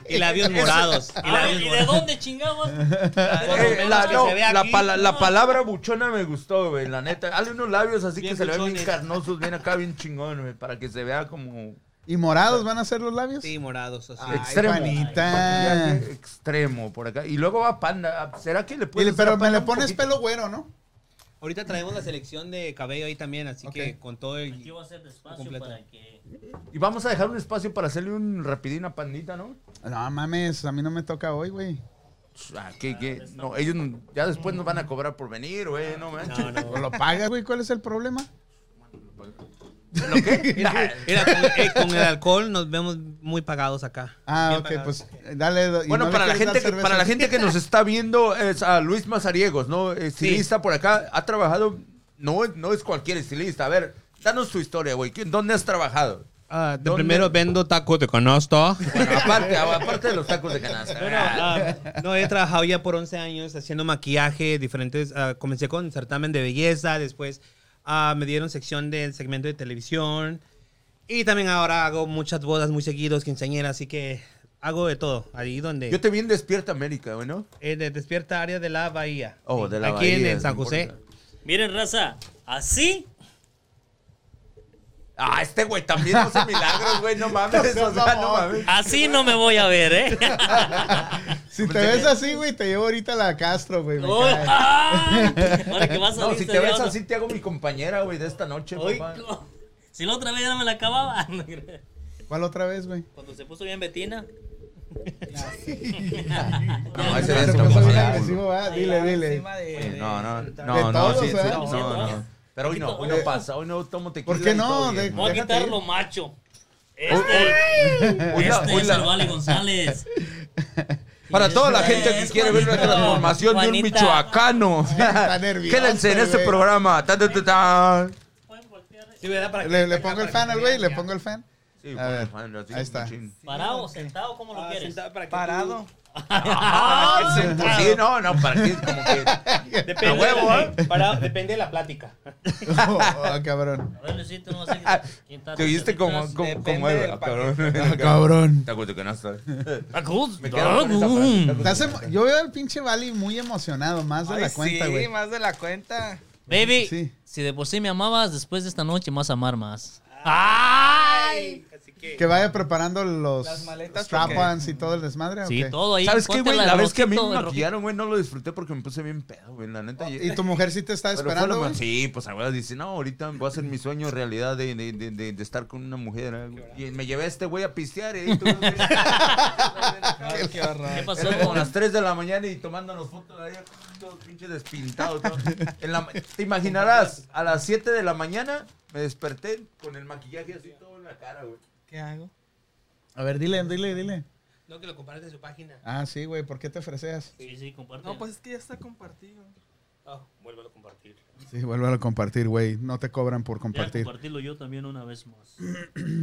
Speaker 6: Y labios morados. Y
Speaker 5: ah,
Speaker 6: labios
Speaker 5: ¿Y de
Speaker 6: morados.
Speaker 5: [laughs] dónde chingamos?
Speaker 2: Eh, la,
Speaker 6: Que
Speaker 2: no,
Speaker 6: se vea
Speaker 2: la,
Speaker 6: aquí.
Speaker 2: pala- la palabra buchona me gustó, güey, la neta. Hazle unos labios así
Speaker 6: Bien
Speaker 2: que se le ven bien
Speaker 6: buchones.
Speaker 2: carnosos, bien acá, bien chingón, güey, para que se vea como
Speaker 1: ¿Y morados van a ser los labios?
Speaker 6: Sí, morados. Así.
Speaker 1: Ay,
Speaker 2: Ah, extremo.
Speaker 1: Juanita.
Speaker 2: Un viaje Extremo por acá. Y luego va Panda. ¿Será que le
Speaker 1: Y
Speaker 2: puedes
Speaker 1: le-
Speaker 2: hacer a
Speaker 1: pero me
Speaker 2: Panda
Speaker 1: le
Speaker 2: pues, un
Speaker 1: pones
Speaker 2: poquito?
Speaker 1: pelo güero, ¿no?
Speaker 6: Ahorita traemos la selección de cabello ahí también. Así
Speaker 1: Ok.
Speaker 6: que con todo [laughs]
Speaker 5: Aquí
Speaker 6: el.
Speaker 5: voy a hacer despacio
Speaker 6: Completo.
Speaker 5: para que.
Speaker 2: Y vamos a dejar un espacio para hacerle un rapidín a Pandita, ¿no?
Speaker 1: No mames, a mí no me toca hoy, güey.
Speaker 2: Ah, ¿qué, qué? No, ellos no- ya después nos van a cobrar por venir, güey, no manches.
Speaker 6: No, no.
Speaker 1: O lo pagas, güey, ¿cuál es el problema?
Speaker 2: ¿Lo qué?
Speaker 6: Mira, mira, con, eh, con el alcohol nos vemos muy pagados acá.
Speaker 1: Ah,
Speaker 6: Bien
Speaker 1: ok,
Speaker 6: pagados.
Speaker 1: pues dale. do- y
Speaker 2: Bueno,
Speaker 1: no le
Speaker 2: para, la
Speaker 1: quieres
Speaker 2: gente
Speaker 1: dar
Speaker 2: que,
Speaker 1: cerveza.
Speaker 2: para la gente que nos está viendo es a Luis Mazariegos, ¿no? Eh, Estilista por acá, ha trabajado, no, es- no es cualquier estilista. A ver, danos tu historia, güey. ¿Qué- ¿Dónde has trabajado?
Speaker 6: Ah, de
Speaker 2: ¿Dónde?
Speaker 6: primero vendo tacos de canasto.
Speaker 2: Bueno, aparte, [laughs] aparte de los tacos de canasta.
Speaker 6: Bueno, ah, no, he trabajado ya por 11 años haciendo maquillaje, diferentes. ah, comencé con certamen de belleza, después ah, me dieron sección del segmento de televisión. Y también ahora hago muchas bodas muy seguidos, quinceañeras, así que hago de todo. Ahí donde.
Speaker 2: Yo te vi en Despierta América, güey, ¿no?
Speaker 6: eh, de- despierta área de la Bahía.
Speaker 2: Oh, de la
Speaker 6: Aquí en-
Speaker 2: Bahía,
Speaker 6: en San
Speaker 2: no
Speaker 6: José.
Speaker 2: importa.
Speaker 5: Miren, raza, así.
Speaker 2: Ah, este güey
Speaker 1: [laughs]
Speaker 2: también hace milagros, güey, no mames. o sea, no mames.
Speaker 5: Así no me voy a ver, ¿eh?
Speaker 1: Si te ves así, güey, te llevo ahorita la Castro, güey. me
Speaker 5: Uy,
Speaker 1: cae.
Speaker 5: Oh, ¡ay!
Speaker 2: [laughs]
Speaker 5: Ahora que vas a
Speaker 2: No,
Speaker 5: salir,
Speaker 2: si te
Speaker 5: sería
Speaker 2: ves
Speaker 5: otro.
Speaker 2: así, te hago mi compañera, güey, de esta noche,
Speaker 5: Uy,
Speaker 2: papá.
Speaker 5: co- si la otra vez ya no me la acababa. [laughs]
Speaker 1: ¿Cuál otra vez, güey?
Speaker 5: Cuando se puso bien Betina.
Speaker 2: No, ese
Speaker 1: Se
Speaker 2: es
Speaker 1: puso bien
Speaker 2: como
Speaker 1: agresivo, ¿verdad? Dile, dile.
Speaker 2: No, no, no,
Speaker 1: De
Speaker 2: no,
Speaker 1: todos,
Speaker 2: sí, sí,
Speaker 1: ¿eh?
Speaker 2: no, no. Pero hoy no, hoy no pasa, hoy no tomo tequila.
Speaker 1: ¿Por qué
Speaker 2: y
Speaker 1: no?
Speaker 2: todo
Speaker 1: De-
Speaker 2: bien,
Speaker 5: Vamos
Speaker 2: güey.
Speaker 5: a
Speaker 1: Déjate
Speaker 5: quitar
Speaker 1: ir.
Speaker 5: lo macho.
Speaker 2: Hoy-
Speaker 5: Este,
Speaker 2: hoy- hoy la-
Speaker 5: este
Speaker 2: hoy
Speaker 5: es
Speaker 2: la-
Speaker 5: el Vale González.
Speaker 2: Para toda la
Speaker 5: Es
Speaker 2: gente que quiere ver la
Speaker 5: Juanito.
Speaker 2: transformación de un
Speaker 5: Juanita.
Speaker 2: michoacano, [laughs]
Speaker 1: nervioso,
Speaker 2: quédense en este
Speaker 1: güey.
Speaker 2: programa. Ta, ta, ta, ta.
Speaker 6: Sí, ¿verdad? Para que-
Speaker 1: Le, le
Speaker 6: acá,
Speaker 1: pongo el
Speaker 6: para
Speaker 1: fan
Speaker 6: que
Speaker 1: al
Speaker 6: me
Speaker 1: güey,
Speaker 6: vean
Speaker 1: le
Speaker 6: ya.
Speaker 1: pongo el fan.
Speaker 2: Sí,
Speaker 1: A ver,
Speaker 2: bueno, así,
Speaker 1: ahí está.
Speaker 2: machín.
Speaker 5: Parado, sentado, como lo
Speaker 6: Ah,
Speaker 5: quieres.
Speaker 6: sentado para que tú-
Speaker 7: Parado.
Speaker 2: Ah, sí, pues sí, no, no,
Speaker 1: [laughs]
Speaker 2: para que como que.
Speaker 6: Depende,
Speaker 2: A huevo, ¿eh?
Speaker 6: de la- parado, depende de la plática.
Speaker 1: Ah, cabrón.
Speaker 5: A ver, Luisito, no sé
Speaker 2: [laughs]
Speaker 5: qué- quién está.
Speaker 2: Te oíste como,
Speaker 5: Estás-
Speaker 2: como, como
Speaker 7: Depende del
Speaker 2: Ah, cabrón. [laughs]
Speaker 1: Cabrón.
Speaker 2: Te acuerdo que no está. Me quedo con esa frase,
Speaker 5: Baby,
Speaker 2: te
Speaker 1: Estás
Speaker 2: acuerdo.
Speaker 1: emo- Yo veo al pinche Vali muy emocionado, más de
Speaker 7: Ay,
Speaker 1: la cuenta,
Speaker 7: sí,
Speaker 1: güey.
Speaker 7: más de la cuenta.
Speaker 1: Sí.
Speaker 5: si de por sí me amabas, después de esta noche me vas a amar más.
Speaker 6: ¡Ay! Así que.
Speaker 1: Que vaya preparando los
Speaker 7: Las maletas,
Speaker 1: strap-ons y todo el desmadre. ¿o
Speaker 5: Sí,
Speaker 1: qué?
Speaker 5: todo ahí.
Speaker 2: ¿Sabes qué,
Speaker 5: ponte
Speaker 2: güey?
Speaker 5: la
Speaker 2: La vez que a mí
Speaker 5: rojito,
Speaker 2: me
Speaker 5: el rojito.
Speaker 2: maquillaron, güey, no lo disfruté porque me puse bien pedo, güey, la neta. y-
Speaker 1: Y tu mujer sí te está
Speaker 2: Pero fue lo
Speaker 1: esperando,
Speaker 2: más-
Speaker 1: güey.
Speaker 2: Sí, pues ahora dice, no, ahorita voy a hacer mi sueño realidad de, de, de, de- de estar con una mujer. ¿eh? Y me llevé a este güey a pistear, ¿eh? Y tú-
Speaker 7: Ay, qué horror.
Speaker 5: ¿Qué pasó?
Speaker 2: Era como las 3 de la mañana y tomándonos fotos ahí, todo pinche despintado. todo. En la ma- te imaginarás, a las 7 de la mañana me desperté con el maquillaje así todo en la cara, güey.
Speaker 7: ¿Qué hago?
Speaker 1: A ver, dile, dile, dile.
Speaker 6: No, que lo compares de su página.
Speaker 1: Ah, sí, güey, ¿por qué te ofreces?
Speaker 5: Sí, sí, comparte.
Speaker 7: No, pues es que ya está compartido.
Speaker 5: Vuelve a compartir.
Speaker 1: Sí, vuelve a compartir, güey. No te cobran por
Speaker 5: Voy a
Speaker 1: compartir.
Speaker 5: compartirlo yo también una vez más.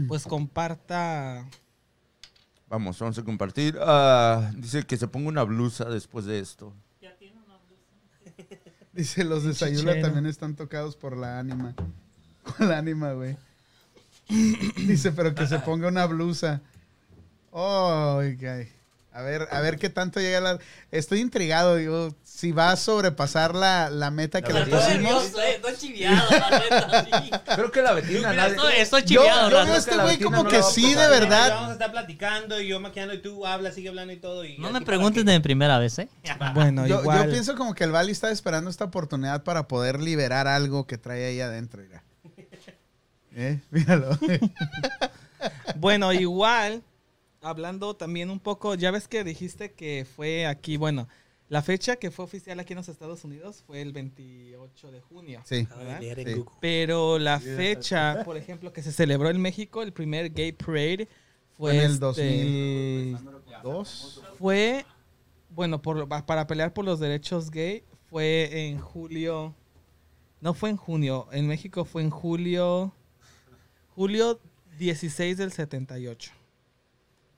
Speaker 7: Pues comparta.
Speaker 2: Vamos, vamos a compartir. Ah, dice que se ponga una blusa después de esto.
Speaker 1: Dice, los desayunos
Speaker 7: chichero.
Speaker 1: también están tocados por la ánima. [laughs] Con la ánima, güey. [clears throat] Dice, pero que se ponga una blusa. Oh, A ver, a ver qué tanto llega la... Estoy intrigado, digo, si va a sobrepasar la, la meta que le
Speaker 5: Estoy nervioso,
Speaker 1: pusimos.
Speaker 5: eh, estoy chiviado, la
Speaker 3: [laughs]
Speaker 5: neta, sí.
Speaker 2: Creo que la
Speaker 7: [laughs]
Speaker 2: Betina
Speaker 5: Mira,
Speaker 2: nadie...
Speaker 5: Estoy, estoy
Speaker 1: Yo,
Speaker 5: chiviado,
Speaker 1: yo
Speaker 5: raza.
Speaker 1: veo a este
Speaker 2: la
Speaker 1: güey
Speaker 2: Betina
Speaker 1: como
Speaker 2: no
Speaker 1: que
Speaker 2: la va a
Speaker 1: sí, de
Speaker 2: pasar.
Speaker 1: verdad.
Speaker 6: Vamos a estar platicando y yo maquillando y tú hablas, sigue hablando y todo. Y
Speaker 5: No
Speaker 6: así
Speaker 5: me
Speaker 6: para
Speaker 5: preguntes
Speaker 6: que-
Speaker 5: de mi primera vez, ¿eh?
Speaker 7: Bueno,
Speaker 1: Yo,
Speaker 7: igual.
Speaker 1: yo pienso como que el Bali está esperando esta oportunidad para poder liberar algo que trae ahí adentro.
Speaker 7: [laughs]
Speaker 1: Mira. ¿Eh? Míralo.
Speaker 7: Bueno, igual, hablando también un poco, ya ves que dijiste que fue aquí, bueno, la fecha que fue oficial aquí en los Estados Unidos fue el 28 de junio.
Speaker 1: [laughs] Sí.
Speaker 7: ¿verdad?
Speaker 6: Leer en
Speaker 1: Sí.
Speaker 6: Google.
Speaker 7: Pero la fecha, por ejemplo, que se celebró en México, el primer Gay Parade,
Speaker 1: Fue
Speaker 7: fue
Speaker 1: en el
Speaker 7: este,
Speaker 1: 2002.
Speaker 7: Fue, bueno, por, para pelear por los derechos gay fue en julio, no fue en junio, en México fue en julio, julio 16 del 78.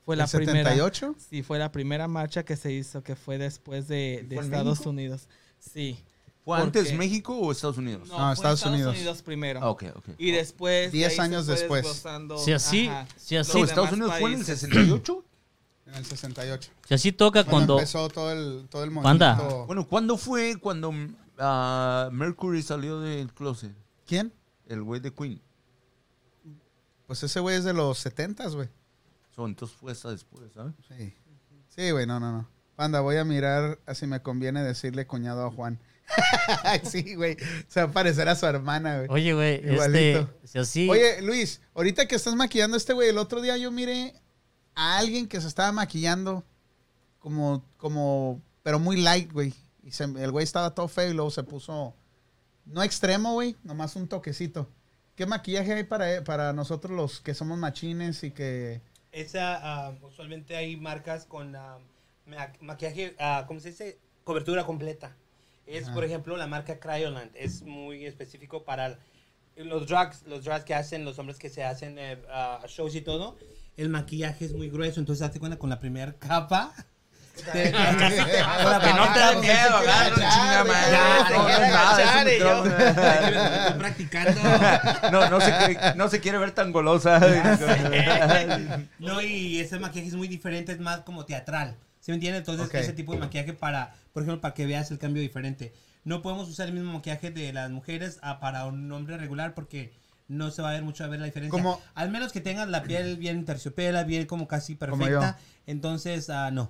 Speaker 7: Fue
Speaker 1: ¿El
Speaker 7: la primera.
Speaker 1: 78?
Speaker 7: Sí, fue la primera marcha que se hizo, que fue después de, de
Speaker 2: ¿Fue en
Speaker 7: Estados
Speaker 2: México?
Speaker 7: Unidos. Sí.
Speaker 2: ¿Fue
Speaker 7: ¿Por
Speaker 2: antes
Speaker 7: qué?
Speaker 2: México o Estados Unidos?
Speaker 1: No, Ah, Estados Unidos.
Speaker 7: primero.
Speaker 2: Ah, ok, ok.
Speaker 7: Y después. de
Speaker 1: Diez
Speaker 7: ahí se
Speaker 1: años
Speaker 7: fue
Speaker 1: después.
Speaker 7: desglosando,
Speaker 3: Si así-
Speaker 7: ajá,
Speaker 3: si así-
Speaker 7: los
Speaker 2: So,
Speaker 3: Sí,
Speaker 2: ¿Estados
Speaker 7: demás
Speaker 2: Unidos fue en el
Speaker 7: países. [coughs]
Speaker 2: 68?
Speaker 1: En el 68.
Speaker 3: Si así toca
Speaker 1: Cuando
Speaker 3: cuando...
Speaker 1: empezó todo el, todo el
Speaker 3: Banda.
Speaker 1: movimiento.
Speaker 2: Bueno, ¿cuándo fue cuando ah, Mercury salió del closet?
Speaker 1: ¿Quién?
Speaker 2: El güey de Queen.
Speaker 1: Pues ese güey es de los 70, güey.
Speaker 2: So, entonces fue hasta después, ¿sabes? [laughs]
Speaker 1: Sí. Sí, güey, no, no, no. Panda, voy a mirar a si me conviene decirle cuñado a Juan. [laughs] sí, güey. Se va a parecer a su hermana, güey.
Speaker 3: Oye, güey, este...
Speaker 1: Igualito.
Speaker 3: Si así...
Speaker 1: Oye, Luis, ahorita que estás maquillando a este güey, el otro día yo miré a alguien que se estaba maquillando como, como, pero muy light, güey. Y se- el güey estaba todo feo y luego se puso, no extremo, güey, nomás un toquecito. ¿Qué maquillaje hay para, para nosotros los que somos machines y que...
Speaker 6: Esa, ah, usualmente hay marcas con ah, ma- maquillaje, ah, ¿cómo se dice? Cobertura completa. Es, por ejemplo, la marca Cryoland. Es muy específico para los drags, los drags que hacen, los hombres que se hacen eh, ah, shows y todo. El maquillaje es muy grueso, entonces hazte cuenta con la primera [laughs]
Speaker 2: [laughs]
Speaker 6: capa.
Speaker 2: Que no te dé miedo, agarra un chingamar.
Speaker 6: Ya, te quiere agachar, y yo-
Speaker 2: [laughs]
Speaker 8: Estoy practicando.
Speaker 2: No, no se, quiere, no se quiere ver tan
Speaker 7: [laughs]
Speaker 2: golosa.
Speaker 6: [laughs] No, y ese maquillaje es muy diferente, es más como teatral. ¿Sí me entiendes? Entonces,
Speaker 1: Ok.
Speaker 6: ese tipo de maquillaje para, por ejemplo, para que veas el cambio diferente. No podemos usar el mismo maquillaje de las mujeres a para un hombre regular porque no se va a ver mucho a ver la diferencia.
Speaker 1: Como-
Speaker 6: Al menos que tengas la piel bien terciopela, bien como casi
Speaker 1: Como
Speaker 6: perfecta. Entonces, ah, no.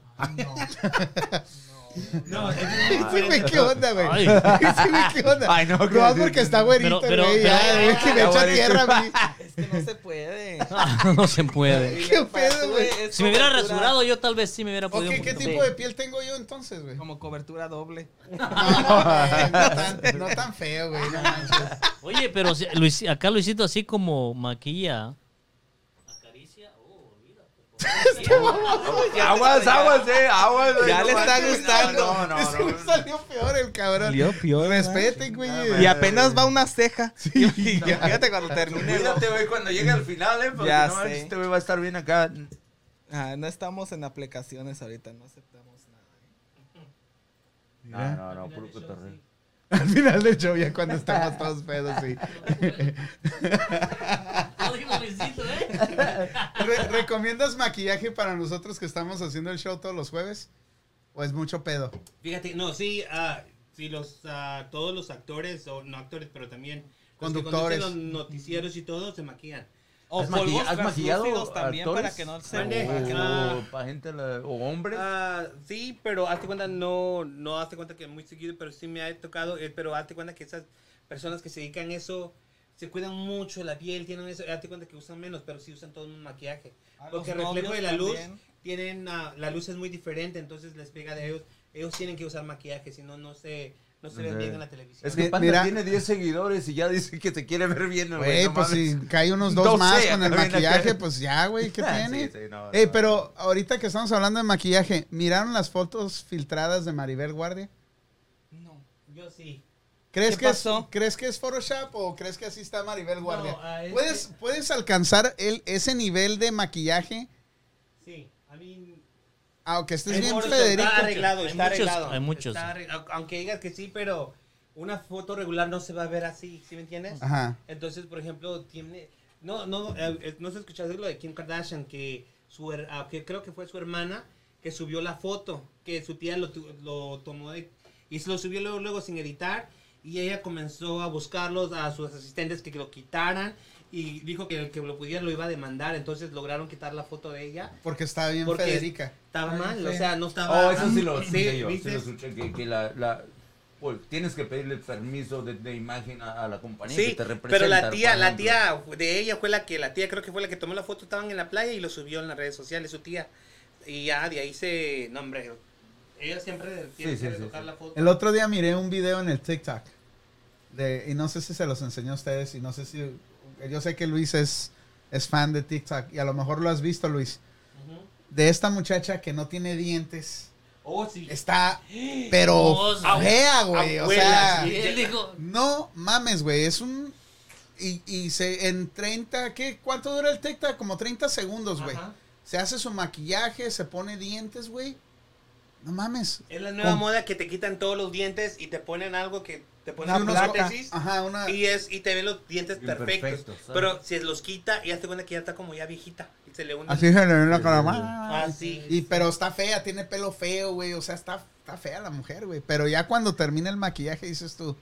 Speaker 6: no.
Speaker 1: [laughs]
Speaker 6: es muy
Speaker 1: Sí, güey,
Speaker 6: diferente.
Speaker 1: ¿qué onda, güey?
Speaker 3: Ay.
Speaker 1: [laughs] Sí, güey, ¿qué onda?
Speaker 2: Ay, no,
Speaker 1: No,
Speaker 2: que-
Speaker 1: porque está güerito,
Speaker 3: Pero- pero-
Speaker 1: güey. ya,
Speaker 3: pero-
Speaker 1: güey, que me
Speaker 2: Ya,
Speaker 1: echa
Speaker 2: güerito.
Speaker 1: tierra a mí.
Speaker 7: Es que no se [laughs] puede. Ah,
Speaker 3: no se puede.
Speaker 1: ¿Qué pedo, güey?
Speaker 7: Es
Speaker 3: Si me hubiera
Speaker 7: cobertura-
Speaker 3: rasurado, yo tal vez sí me hubiera podido...
Speaker 1: Ok,
Speaker 3: un
Speaker 1: ¿qué
Speaker 3: poquito
Speaker 1: tipo
Speaker 3: más.
Speaker 1: de piel tengo yo entonces, güey?
Speaker 7: Como cobertura doble.
Speaker 1: No, güey, no tan, no tan feo, güey. no manches.
Speaker 3: Oye, pero si- Luis- acá Luisito así como maquilla...
Speaker 5: oh,
Speaker 1: [laughs] Este
Speaker 2: aguas, aguas, eh, aguas. eh,
Speaker 7: Ya
Speaker 2: no
Speaker 7: le está
Speaker 2: manches.
Speaker 7: gustando.
Speaker 2: No, no,
Speaker 1: Ese
Speaker 2: no.
Speaker 1: güey [laughs]
Speaker 7: [laughs]
Speaker 1: salió peor el cabrón.
Speaker 7: Salió peor,
Speaker 1: Respeten, güey.
Speaker 7: Y apenas va una ceja. Y Fíjate cuando termine. ¿no?
Speaker 2: Cuídate, güey, cuando llegue al final, eh. Porque
Speaker 7: Ya
Speaker 2: no
Speaker 7: sé.
Speaker 2: manches, este güey va a estar bien acá.
Speaker 7: Ah, no estamos en aplicaciones ahorita, no aceptamos nada.
Speaker 2: No, no, no, puro cotorreo.
Speaker 1: Al final del show, ya cuando estamos todos pedos, sí.
Speaker 5: No digo Luisito, ¿eh?
Speaker 1: Re- ¿Recomiendas maquillaje para nosotros que estamos haciendo el show todos los jueves? ¿O es mucho pedo?
Speaker 6: Fíjate, no, sí, ah, sí los, ah, todos los actores, o no actores, pero también los que
Speaker 1: Conductores.
Speaker 6: conducen los noticieros y todo se maquillan.
Speaker 7: O
Speaker 2: ¿Has maqui-
Speaker 7: polvos
Speaker 2: has maquillado
Speaker 7: translúcidos también
Speaker 2: actores?
Speaker 7: para que no se
Speaker 6: Mande.
Speaker 7: para que no-
Speaker 6: Ah.
Speaker 2: O para gente, la- o hombres.
Speaker 6: Ah, sí, pero hazte cuenta, no, no hazte cuenta que muy seguido, pero sí me ha tocado, eh, pero hazte cuenta que esas personas que se dedican a eso se cuidan mucho la piel, tienen eso, hazte cuenta que usan menos, pero sí usan todo un maquillaje.
Speaker 7: A los
Speaker 6: Porque reflejo
Speaker 7: novios
Speaker 6: de la luz,
Speaker 7: también.
Speaker 6: tienen, ah, la luz es muy diferente, entonces les pega de ellos, ellos tienen que usar maquillaje, si no, no se, no se ven
Speaker 2: Sí.
Speaker 6: bien en la televisión.
Speaker 2: Es que
Speaker 1: Mi-
Speaker 2: Panda
Speaker 1: mira.
Speaker 2: tiene 10 seguidores y ya dice que te quiere ver bien, güey.
Speaker 1: Güey,
Speaker 2: no
Speaker 1: pues
Speaker 2: mames.
Speaker 1: si cae unos dos
Speaker 2: No sé,
Speaker 1: más con el
Speaker 2: acá viene acá.
Speaker 1: maquillaje, pues ya, güey, ¿qué
Speaker 2: [laughs] Ah,
Speaker 1: tiene?
Speaker 2: sí, sí, no,
Speaker 1: Ey,
Speaker 2: no.
Speaker 1: pero ahorita que estamos hablando de maquillaje, ¿miraron las fotos filtradas de Maribel Guardia?
Speaker 7: No.
Speaker 6: Yo sí.
Speaker 1: ¿Crees,
Speaker 7: ¿Qué
Speaker 1: que es,
Speaker 7: pasó?
Speaker 1: ¿Crees que es Photoshop o crees que así está Maribel Guardia?
Speaker 6: ah, es
Speaker 1: ¿Puedes, ¿Puedes alcanzar el, ese nivel de maquillaje?
Speaker 6: Sí, a mí...
Speaker 1: Aunque estés
Speaker 6: Hay
Speaker 1: bien,
Speaker 6: muchos,
Speaker 1: Federico.
Speaker 6: Está arreglado,
Speaker 3: Hay
Speaker 6: está
Speaker 3: muchos,
Speaker 6: arreglado.
Speaker 3: hay muchos.
Speaker 6: Está arreglado, aunque digas que sí, pero una foto regular no se va a ver así, ¿sí me entiendes?
Speaker 1: Ajá.
Speaker 6: Entonces, por ejemplo, tiene... No, no, eh, eh, no se escuchaste lo de Kim Kardashian, que, su, her- ah, que creo que fue su hermana que subió la foto, que su tía lo, tu- lo tomó de- y se lo subió luego, luego sin editar, y ella comenzó a buscarlos, a sus asistentes que lo quitaran, y dijo que el que lo pudiera lo iba a demandar, entonces lograron quitar la foto de ella.
Speaker 1: Porque está bien,
Speaker 6: Porque-
Speaker 1: Federica.
Speaker 6: Estaba mal, o sea, no estaba.
Speaker 2: Oh, eso sí
Speaker 1: Ah,
Speaker 6: [laughs]
Speaker 2: lo escuché yo. Sí
Speaker 6: ¿viste?
Speaker 2: lo escuché que, que la, la- pues, tienes que pedirle permiso de, de imagen a, a la compañía
Speaker 6: Sí,
Speaker 2: que te representa.
Speaker 6: pero la tía,
Speaker 2: por
Speaker 6: la
Speaker 2: ejemplo.
Speaker 6: tía de ella fue la que, la tía creo que fue la que tomó la foto, estaban en la playa y lo subió en las redes sociales, su tía. Y ya de ahí se. No, hombre. Ella siempre tiene
Speaker 2: sí,
Speaker 6: que
Speaker 2: sí,
Speaker 6: retocar
Speaker 2: sí.
Speaker 6: la foto.
Speaker 1: El otro día miré un video en el TikTok. De, y no sé si se los enseñó a ustedes. Y no sé si. Yo sé que Luis es, es fan de TikTok. Y a lo mejor lo has visto, Luis.
Speaker 6: Ujú.
Speaker 1: De esta muchacha que no tiene dientes.
Speaker 6: Oh, sí.
Speaker 1: Está.
Speaker 6: [gasps]
Speaker 1: Pero.
Speaker 3: Oh, sí.
Speaker 1: Fea, güey. O
Speaker 6: Abuela,
Speaker 1: sea.
Speaker 6: sí.
Speaker 5: Y él dijo,
Speaker 1: No mames, güey. Es un. Y, y se, en 30, ¿qué? ¿Cuánto dura el TikTok? Como 30 segundos, güey.
Speaker 6: Ajá.
Speaker 1: se hace su maquillaje, se pone dientes, güey. No mames.
Speaker 6: Es la nueva
Speaker 1: Con-
Speaker 6: moda que te quitan todos los dientes y te ponen algo que te ponen
Speaker 1: Unos- ah,
Speaker 6: una prótesis
Speaker 1: Ajá, una.
Speaker 6: y es y te ven los dientes
Speaker 2: Bien
Speaker 6: perfectos.
Speaker 2: perfectos, ¿sabes?
Speaker 6: pero si los quita y hazte cuenta que ya está como ya viejita y se le une.
Speaker 1: Así se le ve la cara "Ah". más.
Speaker 6: Así.
Speaker 1: Y pero está fea, tiene pelo feo, güey. O sea, está, está fea la mujer, güey. Pero ya cuando termina el maquillaje dices tú,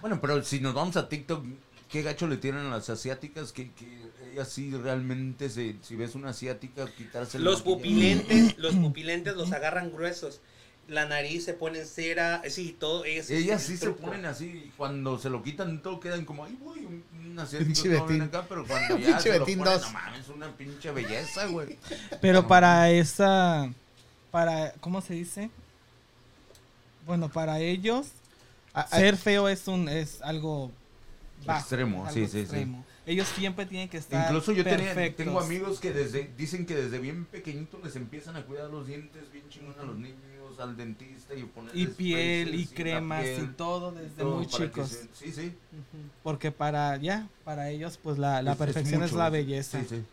Speaker 2: Bueno, pero si nos vamos a TikTok, ¿qué gacho le tienen a las asiáticas? Que, que ellas sí realmente, se- si ves una asiática, quitarse el
Speaker 6: Los
Speaker 2: maquillaje.
Speaker 6: pupilentes, los pupilentes los agarran gruesos. La nariz se pone en cera, eh, sí, todo es
Speaker 2: Ellas
Speaker 6: es
Speaker 2: sí se
Speaker 6: truco.
Speaker 2: ponen así, y cuando se lo quitan todo quedan como, ay, güey, un, un asiático
Speaker 1: Pinche
Speaker 2: todo bien
Speaker 1: Betín.
Speaker 2: acá,
Speaker 7: [laughs]
Speaker 2: pero cuando ya
Speaker 1: Pinche
Speaker 2: se lo
Speaker 1: Betín
Speaker 2: ponen,
Speaker 1: dos.
Speaker 2: no mames, una pinche belleza, güey.
Speaker 7: Pero
Speaker 2: No.
Speaker 7: para esa. Para. ¿Cómo se dice? Bueno, para ellos,
Speaker 1: "Ah, ah,
Speaker 7: ser feo es un es algo. bajo,
Speaker 2: Extremo,
Speaker 7: es
Speaker 2: sí,
Speaker 7: algo
Speaker 2: sí, sí.
Speaker 7: extremo. Ellos siempre tienen que estar.
Speaker 2: Incluso yo tenía-
Speaker 7: perfectos.
Speaker 2: tengo amigos que desde dicen que desde bien pequeñitos les empiezan a cuidar los dientes bien chingón a los niños, al dentista y poner
Speaker 7: Y piel, y cremas, y todo desde muy chicos.
Speaker 2: sí, sí.
Speaker 7: Porque para. Ya, para ellos, pues la, la
Speaker 2: Es- es
Speaker 7: perfección es,
Speaker 2: mucho,
Speaker 7: la
Speaker 2: sí,
Speaker 7: belleza.
Speaker 2: Sí, sí.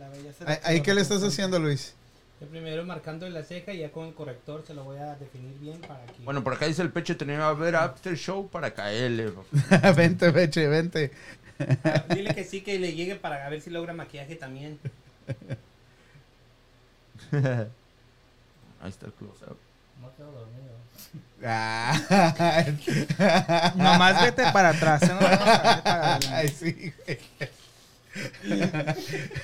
Speaker 7: La belleza
Speaker 1: ¿ahí-
Speaker 7: es
Speaker 1: ah, ¿Ahí qué le estás
Speaker 7: representa.
Speaker 1: haciendo, Luis? [laughs]
Speaker 9: Yo primero marcando la ceja y ya con el corrector se lo voy a definir bien para que... [laughs]
Speaker 2: Bueno, por acá dice el pecho, tenía que haber after show para caerle.
Speaker 1: vente, veche, vente.
Speaker 6: Ah, Dile que sí que le llegue para ver si logra maquillaje también.
Speaker 2: Ahí está el close up.
Speaker 9: No quedo dormido.
Speaker 1: Ah,
Speaker 7: Nomás vete para atrás. ¿eh? No te vas a ver
Speaker 1: [laughs]
Speaker 7: para
Speaker 2: [laughs]
Speaker 7: adelante.
Speaker 1: Ay, sí, güey.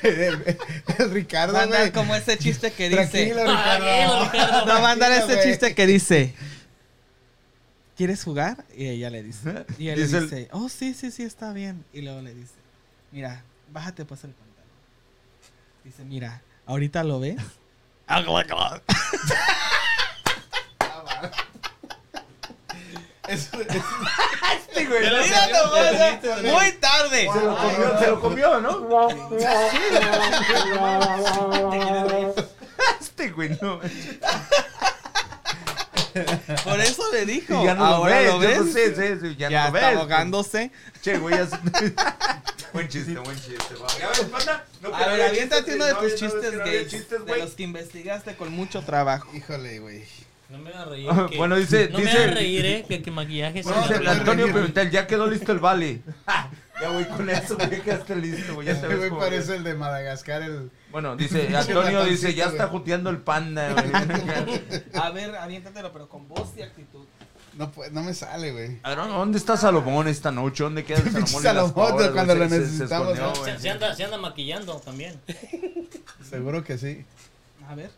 Speaker 1: El- el Ricardo,
Speaker 7: Va a andar
Speaker 1: güey.
Speaker 7: como ese chiste que dice.
Speaker 1: Tranquilo, Ricardo.
Speaker 7: No va a andar
Speaker 1: Tranquilo,
Speaker 7: ese
Speaker 1: güey.
Speaker 7: chiste que dice. ¿Quieres jugar? Y ella le dice. Y él le
Speaker 2: Dice el-
Speaker 7: dice, oh sí, sí, sí, está bien. Y luego le dice, mira, bájate pues el pantalón. Dice, mira, ahorita lo [laughs] ves.
Speaker 1: Es-
Speaker 7: Muy tarde.
Speaker 2: Se lo comió, se lo comió, ¿no? Este güey, no.
Speaker 7: Por eso le dijo.
Speaker 2: Y ya no
Speaker 7: ahora
Speaker 2: lo
Speaker 7: lo
Speaker 2: ves.
Speaker 7: ves.
Speaker 2: yo no sé, sí, sí, ya,
Speaker 7: Ya
Speaker 2: no lo
Speaker 7: está
Speaker 2: ves.
Speaker 7: ahogándose.
Speaker 2: Che, güey, ya se- [laughs] Buen chiste, buen chiste. va. Ya ves, panda. No, que no
Speaker 7: A ver,
Speaker 2: había
Speaker 7: aviéntate
Speaker 2: chistes,
Speaker 7: uno de
Speaker 2: no
Speaker 7: tus
Speaker 2: había- no
Speaker 7: chistes
Speaker 2: había
Speaker 7: gays.
Speaker 2: chistes,
Speaker 7: de
Speaker 2: güey.
Speaker 7: los que investigaste con mucho trabajo.
Speaker 1: Híjole, güey.
Speaker 5: No me hagas reír.
Speaker 2: Ah,
Speaker 5: que-
Speaker 2: bueno, dice-
Speaker 5: No
Speaker 2: dice-
Speaker 5: me hagas reír, eh, que, que maquillaje
Speaker 2: Bueno,
Speaker 5: sea-
Speaker 2: dice el Antonio Pimentel, ya quedó listo el [laughs] vale. Ja, Ya voy con eso, güey, que esté listo, [laughs] güey. Pues Ya
Speaker 1: Este
Speaker 2: sabes
Speaker 1: güey
Speaker 2: cómo
Speaker 1: parece
Speaker 2: es.
Speaker 1: el de Madagascar, el...
Speaker 2: Bueno, [laughs] dice, Antonio dice, ya
Speaker 1: ratoncito,
Speaker 2: está
Speaker 1: güey.
Speaker 2: juteando el panda, [laughs] güey.
Speaker 7: A ver, aviéntatelo, pero con voz y actitud.
Speaker 1: No, pues, no me sale, güey.
Speaker 2: A ver, ¿dónde está Salomón esta noche? ¿Dónde queda el Salomón? en las
Speaker 1: Salomón,
Speaker 2: cobras, güey?
Speaker 1: cuando lo
Speaker 2: Se- se- se
Speaker 1: necesitamos,
Speaker 2: escondió,
Speaker 1: ¿no?
Speaker 2: güey.
Speaker 5: Se, se anda, se anda maquillando [laughs] también.
Speaker 1: Seguro que sí.
Speaker 7: A ver.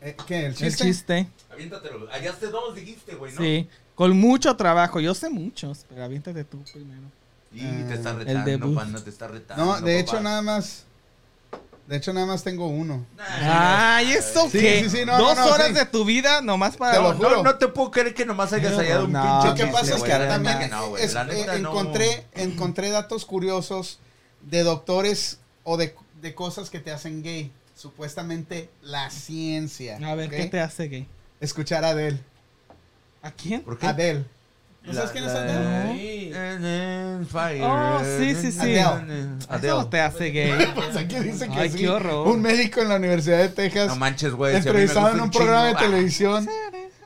Speaker 1: Eh, ¿Qué? ¿El
Speaker 7: El
Speaker 1: chiste?
Speaker 7: chiste.
Speaker 2: Aviéntatelo. Hallaste dos, dijiste, güey, ¿no?
Speaker 7: Sí, con mucho trabajo. Yo sé muchos, pero aviéntate tú primero.
Speaker 2: Y te está
Speaker 1: Ah,
Speaker 7: el
Speaker 2: retando,
Speaker 7: debut.
Speaker 2: panda, te está retando.
Speaker 1: No, de hecho,
Speaker 2: papá.
Speaker 1: nada más... De hecho, nada más tengo uno.
Speaker 7: Ay, ¿eso
Speaker 1: Sí,
Speaker 7: qué?
Speaker 1: sí, sí, no,
Speaker 7: Dos
Speaker 1: no, no,
Speaker 7: horas
Speaker 1: sí.
Speaker 7: de tu vida nomás para...
Speaker 1: Te lo
Speaker 2: No,
Speaker 1: juro.
Speaker 2: no, no te puedo creer que nomás hayas
Speaker 7: No,
Speaker 2: hallado un
Speaker 7: no,
Speaker 2: pinche
Speaker 1: Lo que
Speaker 7: chiste,
Speaker 1: pasa es que
Speaker 7: güey, la
Speaker 1: también
Speaker 7: neta
Speaker 2: no, güey,
Speaker 1: es-
Speaker 2: la neta
Speaker 1: eh,
Speaker 2: no.
Speaker 1: encontré, encontré datos curiosos de doctores o de, de cosas que te hacen gay. Supuestamente la ciencia.
Speaker 7: A ver,
Speaker 1: ¿ok?
Speaker 7: ¿qué te hace gay?
Speaker 1: Escuchar a Adele.
Speaker 7: ¿A quién?
Speaker 2: ¿Por qué?
Speaker 1: Adele. ¿No
Speaker 2: La-
Speaker 1: sabes quién es
Speaker 2: la-
Speaker 1: Adele?
Speaker 2: And then fire.
Speaker 7: Oh, sí, sí, sí.
Speaker 2: Adele.
Speaker 7: Eso
Speaker 2: Adele.
Speaker 7: te hace gay.
Speaker 1: [laughs] Pues aquí dice que
Speaker 7: Eh, Ay,
Speaker 1: sí.
Speaker 7: qué horror.
Speaker 1: Un médico en la Universidad de Texas
Speaker 2: No manches, güey. si a mí me
Speaker 1: entrevistado en
Speaker 2: gusta
Speaker 1: un
Speaker 2: chingo.
Speaker 1: programa de
Speaker 2: Ah,
Speaker 1: televisión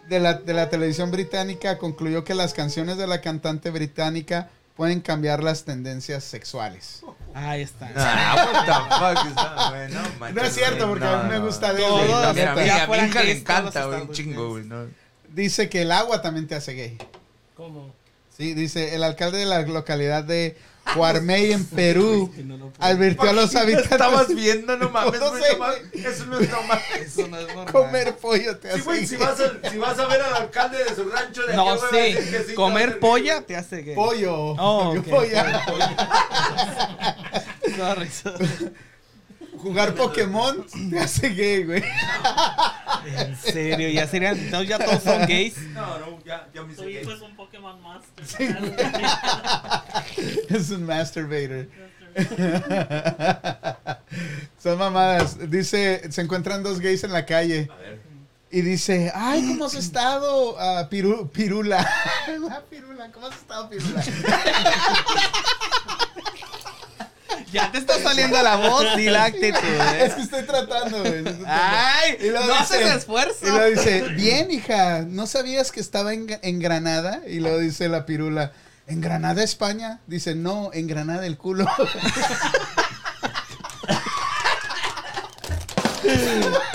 Speaker 1: de la, de la televisión británica concluyó que las canciones de la cantante británica pueden cambiar las tendencias sexuales.
Speaker 7: Ahí está.
Speaker 2: Ah, what the fuck está, güey, No, manches,
Speaker 1: No es cierto,
Speaker 2: güey,
Speaker 1: porque
Speaker 2: no,
Speaker 1: a mí me
Speaker 2: no.
Speaker 1: gusta
Speaker 2: Sí,
Speaker 1: Adele.
Speaker 7: Todos,
Speaker 1: güey, la
Speaker 2: a mí-
Speaker 1: neta.
Speaker 2: a mí- a mi
Speaker 7: fueran
Speaker 2: hija le
Speaker 7: gays, todos
Speaker 2: encanta, güey. Un
Speaker 7: estados
Speaker 2: chingo, güey.
Speaker 1: [laughs]
Speaker 2: no.
Speaker 1: Dice que el agua también te hace gay.
Speaker 5: ¿Cómo?
Speaker 1: Sí, dice, el alcalde de la localidad de Guarmey en Perú
Speaker 7: Que no lo puedo-
Speaker 1: advirtió a los
Speaker 2: Estabas
Speaker 1: habitantes
Speaker 2: viendo, no mames,
Speaker 1: No
Speaker 2: güey,
Speaker 1: sé,
Speaker 2: no mames, Eso no es
Speaker 1: [laughs]
Speaker 2: normal.
Speaker 7: Eso no es normal.
Speaker 1: comer pollo te
Speaker 2: Sí, güey,
Speaker 1: hace
Speaker 2: si
Speaker 1: gay.
Speaker 2: vas, a, si vas a ver al alcalde de su rancho de
Speaker 7: No,
Speaker 2: allá, güey, va a
Speaker 7: sí.
Speaker 2: decir que sí, te va
Speaker 7: Comer
Speaker 2: a hacer-
Speaker 7: polla te hace gay.
Speaker 1: Pollo.
Speaker 7: Oh, ok.
Speaker 1: Polla.
Speaker 7: [laughs] Sorry, sorry.
Speaker 1: Jugar Pokémon te hace gay, güey. [laughs]
Speaker 7: En serio, ya serían... Entonces ya todos son gays.
Speaker 2: No, no, ya, ya me hice gay.
Speaker 5: Pues un Pokémon Master. [laughs]
Speaker 1: Es un masturbator. [laughs] Son mamadas. Dice, se encuentran dos gays en la calle. Y dice, ay, ¿cómo
Speaker 7: [clears throat]
Speaker 1: has estado, ah, Piru- Pirula? [laughs] La pirula, ¿cómo has estado, Pirula?
Speaker 7: Ya te está saliendo la voz y
Speaker 1: [laughs]
Speaker 7: la actitud.
Speaker 1: Es que estoy tratando, güey. estoy tratando.
Speaker 7: Ay,
Speaker 1: Y luego
Speaker 7: Ah, no
Speaker 1: dice-
Speaker 7: haces
Speaker 1: Y
Speaker 7: esfuerzo.
Speaker 1: luego dice, bien, hija, ¿no sabías que estaba en, en Granada? Y luego dice la pirula, ¿en Granada, España? Dice, no, en Granada el culo.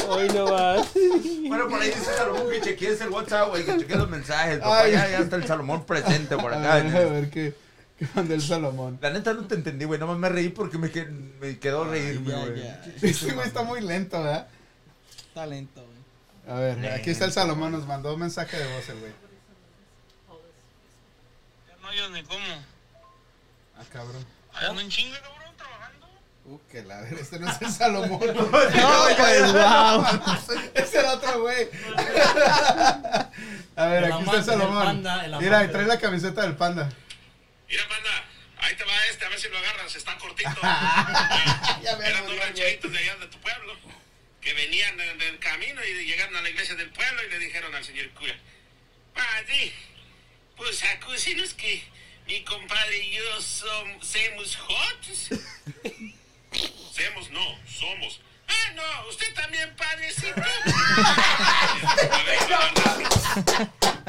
Speaker 7: Hoy no vas.
Speaker 2: Bueno, por ahí dice Salomón que chequees el WhatsApp, güey, que chequees los mensajes. Papá,
Speaker 1: Ay.
Speaker 2: ya, ya está el Salomón presente
Speaker 1: [laughs]
Speaker 2: por
Speaker 1: A
Speaker 2: acá.
Speaker 1: ver, a ver qué, qué mandó el Salomón.
Speaker 2: La neta no te entendí, güey. Nomás me reí porque me, que- me quedó reírme, güey.
Speaker 1: Este güey está muy lento, ¿verdad?
Speaker 7: Talento, güey.
Speaker 1: A ver, aquí está el Salomón, nos mandó un mensaje de voz el güey.
Speaker 10: No yo ni cómo.
Speaker 1: Ah, cabrón.
Speaker 10: Ando en chinga, cabrón, trabajando.
Speaker 1: Uh, que la ver, este no es el Salomón.
Speaker 7: No, pues, wow.
Speaker 1: [laughs] Ese era otro güey. A ver,
Speaker 5: El
Speaker 1: aquí está el
Speaker 5: amante del
Speaker 1: Salomón.
Speaker 5: panda, el
Speaker 1: Mira,
Speaker 5: amante
Speaker 1: trae
Speaker 5: del-
Speaker 1: la camiseta del panda.
Speaker 10: Mira, panda, ahí te va este, a ver si lo agarras, está cortito.
Speaker 1: Ya me
Speaker 10: Eran
Speaker 1: acordé,
Speaker 10: dos rancheritos de allá de tu pueblo que venían en el camino y llegaron a la iglesia del pueblo y le dijeron al señor cura, padre, pues acúsenos que mi compadre y yo somos semos jotos. semos no, somos. Ah, no, usted también, padrecito. A ver, ¿verdad?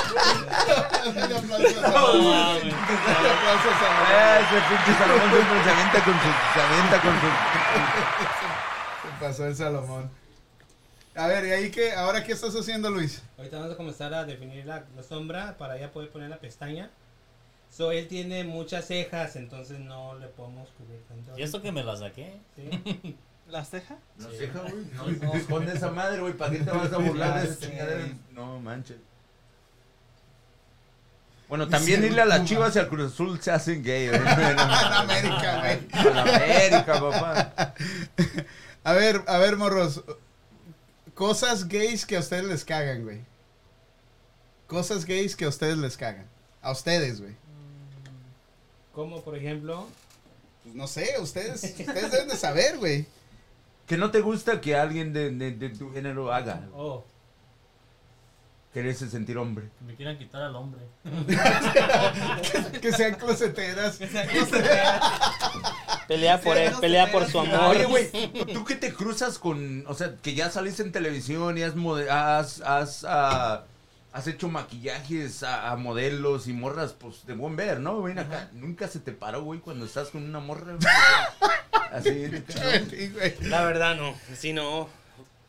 Speaker 1: Dale aplausos a Salomón.
Speaker 5: Ah, [laughs]
Speaker 1: Dale aplausos a Salomón.
Speaker 2: Ese pinche Salomón siempre se avienta con su. Se avienta con su.
Speaker 1: Se pasó el Salomón. A ver, ¿y ahí qué? ¿Ahora qué estás haciendo, Luis?
Speaker 9: Ahorita vamos a comenzar a definir la, la sombra para ya poder poner la pestaña. So, él tiene muchas cejas, entonces no le podemos cubrir tanto.
Speaker 5: Y esto que me la saqué.
Speaker 9: Sí.
Speaker 7: ¿La ceja?
Speaker 2: No sé, güey. [laughs] No, esconde esa madre, güey. ¿Para qué te vas a burlar de esa chingadera? No manches. Bueno, también dile a las chivas y al Cruz Azul se hacen gay, güey.
Speaker 1: En
Speaker 2: [laughs] A
Speaker 1: América, güey.
Speaker 2: la América, papá.
Speaker 1: A ver, a ver, morros. Cosas gays que a ustedes les cagan, güey. Cosas gays que a ustedes les cagan. A ustedes, güey.
Speaker 9: Como por ejemplo,
Speaker 1: Pues no sé, ustedes, ustedes deben de saber, güey.
Speaker 2: Que no te gusta que alguien de, de- de tu género haga.
Speaker 9: oh,
Speaker 2: Quererse sentir hombre.
Speaker 5: Que me quieran quitar al hombre.
Speaker 1: Que sean closeteras.
Speaker 7: Pelea por él, pelea por su amor.
Speaker 2: Oye, güey, tú que te cruzas con. O sea, que ya saliste en televisión y has. mode- has, has, ah, has hecho maquillajes a, a modelos y morras, pues de buen ver, ¿no? Ven acá. Nunca se te paró, güey, cuando estás con una morra. güey. Así. ven acá,
Speaker 1: [laughs]
Speaker 2: ¿no?
Speaker 1: Sí, güey.
Speaker 6: La verdad, no. Sí, no.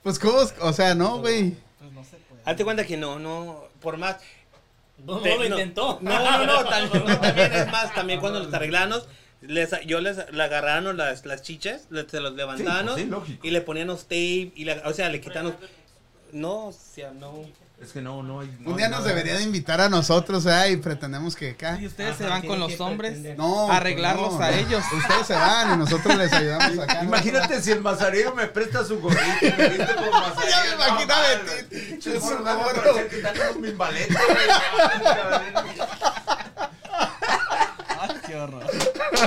Speaker 1: Pues cómo, o sea, no, güey.
Speaker 7: Pues no se puede.
Speaker 6: Hazte cuenta que no, no. Por más.
Speaker 5: No, no
Speaker 6: Te-
Speaker 5: lo intentó.
Speaker 6: No,
Speaker 5: [laughs]
Speaker 6: no, no, también, no, también es más, también cuando los arreglanos, les, yo les le agarraron las, las chichas, les, se los levantaron
Speaker 2: Sí, pues sí, lógico.
Speaker 6: y le ponían los tape, y le- o sea, le quitaron... No, o sea, no.
Speaker 2: Es que no, no hay. no
Speaker 1: Un
Speaker 2: hay
Speaker 1: día nos
Speaker 2: nada.
Speaker 1: debería de invitar a nosotros, ¿eh? Y pretendemos que acá.
Speaker 7: Y ustedes se
Speaker 9: Ajá,
Speaker 7: van
Speaker 9: tiene
Speaker 7: con los
Speaker 9: que
Speaker 7: hombres.
Speaker 9: pretender.
Speaker 1: No.
Speaker 7: Arreglarlos
Speaker 1: no.
Speaker 7: a ellos.
Speaker 1: Ustedes se van y nosotros les ayudamos acá.
Speaker 2: [laughs] Imagínate si el mazarero me presta su gorrito. Ya
Speaker 1: [laughs]
Speaker 2: me
Speaker 1: Ya me imagino a Betín,
Speaker 2: Yo
Speaker 1: con su
Speaker 2: soy
Speaker 1: gorro.
Speaker 2: con mis baletas, güey.
Speaker 7: [laughs] Ay, qué horror.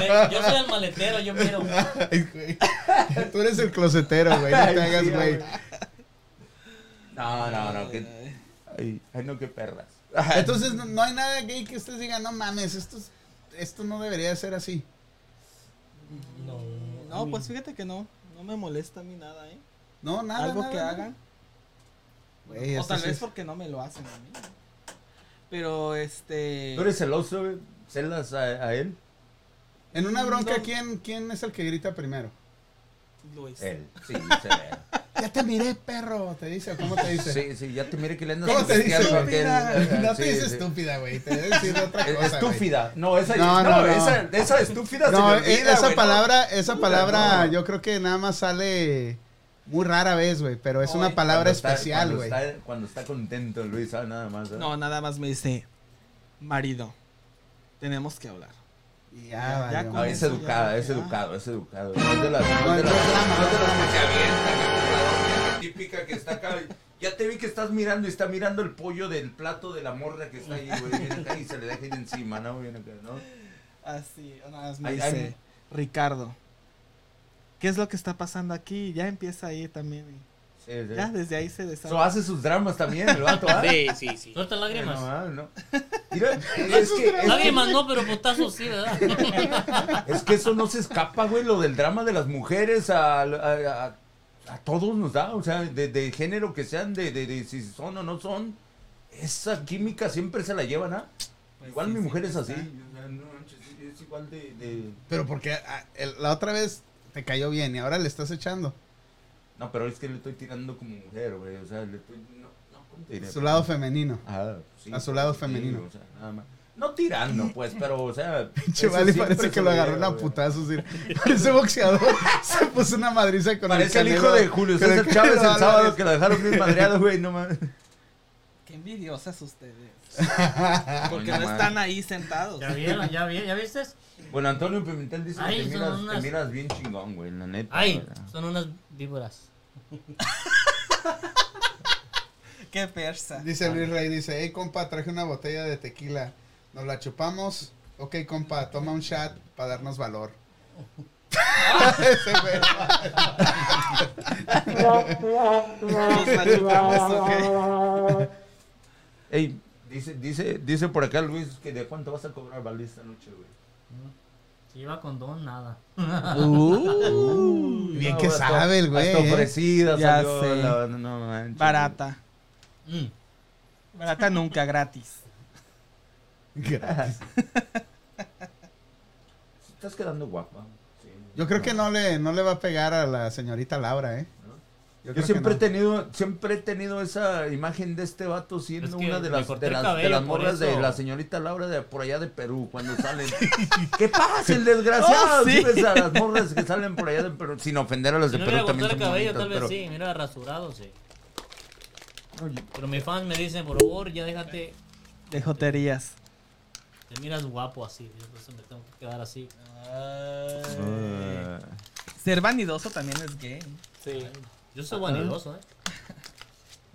Speaker 5: Eh, Yo soy el maletero, yo miro.
Speaker 1: [laughs] Ay, güey. Tú eres el closetero, güey. No te hagas, güey.
Speaker 2: No, no, no. Que... Ay, ay, no, qué perras.
Speaker 1: Entonces, no, no hay nada gay que ustedes digan, no mames, esto, es- esto no debería de ser así.
Speaker 7: No, pues fíjate que no. No me molesta a mí nada, ¿eh?
Speaker 1: No, nada.
Speaker 7: Algo
Speaker 1: nada,
Speaker 7: que
Speaker 1: nada.
Speaker 7: hagan.
Speaker 1: Güey,
Speaker 7: O
Speaker 1: esto
Speaker 7: tal
Speaker 1: sí
Speaker 7: vez
Speaker 1: es-
Speaker 7: porque no me lo hacen a mí. ¿no? Pero este.
Speaker 2: [laughs] ¿Tú eres celoso, güey? ¿Celas a, a él?
Speaker 1: En una bronca,
Speaker 7: No.
Speaker 1: ¿quién, ¿quién es el que grita primero?
Speaker 7: Luis.
Speaker 2: Él. Sí, se ve.
Speaker 1: Ya te miré, perro, te dice. ¿Cómo te dice?
Speaker 2: Sí, sí, ya te mire que le andas
Speaker 1: ¿Cómo te dice?
Speaker 2: coqueteando a aquel,
Speaker 1: Estúpida.
Speaker 2: ajá,
Speaker 1: No te
Speaker 2: sí,
Speaker 1: dice
Speaker 2: sí.
Speaker 1: estúpida, güey. Te debe
Speaker 2: [laughs]
Speaker 1: decir otra cosa.
Speaker 2: Eh,
Speaker 1: güey.
Speaker 2: Estúpida. No, esa,
Speaker 1: No,
Speaker 2: no,
Speaker 1: no, no.
Speaker 2: Esa, esa estúpida se
Speaker 1: No,
Speaker 2: me
Speaker 1: e-
Speaker 2: olvida,
Speaker 1: esa
Speaker 2: güey, ¿no?
Speaker 1: palabra, esa
Speaker 2: Puta,
Speaker 1: palabra
Speaker 2: no.
Speaker 1: yo creo que nada más sale muy rara vez, güey, pero es una
Speaker 7: Ay,
Speaker 1: palabra
Speaker 2: Cuando está-
Speaker 1: especial,
Speaker 2: cuando
Speaker 1: güey.
Speaker 2: está- Cuando está contento, Luis, ¿sabes? Nada más. ¿sabes?
Speaker 7: No, nada más me dice. Marido, tenemos que hablar.
Speaker 1: Y Ya,
Speaker 7: Ya
Speaker 1: valió,
Speaker 7: con
Speaker 2: No,
Speaker 1: güey.
Speaker 2: Ah, es
Speaker 7: eso ya
Speaker 2: educada,
Speaker 7: no
Speaker 2: es
Speaker 7: queda.
Speaker 2: educado, es educado. No es de las.
Speaker 1: No,
Speaker 2: no es de
Speaker 1: no
Speaker 2: las-
Speaker 1: es drama,
Speaker 2: no es de las
Speaker 1: no es
Speaker 2: que se avientan, la típica que está acá. Ya te vi que estás mirando y está mirando el pollo del plato de la morra que está ahí, güey. viene acá y se le deja ir encima, ¿no? Viene acá, ¿no?
Speaker 7: Así, nada más me
Speaker 2: Ay,
Speaker 7: dice.
Speaker 2: ay.
Speaker 7: Ricardo, ¿qué es lo que está pasando aquí? Ya empieza ahí también.
Speaker 2: Sí,
Speaker 7: y
Speaker 2: sí.
Speaker 7: Ya desde ahí se desarma.
Speaker 2: So, hace sus dramas también, el vato, ¿ah?
Speaker 6: Sí, sí, sí.
Speaker 5: Suelta
Speaker 2: No,
Speaker 5: lágrimas.
Speaker 2: ah, no.
Speaker 7: [laughs]
Speaker 2: Mira, es que, es
Speaker 5: Nadie
Speaker 2: que-
Speaker 5: [laughs] mandó, pero putazo sí, ¿verdad?
Speaker 2: es que eso no se escapa, güey, lo del drama de las mujeres a, a- a- a todos nos da, o sea, de, de género que sean, de, de- de si son o no son, esa química siempre se la llevan, ¿ah? igual mi mujer es así. o sea, no manches, es igual de- de...
Speaker 1: Pero porque ah, el- la otra vez te cayó bien y ahora le estás echando.
Speaker 2: No, pero es que le estoy tirando como mujer, güey. O sea, le estoy. No, no con tirar.
Speaker 1: Su lado femenino.
Speaker 2: Ah, sí.
Speaker 1: a su lado
Speaker 2: Sí,
Speaker 1: femenino.
Speaker 2: o sea, nada más. No tirando, pues, pero, o sea.
Speaker 1: [laughs] Pinche
Speaker 2: eso
Speaker 1: Vale
Speaker 2: siempre
Speaker 1: parece que
Speaker 2: se
Speaker 1: lo
Speaker 2: ve,
Speaker 1: agarró una
Speaker 2: güey.
Speaker 1: putazos. mira. Parece boxeador. [laughs] Se puso una madriza con
Speaker 2: Parece el
Speaker 1: Canelo-
Speaker 2: hijo de Julio
Speaker 1: con
Speaker 2: César
Speaker 1: Canelo
Speaker 2: Chávez el
Speaker 1: Álvarez.
Speaker 2: sábado que lo dejaron bien madreado, güey, no mames.
Speaker 7: Qué envidiosas [laughs] ustedes. Porque no
Speaker 2: mames.
Speaker 7: están ahí sentados.
Speaker 5: ¿Ya vieron? ¿Ya vieron? ¿Ya viste?
Speaker 2: Bueno, Antonio Pimentel dice que
Speaker 5: Ay,
Speaker 2: te miras,
Speaker 5: son unas-
Speaker 2: te miras bien chingón, güey, la neta.
Speaker 5: Ay,
Speaker 2: güey.
Speaker 5: son unas víboras.
Speaker 7: Qué persa.
Speaker 1: Dice Luis Rey, dice, hey compa, traje una botella de tequila. Nos la chupamos. Ok, compa, toma un shot para darnos valor. Ese güey.
Speaker 7: Nos machucamos, ¿ok?
Speaker 2: Ey, dice, dice, dice por acá Luis que de cuánto vas a cobrar vale esta noche, güey.
Speaker 5: Si lleva condón, nada.
Speaker 1: bien que
Speaker 2: hasta-
Speaker 1: sabe el güey,
Speaker 2: Hasta
Speaker 1: eh.
Speaker 2: ofrecida,
Speaker 7: Ya
Speaker 2: salió
Speaker 7: sé.
Speaker 2: la- no manches. [laughs]
Speaker 7: Barata. Mm. Barata nunca, gratis.
Speaker 1: Gracias.
Speaker 2: Estás quedando guapa. Sí.
Speaker 1: Yo creo que no le, no le va a pegar a la señorita Laura, ¿eh?
Speaker 2: ¿No?
Speaker 1: Yo,
Speaker 2: Yo
Speaker 1: creo
Speaker 2: siempre he
Speaker 1: que no.
Speaker 2: tenido, siempre he tenido esa imagen de este vato siendo
Speaker 5: Es que
Speaker 2: una de
Speaker 5: me
Speaker 2: las,
Speaker 5: corté
Speaker 2: de
Speaker 5: el
Speaker 2: las,
Speaker 5: cabello
Speaker 2: de las
Speaker 5: por
Speaker 2: morras de
Speaker 5: eso.
Speaker 2: la señorita Laura de por allá de Perú cuando salen. [laughs] ¿Qué pasa, el desgraciado?
Speaker 7: Oh, sí.
Speaker 2: ¿Sí ves a las morras que salen por allá de Perú, sin ofender a las
Speaker 5: Si
Speaker 2: de
Speaker 5: no
Speaker 2: Perú
Speaker 5: hubiera
Speaker 2: también
Speaker 5: cortado el
Speaker 2: son
Speaker 5: cabello,
Speaker 2: bonitas,
Speaker 5: tal vez
Speaker 2: pero-
Speaker 5: sí. Mira, rasurado, sí.
Speaker 2: Oye.
Speaker 5: Pero mis fans me dicen, por favor, ya déjate.
Speaker 7: De joterías.
Speaker 5: Te miras guapo así. Yo por eso me tengo que quedar así. Ah.
Speaker 2: Eh,
Speaker 7: Ser vanidoso también es gay.
Speaker 5: Sí. Yo soy vanidoso, ¿eh?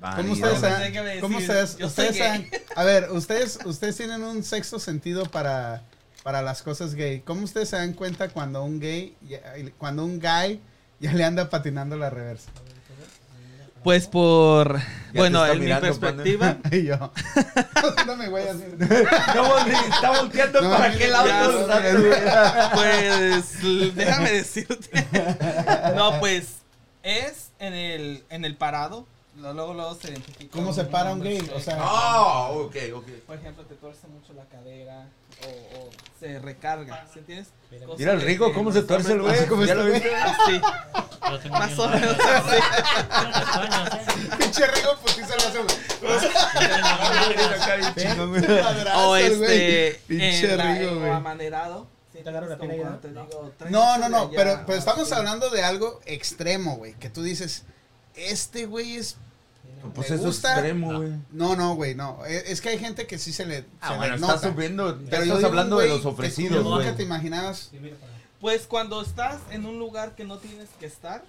Speaker 1: ¿Cómo
Speaker 2: válido.
Speaker 1: ustedes,
Speaker 7: pensé
Speaker 1: saben-
Speaker 7: que me
Speaker 1: ¿cómo
Speaker 7: decís,
Speaker 1: ustedes,
Speaker 7: yo
Speaker 1: ustedes
Speaker 7: soy
Speaker 1: saben- A ver, ustedes, ustedes tienen un sexto sentido para, para las cosas gay. ¿Cómo ustedes se dan cuenta cuando un gay, ya- cuando un guy ya le anda patinando la reversa?
Speaker 7: Pues por.
Speaker 2: te
Speaker 7: bueno,
Speaker 2: está
Speaker 7: en mi
Speaker 2: mirando,
Speaker 7: perspectiva.
Speaker 1: [laughs] Y yo. no me voy a hacer.
Speaker 2: [laughs] No, sí, está volteando
Speaker 1: No,
Speaker 2: para
Speaker 1: mira,
Speaker 2: qué
Speaker 1: ya,
Speaker 2: lado. está, güey.
Speaker 7: Pues l- déjame decirte. No, pues es en el, en el parado. lo- Luego, luego se identifica.
Speaker 1: ¿Cómo se para un gay?
Speaker 7: hombre
Speaker 1: O sea,
Speaker 2: Ah, ok, ok.
Speaker 7: Por ejemplo, te tuerce mucho la cadera o, o se recarga. ¿Sí entiendes? Cosas
Speaker 2: Mira el
Speaker 7: que-
Speaker 2: rico,
Speaker 7: que
Speaker 2: cómo se
Speaker 7: los
Speaker 2: tuerce el
Speaker 7: hombres-
Speaker 2: güey.
Speaker 1: ¿Cómo
Speaker 2: ¿Ya
Speaker 1: está,
Speaker 2: lo viste?
Speaker 7: Sí,
Speaker 5: Yo tengo
Speaker 7: más
Speaker 5: bien
Speaker 7: o
Speaker 5: mal.
Speaker 7: menos.
Speaker 1: [laughs] pinche rico putiza lo hace,
Speaker 2: [laughs]
Speaker 1: güey.
Speaker 7: O
Speaker 1: Madrazos, Ah, güey.
Speaker 7: este.
Speaker 1: Pinche
Speaker 7: en la-
Speaker 1: rico,
Speaker 2: eh,
Speaker 7: en- o
Speaker 1: güey.
Speaker 7: amanerado. ¿sí
Speaker 9: ¿Te agarró la
Speaker 7: entiendes?
Speaker 9: pena
Speaker 7: Como cuando
Speaker 9: ya?
Speaker 7: te digo, traes
Speaker 1: No,
Speaker 7: esto
Speaker 1: no,
Speaker 7: de
Speaker 1: no,
Speaker 7: allá,
Speaker 1: pero, pero estamos
Speaker 7: sí.
Speaker 1: hablando de algo extremo, güey, que tú dices, este güey es...
Speaker 2: Pues
Speaker 1: ¿Te
Speaker 2: eso es
Speaker 1: gusta?
Speaker 2: extremo, güey.
Speaker 1: No, no, güey, no. Es es que hay gente que sí se le... se
Speaker 2: Ah,
Speaker 1: le
Speaker 2: bueno,
Speaker 1: nota.
Speaker 2: estás subiendo. ya
Speaker 1: Pero yo
Speaker 2: estás
Speaker 1: digo,
Speaker 2: hablando
Speaker 1: güey,
Speaker 2: de los
Speaker 1: que tú
Speaker 2: ofrecidos,
Speaker 1: nunca
Speaker 2: güey.
Speaker 1: te imaginabas...
Speaker 7: Pues cuando estás en un lugar que no tienes que estar,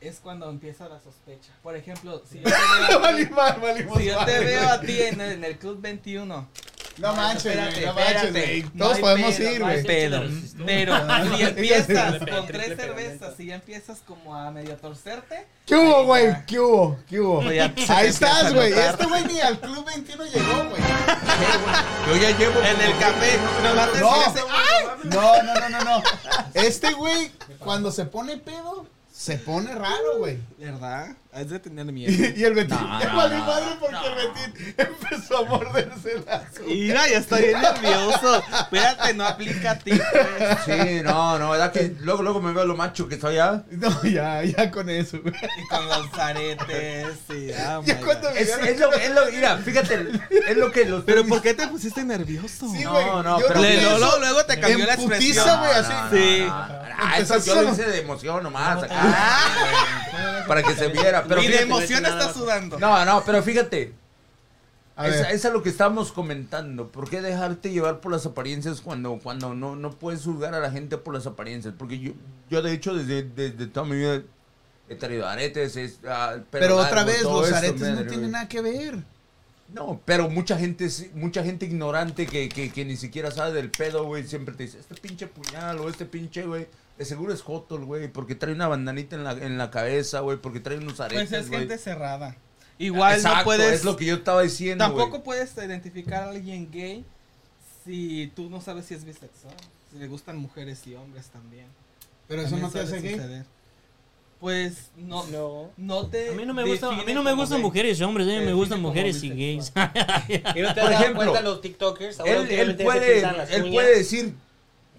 Speaker 7: es cuando empieza la sospecha. Por ejemplo, si
Speaker 1: [laughs]
Speaker 7: yo te veo a ti,
Speaker 1: Valimos, valimos,
Speaker 7: si yo te
Speaker 1: madre,
Speaker 7: veo
Speaker 1: güey.
Speaker 7: a ti en el, en el Club 21,
Speaker 1: [laughs] No manches,
Speaker 7: espérate,
Speaker 1: güey, no manches,
Speaker 7: espérate.
Speaker 1: güey.
Speaker 7: No
Speaker 1: Todos
Speaker 7: hay
Speaker 1: podemos
Speaker 7: pedo,
Speaker 1: ir,
Speaker 7: no hay
Speaker 1: güey.
Speaker 7: pedo.
Speaker 5: Chiste
Speaker 1: [laughs]
Speaker 5: de
Speaker 7: Pero si empiezas con
Speaker 9: triple
Speaker 7: tres
Speaker 9: pegamento.
Speaker 7: cervezas y ya empiezas como a medio torcerte,
Speaker 1: ¿Qué hubo, güey? ¿Qué hubo? ¿Qué hubo?
Speaker 7: Oye, Pues ya se te
Speaker 1: Ahí
Speaker 7: empieza
Speaker 1: estás,
Speaker 7: a
Speaker 1: güey.
Speaker 7: notar.
Speaker 1: Este güey ni al Club 21 llegó, güey.
Speaker 2: Yo ya llevo.
Speaker 7: en el café, no la
Speaker 1: No.
Speaker 7: no.
Speaker 1: No, no, no, no, no.
Speaker 7: [laughs]
Speaker 1: Este güey, cuando se pone pedo, se pone raro, güey.
Speaker 7: ¿Verdad? Has de tener
Speaker 1: [laughs]
Speaker 7: miedo.
Speaker 1: Y, y el Betín,
Speaker 2: No,
Speaker 1: ya
Speaker 2: no,
Speaker 1: valió
Speaker 2: no,
Speaker 1: madre porque el Betín empezó a morderse la
Speaker 7: Mira, ya estoy bien nervioso. Espérate, no aplica a ti. pues.
Speaker 2: Sí, no, no, verdad que luego, luego me veo lo macho que soy ah? ya.
Speaker 1: No, ya, ya con eso, güey.
Speaker 7: Y con los aretes. Y, ah,
Speaker 1: [laughs] Ya
Speaker 7: my
Speaker 1: cuando
Speaker 7: God.
Speaker 1: me
Speaker 2: Es,
Speaker 1: vieron-
Speaker 2: es lo, es lo, mira, fíjate, es lo que los.
Speaker 7: Pero ¿por qué te pusiste nervioso?
Speaker 1: Sí,
Speaker 2: no,
Speaker 1: güey.
Speaker 2: no,
Speaker 1: yo
Speaker 2: pero-
Speaker 1: vi
Speaker 7: Le-
Speaker 1: eso.
Speaker 7: luego, luego- luego te cambió
Speaker 1: en
Speaker 7: la
Speaker 1: putiza,
Speaker 7: expresión.
Speaker 1: güey, así.
Speaker 7: Sí.
Speaker 2: Ah, eso yo lo hice de emoción nomás. acá, güey, para que se viera. Pero
Speaker 7: y de
Speaker 2: fíjate,
Speaker 7: emoción está sudando.
Speaker 2: No, no, pero fíjate.
Speaker 1: A
Speaker 2: esa-
Speaker 1: ver.
Speaker 2: esa es lo que estábamos comentando. ¿Por qué dejarte llevar por las apariencias cuando, cuando no, no puedes juzgar a la gente por las apariencias? Porque yo, yo de hecho, desde, desde toda mi vida he traído aretes. es- ah, pelo
Speaker 1: Pero otra
Speaker 2: largo,
Speaker 1: vez,
Speaker 2: todo
Speaker 1: los
Speaker 2: eso,
Speaker 1: aretes
Speaker 2: madre,
Speaker 1: no tienen
Speaker 2: güey.
Speaker 1: nada que ver.
Speaker 2: No, pero mucha gente, sí- mucha gente ignorante que, que, que ni siquiera sabe del pedo, güey, siempre te dice, este pinche puñal o este pinche, güey, de seguro es Jotol, güey, porque trae una bandanita en la, en la cabeza, güey, porque trae unos aretes,
Speaker 7: Pues es
Speaker 2: güey.
Speaker 7: gente cerrada. Igual no
Speaker 2: Exacto,
Speaker 7: puedes.
Speaker 2: Es lo que yo estaba diciendo. güey.
Speaker 7: Tampoco puedes identificar a alguien gay si tú no sabes si es bisexual. Si le gustan mujeres y hombres también.
Speaker 1: Pero eso
Speaker 7: También
Speaker 1: no te
Speaker 7: suele
Speaker 1: hace gay.
Speaker 7: suceder. Pues no, no. te.
Speaker 5: A mí no me, gusta, a mí
Speaker 7: define
Speaker 5: no me
Speaker 7: como
Speaker 5: gustan
Speaker 7: gay.
Speaker 5: mujeres y hombres, a mí me
Speaker 7: Define
Speaker 5: gustan
Speaker 7: como
Speaker 5: mujeres y gays. [laughs]
Speaker 7: bisexual.
Speaker 6: ¿Y no te
Speaker 2: Por
Speaker 6: has dado
Speaker 2: ejemplo,
Speaker 6: cuenta los TikTokers? Ahora
Speaker 2: Él, él
Speaker 6: últimamente se
Speaker 2: puede,
Speaker 6: pintan las
Speaker 2: él
Speaker 6: uñas.
Speaker 2: puede decir,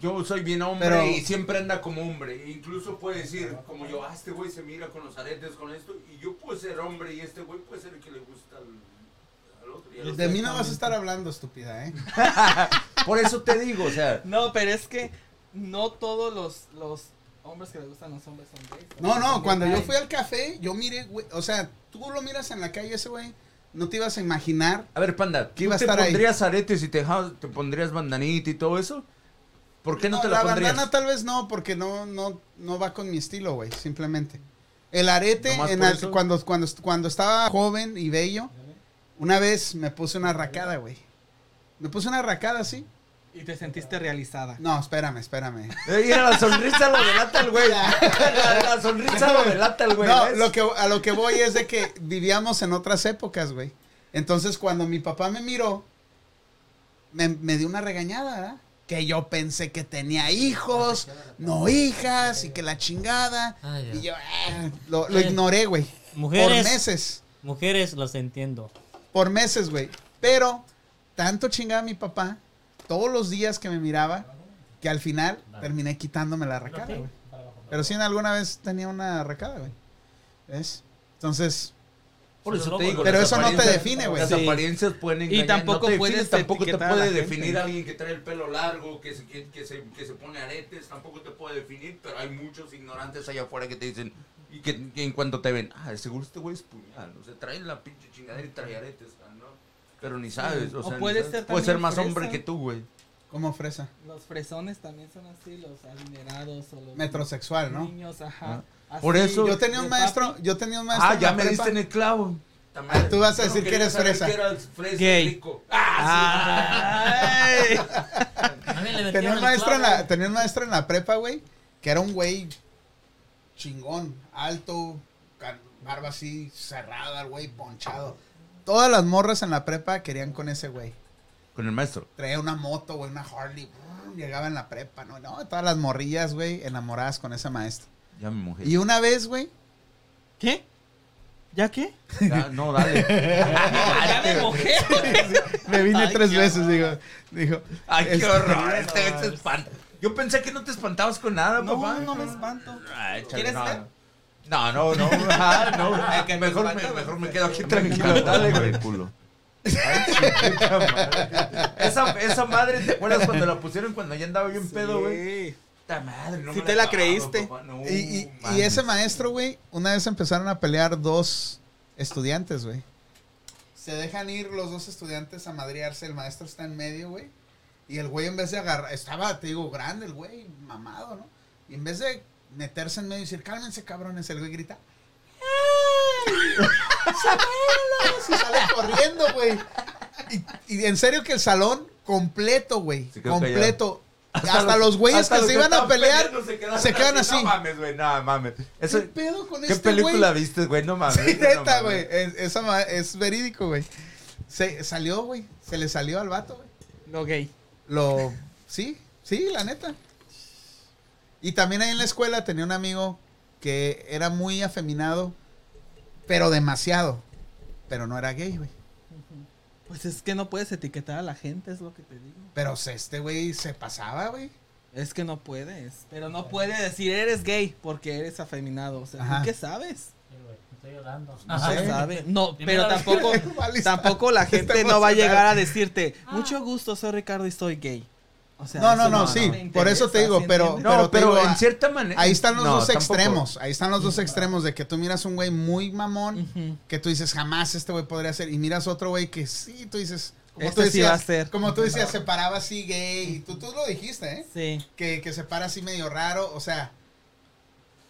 Speaker 2: yo soy bien hombre
Speaker 11: Pero-
Speaker 2: y siempre anda como hombre. E Incluso puede decir, como yo, ah, este güey se mira con los aretes, con esto, y yo puedo ser hombre y este güey puede ser el que le gusta al, al otro. y al
Speaker 1: De
Speaker 2: otro.
Speaker 1: mí no vas a estar hablando, estúpida, ¿eh?
Speaker 2: Por eso te digo, o sea,
Speaker 7: No, pero es que no todos los, los hombres que le gustan a los hombres son gays.
Speaker 1: No, no,
Speaker 7: También
Speaker 1: cuando yo
Speaker 7: hay-
Speaker 1: fui al café, yo miré, güey, o sea, tú lo miras en la calle ese güey, no te ibas a imaginar.
Speaker 2: a ver, panda, ¿tú
Speaker 1: iba a
Speaker 2: te
Speaker 1: estar ahí?
Speaker 2: pondrías aretes y te, ja- te pondrías bandanita y todo eso? ¿Por qué no, te la, pondrías?
Speaker 1: bandana tal vez no, porque no, no, no va con mi estilo, güey, simplemente. El arete,
Speaker 2: ¿Nomás
Speaker 1: en
Speaker 2: por
Speaker 1: al-
Speaker 2: eso?
Speaker 1: cuando, cuando, cuando estaba joven y bello, una vez me puse una racada, güey. Me puse una racada, sí.
Speaker 7: Y te sentiste realizada.
Speaker 1: No, espérame, espérame.
Speaker 2: Eh, Mira, la sonrisa lo delata
Speaker 1: [laughs]
Speaker 2: el güey. La, [laughs] la sonrisa lo delata el güey.
Speaker 1: No,
Speaker 2: ¿ves?
Speaker 1: lo que, a lo que voy es de que vivíamos en otras épocas, güey. Entonces, cuando mi papá me miró, me, me dio una regañada, ¿verdad? Que yo pensé que tenía hijos, no hijas, y que la chingada.
Speaker 5: Ay, ya.
Speaker 1: Y yo, ah, lo, lo ignoré, güey. Por
Speaker 5: Mujeres.
Speaker 1: meses,
Speaker 5: Mujeres las entiendo.
Speaker 1: por meses, güey. Pero, tanto chingaba mi papá, todos los días que me miraba, que al final terminé quitándome la racada, güey. Pero sí, en alguna vez tenía una racada, güey. ¿Ves? Entonces,
Speaker 2: Por eso te digo,
Speaker 1: Pero
Speaker 2: las
Speaker 1: eso no te
Speaker 2: apariencias-
Speaker 1: define, güey.
Speaker 2: Las
Speaker 7: Sí.
Speaker 2: apariencias pueden engañar.
Speaker 7: Y tampoco
Speaker 2: no te
Speaker 7: puedes
Speaker 2: tampoco te
Speaker 7: etiquetar a
Speaker 2: puede
Speaker 7: la gente.
Speaker 2: definir alguien que trae el pelo largo, que se, que, que se, que se pone aretes, tampoco te puede definir, pero hay muchos ignorantes allá afuera que te dicen, y que, que en cuanto te ven, ah, seguro este güey es puñal, o sea, trae la pinche chingadera y trae aretes, ¿no? Pero ni sabes, o
Speaker 7: O
Speaker 2: sea, ni
Speaker 7: puede
Speaker 2: sabes.
Speaker 7: ser
Speaker 2: puede ser
Speaker 7: también
Speaker 2: más
Speaker 7: fresa.
Speaker 2: hombre que tú, güey.
Speaker 1: como fresa.
Speaker 7: Los fresones también son así, los adinerados o los
Speaker 1: Metrosexual, ¿no?
Speaker 7: niños, ajá. Así,
Speaker 2: Por eso-
Speaker 1: Yo tenía un
Speaker 7: de
Speaker 1: maestro,
Speaker 7: papi.
Speaker 1: yo tenía un maestro.
Speaker 2: Ah,
Speaker 1: en
Speaker 2: ya
Speaker 1: la
Speaker 2: me
Speaker 1: prepa.
Speaker 2: diste en el clavo. Ta
Speaker 1: Ah, tú vas a
Speaker 2: Yo no
Speaker 1: decir que
Speaker 2: quería
Speaker 1: eres
Speaker 2: saber
Speaker 1: fresa.
Speaker 2: Que eras fresa,
Speaker 7: Gay.
Speaker 2: rico. Ah,
Speaker 7: Ay.
Speaker 5: A mí le
Speaker 1: Tenía
Speaker 5: metieron
Speaker 1: un
Speaker 5: el
Speaker 1: maestro en
Speaker 5: clavo.
Speaker 1: la, tenía un maestro en la prepa, güey, que era un güey chingón, alto, car- barba así cerrada, el güey ponchado. Todas las morras en la prepa querían con ese güey.
Speaker 2: sí. Con el maestro.
Speaker 1: Traía una moto, güey, una Harley. brr, Llegaba en la prepa, no, no, todas las morrillas, güey, enamoradas con ese maestro.
Speaker 2: Ya me mojé.
Speaker 1: Y una vez, güey,
Speaker 7: ¿Qué? ¿Ya qué?
Speaker 2: Da-
Speaker 1: [laughs]
Speaker 2: no, dale.
Speaker 7: Ya me mojé.
Speaker 11: Me vine
Speaker 2: Ay,
Speaker 11: tres
Speaker 2: qué
Speaker 11: veces, digo. Dijo,
Speaker 2: Ay, qué
Speaker 11: Este-
Speaker 2: horror. Este güey se espanta. Yo pensé que no te espantabas con nada, papá.
Speaker 7: No, no me espanto.
Speaker 2: Ay, chale,
Speaker 7: ¿Quieres
Speaker 2: no,
Speaker 7: ver?
Speaker 2: No, no, no. Ah,
Speaker 7: [laughs]
Speaker 2: no. Mejor, me, mejor me quedo aquí tranquilo. Dale, güey. Ay, qué puta madre. [laughs] Esa, esa madre, ¿te acuerdas cuando la pusieron cuando ya andaba bien pedo, güey?
Speaker 7: Sí.
Speaker 2: Puta madre, no
Speaker 7: Sí
Speaker 2: me
Speaker 7: te la
Speaker 2: acabo,
Speaker 7: creíste.
Speaker 2: papá, no,
Speaker 1: Y, y- y
Speaker 2: mames.
Speaker 1: ese maestro, güey, una vez empezaron a pelear dos estudiantes, güey. Se dejan ir los dos estudiantes a madrearse, el maestro está en medio, güey. Y el güey en vez de agarrar, estaba, te digo, grande el güey, mamado, ¿no? Y en vez de meterse en medio y decir, cálmense cabrones, el güey grita, ¡Ay! ¡Sácalos! Y sale corriendo, güey. Y, y en serio que el salón completo, güey,
Speaker 2: Se quedó
Speaker 1: completo. Hasta, los güeyes
Speaker 2: hasta
Speaker 1: que
Speaker 2: los
Speaker 1: se iban a
Speaker 2: estaban
Speaker 1: pelear
Speaker 2: peleando
Speaker 1: se quedan así.
Speaker 2: No mames, güey, no mames. Eso-
Speaker 1: ¿Qué pedo con
Speaker 2: ¿Qué
Speaker 1: este
Speaker 2: película
Speaker 1: güey?
Speaker 2: viste, güey? No mames.
Speaker 1: Sí,
Speaker 2: eso no
Speaker 1: neta,
Speaker 2: mames.
Speaker 1: güey. Es, esa ma- es verídico, güey. Se salió, güey. Se le salió al vato, güey.
Speaker 7: Lo gay.
Speaker 1: Lo. Sí, sí, la neta. Y también ahí en la escuela tenía un amigo que era muy afeminado, pero demasiado. Pero no era gay, güey.
Speaker 7: Pues es que no puedes etiquetar a la gente, es lo que te digo.
Speaker 1: Pero se- este güey se pasaba, güey.
Speaker 7: Es que no puedes. Pero no puedes decir eres gay porque eres afeminado. O sea,
Speaker 1: Ajá.
Speaker 7: ¿tú qué sabes?
Speaker 5: Estoy llorando.
Speaker 7: No
Speaker 1: sé. [laughs]
Speaker 7: sabe. No, pero
Speaker 5: Primera vez.
Speaker 7: tampoco,
Speaker 1: Vale, está- [laughs]
Speaker 7: tampoco la
Speaker 1: está
Speaker 7: gente no va a
Speaker 1: emocionada.
Speaker 7: llegar a decirte, mucho gusto, soy Ricardo y soy gay. O sea,
Speaker 1: No, no,
Speaker 7: eso
Speaker 1: no,
Speaker 7: te
Speaker 1: sí. Por
Speaker 7: interesa,
Speaker 1: eso te digo,
Speaker 7: ¿sí
Speaker 1: pero.
Speaker 7: entiendes?
Speaker 2: No, pero,
Speaker 1: te digo, ah,
Speaker 2: en cierta manera.
Speaker 1: Ahí están los
Speaker 2: No,
Speaker 1: dos
Speaker 2: tampoco.
Speaker 1: extremos. Ahí están los dos extremos de que tú miras un güey muy mamón
Speaker 7: Ujú.
Speaker 1: que tú dices jamás este güey podría ser y miras otro güey que sí, tú dices como
Speaker 7: Este
Speaker 1: tú
Speaker 7: sí va
Speaker 1: decías,
Speaker 7: a ser.
Speaker 1: como tú decías, se paraba así gay, y tú, tú lo dijiste, ¿eh?
Speaker 7: Sí.
Speaker 1: Que, que se para así medio raro, o sea,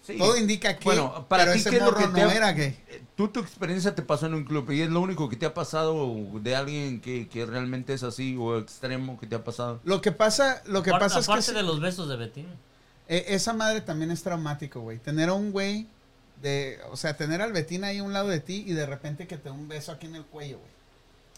Speaker 2: Sí.
Speaker 1: todo indica que,
Speaker 2: Bueno, para
Speaker 1: pero
Speaker 2: ti,
Speaker 1: ese
Speaker 2: ¿qué es lo
Speaker 1: morro
Speaker 2: que te
Speaker 1: no
Speaker 2: ha-
Speaker 1: era gay.
Speaker 2: Eh, Tú tu experiencia te pasó en un club y es lo único que te ha pasado de alguien que, que realmente es así o extremo que te ha pasado.
Speaker 1: Lo que pasa, lo que
Speaker 5: Aparte-
Speaker 1: pasa es que e,
Speaker 5: aparte
Speaker 1: sí,
Speaker 5: de los besos de Betín.
Speaker 1: eh, esa madre también es traumático, güey. Tener a un güey de, o sea, tener al Betín ahí a un lado de ti y de repente que te dé un beso aquí en el cuello, güey.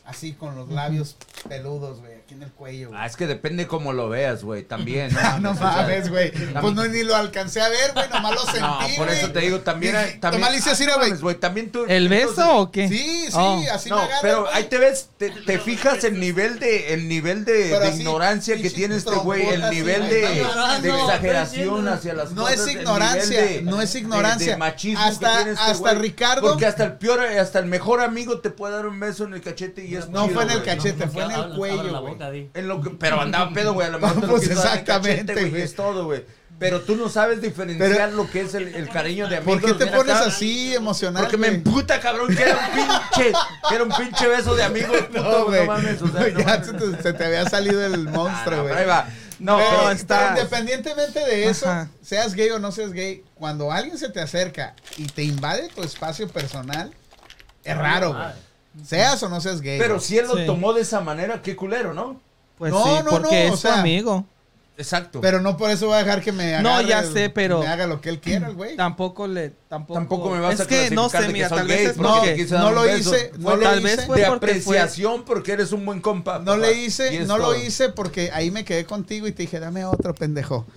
Speaker 1: Así con los labios peludos, güey, aquí en el cuello, güey.
Speaker 2: Ah, es que depende cómo lo veas, güey, también.
Speaker 1: [laughs] Ah, no
Speaker 2: O sea,
Speaker 1: mames, güey.
Speaker 2: tam-
Speaker 1: Pues no, ni lo alcancé a ver, güey, nomás lo sentí,
Speaker 2: [laughs] No, por eso
Speaker 1: güey.
Speaker 2: te digo, también.
Speaker 1: Dije,
Speaker 2: hay- también
Speaker 1: Nomás le hice así,
Speaker 2: Ah,
Speaker 1: güey.
Speaker 2: mames, güey. También tú.
Speaker 7: ¿El beso o qué?
Speaker 1: Sí, sí,
Speaker 7: Oh.
Speaker 1: así me
Speaker 2: No,
Speaker 1: agarra,
Speaker 2: pero
Speaker 1: güey.
Speaker 2: ahí te ves, te, te fijas el nivel de el nivel de,
Speaker 1: Pero
Speaker 2: de
Speaker 1: así,
Speaker 2: ignorancia que
Speaker 1: pinche
Speaker 2: tiene este güey, el
Speaker 1: trompota
Speaker 2: nivel
Speaker 1: así,
Speaker 2: de,
Speaker 1: ahí
Speaker 5: está.
Speaker 2: de
Speaker 5: No,
Speaker 2: exageración
Speaker 5: no,
Speaker 2: hacia las
Speaker 1: No
Speaker 2: cosas,
Speaker 1: es
Speaker 2: el nivel
Speaker 1: ignorancia,
Speaker 2: de-
Speaker 1: no es ignorancia.
Speaker 2: machismo
Speaker 1: Hasta-
Speaker 2: que tiene este
Speaker 1: hasta
Speaker 2: güey.
Speaker 1: Ricardo-
Speaker 2: porque hasta el peor, hasta el mejor amigo te puede dar un beso en el cachete y es
Speaker 1: No
Speaker 2: chido,
Speaker 1: fue en el
Speaker 2: güey.
Speaker 1: cachete, fue en el
Speaker 5: Habla-
Speaker 1: cuello,
Speaker 5: abre la
Speaker 1: güey.
Speaker 5: boca, di.
Speaker 2: En lo que- pero andaba pedo, güey. A lo
Speaker 1: [laughs]
Speaker 2: mejor te lo
Speaker 1: Pues
Speaker 2: quiso dar en el cachete,
Speaker 1: exactamente,
Speaker 2: güey, y
Speaker 1: güey.
Speaker 2: Es todo, güey. Pero tú no sabes diferenciar
Speaker 1: Pero-
Speaker 2: lo que es el, el cariño de amigos.
Speaker 1: ¿Por qué te
Speaker 2: Mira,
Speaker 1: pones
Speaker 2: acá-
Speaker 1: así emocional?
Speaker 2: Porque me
Speaker 1: güey?
Speaker 2: emputa, cabrón, que era un pinche, que era un pinche beso de amigo.
Speaker 1: [laughs]
Speaker 2: puto,
Speaker 1: No,
Speaker 2: no
Speaker 1: güey.
Speaker 2: mames, [laughs] o sea,
Speaker 1: [laughs]
Speaker 2: no
Speaker 1: ya
Speaker 2: mames.
Speaker 1: se te, se te había salido [laughs] el
Speaker 2: Ah, no,
Speaker 1: monstruo, güey.
Speaker 2: pero ahí va. No,
Speaker 1: Pero-
Speaker 2: pero-
Speaker 1: pero
Speaker 7: está-
Speaker 1: independientemente de eso,
Speaker 7: Ajá.
Speaker 1: seas gay o no seas gay, cuando alguien se te acerca y te invade tu espacio personal, es raro, güey. Seas o no seas gay.
Speaker 2: pero
Speaker 1: güey.
Speaker 2: si él lo
Speaker 7: Sí.
Speaker 2: tomó de esa manera, qué culero, ¿no?
Speaker 7: Pues
Speaker 1: No,
Speaker 7: sí,
Speaker 1: no,
Speaker 7: porque
Speaker 1: no, o
Speaker 7: es tu
Speaker 1: sea,
Speaker 7: amigo.
Speaker 2: Exacto.
Speaker 1: Pero no por eso voy a dejar que me
Speaker 7: No,
Speaker 1: agarre
Speaker 7: ya
Speaker 1: el-
Speaker 7: sé, pero-
Speaker 1: me haga lo que él quiera, el güey.
Speaker 7: Tampoco le. Tampoco,
Speaker 2: Tampoco me vas
Speaker 7: es
Speaker 2: a
Speaker 7: que no
Speaker 2: clasificar
Speaker 7: sé,
Speaker 2: de
Speaker 7: mira,
Speaker 2: que
Speaker 7: tal
Speaker 2: son
Speaker 7: vez
Speaker 2: gays,
Speaker 7: es
Speaker 2: porque
Speaker 1: No,
Speaker 2: te
Speaker 7: porque.
Speaker 2: quise dar
Speaker 1: no
Speaker 2: un
Speaker 1: lo
Speaker 2: beso.
Speaker 1: hice, no
Speaker 2: Fue
Speaker 1: lo
Speaker 7: Tal vez
Speaker 1: hice.
Speaker 7: fue
Speaker 2: de
Speaker 7: porque fue-
Speaker 2: apreciación porque eres un buen compa.
Speaker 1: No
Speaker 2: papá.
Speaker 1: le
Speaker 2: Ah, Y
Speaker 1: hice,
Speaker 2: es
Speaker 1: no lo
Speaker 2: todo.
Speaker 1: hice porque ahí me quedé contigo y te dije, dame otro pendejo.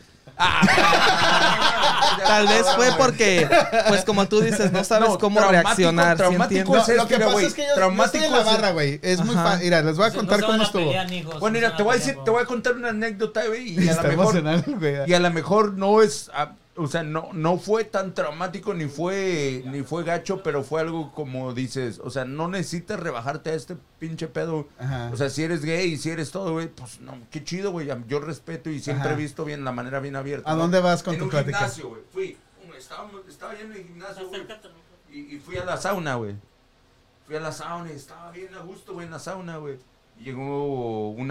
Speaker 7: Tal vez
Speaker 1: [laughs]
Speaker 2: Ah,
Speaker 7: fue porque, pues como tú dices, no sabes
Speaker 2: No,
Speaker 7: cómo
Speaker 2: traumático,
Speaker 7: reaccionar. ¿sí
Speaker 2: traumático
Speaker 7: entiendes?
Speaker 2: Pues
Speaker 1: No,
Speaker 2: es
Speaker 1: lo
Speaker 2: que,
Speaker 1: que pasa
Speaker 2: güey,
Speaker 1: es que yo, yo
Speaker 2: traumático
Speaker 1: estoy en la
Speaker 2: es-
Speaker 1: barra, güey. Es muy
Speaker 7: Ajá.
Speaker 1: fácil. Mira, les voy a
Speaker 5: No
Speaker 1: contar
Speaker 5: se van
Speaker 1: cómo
Speaker 5: a
Speaker 1: estuvo.
Speaker 5: pelear,
Speaker 2: Bueno,
Speaker 5: hijos, no se
Speaker 2: mira,
Speaker 5: van
Speaker 2: te voy a
Speaker 5: pelear,
Speaker 2: decir,
Speaker 5: por-
Speaker 2: te voy a contar una anécdota, güey, y a lo
Speaker 1: Está
Speaker 2: mejor
Speaker 1: emocional, güey.
Speaker 2: y a lo mejor no es ah, o sea no no fue tan traumático ni fue ni fue gacho pero fue algo como dices o sea no necesitas rebajarte a este pinche pedo
Speaker 1: Ajá.
Speaker 2: o sea si eres gay y si eres todo güey pues no qué chido güey yo respeto y siempre
Speaker 1: Ajá.
Speaker 2: he visto bien la manera bien abierta
Speaker 1: ¿A
Speaker 2: ¿no?
Speaker 1: dónde vas con
Speaker 2: en
Speaker 1: tu
Speaker 2: un
Speaker 1: plática?
Speaker 2: gimnasio güey fui estábamos- estaba yo en el gimnasio güey, y, y fui a la sauna güey fui a la sauna y estaba bien a gusto güey en la sauna güey y llegó un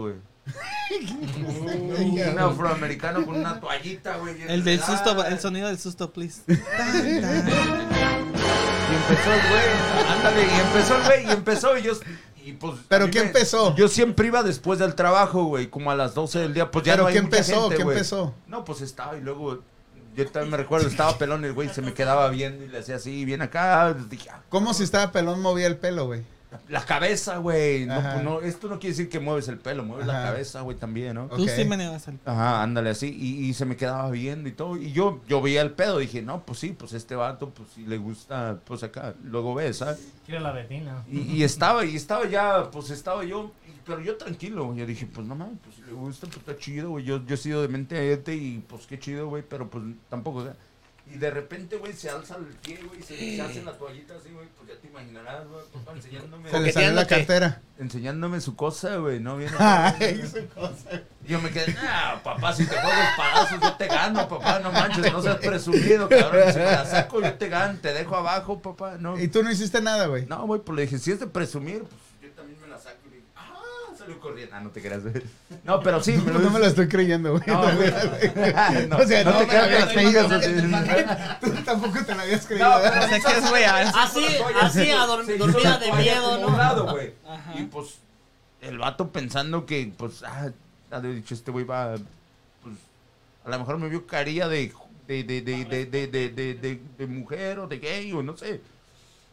Speaker 1: [laughs]
Speaker 2: güey un afroamericano con una toallita, güey.
Speaker 7: El del susto,
Speaker 2: enredada.
Speaker 7: el sonido del susto,
Speaker 1: [laughs]
Speaker 7: please.
Speaker 2: Y empezó el güey, ándale, y empezó el güey, y empezó, y yo... Y pues, a
Speaker 1: ¿Pero
Speaker 2: mí
Speaker 1: qué
Speaker 2: me-
Speaker 1: empezó?
Speaker 2: Yo siempre iba después del trabajo, güey, como a las 12 del día, pues ya
Speaker 1: ¿Pero
Speaker 2: no hay
Speaker 1: qué
Speaker 2: mucha
Speaker 1: empezó?
Speaker 2: gente,
Speaker 1: ¿Qué
Speaker 2: güey.
Speaker 1: empezó?
Speaker 2: No, pues estaba, y luego... Yo también me recuerdo, estaba pelón el güey, se me quedaba viendo y le hacía así, bien acá, dije, ah,
Speaker 1: ¿Cómo si estaba pelón movía el pelo, güey?
Speaker 2: la cabeza, güey. No,
Speaker 1: Ajá.
Speaker 2: pues, no, esto no quiere decir que mueves el pelo, mueves la
Speaker 1: Ajá.
Speaker 2: cabeza, güey, también, ¿no?
Speaker 7: Tú
Speaker 1: Ok.
Speaker 7: sí me negas el.
Speaker 2: Ajá, ándale así. Y, y se me quedaba viendo y todo. Y yo, yo veía el pedo. Dije, no, pues sí, pues este vato, pues si le gusta, pues acá, luego ves, ¿sabes?
Speaker 5: Quiero la retina.
Speaker 2: Y, y estaba, y estaba ya, pues estaba yo, y- pero yo tranquilo. güey. Yo dije, pues no mames, pues si le gusta, pues está chido, güey. Yo, yo he sido de mente abierta y pues qué chido, güey, pero pues tampoco, o sea. Y de repente, güey, se alza el pie, güey, se, se hace la toallita así, güey, pues ya te imaginarás, güey, papá, enseñándome,
Speaker 1: Se le salió la cartera.
Speaker 2: enseñándome su cosa, güey, [laughs] no viene.
Speaker 1: [laughs] Ay, su cosa.
Speaker 2: Yo me quedé, ah, papá, si te juegas palazos, yo te gano, papá, no manches, no seas presumido, cabrón. Si me la saco, yo te gano, te dejo abajo, papá, no.
Speaker 1: Y tú no hiciste nada, güey.
Speaker 2: No, güey, pues le dije, si es de presumir, pues yo también me la saco. Y le dije, ah, salió corriendo. Ah, no te creas, güey. No, pero sí,
Speaker 1: [laughs] [laughs]
Speaker 2: me
Speaker 1: No,
Speaker 2: lo
Speaker 1: no me lo estoy creyendo, güey.
Speaker 2: No, güey. [laughs]
Speaker 1: [laughs]
Speaker 2: No,
Speaker 1: o sea,
Speaker 2: no
Speaker 1: no,
Speaker 2: te
Speaker 1: me la
Speaker 2: creas que las
Speaker 1: habías [laughs] creído.
Speaker 2: tengas,
Speaker 1: güey. Tú tampoco te la habías creído.
Speaker 2: No,
Speaker 1: ¿verdad?
Speaker 2: [laughs] pero-
Speaker 7: Sé que es real.
Speaker 3: Ah,
Speaker 5: Así, así, a dorm-
Speaker 2: Se hizo
Speaker 5: dormida
Speaker 2: la
Speaker 5: de
Speaker 2: toalla
Speaker 5: miedo,
Speaker 2: como
Speaker 5: ¿no?
Speaker 2: un lado, güey.
Speaker 7: Ajá.
Speaker 2: Y pues, el vato pensando que, pues, ah, ha de dicho, este güey va, pues, a lo mejor me vio carilla de, de, de, de, de, de, de, de, de- de mujer o de gay o no sé.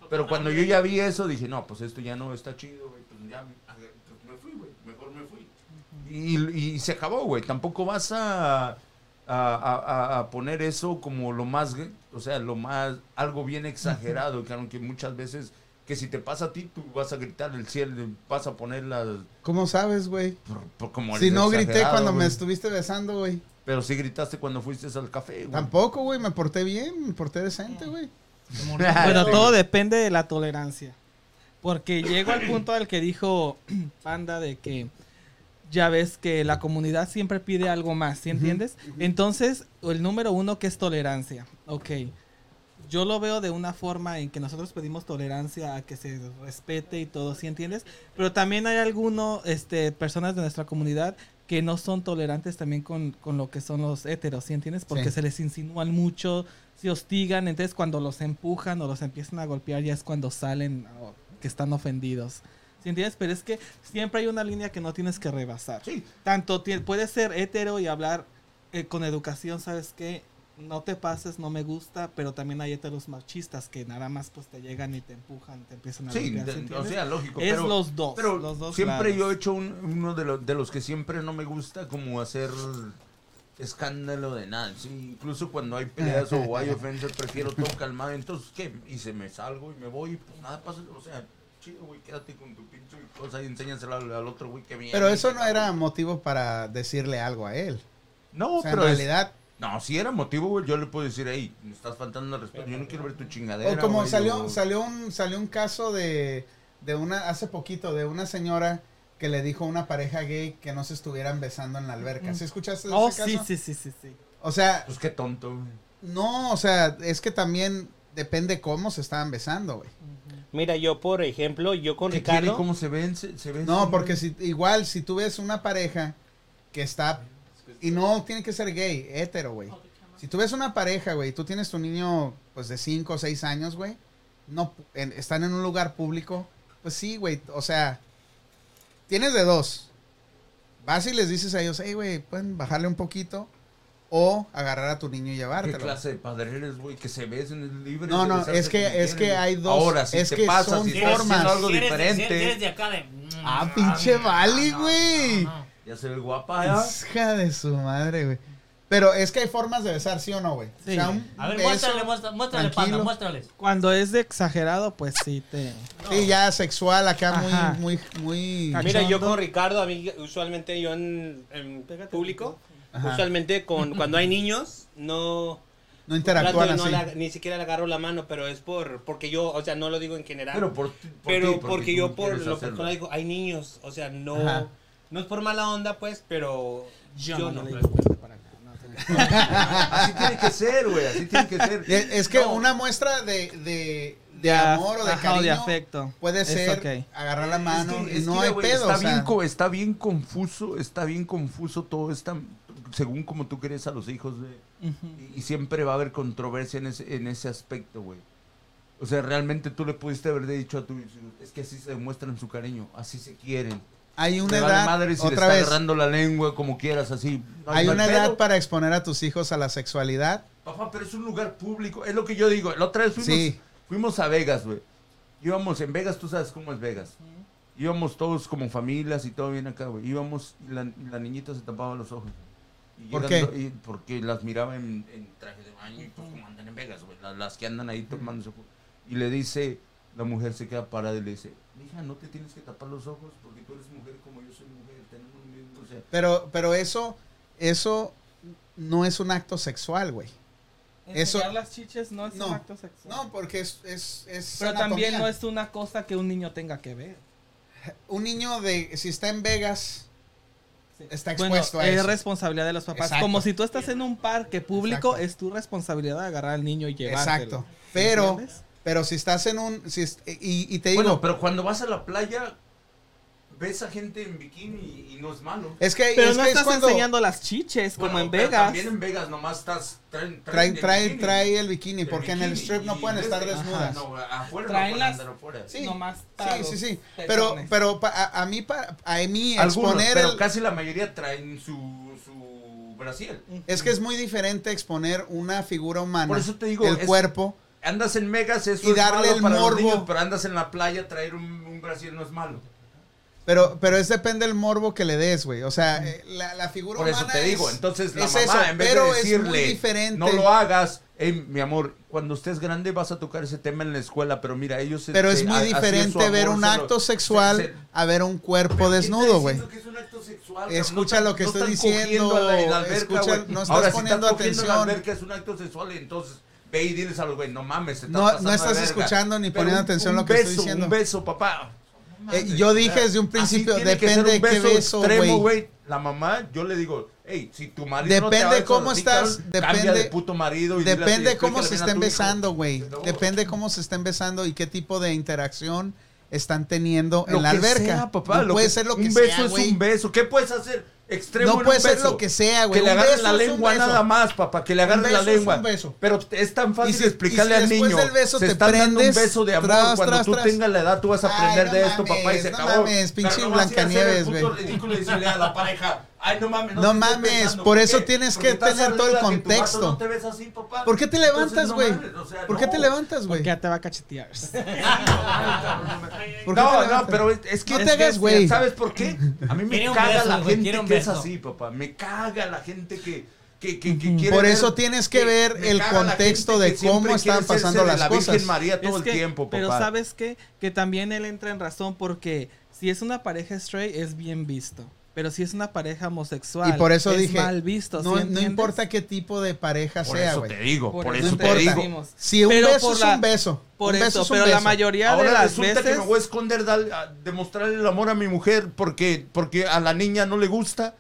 Speaker 2: Pero cuando yo ya vi eso, dije, no, pues esto ya no está chido, güey. Pues ya me- pues, me fui, güey. Mejor me fui. Y, y se acabó, güey. Tampoco vas a, a, a- a poner eso como lo más, gr- o sea, lo más, algo bien exagerado, que aunque muchas veces, que si te pasa a ti, tú vas a gritar el cielo, vas a poner las,
Speaker 1: ¿Cómo sabes, güey?
Speaker 2: por- por como
Speaker 1: Si
Speaker 2: eres
Speaker 1: no grité
Speaker 2: exagerado,
Speaker 1: cuando me
Speaker 2: güey.
Speaker 1: estuviste besando, güey.
Speaker 2: Pero sí gritaste cuando fuiste al café, güey. [laughs]
Speaker 1: Tampoco, güey. Me porté bien, me porté decente, güey.
Speaker 7: Bueno, todo depende de la tolerancia. Porque llego al punto al que dijo [clears throat] Panda de que ya ves que la comunidad siempre pide algo más, ¿sí entiendes? Entonces, el número uno que es tolerancia. Ok. Yo lo veo de una forma en que nosotros pedimos tolerancia a que se respete y todo, ¿sí entiendes? Pero también hay algunos, este, personas de nuestra comunidad que no son tolerantes también con, con lo que son los héteros, ¿sí entiendes? Porque
Speaker 1: Sí.
Speaker 7: se les insinúan mucho, se hostigan, entonces cuando los empujan o los empiezan a golpear ya es cuando salen o que están ofendidos. ¿Sí entiendes? Pero es que siempre hay una línea que no tienes que rebasar.
Speaker 2: Sí.
Speaker 7: Tanto ti- puedes ser hetero y hablar eh, con educación, ¿sabes qué? no te pases, no me gusta, pero también hay heteros machistas que nada más pues te llegan y te empujan, te empiezan a
Speaker 2: Sí,
Speaker 7: golpear,
Speaker 2: de-
Speaker 7: ¿sí
Speaker 2: o
Speaker 7: entiendes?
Speaker 2: sea, lógico.
Speaker 7: Es
Speaker 2: pero,
Speaker 7: los dos,
Speaker 2: Pero
Speaker 7: los dos
Speaker 2: siempre
Speaker 7: lados.
Speaker 2: yo he hecho un- uno de, los de los que siempre no me gusta como hacer escándalo de nada. Sí, incluso cuando hay peleas o hay ofensas, prefiero todo calmado. Entonces, ¿qué? Y se me salgo y me voy y pues nada pasa. O sea, chido, güey, quédate con tu pinche cosa y enséñasela al, al otro güey que viene.
Speaker 1: Pero eso no era motivo para decirle algo a él.
Speaker 2: No,
Speaker 1: O sea, en
Speaker 2: pero es-
Speaker 1: realidad,
Speaker 2: No, si era motivo, güey, yo le puedo decir, hey, me estás faltando el respeto, yo no quiero ver tu chingadera.
Speaker 1: O como
Speaker 2: güey,
Speaker 1: salió,
Speaker 2: o-
Speaker 1: salió un, salió un caso de, de una, hace poquito, de una señora que le dijo a una pareja gay que no se estuvieran besando en la alberca. ¿Sí escuchaste de
Speaker 7: Oh,
Speaker 1: ese
Speaker 7: sí,
Speaker 1: caso?
Speaker 7: sí, sí, sí, sí.
Speaker 1: O sea,
Speaker 2: Pues qué tonto, güey.
Speaker 1: no, o sea, es que también depende cómo se estaban besando, güey.
Speaker 9: Mira, yo por ejemplo, yo con
Speaker 2: ¿Qué quiere?
Speaker 9: Ricardo.
Speaker 2: ¿Cómo se ven? ¿Se, se ven?
Speaker 1: No, porque si, igual, si tú ves una pareja que está, y no tiene que ser gay, hétero, güey. Si tú ves una pareja, güey, y tú tienes tu niño, pues, de 5 o 6 años, güey, no, pu- en- están en un lugar público, pues sí, güey, o sea, tienes de dos. Vas y les dices a ellos, hey, güey, pueden bajarle un poquito, o agarrar a tu niño y
Speaker 2: ¿Qué
Speaker 1: llevártelo.
Speaker 2: clase de padre eres, güey? Que se besen es libre.
Speaker 1: No,
Speaker 2: de
Speaker 1: no,
Speaker 2: besarse
Speaker 1: es que-
Speaker 2: como
Speaker 1: es que
Speaker 2: quieren, güey.
Speaker 1: hay dos-
Speaker 2: Ahora, si
Speaker 1: es
Speaker 2: te
Speaker 1: que
Speaker 2: pasas,
Speaker 1: son
Speaker 2: si estás
Speaker 1: formas.
Speaker 2: haciendo algo
Speaker 5: Si eres de- si
Speaker 2: diferente,
Speaker 5: eres de acá de. mm,
Speaker 1: Ah, pinche Vali, güey.
Speaker 2: ya se ve guapa, ¿ya?
Speaker 9: Pues,
Speaker 1: Hija de su madre, güey. Pero es que hay formas de besar, ¿sí o no, güey? O sea, un
Speaker 5: A ver,
Speaker 1: beso-
Speaker 5: muéstrale, muéstrale, muéstrale, panda,
Speaker 1: tranquilo.
Speaker 5: muéstrales.
Speaker 7: Cuando es de exagerado, pues sí te...
Speaker 1: Sí, ya sexual acá,
Speaker 7: Ajá.
Speaker 1: muy, muy, muy...
Speaker 9: Mira, yo con Ricardo, a mí usualmente yo en, en público,
Speaker 1: Ajá.
Speaker 9: usualmente con cuando hay niños, no
Speaker 1: No
Speaker 9: trato
Speaker 1: interactúan
Speaker 9: de no
Speaker 1: así.
Speaker 9: la- ni siquiera le agarro la mano, pero es por porque yo, o sea, no lo digo en general.
Speaker 2: Pero por ti- por
Speaker 9: pero
Speaker 2: ti,
Speaker 9: porque,
Speaker 2: tú
Speaker 9: yo por
Speaker 2: quieres
Speaker 9: lo
Speaker 2: hacerlo.
Speaker 9: personal digo, hay niños, o sea, no
Speaker 1: Ajá.
Speaker 9: no es por mala onda pues, pero yo, no.
Speaker 7: le digo, "Vente para acá", no, te-
Speaker 2: Así tiene que ser, güey, así tiene que ser.
Speaker 1: Es [laughs] es que
Speaker 2: No,
Speaker 1: una muestra de, de, de
Speaker 7: af-
Speaker 1: amor o de
Speaker 7: ajá, o
Speaker 1: cariño
Speaker 7: de afecto.
Speaker 1: puede
Speaker 7: Es
Speaker 1: ser
Speaker 7: ok.
Speaker 1: agarrar la
Speaker 2: es que-
Speaker 1: mano
Speaker 2: es
Speaker 1: y no
Speaker 2: que,
Speaker 1: hay
Speaker 2: güey,
Speaker 1: pedo.
Speaker 2: Está,
Speaker 1: o sea,
Speaker 2: bien, co- está bien confuso, está bien confuso todo esta... Según como tú crees a los hijos, güey.
Speaker 7: Ujú.
Speaker 2: Y, y siempre va a haber controversia en ese, en ese aspecto, güey. O sea, realmente tú le pudiste haber dicho a tu hijo, es que así se demuestran su cariño, así se quieren.
Speaker 1: hay una
Speaker 2: Me vale
Speaker 1: edad,
Speaker 2: madre si le
Speaker 1: otra
Speaker 2: está
Speaker 1: vez,
Speaker 2: agarrando la lengua como quieras, así. No
Speaker 1: hay
Speaker 2: no
Speaker 1: una
Speaker 2: pedo.
Speaker 1: edad para exponer a tus hijos a la sexualidad.
Speaker 2: Papá, pero es un lugar público. Es lo que yo digo. La otra vez fuimos,
Speaker 1: Sí.
Speaker 2: fuimos a Vegas, güey. Íbamos en Vegas, tú sabes cómo es Vegas. Íbamos todos como familias y todo bien acá, güey. Íbamos y la, y la niñita se tapaba los ojos. Y
Speaker 1: ¿Por
Speaker 2: llegando-
Speaker 1: qué?
Speaker 2: y- porque las miraba en, en traje de baño y pues como andan en Vegas, güey. la- Las, que andan ahí tomándose fotos. Y le dice, la mujer se queda parada y le dice, hija, no te tienes que tapar los ojos porque tú eres mujer como yo soy mujer. Tenemos lo mismo, o sea,
Speaker 1: Pero, pero eso, eso no es un acto sexual, güey. Eso-
Speaker 7: Enseñar las chiches no es
Speaker 1: No,
Speaker 7: un acto sexual.
Speaker 1: No, porque es, es, es
Speaker 7: pero
Speaker 1: anatomía.
Speaker 7: también no es una cosa que un niño tenga que ver.
Speaker 1: Un niño de, si está en Vegas,
Speaker 7: Sí.
Speaker 1: está
Speaker 7: Bueno,
Speaker 1: expuesto a
Speaker 7: es
Speaker 1: eso.
Speaker 7: responsabilidad de los papás.
Speaker 1: Exacto.
Speaker 7: Como si tú estás en un parque público,
Speaker 1: Exacto.
Speaker 7: es tu responsabilidad de agarrar al niño y llevártelo.
Speaker 1: Exacto. Pero,
Speaker 7: ¿Entiendes?
Speaker 1: pero si estás en un, si es- y, y te digo,
Speaker 2: Bueno, pero cuando vas a la playa, ves a gente en bikini y, y no es malo.
Speaker 1: es que,
Speaker 7: Pero
Speaker 1: es
Speaker 7: no
Speaker 1: que es
Speaker 7: estás
Speaker 1: cuando
Speaker 7: enseñando las chiches como
Speaker 2: Bueno,
Speaker 7: en
Speaker 2: pero
Speaker 7: Vegas.
Speaker 2: También en Vegas nomás estás. Traen,
Speaker 1: trae,
Speaker 2: el
Speaker 1: trae,
Speaker 2: bikini.
Speaker 1: trae el bikini,
Speaker 2: El
Speaker 1: porque en el
Speaker 2: bikini
Speaker 1: strip no
Speaker 2: y
Speaker 1: pueden
Speaker 2: este,
Speaker 1: estar
Speaker 2: ajá,
Speaker 1: desnudas.
Speaker 2: no, afuera
Speaker 7: Traen
Speaker 2: no pueden
Speaker 7: las-
Speaker 2: andar afuera.
Speaker 1: Sí,
Speaker 7: nomás
Speaker 1: sí,
Speaker 7: talos,
Speaker 1: sí, sí. Pero,
Speaker 7: pezones.
Speaker 1: pero pa- a, a mí, pa- a mí
Speaker 2: Algunos,
Speaker 1: exponer
Speaker 2: pero
Speaker 1: el-
Speaker 2: casi la mayoría traen su, su Brasil.
Speaker 1: es que es muy diferente exponer una figura humana,
Speaker 2: Por eso te digo,
Speaker 1: el
Speaker 2: es-
Speaker 1: cuerpo.
Speaker 2: Andas en Megas, eso
Speaker 1: Y
Speaker 2: es
Speaker 1: darle
Speaker 2: malo
Speaker 1: el
Speaker 2: para
Speaker 1: morbo.
Speaker 2: los niños, pero andas en la playa, traer un, un Brasil no es malo.
Speaker 1: Pero, pero es depende del morbo que le des, güey. O sea, eh, la, la figura
Speaker 2: Por eso
Speaker 1: humana
Speaker 2: te
Speaker 1: es-
Speaker 2: digo, entonces la
Speaker 1: es
Speaker 2: mamá
Speaker 1: eso,
Speaker 2: en vez
Speaker 1: pero
Speaker 2: de
Speaker 1: es muy
Speaker 2: decirle
Speaker 1: diferente.
Speaker 2: no lo hagas, "Ey, mi amor, cuando estés grande vas a tocar ese tema en la escuela, pero mira, ellos se-
Speaker 1: Pero es
Speaker 2: se-
Speaker 1: muy
Speaker 2: a- así es su
Speaker 1: diferente
Speaker 2: amor,
Speaker 1: ver un
Speaker 2: se lo-
Speaker 1: acto
Speaker 2: se-
Speaker 1: sexual
Speaker 2: se-
Speaker 1: a ver un cuerpo
Speaker 2: Pero ¿quién
Speaker 1: desnudo,
Speaker 2: está
Speaker 1: güey.
Speaker 2: diciendo que es un acto sexual, cabrón?
Speaker 1: Escucha
Speaker 2: No están-
Speaker 1: lo que
Speaker 2: no
Speaker 1: estoy
Speaker 2: están
Speaker 1: diciendo,
Speaker 2: cogiendo en la alberca,
Speaker 1: escucha,
Speaker 2: güey.
Speaker 1: no estás poniendo
Speaker 2: Ahora, si estás cogiendo en la
Speaker 1: atención.
Speaker 2: alberca es un acto sexual, entonces ve y diles a los güey, no mames, te estás
Speaker 1: No,
Speaker 2: pasando
Speaker 1: no
Speaker 2: de
Speaker 1: estás
Speaker 2: verga.
Speaker 1: escuchando ni
Speaker 2: Pero
Speaker 1: poniendo
Speaker 2: un-
Speaker 1: atención a
Speaker 2: un
Speaker 1: lo que estoy
Speaker 2: beso,
Speaker 1: diciendo.
Speaker 2: Un beso, papá.
Speaker 1: Eh, yo dije desde un
Speaker 2: Así
Speaker 1: principio,
Speaker 2: tiene que ser
Speaker 1: depende
Speaker 2: un
Speaker 1: de qué beso,
Speaker 2: extremo,
Speaker 1: güey.
Speaker 2: güey. La mamá, yo le digo, hey, si tu marido no te
Speaker 1: Depende
Speaker 2: abraza
Speaker 1: cómo
Speaker 2: así,
Speaker 1: estás,
Speaker 2: cabrón, cambia
Speaker 1: depende-
Speaker 2: de puto marido. y dile así,
Speaker 1: Depende cómo
Speaker 2: explícale
Speaker 1: se
Speaker 2: bien a
Speaker 1: estén
Speaker 2: tu hijo.
Speaker 1: besando, güey.
Speaker 2: No.
Speaker 1: Depende cómo se estén besando y qué tipo de interacción están teniendo
Speaker 2: Lo
Speaker 1: en la
Speaker 2: que
Speaker 1: alberca.
Speaker 2: sea, Ah, papá,
Speaker 1: No
Speaker 2: lo
Speaker 1: puede
Speaker 2: que-
Speaker 1: ser lo que
Speaker 2: un
Speaker 1: sea,
Speaker 2: beso es
Speaker 1: güey.
Speaker 2: un beso. ¿Qué puedes hacer? Extremo en
Speaker 1: No
Speaker 2: un
Speaker 1: puede ser
Speaker 2: beso.
Speaker 1: lo que sea, güey.
Speaker 2: Que le
Speaker 1: Un
Speaker 2: agarren
Speaker 1: beso
Speaker 2: la
Speaker 1: es un
Speaker 2: lengua
Speaker 1: beso.
Speaker 2: nada más, papá. Que le
Speaker 1: Un
Speaker 2: agarren la
Speaker 1: beso es
Speaker 2: lengua.
Speaker 1: un beso.
Speaker 2: Pero es tan fácil
Speaker 1: si-
Speaker 2: explicarle
Speaker 1: y si
Speaker 2: al
Speaker 1: después
Speaker 2: niño.
Speaker 1: del beso
Speaker 2: se
Speaker 1: te
Speaker 2: están dando un
Speaker 1: prendes,
Speaker 2: beso de amor.
Speaker 1: tras,
Speaker 2: Cuando
Speaker 1: tras,
Speaker 2: tú
Speaker 1: tras.
Speaker 2: tengas la edad, tú vas a
Speaker 1: Ay,
Speaker 2: aprender
Speaker 1: no
Speaker 2: de esto,
Speaker 1: mames,
Speaker 2: papá. Y se
Speaker 1: no
Speaker 2: acabó.
Speaker 1: mames, pinche
Speaker 2: Pero no vas a ir a hacer el
Speaker 1: Blancanieves,
Speaker 2: puto
Speaker 1: güey.
Speaker 2: ridículo y decirle a la pareja, Ay, no mames.
Speaker 1: No
Speaker 2: te estoy
Speaker 1: mames,
Speaker 2: pensando.
Speaker 1: por
Speaker 2: qué?
Speaker 1: eso tienes
Speaker 2: Porque
Speaker 1: que
Speaker 2: estás
Speaker 1: tener todo el
Speaker 2: arriba de que tu vato
Speaker 1: contexto.
Speaker 2: No te ves así, papá.
Speaker 1: ¿Por qué te
Speaker 2: Entonces,
Speaker 1: levantas,
Speaker 2: no
Speaker 1: güey?
Speaker 2: mames, o sea,
Speaker 1: ¿Por qué
Speaker 2: no.
Speaker 1: te levantas, pues, güey?
Speaker 7: Porque ya te va a cachetear.
Speaker 1: ¿Por qué te
Speaker 2: No, no,
Speaker 1: levantas?
Speaker 2: pero es- es que.
Speaker 1: No te
Speaker 2: es que
Speaker 1: hagas,
Speaker 2: es-
Speaker 1: güey.
Speaker 2: ¿Sabes por qué? A mí me
Speaker 5: Quiere un
Speaker 2: caga
Speaker 5: beso,
Speaker 2: la
Speaker 5: güey, quiere
Speaker 2: gente
Speaker 5: un
Speaker 2: que es
Speaker 5: beso.
Speaker 2: así, papá. Me caga la gente que. que, que, que quiere
Speaker 1: Por
Speaker 2: ver-
Speaker 1: eso tienes que ver
Speaker 2: me
Speaker 1: el
Speaker 2: caga la
Speaker 1: contexto
Speaker 2: gente
Speaker 1: de
Speaker 2: que siempre
Speaker 1: cómo
Speaker 2: quiere
Speaker 1: están
Speaker 2: hacerse
Speaker 1: pasando
Speaker 2: de
Speaker 1: las
Speaker 2: la
Speaker 1: cosas.
Speaker 2: Virgen María todo
Speaker 7: Es
Speaker 2: el
Speaker 7: que-
Speaker 2: tiempo, papá.
Speaker 7: Pero sabes qué? Que también él entra en razón porque si es una pareja straight es bien visto. Pero si es una pareja homosexual
Speaker 1: Y por eso
Speaker 7: es
Speaker 1: dije,
Speaker 7: mal visto. ¿sí
Speaker 1: No, no
Speaker 7: entiendes?
Speaker 1: importa qué tipo de pareja
Speaker 2: Por
Speaker 1: sea,
Speaker 2: eso
Speaker 1: güey.
Speaker 2: te digo, por,
Speaker 7: Por
Speaker 1: No
Speaker 7: eso
Speaker 2: eso te
Speaker 1: importa.
Speaker 2: digo.
Speaker 1: Si un
Speaker 7: Pero
Speaker 1: beso
Speaker 7: por
Speaker 1: es
Speaker 7: la-
Speaker 1: un beso.
Speaker 7: Por
Speaker 1: un beso
Speaker 7: eso,
Speaker 1: es un
Speaker 7: pero la
Speaker 1: beso.
Speaker 7: mayoría de
Speaker 2: Ahora
Speaker 7: las
Speaker 2: resulta
Speaker 7: veces...
Speaker 2: que me voy a esconder dar- a demostrarle el amor a mi mujer porque, porque a la niña no le gusta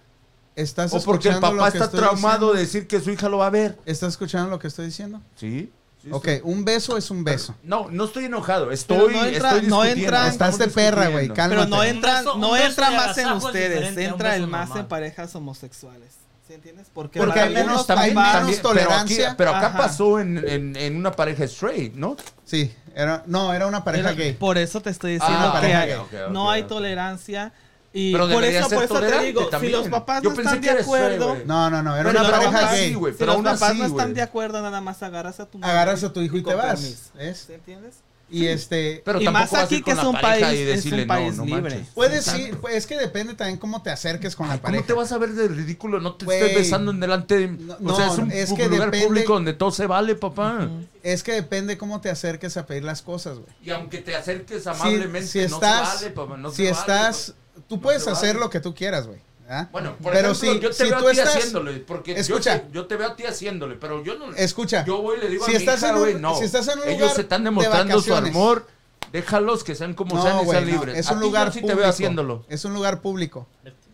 Speaker 1: ¿Estás
Speaker 2: o porque el
Speaker 1: escuchando lo
Speaker 2: papá
Speaker 1: que
Speaker 2: está
Speaker 1: estoy
Speaker 2: traumado
Speaker 1: diciendo?
Speaker 2: de decir que su hija lo va a ver.
Speaker 1: ¿Estás escuchando lo que estoy diciendo?
Speaker 2: ¿Sí? sí,
Speaker 1: Ok,
Speaker 2: estoy-
Speaker 1: un beso es un beso.
Speaker 2: No, no estoy enojado,
Speaker 7: Pero
Speaker 2: estoy,
Speaker 7: no entra-
Speaker 2: estoy
Speaker 7: no
Speaker 2: discutiendo,
Speaker 7: entra-
Speaker 2: estamos
Speaker 1: Estás de perra, güey.
Speaker 2: discutiendo.
Speaker 1: Cálmate.
Speaker 7: Pero no
Speaker 5: en-
Speaker 7: entra,
Speaker 5: Un beso-
Speaker 7: no
Speaker 5: un beso
Speaker 7: entra
Speaker 5: de
Speaker 7: más en
Speaker 5: agasajo es
Speaker 7: ustedes,
Speaker 5: diferente a un
Speaker 7: entra
Speaker 5: beso
Speaker 7: el más
Speaker 5: normal.
Speaker 7: en parejas homosexuales. ¿Sí entiendes? Porque,
Speaker 1: Porque
Speaker 7: para
Speaker 1: al menos
Speaker 7: algunos
Speaker 1: también-
Speaker 7: papás-
Speaker 1: también- tolerancia.
Speaker 2: Pero, aquí- pero acá
Speaker 7: Ajá.
Speaker 2: pasó en, en- en una pareja straight, ¿no?
Speaker 1: Sí, era, no, era una pareja
Speaker 7: Era-
Speaker 1: gay.
Speaker 7: Por eso te estoy diciendo
Speaker 2: Ah,
Speaker 7: que
Speaker 1: ok,
Speaker 7: hay-
Speaker 2: ok, ok,
Speaker 7: no hay
Speaker 2: ok.
Speaker 7: tolerancia. Y
Speaker 2: Pero
Speaker 7: por
Speaker 2: debería
Speaker 7: eso,
Speaker 2: ser
Speaker 7: por eso te
Speaker 2: tolerante
Speaker 7: digo, si
Speaker 2: también.
Speaker 7: los papás
Speaker 2: Yo
Speaker 7: no
Speaker 2: pensé
Speaker 7: están
Speaker 2: que
Speaker 7: de
Speaker 2: era straight,
Speaker 7: acuerdo,
Speaker 2: güey.
Speaker 1: No, no, no, era
Speaker 2: Pero
Speaker 1: una
Speaker 2: aún
Speaker 1: pareja
Speaker 2: así,
Speaker 1: gay.
Speaker 2: güey,
Speaker 7: si
Speaker 2: pero
Speaker 7: los
Speaker 2: aún
Speaker 7: papás
Speaker 2: así,
Speaker 7: no están
Speaker 2: güey.
Speaker 7: de acuerdo, nada más agarras a tu mujer
Speaker 1: Agarras a tu hijo y te
Speaker 7: con
Speaker 1: vas.
Speaker 7: permiso.
Speaker 1: ¿Ves?
Speaker 7: ¿Sí entiendes?
Speaker 1: Y este.
Speaker 2: Pero
Speaker 7: y
Speaker 2: tampoco
Speaker 7: más
Speaker 2: vas a
Speaker 7: aquí
Speaker 2: ir
Speaker 7: que
Speaker 2: con
Speaker 7: es
Speaker 2: la
Speaker 7: un
Speaker 2: pareja
Speaker 7: país,
Speaker 2: y
Speaker 7: es un
Speaker 2: decirle,
Speaker 7: país
Speaker 2: no, no
Speaker 7: libre.
Speaker 2: manches.
Speaker 1: Puedes ir, es que depende también cómo te acerques con la
Speaker 2: ¿Cómo
Speaker 1: pareja.
Speaker 2: te vas a ver de ridículo? No te
Speaker 1: Güey.
Speaker 2: estés besando en delante de...
Speaker 1: No,
Speaker 2: o sea, es
Speaker 1: no,
Speaker 2: un
Speaker 1: es que
Speaker 2: lugar
Speaker 1: depende-
Speaker 2: público donde todo se vale, papá.
Speaker 1: Es que depende cómo te acerques a pedir las cosas, güey.
Speaker 2: Y aunque te acerques
Speaker 1: Si-
Speaker 2: amablemente,
Speaker 1: si
Speaker 2: no
Speaker 1: estás,
Speaker 2: se vale, papá. No
Speaker 1: si
Speaker 2: se vale,
Speaker 1: estás,
Speaker 2: papá.
Speaker 1: tú
Speaker 2: No
Speaker 1: puedes
Speaker 2: se
Speaker 1: hacer
Speaker 2: vale.
Speaker 1: lo que tú quieras, güey. ¿ah?
Speaker 2: Bueno, por
Speaker 1: pero
Speaker 2: ejemplo,
Speaker 1: si,
Speaker 2: yo te
Speaker 1: si
Speaker 2: veo
Speaker 1: tú
Speaker 2: a ti
Speaker 1: estás,
Speaker 2: haciéndole, porque yo
Speaker 1: Escucha.
Speaker 2: te- yo, te veo a ti haciéndole, pero yo no...
Speaker 1: escucha,
Speaker 2: Yo voy y le digo
Speaker 1: si
Speaker 2: a mi
Speaker 1: estás
Speaker 2: hija,
Speaker 1: en un-
Speaker 2: güey, no.
Speaker 1: si estás en un
Speaker 2: Ellos
Speaker 1: lugar
Speaker 2: se están
Speaker 1: de
Speaker 2: demostrando su
Speaker 1: vacaciones.
Speaker 2: amor. Déjalos que sean como
Speaker 1: no,
Speaker 2: sean y
Speaker 1: güey,
Speaker 2: sean
Speaker 1: no,
Speaker 2: libres.
Speaker 1: es
Speaker 2: A
Speaker 1: un
Speaker 2: ti yo
Speaker 1: lugar
Speaker 2: sí
Speaker 1: público.
Speaker 2: te veo haciéndolo.
Speaker 1: Es un lugar público.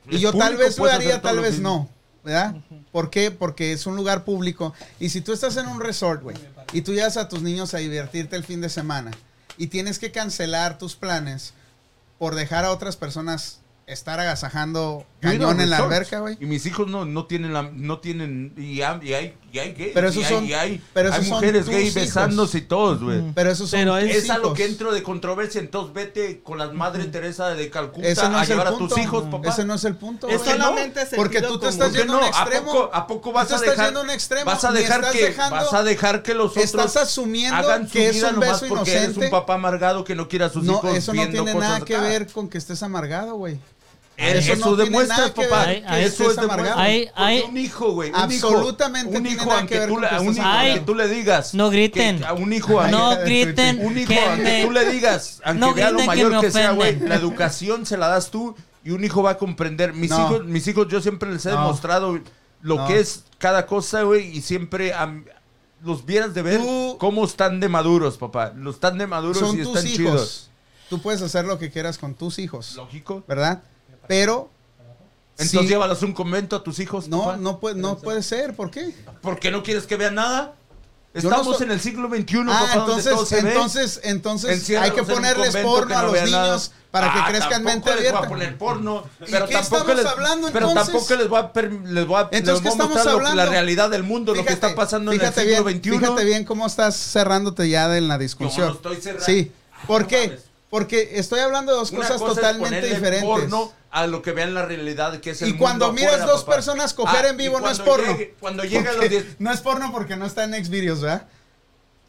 Speaker 1: Y
Speaker 2: Es
Speaker 1: yo tal
Speaker 2: público,
Speaker 1: vez lo
Speaker 2: puedes hacer
Speaker 1: haría,
Speaker 2: todo
Speaker 1: tal
Speaker 2: lo
Speaker 1: vez
Speaker 2: que-
Speaker 1: no. ¿Verdad? ¿Por qué? Porque es un lugar público. Y si tú estás en un resort, güey, y tú llevas a tus niños a divertirte el fin de semana y tienes que cancelar tus planes por dejar a otras personas estar agasajando
Speaker 2: Yo he ido a
Speaker 1: cañón en la
Speaker 2: resorts,
Speaker 1: alberca, güey.
Speaker 2: Y mis hijos no, no tienen la, no tienen, y hay, y hay, y hay gays.
Speaker 1: Pero esos
Speaker 2: y hay,
Speaker 1: son-
Speaker 2: y hay,
Speaker 1: pero
Speaker 2: hay
Speaker 1: esos son
Speaker 2: mujeres
Speaker 1: tus
Speaker 2: gays
Speaker 1: hijos.
Speaker 2: besándose y todos, güey.
Speaker 7: Mm.
Speaker 1: Pero eso son
Speaker 7: Pero
Speaker 1: tus
Speaker 2: Es a lo
Speaker 1: hijos.
Speaker 2: que entro de controversia, entonces vete con las madre Teresa de Calcuta
Speaker 1: Ese no
Speaker 2: a
Speaker 1: es el
Speaker 2: llevar a
Speaker 1: punto.
Speaker 2: tus hijos, papá.
Speaker 1: Ese no es el punto.
Speaker 7: Es
Speaker 1: güey.
Speaker 7: solamente
Speaker 1: Porque tú
Speaker 7: sentido
Speaker 1: te
Speaker 7: común.
Speaker 1: estás
Speaker 2: ¿Por qué
Speaker 1: yendo a un
Speaker 2: no?
Speaker 1: extremo.
Speaker 2: ¿A poco, a poco vas
Speaker 1: Tú te
Speaker 2: a
Speaker 1: estás
Speaker 2: dejar?
Speaker 1: yendo a un extremo,
Speaker 2: vas a
Speaker 1: ni
Speaker 2: dejar
Speaker 1: estás
Speaker 2: que,
Speaker 1: dejando-
Speaker 2: vas a dejar que los otros
Speaker 1: Estás asumiendo
Speaker 2: hagan su
Speaker 1: que es
Speaker 2: vida
Speaker 1: un
Speaker 2: nomás
Speaker 1: beso
Speaker 2: porque eres un
Speaker 1: inocente.
Speaker 2: papá amargado que no quiere a sus
Speaker 1: No,
Speaker 2: hijos
Speaker 1: eso no
Speaker 2: viendo
Speaker 1: tiene
Speaker 2: cosas
Speaker 1: nada que
Speaker 2: acá.
Speaker 1: ver con que estés amargado, güey.
Speaker 2: Eh, Eso,
Speaker 1: Eso no tiene
Speaker 2: demuestra,
Speaker 1: nada que
Speaker 2: papá.
Speaker 1: ver
Speaker 2: que
Speaker 3: que estés
Speaker 2: eso es
Speaker 1: amargado.
Speaker 2: demuestra.
Speaker 3: Hay-
Speaker 2: Porque
Speaker 3: hay-
Speaker 2: un hijo, güey. un
Speaker 1: Absolutamente
Speaker 2: hijo, Un
Speaker 1: tiene
Speaker 2: hijo,
Speaker 1: nada
Speaker 2: aunque
Speaker 1: que ver
Speaker 2: tú,
Speaker 1: con
Speaker 2: le-
Speaker 1: que
Speaker 2: a un
Speaker 1: estés
Speaker 2: hijo,
Speaker 3: amargado.
Speaker 2: aunque tú le digas.
Speaker 3: No griten.
Speaker 2: que- A un hijo, aunque-
Speaker 3: No
Speaker 2: Un
Speaker 3: griten
Speaker 2: hijo,
Speaker 3: que
Speaker 2: aunque
Speaker 3: me-
Speaker 2: tú le digas, aunque
Speaker 3: No
Speaker 2: vea lo
Speaker 3: griten que
Speaker 2: mayor
Speaker 3: me
Speaker 2: que, sea, güey,
Speaker 3: ofenden.
Speaker 2: la educación se la das tú y un hijo va a comprender. Mis,
Speaker 1: No.
Speaker 2: hijos, mis hijos, yo siempre les he
Speaker 1: No.
Speaker 2: demostrado lo
Speaker 1: No.
Speaker 2: que es cada cosa, güey, y siempre am- los vieras de ver
Speaker 1: Tú-
Speaker 2: cómo están de maduros, papá. Los están de maduros
Speaker 1: Son
Speaker 2: y
Speaker 1: tus
Speaker 2: están
Speaker 1: hijos.
Speaker 2: chidos.
Speaker 1: Tú puedes hacer lo que quieras con tus hijos,
Speaker 2: Lógico.
Speaker 1: ¿verdad? Pero
Speaker 2: Entonces
Speaker 1: Sí.
Speaker 2: llévalos a un convento a tus hijos.
Speaker 1: no,
Speaker 2: papá.
Speaker 1: no puede, no puede ser. ¿Por qué?
Speaker 2: ¿Por qué no quieres que vean nada?
Speaker 1: Yo no
Speaker 2: Estamos
Speaker 1: so-
Speaker 2: en el siglo XXI,
Speaker 1: Ah,
Speaker 2: papá, donde todo
Speaker 1: entonces,
Speaker 2: se ve.
Speaker 1: entonces, entonces
Speaker 2: Enciérralos
Speaker 1: hay que
Speaker 2: en un
Speaker 1: ponerles
Speaker 2: convento
Speaker 1: porno
Speaker 2: que
Speaker 1: a
Speaker 2: no
Speaker 1: los
Speaker 2: vean
Speaker 1: niños
Speaker 2: nada.
Speaker 1: para que
Speaker 2: Ah,
Speaker 1: crezcan
Speaker 2: tampoco
Speaker 1: mente
Speaker 2: les voy
Speaker 1: abierta.
Speaker 2: a poner porno.
Speaker 1: ¿Y
Speaker 2: Pero
Speaker 1: qué
Speaker 2: tampoco
Speaker 1: estamos
Speaker 2: les,
Speaker 1: hablando,
Speaker 2: Pero
Speaker 1: entonces?
Speaker 2: tampoco les voy a, per- les voy a, les
Speaker 1: Entonces, ¿qué
Speaker 2: voy a
Speaker 1: estamos
Speaker 2: mostrar lo-
Speaker 1: hablando?
Speaker 2: la realidad del mundo, lo que está pasando en el
Speaker 1: fíjate
Speaker 2: siglo
Speaker 1: bien,
Speaker 2: XXI.
Speaker 1: Fíjate bien cómo estás cerrándote ya de la discusión.
Speaker 2: no estoy cerrando. Ah,
Speaker 1: Sí. ¿Por
Speaker 2: No
Speaker 1: qué?
Speaker 2: mames.
Speaker 1: Porque estoy hablando de dos
Speaker 2: Una
Speaker 1: cosas
Speaker 2: cosa es
Speaker 1: totalmente
Speaker 2: ponerle
Speaker 1: diferentes.
Speaker 2: porno a lo que vean la realidad que es el
Speaker 1: Y
Speaker 2: mundo
Speaker 1: cuando miras
Speaker 2: afuera,
Speaker 1: dos
Speaker 2: papá. Ah,
Speaker 1: personas coger en
Speaker 2: y
Speaker 1: vivo, no
Speaker 2: cuando
Speaker 1: es porno.
Speaker 2: llegue- cuando llega a los
Speaker 1: Porque
Speaker 2: 10
Speaker 1: No es porno porque no está en Xvideos, ¿verdad?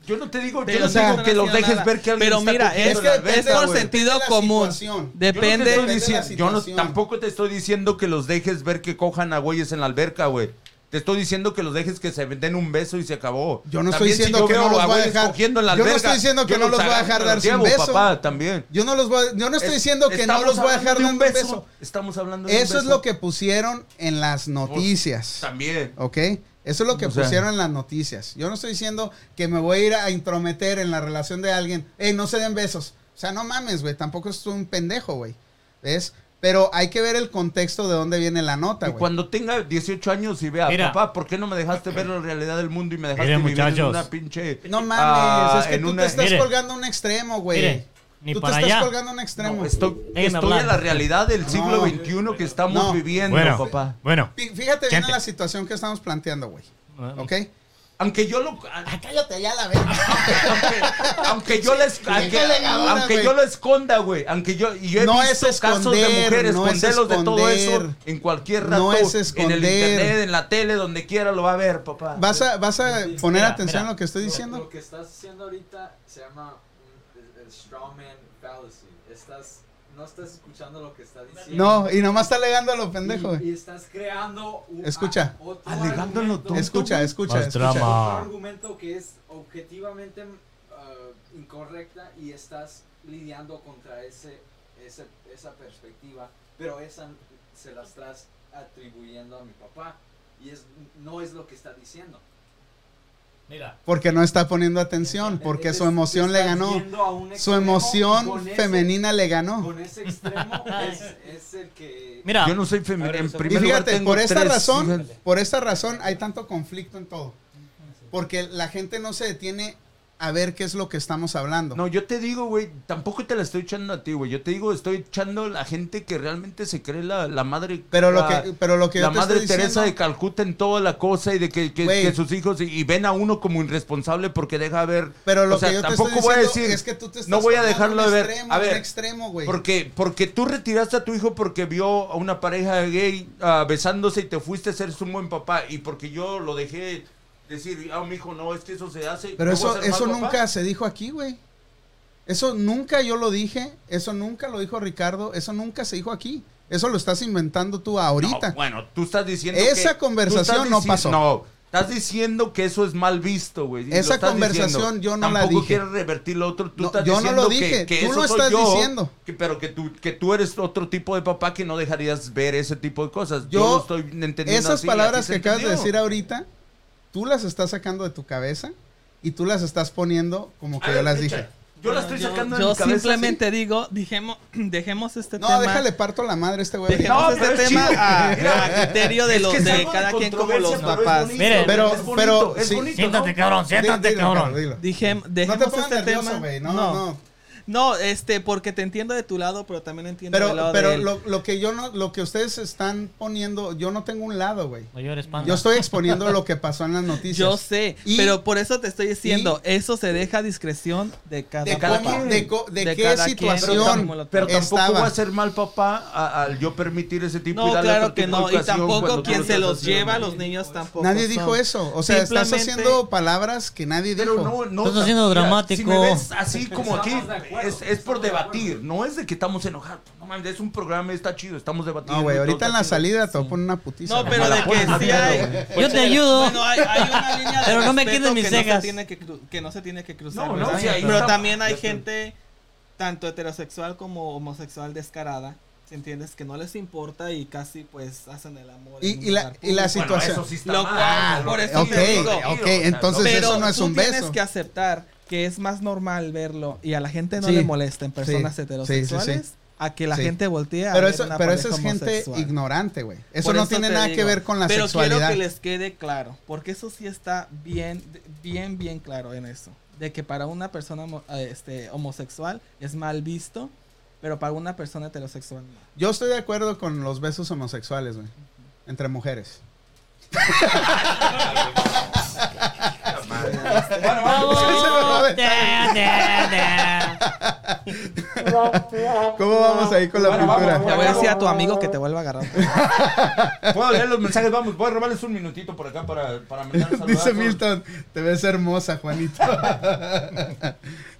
Speaker 2: Yo no te digo, yo
Speaker 7: Pero
Speaker 2: no
Speaker 1: o sea,
Speaker 2: digo que
Speaker 7: no
Speaker 2: los
Speaker 7: haciendo
Speaker 2: dejes
Speaker 7: nada.
Speaker 2: ver que alguien
Speaker 7: Pero
Speaker 2: está
Speaker 7: mira,
Speaker 2: cogiendo
Speaker 7: es
Speaker 2: en
Speaker 7: que
Speaker 2: la
Speaker 7: depende
Speaker 2: alberca,
Speaker 7: por
Speaker 2: güey.
Speaker 7: sentido
Speaker 1: Depende de la
Speaker 7: común.
Speaker 1: situación.
Speaker 2: Yo no te
Speaker 7: Depende.
Speaker 2: estoy
Speaker 1: de la
Speaker 2: diciendo- yo no-
Speaker 1: situación.
Speaker 2: tampoco te estoy diciendo que los dejes ver que cojan a güeyes en la alberca, güey. Te estoy diciendo que los dejes que se den un beso y se acabó.
Speaker 1: Yo no estoy
Speaker 2: También
Speaker 1: diciendo
Speaker 2: yo
Speaker 1: que no
Speaker 2: veo
Speaker 1: los voy a
Speaker 2: güeyes
Speaker 1: dejar-
Speaker 2: cogiendo en la
Speaker 1: yo no
Speaker 2: alberca,
Speaker 1: estoy diciendo que
Speaker 2: yo
Speaker 1: no los voy a
Speaker 2: agarro,
Speaker 1: dejar
Speaker 2: me
Speaker 1: dar
Speaker 2: los
Speaker 1: sin
Speaker 2: llevo,
Speaker 1: beso.
Speaker 2: papá, también.
Speaker 1: Yo no los voy a- yo no estoy
Speaker 2: Es-
Speaker 1: diciendo que no
Speaker 2: estamos
Speaker 1: los voy a
Speaker 2: hablando
Speaker 1: dejar
Speaker 2: de
Speaker 1: dando un beso.
Speaker 2: Estamos hablando de un
Speaker 1: Eso es
Speaker 2: beso.
Speaker 1: lo que pusieron en las noticias.
Speaker 2: También.
Speaker 1: ¿Ok? Eso es lo que
Speaker 2: O sea-
Speaker 1: pusieron en las noticias. Yo no estoy diciendo que me voy a ir a intrometer en la relación de alguien. Ey, no se den besos. O sea, no mames, güey. Tampoco es un pendejo, güey. ¿Ves? Pero hay que ver el contexto de dónde viene la nota,
Speaker 2: Y
Speaker 1: güey.
Speaker 2: cuando tenga 18 años y vea,
Speaker 5: Mira.
Speaker 2: papá, ¿por qué no me dejaste ver la realidad del mundo y me dejaste
Speaker 5: Miren,
Speaker 2: vivir en
Speaker 5: muchachos.
Speaker 2: una pinche...
Speaker 1: No mames,
Speaker 2: ah,
Speaker 1: es que
Speaker 2: en
Speaker 1: tú
Speaker 2: una-
Speaker 1: te estás
Speaker 5: Mire.
Speaker 1: colgando un extremo, güey.
Speaker 5: Mire, ni
Speaker 1: tú te
Speaker 5: para
Speaker 1: estás
Speaker 5: allá.
Speaker 1: colgando un extremo.
Speaker 2: No, estoy,
Speaker 5: Déjenme
Speaker 2: estoy
Speaker 5: hablar.
Speaker 2: en la realidad del siglo
Speaker 1: No.
Speaker 2: XXI que estamos
Speaker 1: No.
Speaker 2: viviendo, papá.
Speaker 5: Bueno, bueno.
Speaker 1: Fí- Fíjate bien
Speaker 5: Gente.
Speaker 1: en la situación que estamos planteando, güey. ¿Ok?
Speaker 2: Aunque yo lo.
Speaker 8: Ah, cállate ya la verga.
Speaker 1: [laughs]
Speaker 2: Aunque yo les. Aunque,
Speaker 8: qué legadura,
Speaker 2: aunque
Speaker 8: güey.
Speaker 2: yo lo esconda, güey. Aunque yo. Y yo he
Speaker 8: No
Speaker 2: visto
Speaker 8: es
Speaker 2: casos de
Speaker 8: esconder,
Speaker 2: mujeres
Speaker 8: no
Speaker 2: con
Speaker 8: es
Speaker 2: celos de todo eso
Speaker 8: esconder.
Speaker 2: en cualquier rato.
Speaker 8: No es
Speaker 2: En el
Speaker 8: esconder.
Speaker 2: internet, en la tele, donde quiera lo va a ver, papá.
Speaker 8: ¿Vas a, vas a poner
Speaker 3: mira,
Speaker 8: atención
Speaker 3: mira.
Speaker 8: a lo que estoy diciendo?
Speaker 12: Lo, lo que estás haciendo ahorita se llama un- el- el strawman fallacy. Estás, no estás escuchando lo que está diciendo.
Speaker 8: No, y nomás está alegando a lo
Speaker 12: Y-
Speaker 8: pendejo, güey.
Speaker 12: Y, estás creando un
Speaker 8: Escucha.
Speaker 12: a- otro
Speaker 2: Alegándolo
Speaker 12: argumento-
Speaker 2: tonto,
Speaker 8: Escucha, escucha,
Speaker 3: Más
Speaker 8: escucha.
Speaker 3: drama.
Speaker 12: otro
Speaker 3: Ah.
Speaker 12: argumento que es objetivamente uh, incorrecta y estás lidiando contra ese, ese, esa perspectiva, pero esa se la estás atribuyendo a mi papá y es, no es lo que está diciendo.
Speaker 5: Mira,
Speaker 1: Porque no está poniendo atención, porque su
Speaker 12: Te- te
Speaker 1: emoción le
Speaker 12: estás
Speaker 1: ganó.
Speaker 12: yendo a un
Speaker 1: Su
Speaker 12: extremo y
Speaker 1: emoción
Speaker 12: con ese-
Speaker 1: femenina le ganó.
Speaker 12: Con ese extremo es, es el que...
Speaker 3: Mira,
Speaker 2: Yo no soy femenino. En
Speaker 1: Y
Speaker 2: primer lugar,
Speaker 1: fíjate,
Speaker 2: tengo
Speaker 1: por esta
Speaker 2: tres
Speaker 1: razón,
Speaker 2: hijas.
Speaker 1: por esta razón hay tanto conflicto en todo. Porque la gente no se detiene a ver qué es lo que estamos hablando.
Speaker 2: No, yo te digo, güey, tampoco te la estoy echando a ti, güey. Yo te digo, estoy echando a la gente que realmente se cree la, la madre.
Speaker 1: pero lo
Speaker 2: la-
Speaker 1: que, pero lo que yo
Speaker 2: la
Speaker 1: te
Speaker 2: madre
Speaker 1: estoy
Speaker 2: Teresa
Speaker 1: diciendo,
Speaker 2: de Calcuta en toda la cosa y de que, que-
Speaker 1: Güey.
Speaker 2: que sus hijos y, y ven a uno como irresponsable porque deja ver.
Speaker 1: pero lo
Speaker 2: o sea,
Speaker 1: que yo te
Speaker 2: tampoco
Speaker 1: estoy
Speaker 2: voy a
Speaker 1: diciendo
Speaker 2: decir.
Speaker 1: es que tú te estás
Speaker 2: no voy a
Speaker 1: poniendo
Speaker 2: dejarlo
Speaker 1: un
Speaker 2: de ver.
Speaker 1: extremo,
Speaker 2: a ver,
Speaker 1: un extremo, güey.
Speaker 2: porque, porque tú retiraste a tu hijo porque vio a una pareja gay ah, besándose y te fuiste a ser su buen papá. Y porque yo lo dejé decir, ah, mi hijo, no, es que eso se hace.
Speaker 1: Pero
Speaker 2: yo voy
Speaker 1: eso,
Speaker 2: a ser mal
Speaker 1: eso
Speaker 2: papá".
Speaker 1: nunca se dijo aquí, güey. Eso nunca yo lo dije, eso nunca lo dijo Ricardo, eso nunca se dijo aquí. Eso lo estás inventando tú ahorita.
Speaker 2: No, bueno, tú estás diciendo
Speaker 1: Esa
Speaker 2: que-
Speaker 1: conversación
Speaker 2: tú estás
Speaker 1: no
Speaker 2: dici-
Speaker 1: pasó.
Speaker 2: No, estás diciendo que eso es mal visto, güey. y lo
Speaker 1: Esa
Speaker 2: estás
Speaker 1: conversación yo no la
Speaker 2: Tampoco
Speaker 1: dije.
Speaker 2: quieres revertir lo otro. Tú
Speaker 1: No,
Speaker 2: estás
Speaker 1: yo no
Speaker 2: diciendo
Speaker 1: lo
Speaker 2: que-
Speaker 1: dije,
Speaker 2: que
Speaker 1: tú
Speaker 2: eso
Speaker 1: lo
Speaker 2: soy
Speaker 1: estás
Speaker 2: yo,
Speaker 1: diciendo.
Speaker 2: que- pero que tú, que tú eres otro tipo de papá que no dejarías ver ese tipo de cosas. Yo,
Speaker 1: Yo-
Speaker 2: lo estoy entendiendo
Speaker 1: Esas
Speaker 2: así,
Speaker 1: palabras
Speaker 2: así se
Speaker 1: que acabas de
Speaker 2: entendió.
Speaker 1: decir ahorita, tú las estás sacando de tu cabeza y tú las estás poniendo como
Speaker 2: A
Speaker 1: que yo
Speaker 2: ver,
Speaker 1: las
Speaker 2: Richard,
Speaker 1: dije.
Speaker 2: Yo las
Speaker 7: Bueno,
Speaker 2: estoy
Speaker 7: yo-
Speaker 2: sacando de
Speaker 7: Yo
Speaker 2: mi cabeza.
Speaker 7: simplemente digo, dejemos, [clears throat] dejemos este
Speaker 1: No,
Speaker 7: tema.
Speaker 1: déjale parto la madre a este güey.
Speaker 7: Dejemos
Speaker 2: Pues, No,
Speaker 7: este
Speaker 2: pero es
Speaker 7: tema
Speaker 2: chido.
Speaker 7: a,
Speaker 2: [laughs] Mira,
Speaker 7: a criterio de,
Speaker 2: Es
Speaker 7: los,
Speaker 2: que es
Speaker 7: de
Speaker 2: algo de
Speaker 7: cada quien como los
Speaker 2: controversia, pero es
Speaker 7: papás.
Speaker 2: bonito,
Speaker 3: Miren,
Speaker 1: pero-
Speaker 2: es bonito,
Speaker 1: pero-
Speaker 2: es
Speaker 1: sí.
Speaker 2: bonito,
Speaker 3: siéntate,
Speaker 2: ¿no?
Speaker 3: cabrón, siéntate,
Speaker 1: Dilo,
Speaker 3: cabrón.
Speaker 1: Ricardo, dilo.
Speaker 7: Dije,
Speaker 1: No
Speaker 7: dejemos
Speaker 1: te pongas
Speaker 7: este
Speaker 1: nervioso,
Speaker 7: tema.
Speaker 1: güey. No,
Speaker 7: no.
Speaker 1: no.
Speaker 7: No, este, porque te entiendo de tu lado, pero también entiendo del
Speaker 1: Pero,
Speaker 7: lado de
Speaker 1: pero
Speaker 7: él.
Speaker 1: lo, lo que yo no, lo que ustedes están poniendo, yo no tengo un lado, güey.
Speaker 5: no llores, panda.
Speaker 1: Yo estoy exponiendo lo que pasó en las noticias.
Speaker 7: Yo sé,
Speaker 1: Y-
Speaker 7: pero por eso te estoy diciendo, eso se deja a discreción de cada
Speaker 1: de,
Speaker 7: papá.
Speaker 1: cómo- de co- de
Speaker 7: De
Speaker 1: qué
Speaker 7: cada quien,
Speaker 1: situación.
Speaker 7: como lo-
Speaker 2: Pero tampoco
Speaker 1: Estaba.
Speaker 2: voy a ser mal papá a- al yo permitir ese tipo
Speaker 7: No,
Speaker 2: y darle
Speaker 7: claro
Speaker 2: otro
Speaker 7: que
Speaker 2: tipo de
Speaker 7: no. Y
Speaker 2: educación
Speaker 7: tampoco
Speaker 2: cuando tú
Speaker 7: quien
Speaker 2: lo
Speaker 7: se
Speaker 2: estás
Speaker 7: los
Speaker 2: haciendo.
Speaker 7: lleva a los niños tampoco.
Speaker 1: Nadie
Speaker 7: son.
Speaker 1: dijo eso. O sea, estás
Speaker 7: Simplemente-
Speaker 1: haciendo palabras que nadie
Speaker 2: Pero
Speaker 1: dijo.
Speaker 2: no, no.
Speaker 3: Estás haciendo
Speaker 2: mira,
Speaker 3: dramático.
Speaker 2: Si me ves así como aquí,
Speaker 12: Estamos de acuerdo,
Speaker 2: es, es por
Speaker 12: estamos de
Speaker 2: debatir. No es de que estamos enojados. No mames, es un programa, está chido, estamos debatiendo.
Speaker 1: No, güey,
Speaker 2: y todo
Speaker 1: ahorita en la
Speaker 2: está chido.
Speaker 1: salida te voy a poner una putiza.
Speaker 7: No,
Speaker 1: güey.
Speaker 7: pero de
Speaker 2: Bueno,
Speaker 7: que sí hay.
Speaker 3: Yo te ayudo.
Speaker 7: Bueno, hay, hay una línea
Speaker 3: [laughs]
Speaker 7: de
Speaker 3: Pero no me quiten
Speaker 7: respeto
Speaker 3: mis
Speaker 7: que No se
Speaker 3: cejas.
Speaker 7: tiene que, cru- que no se tiene que cruzar.
Speaker 2: No, no,
Speaker 7: ¿verdad?
Speaker 2: sí, ahí
Speaker 7: pero
Speaker 2: está-
Speaker 7: también hay
Speaker 2: ya está.
Speaker 7: gente, tanto heterosexual como homosexual descarada, ¿se entiendes? Que no les importa y casi pues hacen el amor. en
Speaker 1: Y,
Speaker 7: un
Speaker 1: y la,
Speaker 7: lugar
Speaker 1: y la
Speaker 7: público.
Speaker 2: Bueno,
Speaker 1: situación.
Speaker 2: eso sí está
Speaker 7: Lo
Speaker 2: mal,
Speaker 7: cual,
Speaker 2: lo
Speaker 7: por
Speaker 2: que-
Speaker 7: eso
Speaker 1: ok,
Speaker 7: te digo.
Speaker 1: ok, entonces
Speaker 7: Pero
Speaker 1: eso no es
Speaker 7: tú
Speaker 1: un
Speaker 7: tienes
Speaker 1: beso.
Speaker 7: que aceptar que es más normal verlo y a la gente no
Speaker 1: Sí,
Speaker 7: le molesta en personas
Speaker 1: sí,
Speaker 7: heterosexuales
Speaker 1: sí, sí, sí.
Speaker 7: a que la
Speaker 1: Sí.
Speaker 7: gente voltee a
Speaker 1: Pero
Speaker 7: ver
Speaker 1: eso,
Speaker 7: una
Speaker 1: pero eso es
Speaker 7: pareja
Speaker 1: gente
Speaker 7: homosexual.
Speaker 1: ignorante, güey. Eso
Speaker 7: Por
Speaker 1: no
Speaker 7: te
Speaker 1: tiene nada que
Speaker 7: digo.
Speaker 1: ver con la
Speaker 7: pero
Speaker 1: sexualidad.
Speaker 7: quiero que les quede claro, porque eso sí está bien, bien, bien claro en eso. De que para una persona homo- eh, este, homosexual es mal visto, pero para una persona heterosexual no.
Speaker 1: Yo estoy de acuerdo con los besos homosexuales, güey. Entre mujeres.
Speaker 7: [laughs]
Speaker 1: [laughs]
Speaker 3: Vamos, da, da, da.
Speaker 1: ¿Cómo vamos ahí con la
Speaker 2: Bueno, vamos,
Speaker 7: Te
Speaker 1: pintura?
Speaker 7: voy a decir a tu amigo que te vuelva a agarrar.
Speaker 2: Puedo leer los mensajes, vamos, voy a robarles un minutito por acá para, para mandar
Speaker 1: [laughs]
Speaker 2: saludazos.
Speaker 1: Dice Milton, te ves hermosa,
Speaker 2: [laughs]
Speaker 1: Juanito.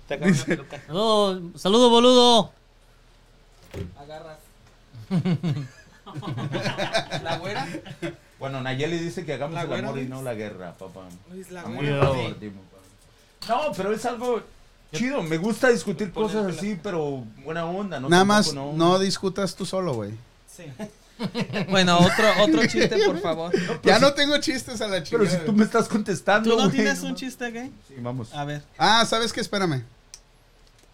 Speaker 1: Dice-
Speaker 3: Saludos, saludo, boludo.
Speaker 7: [laughs] Agarras. ¿La güera?
Speaker 2: Bueno, Nayeli dice que hagamos
Speaker 7: La
Speaker 2: el
Speaker 7: güera,
Speaker 2: amor y
Speaker 7: Luis.
Speaker 2: no la guerra, papá.
Speaker 7: Luis, la
Speaker 2: Amor
Speaker 7: güera.
Speaker 2: y compartimos, papá. No, pero es algo chido. Me gusta discutir cosas así, pero buena onda. No
Speaker 1: Nada
Speaker 2: Tampoco
Speaker 1: más no discutas tú solo, güey.
Speaker 7: Sí. Bueno, otro, otro chiste, por [laughs] favor.
Speaker 1: Ya no tengo chistes a la
Speaker 2: Pero si
Speaker 1: chingada.
Speaker 2: tú me estás contestando.
Speaker 7: ¿Tú no
Speaker 2: güey,
Speaker 7: tienes
Speaker 2: no
Speaker 7: un
Speaker 2: mames.
Speaker 7: chiste gay?
Speaker 2: Sí, vamos.
Speaker 7: A ver.
Speaker 1: Ah, ¿sabes qué? Espérame.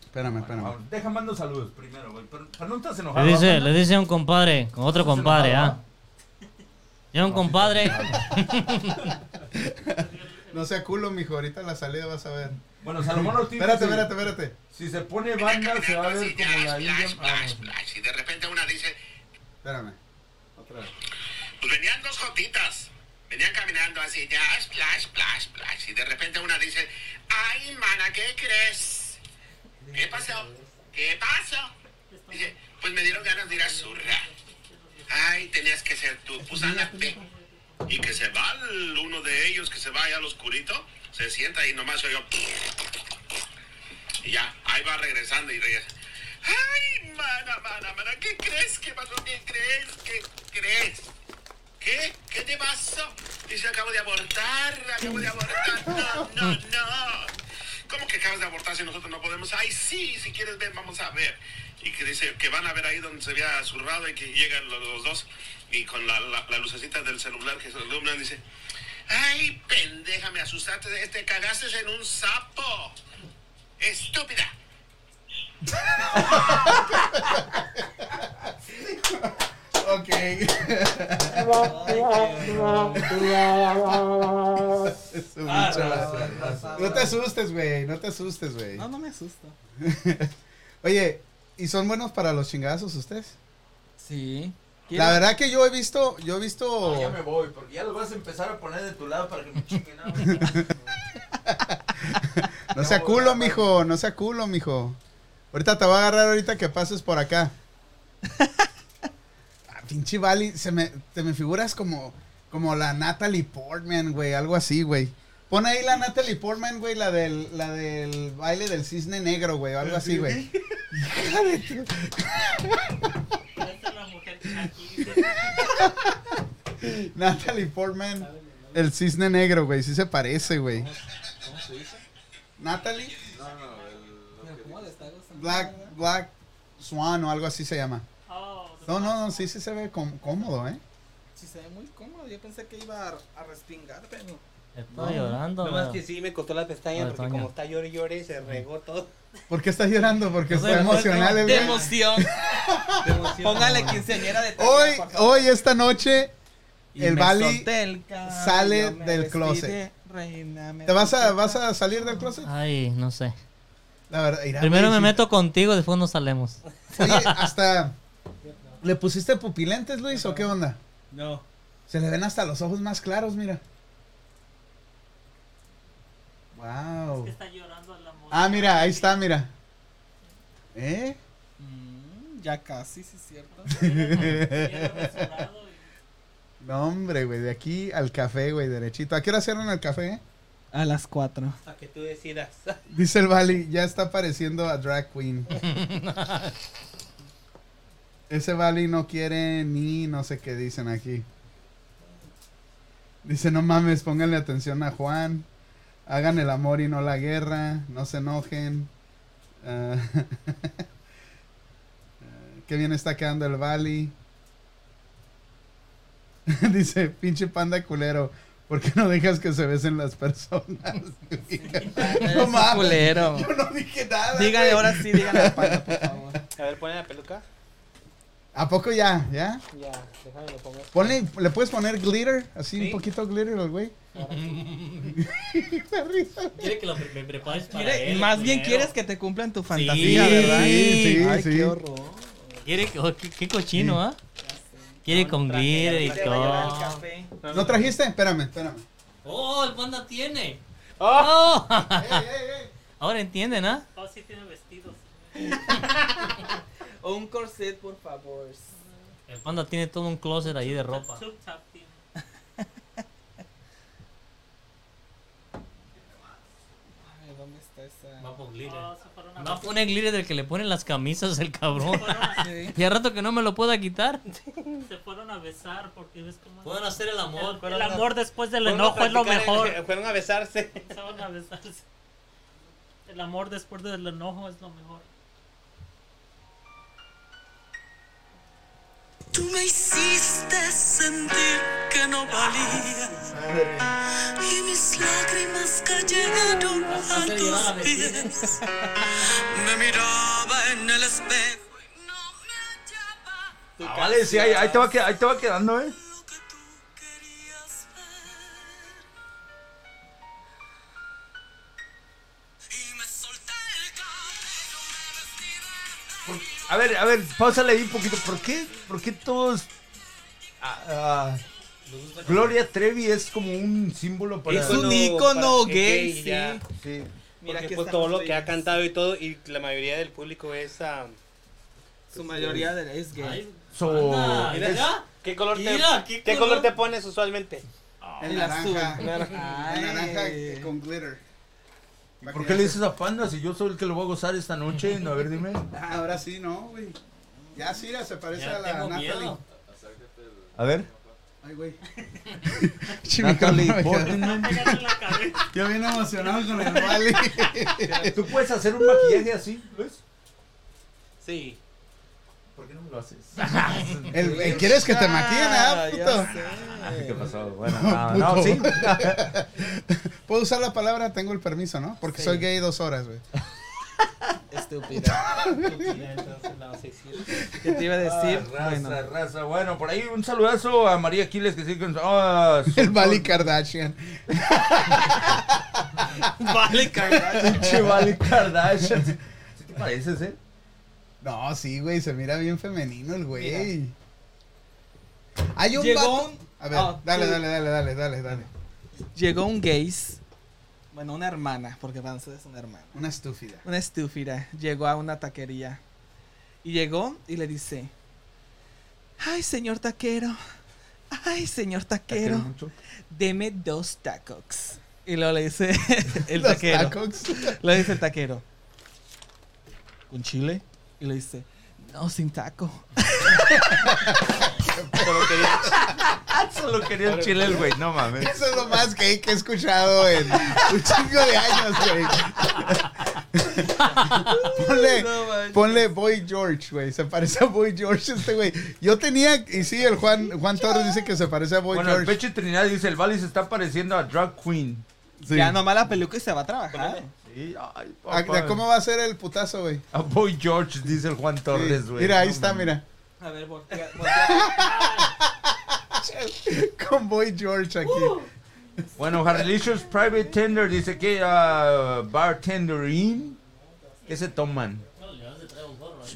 Speaker 1: Espérame,
Speaker 2: Bueno,
Speaker 1: espérame.
Speaker 2: vamos, deja mando saludos primero, güey. Pero, pero no estás
Speaker 3: Le
Speaker 2: enojado.
Speaker 3: dice,
Speaker 2: ¿verdad?
Speaker 3: le dice un compadre, con otro compadre, ah.
Speaker 2: enojado,
Speaker 3: Tiene un compadre.
Speaker 1: No sea culo, mijo. Ahorita la salida vas a ver.
Speaker 2: Bueno, Salomón Ortiz.
Speaker 1: Espérate,
Speaker 2: dice,
Speaker 1: espérate, espérate.
Speaker 2: Si se pone banda, se va a ver como la India.
Speaker 10: Flash,
Speaker 2: Ah,
Speaker 10: flash,
Speaker 2: no.
Speaker 10: flash. Y de repente una dice,
Speaker 1: Espérame.
Speaker 10: pues venían dos jotitas. Venían caminando así, ya, splash, splash, splash. Y de repente una dice, ay, mana, ¿qué crees? ¿Qué pasó? ¿Qué pasó? Dice, pues me dieron ganas de ir a zurra. Ay, tenías que ser tú. Pues ándate. Y que se va el- uno de ellos, que se vaya al oscurito, se sienta y nomás soy yo. Y ya, ahí va regresando y regresa. Ay, mana, mana, mana, ¿qué crees que pasó? ¿Qué crees? ¿Qué crees? ¿Qué? ¿Qué te pasó? Dice, acabo de abortar, acabo de abortar. No, no, no. ¿Cómo que acabas de abortar si nosotros no podemos? Ay, sí, si quieres ver, vamos a ver. Y que dice que van a ver ahí donde se había zurrado y que llegan los, los dos y con la, la, la lucecita del celular que se alumbran dice, ay, pendeja, me asustaste, te cagaste en un sapo. Estúpida.
Speaker 2: [laughs]
Speaker 1: Ok. Es un
Speaker 7: Ah,
Speaker 1: bicho,
Speaker 7: no,
Speaker 1: güey.
Speaker 7: no, no,
Speaker 1: No te asustes, güey. No te asustes, güey.
Speaker 7: No, no me asusto.
Speaker 1: Oye, ¿y son buenos para los chingazos ustedes?
Speaker 7: Sí.
Speaker 1: La verdad que yo he visto, yo he visto.
Speaker 2: Ah, Ya me voy, porque ya los vas a empezar a poner de tu lado para que me chinguen. ¿no?
Speaker 1: No sea culo, mijo, no sea culo, mijo. Ahorita te voy a agarrar ahorita que pases por acá. Ah, pinche Vali, se me, te me figuras como, como la Natalie Portman, güey, algo así, güey. Pon ahí la Natalie Portman, güey, la del, la del baile del cisne negro, güey, o algo así, güey. Hija de tu-
Speaker 5: Esa es la mujer que aquí dice,
Speaker 1: Natalie Portman, el cisne negro, güey, sí se parece, güey.
Speaker 12: ¿Cómo se dice?
Speaker 1: Natalie
Speaker 12: No, no, el.
Speaker 7: Pero ¿cómo le está gustando?
Speaker 1: Black, Black Swan o algo así se llama.
Speaker 5: "Oh, the
Speaker 1: No, no, no, sí, sí se ve com- cómodo, ¿eh?
Speaker 7: Sí, se ve muy cómodo. Yo pensé que iba a, a respingar, pero.
Speaker 3: Estoy llorando,
Speaker 6: No más
Speaker 3: güey.
Speaker 6: que sí, me costó las
Speaker 3: Ay,
Speaker 6: pestañas porque
Speaker 3: Toño.
Speaker 6: como está llore y llore, se regó todo.
Speaker 1: ¿Por qué estás llorando? Porque
Speaker 3: No sé,
Speaker 1: está
Speaker 3: no sé,
Speaker 1: emocional el
Speaker 7: De
Speaker 1: güey.
Speaker 7: emoción.
Speaker 6: De emoción.
Speaker 7: Póngale quinceañera de Tania,
Speaker 1: Hoy,
Speaker 7: por favor.
Speaker 1: hoy, esta noche,
Speaker 7: Y
Speaker 1: el
Speaker 7: me
Speaker 1: Bali
Speaker 7: solté el cabello,
Speaker 1: sale
Speaker 7: me
Speaker 1: del
Speaker 7: vestí
Speaker 1: closet.
Speaker 7: de reina, me
Speaker 1: ¿te vas a,
Speaker 7: puse
Speaker 1: vas a salir del closet?
Speaker 3: Ay, no sé.
Speaker 1: La verdad, irá,
Speaker 3: Primero me
Speaker 1: güey, sí.
Speaker 3: meto contigo, después nos salemos. [laughs]
Speaker 1: Oye, hasta. ¿Le pusiste pupilentes, Luis, o qué onda?
Speaker 6: No.
Speaker 1: Se le ven hasta los ojos más claros, mira. Wow.
Speaker 5: está llorando el amor.
Speaker 1: Ah, mira, ahí está, mira.
Speaker 7: [laughs]
Speaker 1: ¿Eh?
Speaker 7: Mm, ya casi, sí es cierto.
Speaker 1: No, hombre, güey, de aquí al café, güey, derechito. ¿A qué hora cierran el café, eh?
Speaker 7: A las [laughs] 4.
Speaker 6: A que tú decidas.
Speaker 1: Dice el Bali, ya está pareciendo a Drag Queen. Ese Bali no quiere ni no sé qué dicen aquí. Dice, no mames, pónganle atención a Juan. Hagan el amor y no la guerra. No se enojen. Ah, [laughs] qué bien está quedando el Bali. [laughs] Dice, pinche panda culero. ¿Por qué no dejas que se besen las personas? [laughs] no mames.
Speaker 7: Ah, Culero.
Speaker 1: Yo no dije nada.
Speaker 7: Dígale,
Speaker 1: güey.
Speaker 7: ahora sí, dígale al panda, por favor.
Speaker 6: A ver, ponle la peluca.
Speaker 1: ¿A poco ya? ¿Ya?
Speaker 6: Ya, déjame lo pongo.
Speaker 1: Ponle, ¿Le puedes poner glitter? Así un
Speaker 6: Sí.
Speaker 1: poquito glitter al
Speaker 7: [laughs]
Speaker 1: güey. [laughs] La risa.
Speaker 5: Quiere que lo pre- me prepares para
Speaker 7: [laughs] Quiere-
Speaker 5: él,
Speaker 7: más bien
Speaker 5: culero.
Speaker 7: quieres que te cumplan tu
Speaker 1: Sí,
Speaker 7: fantasía, ¿verdad?
Speaker 1: sí,
Speaker 7: Ay,
Speaker 1: sí.
Speaker 7: qué horror.
Speaker 3: Quiere que- oh, qué, qué cochino, ¿ah? Quiere
Speaker 6: No,
Speaker 3: con
Speaker 6: traje,
Speaker 3: glitter y
Speaker 6: ya te va a llevar el
Speaker 3: todo.
Speaker 7: Café.
Speaker 1: ¿No trajiste? Espérame, espérame.
Speaker 5: Oh, el panda tiene.
Speaker 3: Oh,
Speaker 1: Ey, ey, ey.
Speaker 3: Ahora entienden, ¿ah?
Speaker 5: Oh, sí tiene vestidos.
Speaker 7: O un corset, por favor.
Speaker 3: El panda tiene todo un closet ahí de ropa.
Speaker 5: Tub top tiene.
Speaker 7: Ay, ¿dónde está esa?
Speaker 3: Va por glitter.
Speaker 5: Oh, se fueron a
Speaker 3: Va a poner glitter del que le ponen las camisas el
Speaker 5: [laughs]
Speaker 3: cabrón.
Speaker 7: Ah, [laughs] Sí.
Speaker 3: Y al rato que no me lo pueda quitar.
Speaker 5: se fueron a besar porque ves cómo
Speaker 3: Pueden hacer el amor.
Speaker 5: el amor después del enojo es lo mejor.
Speaker 9: [laughs]
Speaker 6: Fueron a besarse.
Speaker 5: Se van a besarse. El amor después del enojo es lo mejor.
Speaker 4: Tú me hiciste sentir que no valía y mis lágrimas cayeron a tus pies. Me miraba en el espejo y no me hallaba
Speaker 2: Ah, vale, sí, ahí, ahí te va, que- ahí te va quedando, ¿eh?
Speaker 4: lo que tú querías ver. Y me solté el cabello, me vestí de negro.
Speaker 2: A ver, a ver, pausale ahí un poquito. ¿Por qué? ¿Por qué todos ah, ah, Gloria Trevi es como un símbolo para...
Speaker 7: Es un ícono gay,
Speaker 9: para- gay,
Speaker 7: sí.
Speaker 9: ya.
Speaker 2: Sí.
Speaker 7: Mira
Speaker 9: Mira
Speaker 7: aquí
Speaker 9: que pues
Speaker 7: están
Speaker 9: todo
Speaker 7: los
Speaker 9: lo que ha
Speaker 7: Beatles.
Speaker 9: cantado y todo, y la mayoría del público es... ah,
Speaker 7: Su mayoría de, es gay.
Speaker 5: Ay,
Speaker 2: So,
Speaker 5: anda,
Speaker 9: mira,
Speaker 2: es-
Speaker 9: ya. ¿Qué color te,
Speaker 5: Mira, ¿qué
Speaker 9: ¿qué
Speaker 5: color?
Speaker 9: color te pones usualmente?
Speaker 8: El
Speaker 7: El azul.
Speaker 8: naranja.
Speaker 7: Ay.
Speaker 8: El naranja eh, con glitter.
Speaker 2: ¿y ¿Por qué le dices a Panda si yo soy el que lo voy a gozar esta
Speaker 7: [laughs]
Speaker 2: noche? No, a ver, dime.
Speaker 8: Ah, ahora sí, ¿no, güey? Ya, Sira, se parece
Speaker 5: ya
Speaker 8: a la
Speaker 5: tengo
Speaker 8: Natalie.
Speaker 5: [laughs] miedo.
Speaker 2: A ver.
Speaker 8: Ay, güey.
Speaker 2: Natalie Portman.
Speaker 5: Pégate en la cabeza.
Speaker 8: Yo bien emocionado con
Speaker 7: [laughs]
Speaker 8: el Wally.
Speaker 2: ¿Tú puedes hacer un maquillaje así, Luis?
Speaker 9: Sí.
Speaker 2: ¿Por qué no me lo haces?
Speaker 1: El- el- ¿Quieres que te maquillen, ah,
Speaker 7: Ah, ya
Speaker 1: puto?
Speaker 7: sé.
Speaker 2: ¿Qué [laughs] pasó? Bueno, no, no, sí.
Speaker 1: Puedo usar la palabra, tengo el permiso, ¿no? Porque
Speaker 7: Sí.
Speaker 1: soy gay dos horas,
Speaker 7: [laughs]
Speaker 1: güey.
Speaker 7: Estúpida.
Speaker 9: Entonces, la sección.
Speaker 7: [laughs] ¿Qué te iba a decir?
Speaker 2: Ah, raza,
Speaker 7: bueno,
Speaker 2: raza. Bueno, por ahí un saludazo a María Aquiles que sigue con. ah, su-
Speaker 1: El Bali Kardashian.
Speaker 7: vale, cagada.
Speaker 2: Pinche Vali Kardashian. ¿Sí sí te pareces, eh?
Speaker 1: No, sí, güey, se mira bien femenino el güey. Hay un
Speaker 7: Llegó
Speaker 1: vato-
Speaker 7: un-
Speaker 1: A ver,
Speaker 7: Ah,
Speaker 1: dale,
Speaker 7: sí.
Speaker 1: dale, dale, dale, dale, dale.
Speaker 7: Llegó un gays. Bueno, una hermana, porque para nosotros es una hermana.
Speaker 1: Una estúpida.
Speaker 7: Una estúpida. Llegó a una taquería. Y llegó y le dice: Ay, señor taquero. Ay, señor
Speaker 2: Quiero
Speaker 7: taquero.
Speaker 2: mucho.
Speaker 7: Deme dos tacos. Y luego le dice [laughs] el
Speaker 1: Los
Speaker 7: taquero.
Speaker 1: tacos. [laughs]
Speaker 7: Lo dice el taquero. ¿Con chile? Y le dice, no, sin taco.
Speaker 2: [laughs] Solo quería el chile, el güey. No mames.
Speaker 1: Eso es lo más gay que he escuchado en un chingo de años,
Speaker 2: [laughs]
Speaker 1: güey. Ponle, ponle Boy George, güey. Se parece a Boy George este güey. Yo tenía, y sí, el Juan, Juan Torres dice que se parece a Boy
Speaker 2: Bueno, el
Speaker 1: George.
Speaker 2: Peche Trinidad dice: el Vali se está pareciendo a Drag Queen.
Speaker 1: Sí.
Speaker 7: Ya nomás la peluca y se va a trabajar.
Speaker 2: Sí, ay,
Speaker 1: Ah,
Speaker 2: papá.
Speaker 1: ¿Cómo va a ser el putazo, güey?
Speaker 2: A Boy George, dice el Juan Torres,
Speaker 1: Sí.
Speaker 2: güey.
Speaker 1: Mira, ahí
Speaker 2: No
Speaker 1: está,
Speaker 2: mames.
Speaker 1: mira. [laughs]
Speaker 7: A ver, [laughs] voltea, voltea.
Speaker 1: Con Boy George aquí.
Speaker 2: Uh, Bueno, Harlicious Private Tender dice que ah, bartenderín. ¿Qué se toman?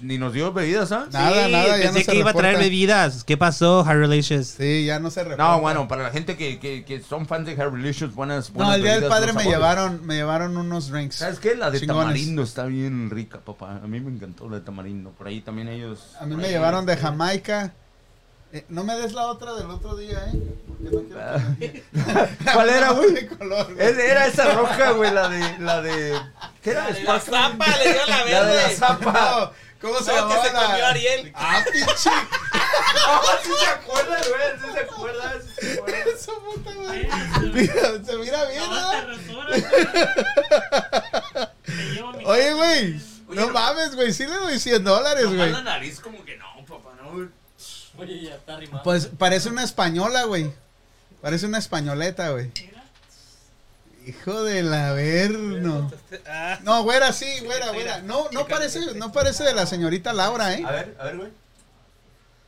Speaker 2: Ni nos dio bebidas, ¿ah?
Speaker 1: Nada,
Speaker 9: Sí,
Speaker 1: nada, ya
Speaker 9: Pensé
Speaker 1: no se
Speaker 9: que iba a traer
Speaker 1: reporta.
Speaker 9: bebidas. ¿Qué pasó, Harrelicious?
Speaker 1: Sí, ya no se reporta.
Speaker 2: No, bueno, para la gente que, que, que son fans de Harlicious, buenas, buenas
Speaker 1: No, el día del
Speaker 2: bebidas,
Speaker 1: padre
Speaker 2: los
Speaker 1: me
Speaker 2: sabores.
Speaker 1: llevaron, me llevaron unos drinks.
Speaker 2: ¿Sabes qué? La de
Speaker 1: Chingones.
Speaker 2: tamarindo está bien rica, papá. A mí me encantó la de tamarindo. Por ahí también ellos...
Speaker 1: A mí
Speaker 2: por
Speaker 1: me
Speaker 2: ahí-
Speaker 1: llevaron de Jamaica. Eh, no me des la otra del otro día, ¿eh? Porque no quiero que me-
Speaker 2: [laughs] ¿Cuál era, güey?
Speaker 1: De color, güey.
Speaker 2: Es- Era esa roja, güey, la de... La de ¿Qué era?
Speaker 7: La zapa le dio la
Speaker 2: La de la
Speaker 7: verde.
Speaker 2: zapa.
Speaker 1: No, ¿Cómo se
Speaker 7: No, que
Speaker 1: llamaba
Speaker 7: se
Speaker 1: la-
Speaker 7: comió Ariel.
Speaker 1: Ah, pinche.
Speaker 2: Ah, sí se acuerda, güey. Sí se acuerda. sí se acuerda.
Speaker 1: Esa puta madre. Mira, se mira bien,
Speaker 5: Aguanta,
Speaker 1: ¿no?
Speaker 5: resora, güey. Te llevo mi-
Speaker 1: Oye, güey. No mames, güey. Sí le doy 100 dólares, güey.
Speaker 2: La nariz como que no, papá, no.
Speaker 5: Oye, ya está rimando.
Speaker 1: Pues parece una española, güey. Parece una españoleta, güey. Hijo del averno.
Speaker 7: Ah,
Speaker 1: No, güera, sí, güera, güera. No, no parece, no parece de la señorita Laura, ¿eh?
Speaker 2: A ver, a ver, güey.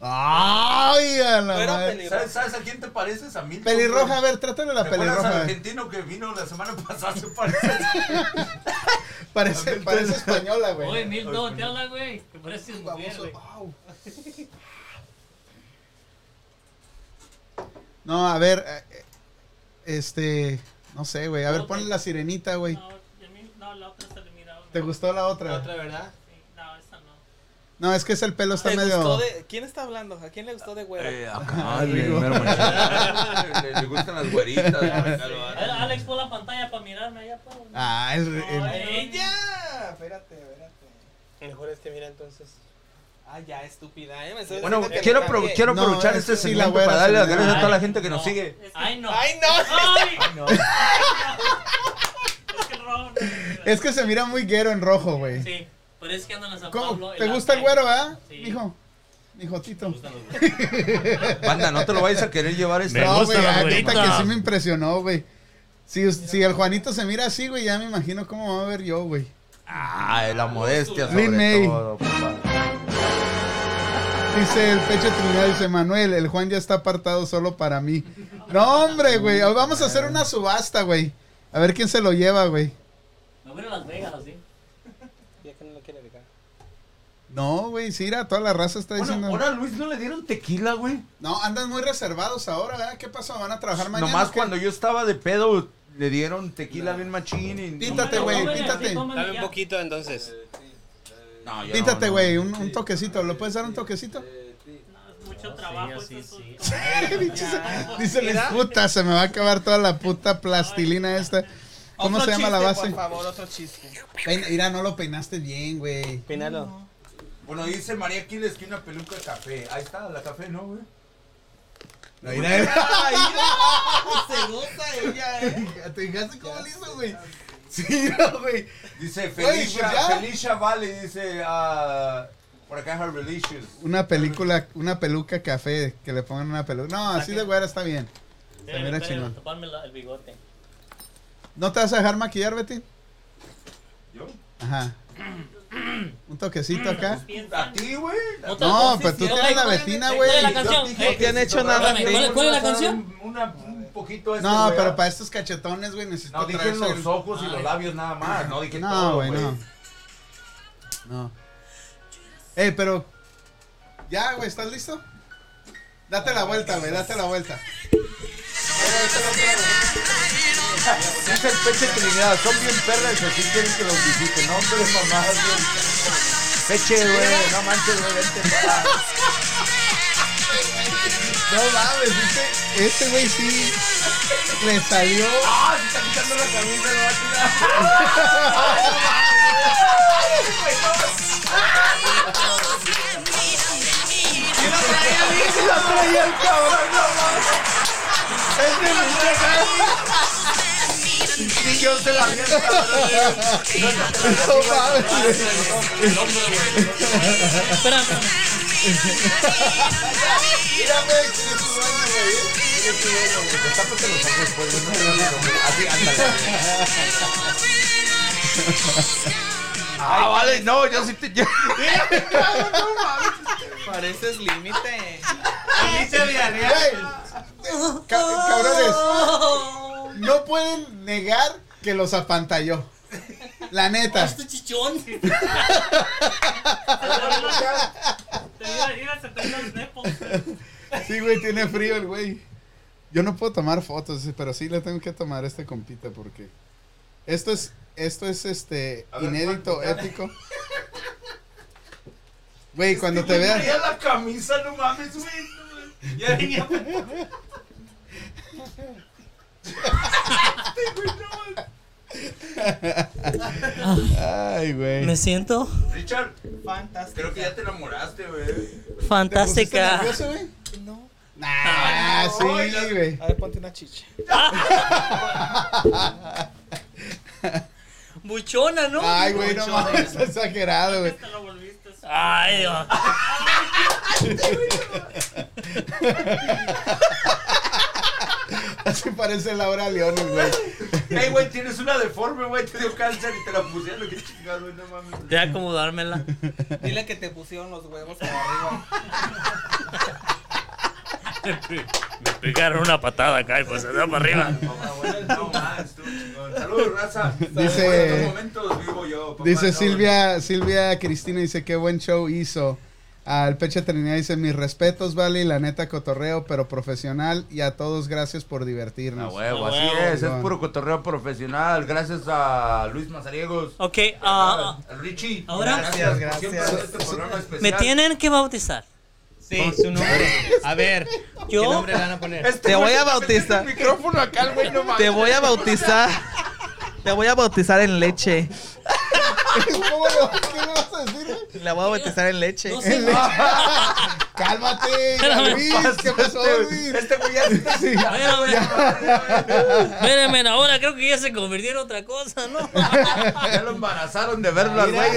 Speaker 1: Ay, a la
Speaker 7: Güera
Speaker 1: madre.
Speaker 7: peli-
Speaker 2: ¿Sabes, sabes a quién te pareces? A mí.
Speaker 1: Pelirroja, a ver, trátale la
Speaker 2: ¿Te acuerdas
Speaker 1: pelirroja.
Speaker 2: al
Speaker 1: a ver.
Speaker 2: argentino que vino la semana pasada?
Speaker 1: [laughs]
Speaker 2: Se parece.
Speaker 1: Parece, parece española, güey.
Speaker 5: Oye, Milton, te habla, güey. Que pareces mujer,
Speaker 1: Baboso,
Speaker 5: güey.
Speaker 1: wow. No, a ver, eh, este, no sé, güey. A ver,
Speaker 5: Ok.
Speaker 1: ponle la sirenita, güey.
Speaker 5: No, y a mí- no, la otra se le miraba.
Speaker 1: ¿Te gustó la otra?
Speaker 9: Otra, ¿verdad?
Speaker 5: Sí, No, esa no.
Speaker 1: No, es que ese el pelo está
Speaker 7: ¿Te
Speaker 1: medio.
Speaker 7: gustó de- ¿Quién está hablando? ¿A quién le gustó de huevo?
Speaker 2: Eh, acá, el mero machín. le, le gustan las güeritas. [laughs] acá lo
Speaker 5: A ver,
Speaker 2: hacen.
Speaker 5: Alex, pon la pantalla para mirarme allá, pues.
Speaker 1: Ah, el, el-
Speaker 7: eh. ¡Ella! Espérate, espérate.
Speaker 9: Mejor este, mira, entonces.
Speaker 7: Ah, ya, estúpida. ¿eh? Me estoy
Speaker 2: Bueno,
Speaker 7: diciendo que
Speaker 2: quiero,
Speaker 7: le
Speaker 2: apro-
Speaker 7: cambie.
Speaker 2: quiero
Speaker 1: No,
Speaker 2: aprovechar
Speaker 1: es
Speaker 2: este
Speaker 1: que sí, la
Speaker 2: segmento
Speaker 1: güera
Speaker 2: para
Speaker 1: se
Speaker 2: darle
Speaker 1: le
Speaker 2: las
Speaker 1: da.
Speaker 2: gracias a toda la
Speaker 5: Ay,
Speaker 2: gente que nos
Speaker 5: no.
Speaker 2: sigue.
Speaker 5: Es que- Ay, no.
Speaker 7: ¡Ay, no!
Speaker 1: [laughs]
Speaker 5: Ay,
Speaker 7: no.
Speaker 5: es que el rojo no me queda.
Speaker 1: Es que se mira muy guero en rojo, güey.
Speaker 5: Sí, pero es que andan en San
Speaker 1: ¿Cómo?
Speaker 5: Pablo.
Speaker 1: ¿Te
Speaker 5: en la
Speaker 1: gusta el güero, ah?
Speaker 5: Sí.
Speaker 1: Mijo. Mijo Tito.
Speaker 2: Banda, no te lo vayas a querer llevar este esta
Speaker 1: No,
Speaker 2: noche.
Speaker 1: güey,
Speaker 2: la
Speaker 1: la
Speaker 2: güerita.
Speaker 1: neta que sí me impresionó, güey. Si, si el Juanito se mira así, güey, ya me imagino cómo va a ver yo, güey.
Speaker 2: Ah, la modestia sobre
Speaker 1: Lin May.
Speaker 2: todo, papá.
Speaker 1: Dice el Pecho Trinidad, dice Manuel, el Juan ya está apartado solo para mí. No, hombre, güey. Vamos a hacer una subasta, güey. A ver quién se lo lleva, güey.
Speaker 5: Me voy a Las Vegas, así.
Speaker 7: Ya que no lo quiere dejar.
Speaker 1: No, güey, sí, mira, toda la raza está diciendo.
Speaker 2: ahora Luis no le dieron tequila, güey.
Speaker 8: No, andan muy reservados ahora, ¿verdad? ¿Qué pasó? ¿Van a trabajar mañana?
Speaker 2: Nomás
Speaker 8: o qué?
Speaker 2: cuando yo estaba de pedo, le dieron tequila bien machín. Y
Speaker 8: Píntate,
Speaker 2: No,
Speaker 8: güey,
Speaker 2: no,
Speaker 8: píntate.
Speaker 6: Dame un poquito entonces.
Speaker 2: no, yo
Speaker 1: Píntate,
Speaker 2: no,
Speaker 1: güey, un, un toquecito. ¿Lo puedes dar un toquecito?
Speaker 5: Mucho trabajo.
Speaker 6: Sí,
Speaker 5: esto
Speaker 6: sí.
Speaker 1: [laughs] Dice, puta, se me va a acabar toda la puta plastilina esta. ¿Cómo
Speaker 7: Otro
Speaker 1: se llama la
Speaker 7: chiste,
Speaker 1: base?
Speaker 7: Por favor, otro chiste.
Speaker 1: Peina- Mira, no lo peinaste bien, güey.
Speaker 6: Peinalo.
Speaker 2: Bueno, dice María Quiles que una peluca de café. Ahí está, la café, ¿no, güey?
Speaker 1: No, [laughs] mira,
Speaker 7: Ay, se goza ella, eh.
Speaker 1: te fijaste cómo lo hizo, güey.
Speaker 2: Sí, no, güey. Dice
Speaker 1: Güey,
Speaker 2: Felicia,
Speaker 1: pues ya.
Speaker 2: Felicia Vale, dice, ah, por acá es Relicious.
Speaker 1: Una película, una peluca café, que le pongan una peluca. No, así de güera está bien. Se mira chingón.
Speaker 5: Taparme la- el
Speaker 1: Ah,
Speaker 5: bigote.
Speaker 1: ¿No te vas a dejar maquillar, Betty?
Speaker 2: ¿Yo? Mm.
Speaker 1: Ajá. Un toquecito acá.
Speaker 2: ¿A ti, güey?
Speaker 5: No, te-
Speaker 1: No,
Speaker 5: sí,
Speaker 1: pero tú
Speaker 5: sí,
Speaker 1: tienes
Speaker 5: ay,
Speaker 1: la
Speaker 5: ¿cuál es-
Speaker 1: Betina,
Speaker 5: cuál
Speaker 1: güey.
Speaker 5: es la
Speaker 1: Yo
Speaker 5: canción?
Speaker 2: dije
Speaker 5: Ey,
Speaker 2: que
Speaker 7: han hecho
Speaker 2: no,
Speaker 7: nada.
Speaker 2: güey,
Speaker 5: ¿Cuál- cuál es la
Speaker 2: no,
Speaker 5: canción?
Speaker 2: un- una- un poquito a este,
Speaker 1: No,
Speaker 2: güey,
Speaker 1: pero
Speaker 2: ah.
Speaker 1: para estos cachetones, güey, necesito
Speaker 2: No, dije
Speaker 1: traerse
Speaker 2: los
Speaker 1: el-
Speaker 2: ojos y los labios nada más. No, dije
Speaker 1: No,
Speaker 2: todo,
Speaker 1: güey, no. No. Eh, pero. Ya, güey, ¿estás listo? Date la vuelta, güey, date la vuelta.
Speaker 2: Dice el Peche Trinidad, son bien perras, así quieren que los visiten. No, hombre, mamá. Peche, güey, no manches, güey, vente para...
Speaker 1: No mames, este, este güey sí le salió.
Speaker 2: ¡Ah, se está quitando la camisa, no va a tirar!
Speaker 1: [laughs] No mames, güey.
Speaker 5: Espera, espera.
Speaker 2: Ah, vale, no, yo sí te... yo-
Speaker 7: Pareces límite.
Speaker 1: Güey, ca- cabrones. No pueden negar que los apantalló. La neta.
Speaker 5: Este chichón. Te iba a ir a sentar los nepos.
Speaker 1: Sí, güey, tiene frío el güey. Yo no puedo tomar fotos, sí, pero sí le tengo que tomar a este compita porque esto es esto es este
Speaker 2: A ver,
Speaker 1: inédito,
Speaker 2: Juan,
Speaker 1: épico. Güey, cuando te veas,
Speaker 2: Traía la camisa, no mames, güey. no mames. Ya venía...
Speaker 1: ay,
Speaker 5: Me
Speaker 1: güey.
Speaker 5: siento
Speaker 2: Richard,
Speaker 7: Fantástico.
Speaker 2: creo que ya te enamoraste, güey.
Speaker 1: ¿Te
Speaker 5: fantástica.
Speaker 1: pusiste nervioso, güey?
Speaker 7: No.
Speaker 1: Nah, sí, güey.
Speaker 7: A ver, ponte una chicha.
Speaker 2: [laughs]
Speaker 5: Buchona, ¿no?
Speaker 1: Ay, güey, no mames, está exagerado, güey. [laughs]
Speaker 5: Te lo volviste. Ay, Dios.
Speaker 1: Así parece Laura León, güey.
Speaker 2: Ey, güey, tienes una deforme, güey, te dio cáncer y te la pusieron, qué chingado, güey, no mames.
Speaker 5: De acomodármela.
Speaker 7: Dile que te pusieron los huevos para arriba.
Speaker 5: Me pegaron una patada acá y pues se dio para arriba.
Speaker 2: Papá, güey, Ah, no mames, estuvo chingón. Saludos, raza.
Speaker 1: Dice-
Speaker 2: En estos momentos vivo yo, papá,
Speaker 1: Dice
Speaker 2: no,
Speaker 1: Silvia, Silvia Cristina dice qué buen show hizo. Al Peche Trinidad dice mis respetos, vale, y la neta cotorreo, pero profesional y a todos gracias por
Speaker 2: A
Speaker 1: divertirnos.
Speaker 2: huevo,
Speaker 5: A
Speaker 2: así
Speaker 5: huevo.
Speaker 2: es, es puro cotorreo profesional. Gracias a Luis Mazariegos.
Speaker 5: Ok,
Speaker 1: [laughs]
Speaker 5: ah,
Speaker 2: a Richie.
Speaker 5: Ahora-
Speaker 2: gracias, gracias.
Speaker 7: Gracias,
Speaker 2: Siempre
Speaker 7: gracias.
Speaker 2: hacer este programa especial.
Speaker 5: me tienen que bautizar.
Speaker 6: Sí, su nombre. A ver, ¿qué
Speaker 5: Yo,
Speaker 6: nombre le van a poner?
Speaker 2: Este
Speaker 7: Te
Speaker 2: güey
Speaker 7: voy a
Speaker 2: está
Speaker 7: bautizar.
Speaker 2: metiendo el micrófono acá, el güey, no mames.
Speaker 7: Te voy a bautizar. Te voy a bautizar en leche.
Speaker 1: [laughs] ¿Cómo lo- ¿Qué me vas a
Speaker 2: [laughs]
Speaker 1: decir? güey?
Speaker 7: La voy a bautizar en leche. [laughs]
Speaker 5: no sé.
Speaker 1: Cálmate, [laughs] Luis, ¿qué pasó, Luis?
Speaker 2: Este güey ya se está
Speaker 1: Sí.
Speaker 5: A ver, a ver. Espérenme, ahora creo que ya se convirtió en otra cosa, ¿no?
Speaker 2: Ya lo embarazaron de verlo al güey.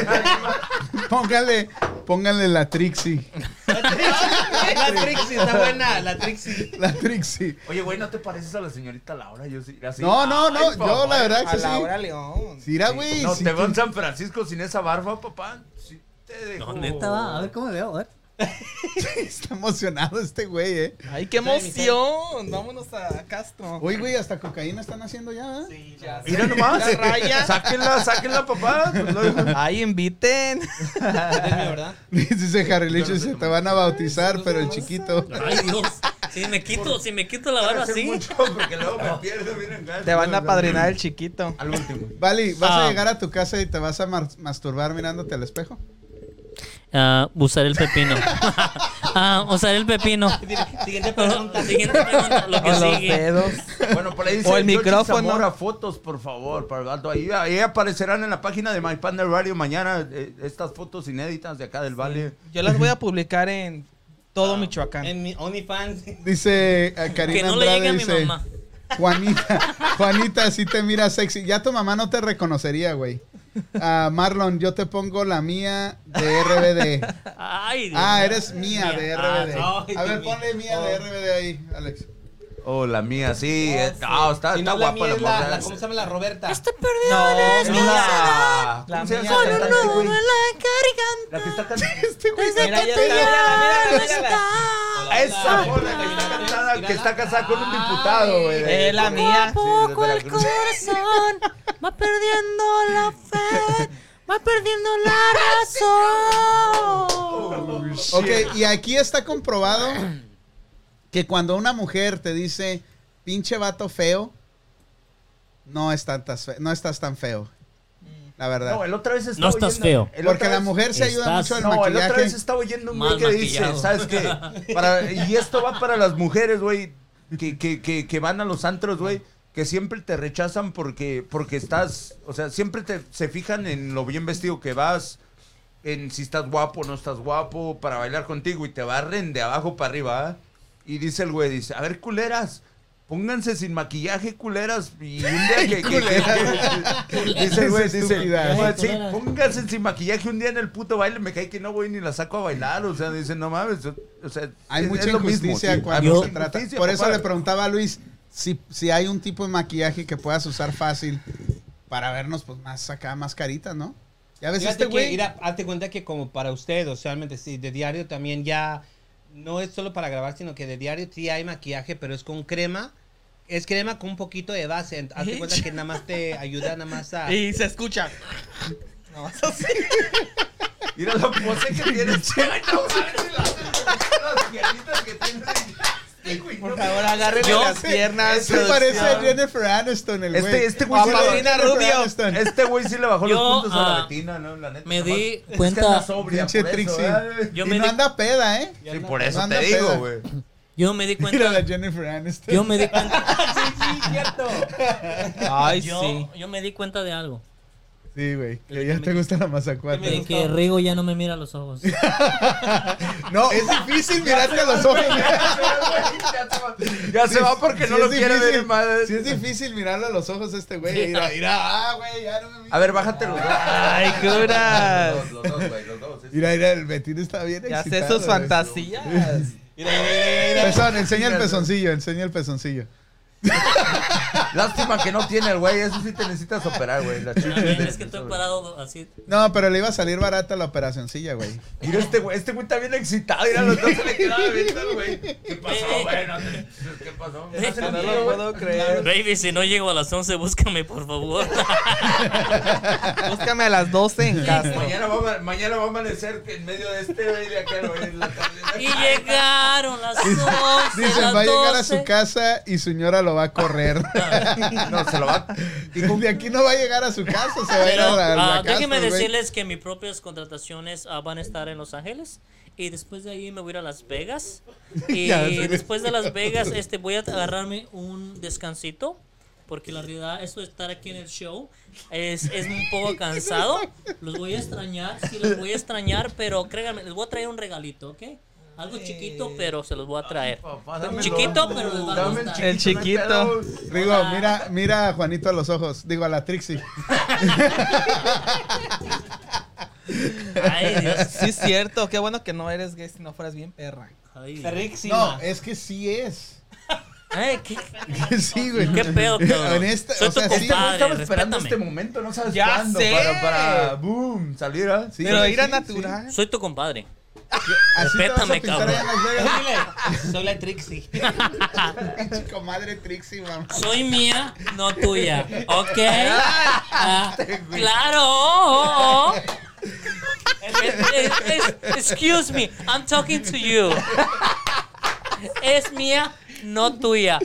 Speaker 1: Póngale, póngale la Trixie,
Speaker 6: La Trixie, está buena, la Trixie.
Speaker 1: la Trixie.
Speaker 2: Oye, güey, ¿no te pareces a la señorita Laura? Yo sí. así.
Speaker 1: No, no, no,
Speaker 2: Ay,
Speaker 1: yo
Speaker 2: papá.
Speaker 1: la verdad
Speaker 7: A
Speaker 1: que Ah, sí.
Speaker 7: Laura León.
Speaker 1: Sí, Mira, güey.
Speaker 2: No,
Speaker 1: sí
Speaker 2: te veo
Speaker 1: que-
Speaker 2: en San Francisco sin esa barba, papá. Sí, te dejo.
Speaker 5: No, neta, va. A ver cómo me veo, a ver.
Speaker 1: [laughs] Está emocionado este güey, ¿eh?
Speaker 7: ¡Ay, qué emoción! Vámonos a Castro.
Speaker 1: Oye, güey, hasta cocaína están haciendo ya, ¿eh?
Speaker 12: Sí, ya sé.
Speaker 2: Mira nomás.
Speaker 7: La raya.
Speaker 2: Sáquenla, sáquenla, papá. Pues lo dijo.
Speaker 7: ¡Ay, inviten!
Speaker 6: ¿verdad?
Speaker 1: [laughs] Dice Harry Lecho, se te van a bautizar, pero el chiquito.
Speaker 5: Ay, Dios. Si me quito, si me quito la barba
Speaker 2: Hacer
Speaker 5: así.
Speaker 2: mucho porque luego me pierdo, miren. gacho.
Speaker 7: Te van a padrinar el chiquito.
Speaker 2: Al último.
Speaker 1: Vali, ¿vas a
Speaker 3: Ah.
Speaker 1: llegar a tu casa y te vas a mar- masturbar mirándote al espejo?
Speaker 3: Ah, usaré el
Speaker 5: [laughs]
Speaker 3: pepino. ah, usaré el pepino.
Speaker 6: Siguiente
Speaker 5: La siguiente pregunta, lo que
Speaker 7: Con los
Speaker 5: sigue.
Speaker 7: dedos.
Speaker 2: Bueno, por ahí dice
Speaker 7: O el
Speaker 2: Georgie
Speaker 7: micrófono.
Speaker 2: Zamora, fotos, por favor, para el vato. Ahí, ahí aparecerán en la página de My Panda Radio mañana eh, estas fotos inéditas de acá del Valle.
Speaker 7: Yo las voy a publicar en todo Michoacán.
Speaker 6: En mi OnlyFans.
Speaker 1: Dice eh, Karina
Speaker 5: Que no le
Speaker 1: Andrade,
Speaker 5: llegue a mi
Speaker 1: dice,
Speaker 5: mamá.
Speaker 1: Juanita, Juanita, si te mira sexy. Ya tu mamá no te reconocería, güey. Ah, Marlon, yo te pongo la mía de
Speaker 5: [laughs]
Speaker 1: RBD.
Speaker 5: Ay, Dios
Speaker 1: Ah,
Speaker 5: mío.
Speaker 1: eres mía de
Speaker 5: Ah, Oh.
Speaker 1: RBD.
Speaker 5: no.
Speaker 6: ay,
Speaker 1: A ver,
Speaker 6: mi-
Speaker 1: ponle mía de RBD ahí, Alex.
Speaker 2: Oh, la mía, sí. eh, Ah, está,
Speaker 6: Si
Speaker 2: está
Speaker 6: no, la
Speaker 2: guapa
Speaker 6: mía
Speaker 2: la
Speaker 6: es la,
Speaker 2: morra.
Speaker 6: la- ¿Cómo se llama la Roberta?
Speaker 7: No,
Speaker 2: Es la-
Speaker 7: La
Speaker 2: ¿Cómo se llama
Speaker 7: mía.
Speaker 2: esa cantante,
Speaker 7: Solo
Speaker 2: güey? La que está cantando.
Speaker 1: Este güey está
Speaker 7: Mira, ya está,
Speaker 1: cantando.
Speaker 7: mírala, mírala, mírala.
Speaker 6: Hola,
Speaker 2: Esa
Speaker 6: hola.
Speaker 2: morra que está casada, que está casada con un
Speaker 6: Ay,
Speaker 2: diputado, güey.
Speaker 7: Es la mía.
Speaker 2: poco el
Speaker 5: corazón va perdiendo la fe, va perdiendo la razón.
Speaker 1: Ok, y aquí está comprobado que cuando una mujer te dice, pinche vato feo, no, es tantas fe- no estás tan feo. La verdad.
Speaker 2: Mm. No, el otra vez estaba
Speaker 5: No estás
Speaker 2: oyendo-
Speaker 5: feo.
Speaker 2: el
Speaker 1: Porque
Speaker 2: otra
Speaker 1: la
Speaker 2: vez-
Speaker 1: mujer se ayuda
Speaker 5: estás-
Speaker 1: mucho del
Speaker 2: No, el
Speaker 1: maquillaje.
Speaker 2: otra vez estaba oyendo un güey
Speaker 5: Mal
Speaker 2: que dice,
Speaker 5: maquillado.
Speaker 2: ¿sabes qué?
Speaker 5: [laughs]
Speaker 2: Para- y esto va para las mujeres, güey, que, que, que, que van a los antros, güey, que siempre te rechazan porque, porque estás, o sea, siempre te, se fijan en lo bien vestido que vas, en si estás guapo o no estás guapo, para bailar contigo y te barren de abajo para arriba. ¿ah? Y dice el güey, dice, a ver, culeras. Pónganse sin maquillaje, culeras. Y un
Speaker 1: [laughs]
Speaker 2: día que. que- que- que- dice el güey, dice.
Speaker 1: Estúpidas.
Speaker 2: "Pues sí, pónganse sin maquillaje un día en el puto baile. Me cae que no voy ni la saco a bailar. O sea, dice, no mames. o- O sea,
Speaker 1: Hay
Speaker 2: es-
Speaker 1: mucha
Speaker 2: es lo mismo,
Speaker 1: injusticia
Speaker 2: sí,
Speaker 1: cuando
Speaker 2: hay
Speaker 1: se
Speaker 2: mucha
Speaker 1: trata.
Speaker 2: injusticia,
Speaker 1: Por eso
Speaker 2: papá.
Speaker 1: le preguntaba a Luis si, si hay un tipo de maquillaje que puedas usar fácil para vernos pues más acá, más caritas, ¿no? Ya ves
Speaker 6: Fíjate
Speaker 1: este
Speaker 6: que,
Speaker 1: güey.
Speaker 6: mira, hazte cuenta que como para usted, o sea, realmente sí, de diario también ya, no es solo para grabar, sino que de diario sí hay maquillaje, pero es con crema, es crema con un poquito de base, ent- hazte cuenta que nada más [laughs] te ayuda nada más a...
Speaker 7: Y se escucha. No, vas a hacer-
Speaker 2: Mira la pose que
Speaker 1: [laughs]
Speaker 2: tiene. Ay, no mames, las- las piernitas que tiene. Este güey, no
Speaker 7: Por favor, agárrenle
Speaker 1: Yo-
Speaker 7: las piernas.
Speaker 1: Se parece a Jennifer Aniston, el güey.
Speaker 2: Este- este güey
Speaker 1: O
Speaker 2: sí
Speaker 1: a
Speaker 2: la-
Speaker 1: Paulina
Speaker 7: Jennifer
Speaker 1: Rubio.
Speaker 2: mames. Este güey sí le bajó
Speaker 5: Yo,
Speaker 2: los puntos a la
Speaker 5: ah,
Speaker 2: retina, ¿no? La neta,
Speaker 5: me
Speaker 2: nomás.
Speaker 5: di
Speaker 2: Es que
Speaker 5: cuenta-
Speaker 2: anda sobria,
Speaker 1: Pinche
Speaker 2: por eso,
Speaker 1: Trixie.
Speaker 2: ¿eh?
Speaker 5: Yo
Speaker 1: y
Speaker 5: me
Speaker 1: no
Speaker 5: di-
Speaker 1: anda peda,
Speaker 5: [laughs]
Speaker 1: ¿eh?
Speaker 2: Sí, por
Speaker 1: No
Speaker 2: eso
Speaker 1: anda
Speaker 2: te digo,
Speaker 1: peda.
Speaker 2: güey.
Speaker 5: Yo me di
Speaker 1: Mira la
Speaker 5: cuenta,
Speaker 1: Jennifer Aniston.
Speaker 5: yo me di cuenta,
Speaker 7: Ay, sí.
Speaker 5: yo, yo me di cuenta de algo,
Speaker 1: Sí, güey. Que ya te gusta la mazacuata.
Speaker 5: de que Rigo ya no me mira a los ojos.
Speaker 1: No, es difícil mirarte a los ojos. [laughs]
Speaker 2: Ya se va porque no
Speaker 1: Sí
Speaker 2: lo
Speaker 1: es
Speaker 2: quiere ver
Speaker 1: difícil-
Speaker 2: el madre.
Speaker 1: Sí es difícil mirarlo a los ojos a este güey. Mira, mira, ah, güey, ya no me mira.
Speaker 2: A ver, bájate los dos.
Speaker 7: Ay, curas.
Speaker 2: Los dos, los dos, güey, los dos.
Speaker 1: Mira, mira, el Betín está bien
Speaker 7: Ya
Speaker 1: excitado.
Speaker 7: sé sus
Speaker 1: güey.
Speaker 7: fantasías.
Speaker 1: Pezón, enseña el pezoncillo, enseña el pezoncillo.
Speaker 2: Lástima que no tiene el güey, eso sí te necesitas operar, güey. las chichis
Speaker 5: También
Speaker 2: te
Speaker 5: es que
Speaker 2: necesitas
Speaker 5: estoy
Speaker 2: operar.
Speaker 5: parado así.
Speaker 1: No, pero le iba a salir barata la operacioncilla, güey.
Speaker 2: Mira este güey, este güey está bien excitado, mira los dos se le quedaba viendo al güey. ¿Qué pasó,
Speaker 5: Eh,
Speaker 2: güey? No te- ¿Qué pasó?
Speaker 7: No lo puedo creer.
Speaker 5: Baby, si no llego a las 11, búscame, por favor.
Speaker 7: Búscame a las 12 en casa.
Speaker 2: Mañana va, a- mañana va a amanecer que en medio de este güey de acá, güey, en la tarde.
Speaker 5: [laughs] Y llegaron las 11,
Speaker 1: Dicen,
Speaker 5: las
Speaker 1: va a llegar a
Speaker 5: 12.
Speaker 1: su casa y su señora lo va a
Speaker 5: [laughs]
Speaker 1: correr.
Speaker 2: No, se lo va.
Speaker 1: De aquí no va a llegar a su casa, se va a ir
Speaker 5: Pero,
Speaker 1: a la,
Speaker 5: ah,
Speaker 1: la casa,
Speaker 5: déjenme
Speaker 1: güey.
Speaker 5: decirles que mis propias contrataciones ah, van a estar en Los Ángeles y después de ahí me voy a ir a Las Vegas
Speaker 1: [laughs]
Speaker 5: y
Speaker 1: Ya, sí.
Speaker 5: después de Las Vegas este voy a agarrarme un descansito porque la realidad esto de estar aquí en el show es, es un poco cansado los voy a extrañar sí los voy a extrañar pero créanme les voy a traer un regalito ¿ok? algo chiquito pero se los voy a traer
Speaker 2: Papá, dámelo.
Speaker 5: Chiquito, pero les va a
Speaker 2: Dame
Speaker 5: gustar.
Speaker 7: El chiquito.
Speaker 2: no hay pedo.
Speaker 1: Rigo,
Speaker 5: Ah.
Speaker 1: mira, mira a Juanito a los ojos. Digo, a la Trixie. [laughs]
Speaker 5: ay Dios
Speaker 7: Sí, es cierto. Qué bueno que no eres gay si no fueras bien perra.
Speaker 5: ay, Dios.
Speaker 1: No,
Speaker 6: Perrísima.
Speaker 1: es que sí es.
Speaker 5: Ay, qué,
Speaker 1: Sí, güey.
Speaker 5: qué pedo cabrón.
Speaker 1: Honesta,
Speaker 5: soy
Speaker 1: o sea,
Speaker 5: tu
Speaker 1: sí.
Speaker 2: Este güey
Speaker 5: compadre
Speaker 2: estaba esperando
Speaker 5: respétame
Speaker 2: este momento, no sabes
Speaker 7: Ya
Speaker 2: cuándo.
Speaker 7: sé.
Speaker 2: Para, para, boom, salir, ¿ah?
Speaker 1: Sí,
Speaker 7: Pero
Speaker 1: sí,
Speaker 7: ir a
Speaker 1: sí, sí.
Speaker 7: natural.
Speaker 5: soy tu compadre
Speaker 1: Así te vas a
Speaker 5: Respétame,
Speaker 1: pintar allá en Las Vegas.
Speaker 6: Dile, Soy la Trixie.
Speaker 1: Pinche comadre Trixie, mamá.
Speaker 5: Soy mía, no tuya. ¿Ok? Ah, claro. oh, oh, oh. Es- es- Excuse me, I'm talking to you. Es mía, no tuya.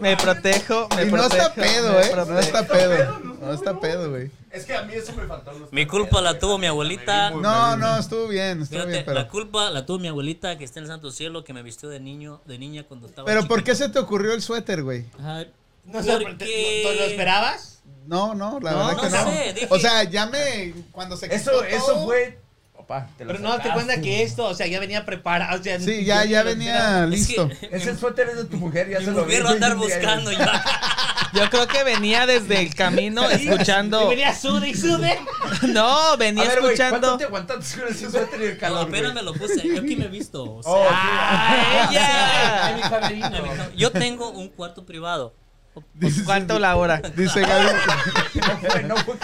Speaker 7: Me protejo, me
Speaker 1: Y no
Speaker 7: protejo.
Speaker 1: está pedo,
Speaker 7: me
Speaker 1: ¿eh? No
Speaker 7: protejo.
Speaker 1: está pedo. No está pedo, güey.
Speaker 2: Es que a mí eso me faltó. no
Speaker 5: Mi
Speaker 2: está
Speaker 5: culpa la tuvo mi abuelita.
Speaker 1: No, no, estuvo bien, estuvo
Speaker 5: Fíjate,
Speaker 1: bien,
Speaker 5: la
Speaker 1: pero...
Speaker 5: culpa la tuvo mi abuelita que está en el santo cielo que me vistió de niño, de niña cuando estaba
Speaker 1: Pero ¿por qué
Speaker 5: chiquito.
Speaker 1: se te ocurrió el suéter, güey?
Speaker 5: Ajá.
Speaker 9: No sé,
Speaker 5: ¿Por qué?
Speaker 9: ¿tú ¿Lo esperabas?
Speaker 1: No, no, la
Speaker 5: No,
Speaker 1: verdad que
Speaker 5: no
Speaker 1: no.
Speaker 5: sé, dije-
Speaker 1: O sea, ya me... Cuando se
Speaker 2: Eso,
Speaker 1: quitó
Speaker 2: eso
Speaker 1: todo,
Speaker 2: fue. Papá, te lo
Speaker 9: Pero no, te
Speaker 2: sacaste.
Speaker 9: cuenta que esto, o sea, ya venía preparado. O sea,
Speaker 1: Sí, ya, ya venía
Speaker 5: Es
Speaker 1: [laughs]
Speaker 2: [laughs]
Speaker 5: que
Speaker 1: listo.
Speaker 2: Ese suéter es de tu mujer, ya
Speaker 5: Mi
Speaker 2: se lo
Speaker 5: mujer
Speaker 2: vi,
Speaker 5: va a andar
Speaker 2: güey,
Speaker 5: buscando yo.
Speaker 7: Yo creo que venía desde el camino escuchando.
Speaker 9: Venía sude y sude.
Speaker 7: No, venía
Speaker 2: A ver, güey, ¿cuánto
Speaker 7: escuchando.
Speaker 2: te aguantaste con ese suéter y el
Speaker 5: No,
Speaker 2: calor?
Speaker 5: apenas me lo puse. Yo aquí me he visto. o sea,
Speaker 2: Oh,
Speaker 7: ¡Ah,
Speaker 9: Ay, mi
Speaker 7: ella!
Speaker 9: camerino.
Speaker 5: yo tengo un cuarto privado.
Speaker 7: ¿Cuánto la hora?
Speaker 1: Dice Gaby...
Speaker 2: [laughs] no fue, no fue.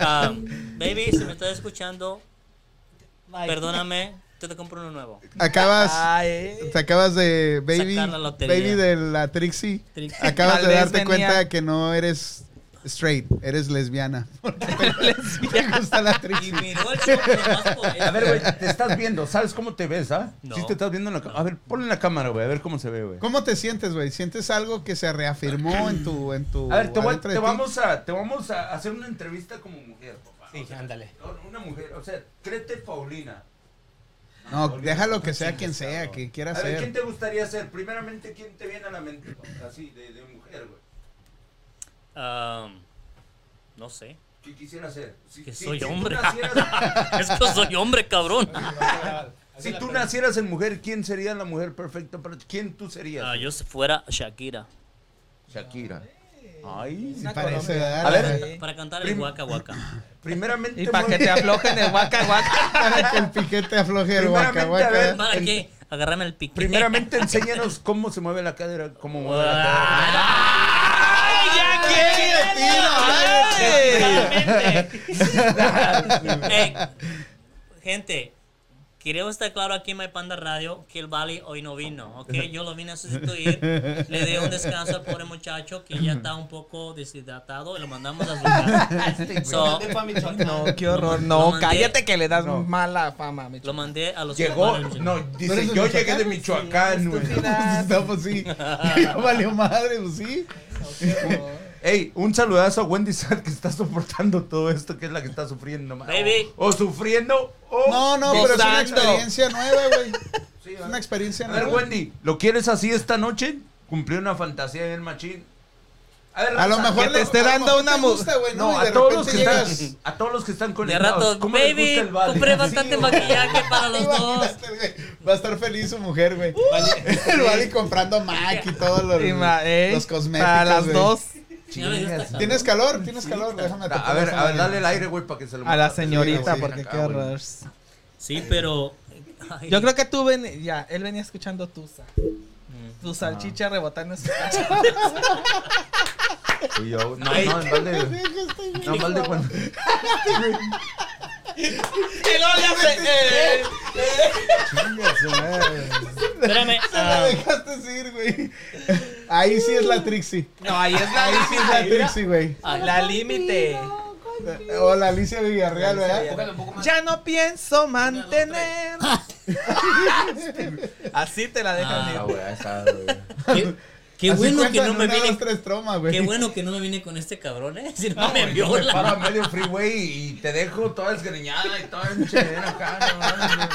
Speaker 5: Ah, baby, si me estás escuchando, perdóname, yo te compro uno nuevo.
Speaker 1: Acabas...
Speaker 7: Ay. eh.
Speaker 1: Te acabas de... Baby,
Speaker 5: Sacar la lotería.
Speaker 1: baby de la Trixie.
Speaker 5: Trixie.
Speaker 1: Acabas
Speaker 7: Tal
Speaker 1: de
Speaker 7: vez
Speaker 1: darte
Speaker 7: venía-
Speaker 1: cuenta que no eres straight, eres
Speaker 2: [laughs]
Speaker 1: lesbiana. Porque te, te gusta la
Speaker 5: Y
Speaker 1: Trixie.
Speaker 5: miró el show nomás por eso.
Speaker 2: A ver, güey, te estás viendo, ¿sabes cómo te ves, ah?
Speaker 5: No.
Speaker 2: Sí, te estás viendo en la cámara. A ver, ponle en la cámara, güey, a ver cómo se ve, güey.
Speaker 1: ¿Cómo te sientes, güey? ¿Sientes algo que se reafirmó en tu... En tu
Speaker 2: A ver, te, voy-
Speaker 1: adentro de
Speaker 2: te
Speaker 1: ti?
Speaker 2: vamos a, te vamos a hacer una entrevista como mujer, papá.
Speaker 9: Sí, ándale.
Speaker 2: No, Una mujer, o sea, créete Paulina.
Speaker 1: No,
Speaker 2: Paulina,
Speaker 1: déjalo que
Speaker 2: sí,
Speaker 1: sea quien
Speaker 2: está,
Speaker 1: sea,
Speaker 2: no.
Speaker 1: que quiera
Speaker 2: A ver, ¿quién
Speaker 1: ser.
Speaker 2: te gustaría ser? Primeramente, ¿quién te viene a la mente, papá? Así, de, de mujer, güey.
Speaker 5: Ah, no sé. [laughs]
Speaker 2: ¿Qué quisiera ser? Si,
Speaker 5: Que
Speaker 2: si-
Speaker 5: soy
Speaker 2: si tú
Speaker 5: hombre.
Speaker 2: nacieras-
Speaker 5: Es que soy hombre, cabrón.
Speaker 2: [laughs]
Speaker 5: Ah,
Speaker 2: si tú nacieras en mujer, ¿quién sería la mujer perfecta para ti? ¿Quién tú serías?
Speaker 5: Ah, yo si fuera Shakira.
Speaker 2: Shakira. Ay, ¿eh?
Speaker 1: Sí parece, ¿verdad?
Speaker 2: A ver.
Speaker 5: Para cantar el
Speaker 2: Prim-
Speaker 5: Waka Waka.
Speaker 2: Primeramente,
Speaker 7: Y para que
Speaker 2: güey, [laughs]
Speaker 7: te aflojen el guaca guaca.
Speaker 1: Para [laughs] que el piquete afloje el
Speaker 2: Primeramente,
Speaker 1: guaca,
Speaker 2: a
Speaker 1: guaca.
Speaker 2: ver,
Speaker 5: ¿Para qué? Agarrarme el pique.
Speaker 2: primeramente enséñanos cómo se mueve la cadera, cómo mueve la cadera.
Speaker 5: Ah. ¡Ay, ya
Speaker 1: ¡Qué tiro!
Speaker 7: Ay.
Speaker 5: Ey, gente, queremos estar claro aquí en My Panda Radio que el Bali hoy no vino, ¿ok? Yo lo vine a sustituir, le di un descanso al pobre muchacho que ya está un poco deshidratado y lo mandamos a su
Speaker 7: [laughs]
Speaker 5: casa. So,
Speaker 7: este, No, qué horror.
Speaker 5: Lo
Speaker 7: No,
Speaker 5: mandé-
Speaker 7: cállate que le das mala fama, mi
Speaker 5: lo mandé a los
Speaker 2: Llegó,
Speaker 5: compadres.
Speaker 2: no,
Speaker 1: ¿No
Speaker 2: dice,
Speaker 1: eres de
Speaker 2: yo
Speaker 1: Michoacán?
Speaker 2: llegué de Michoacán, güey.
Speaker 1: No, pues sí. [laughs] Ya valió madre, pues sí.
Speaker 2: Ey, un saludazo a Wendy Sad que está soportando todo esto, que es la que está sufriendo. ma-
Speaker 5: Baby.
Speaker 2: O, o sufriendo, o...
Speaker 1: No, no, pero es una
Speaker 7: Gozando.
Speaker 1: experiencia nueva, güey.
Speaker 2: Sí,
Speaker 1: Es una experiencia
Speaker 2: a ver,
Speaker 1: nueva.
Speaker 2: Wendy, ¿lo quieres así esta noche? Cumplió una fantasía bien machín. A, ver,
Speaker 1: A lo
Speaker 2: raza,
Speaker 1: mejor
Speaker 7: que
Speaker 1: le-
Speaker 7: te esté
Speaker 1: a lo
Speaker 7: dando
Speaker 1: mejor
Speaker 7: una
Speaker 1: te
Speaker 7: mu-
Speaker 1: gusta, güey,
Speaker 2: No,
Speaker 1: ¿no? Y
Speaker 2: a
Speaker 1: de
Speaker 2: todos los
Speaker 1: repente
Speaker 2: que
Speaker 1: llegas.
Speaker 2: están, a todos los que están
Speaker 5: De
Speaker 2: conectados.
Speaker 5: rato,
Speaker 2: ¿cómo les gusta
Speaker 5: baby,
Speaker 2: el vale?
Speaker 5: compré
Speaker 2: Sí,
Speaker 5: bastante
Speaker 2: güey.
Speaker 5: maquillaje para los dos.
Speaker 1: [laughs] Imagínate, güey, Va a estar feliz su mujer, güey. [laughs] El Wally comprando Mac y todos los,
Speaker 7: Ima- ey,
Speaker 1: los cosméticos.
Speaker 7: ¿eh? Para las
Speaker 1: güey.
Speaker 7: dos.
Speaker 5: Ya ves, está cabrón.
Speaker 1: ¿Tienes calor? ¿Tienes calor? Déjame
Speaker 2: Da- A ver, a ver, dale el aire, güey, para que se lo
Speaker 7: A la
Speaker 2: mate.
Speaker 7: señorita,
Speaker 1: Sí,
Speaker 7: porque
Speaker 2: acá,
Speaker 7: qué
Speaker 2: güey.
Speaker 7: horror.
Speaker 5: Sí, pero... ay,
Speaker 7: Yo creo que tú ven, ya, él venía escuchando Tusa. Tu salchicha rebotando en [laughs] su cacho.
Speaker 2: Fui yo. No, no, en balde. No, en balde cuando.
Speaker 7: Y luego le hace, eh,
Speaker 5: Espérame. ah,
Speaker 1: dejaste ir, güey. Ahí sí es la Trixie.
Speaker 7: No, ahí es la
Speaker 1: Ahí sí es la
Speaker 7: límite.
Speaker 1: Trixie, güey.
Speaker 7: La límite.
Speaker 1: O la Alicia Villarreal, ¿verdad?
Speaker 9: Póngale un poco más.
Speaker 7: Ya no pienso mantener. [laughs] Así te la dejan
Speaker 2: Ah,
Speaker 7: ir.
Speaker 2: güey, ahí está, güey.
Speaker 5: qué qué
Speaker 1: Así
Speaker 5: bueno que
Speaker 1: cuentan
Speaker 5: no me
Speaker 1: una,
Speaker 5: vine...
Speaker 1: dos, tres tromas,
Speaker 5: Qué
Speaker 1: güey.
Speaker 5: bueno que no me vine con este cabrón, ¿eh? Si no, me
Speaker 2: Güey, yo me paro
Speaker 5: viola.
Speaker 2: a medio freeway y te dejo toda desgreñada y toda enchelera acá. no mames,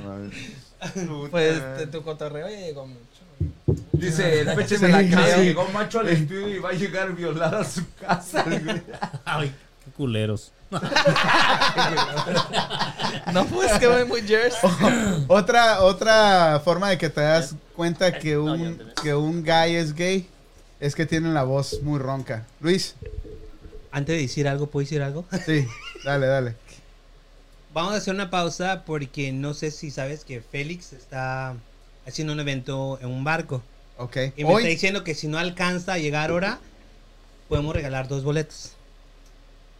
Speaker 2: güey.
Speaker 7: Pues de tu cotorreo ya llegó mucho.
Speaker 2: Dice, el peche
Speaker 1: Sí,
Speaker 2: me la
Speaker 1: sí.
Speaker 2: creo. Llegó macho al estudio y va a llegar violada a su casa. güey.
Speaker 5: Ay, qué culeros.
Speaker 7: No, pues que voy muy jersey.
Speaker 1: [laughs] Otra, otra forma de que te das cuenta que
Speaker 5: No, ya
Speaker 1: un,
Speaker 5: tenés.
Speaker 1: que un guy es gay es que tienen la voz muy ronca. Luis,
Speaker 6: Antes de decir algo, ¿puedo decir algo? [laughs]
Speaker 1: sí, dale, dale.
Speaker 6: Vamos a hacer una pausa porque no sé si sabes que Félix está haciendo un evento en un barco.
Speaker 1: Ok.
Speaker 6: Y me está
Speaker 1: Hoy,
Speaker 6: diciendo que si no alcanza a llegar ahora, podemos regalar dos boletos.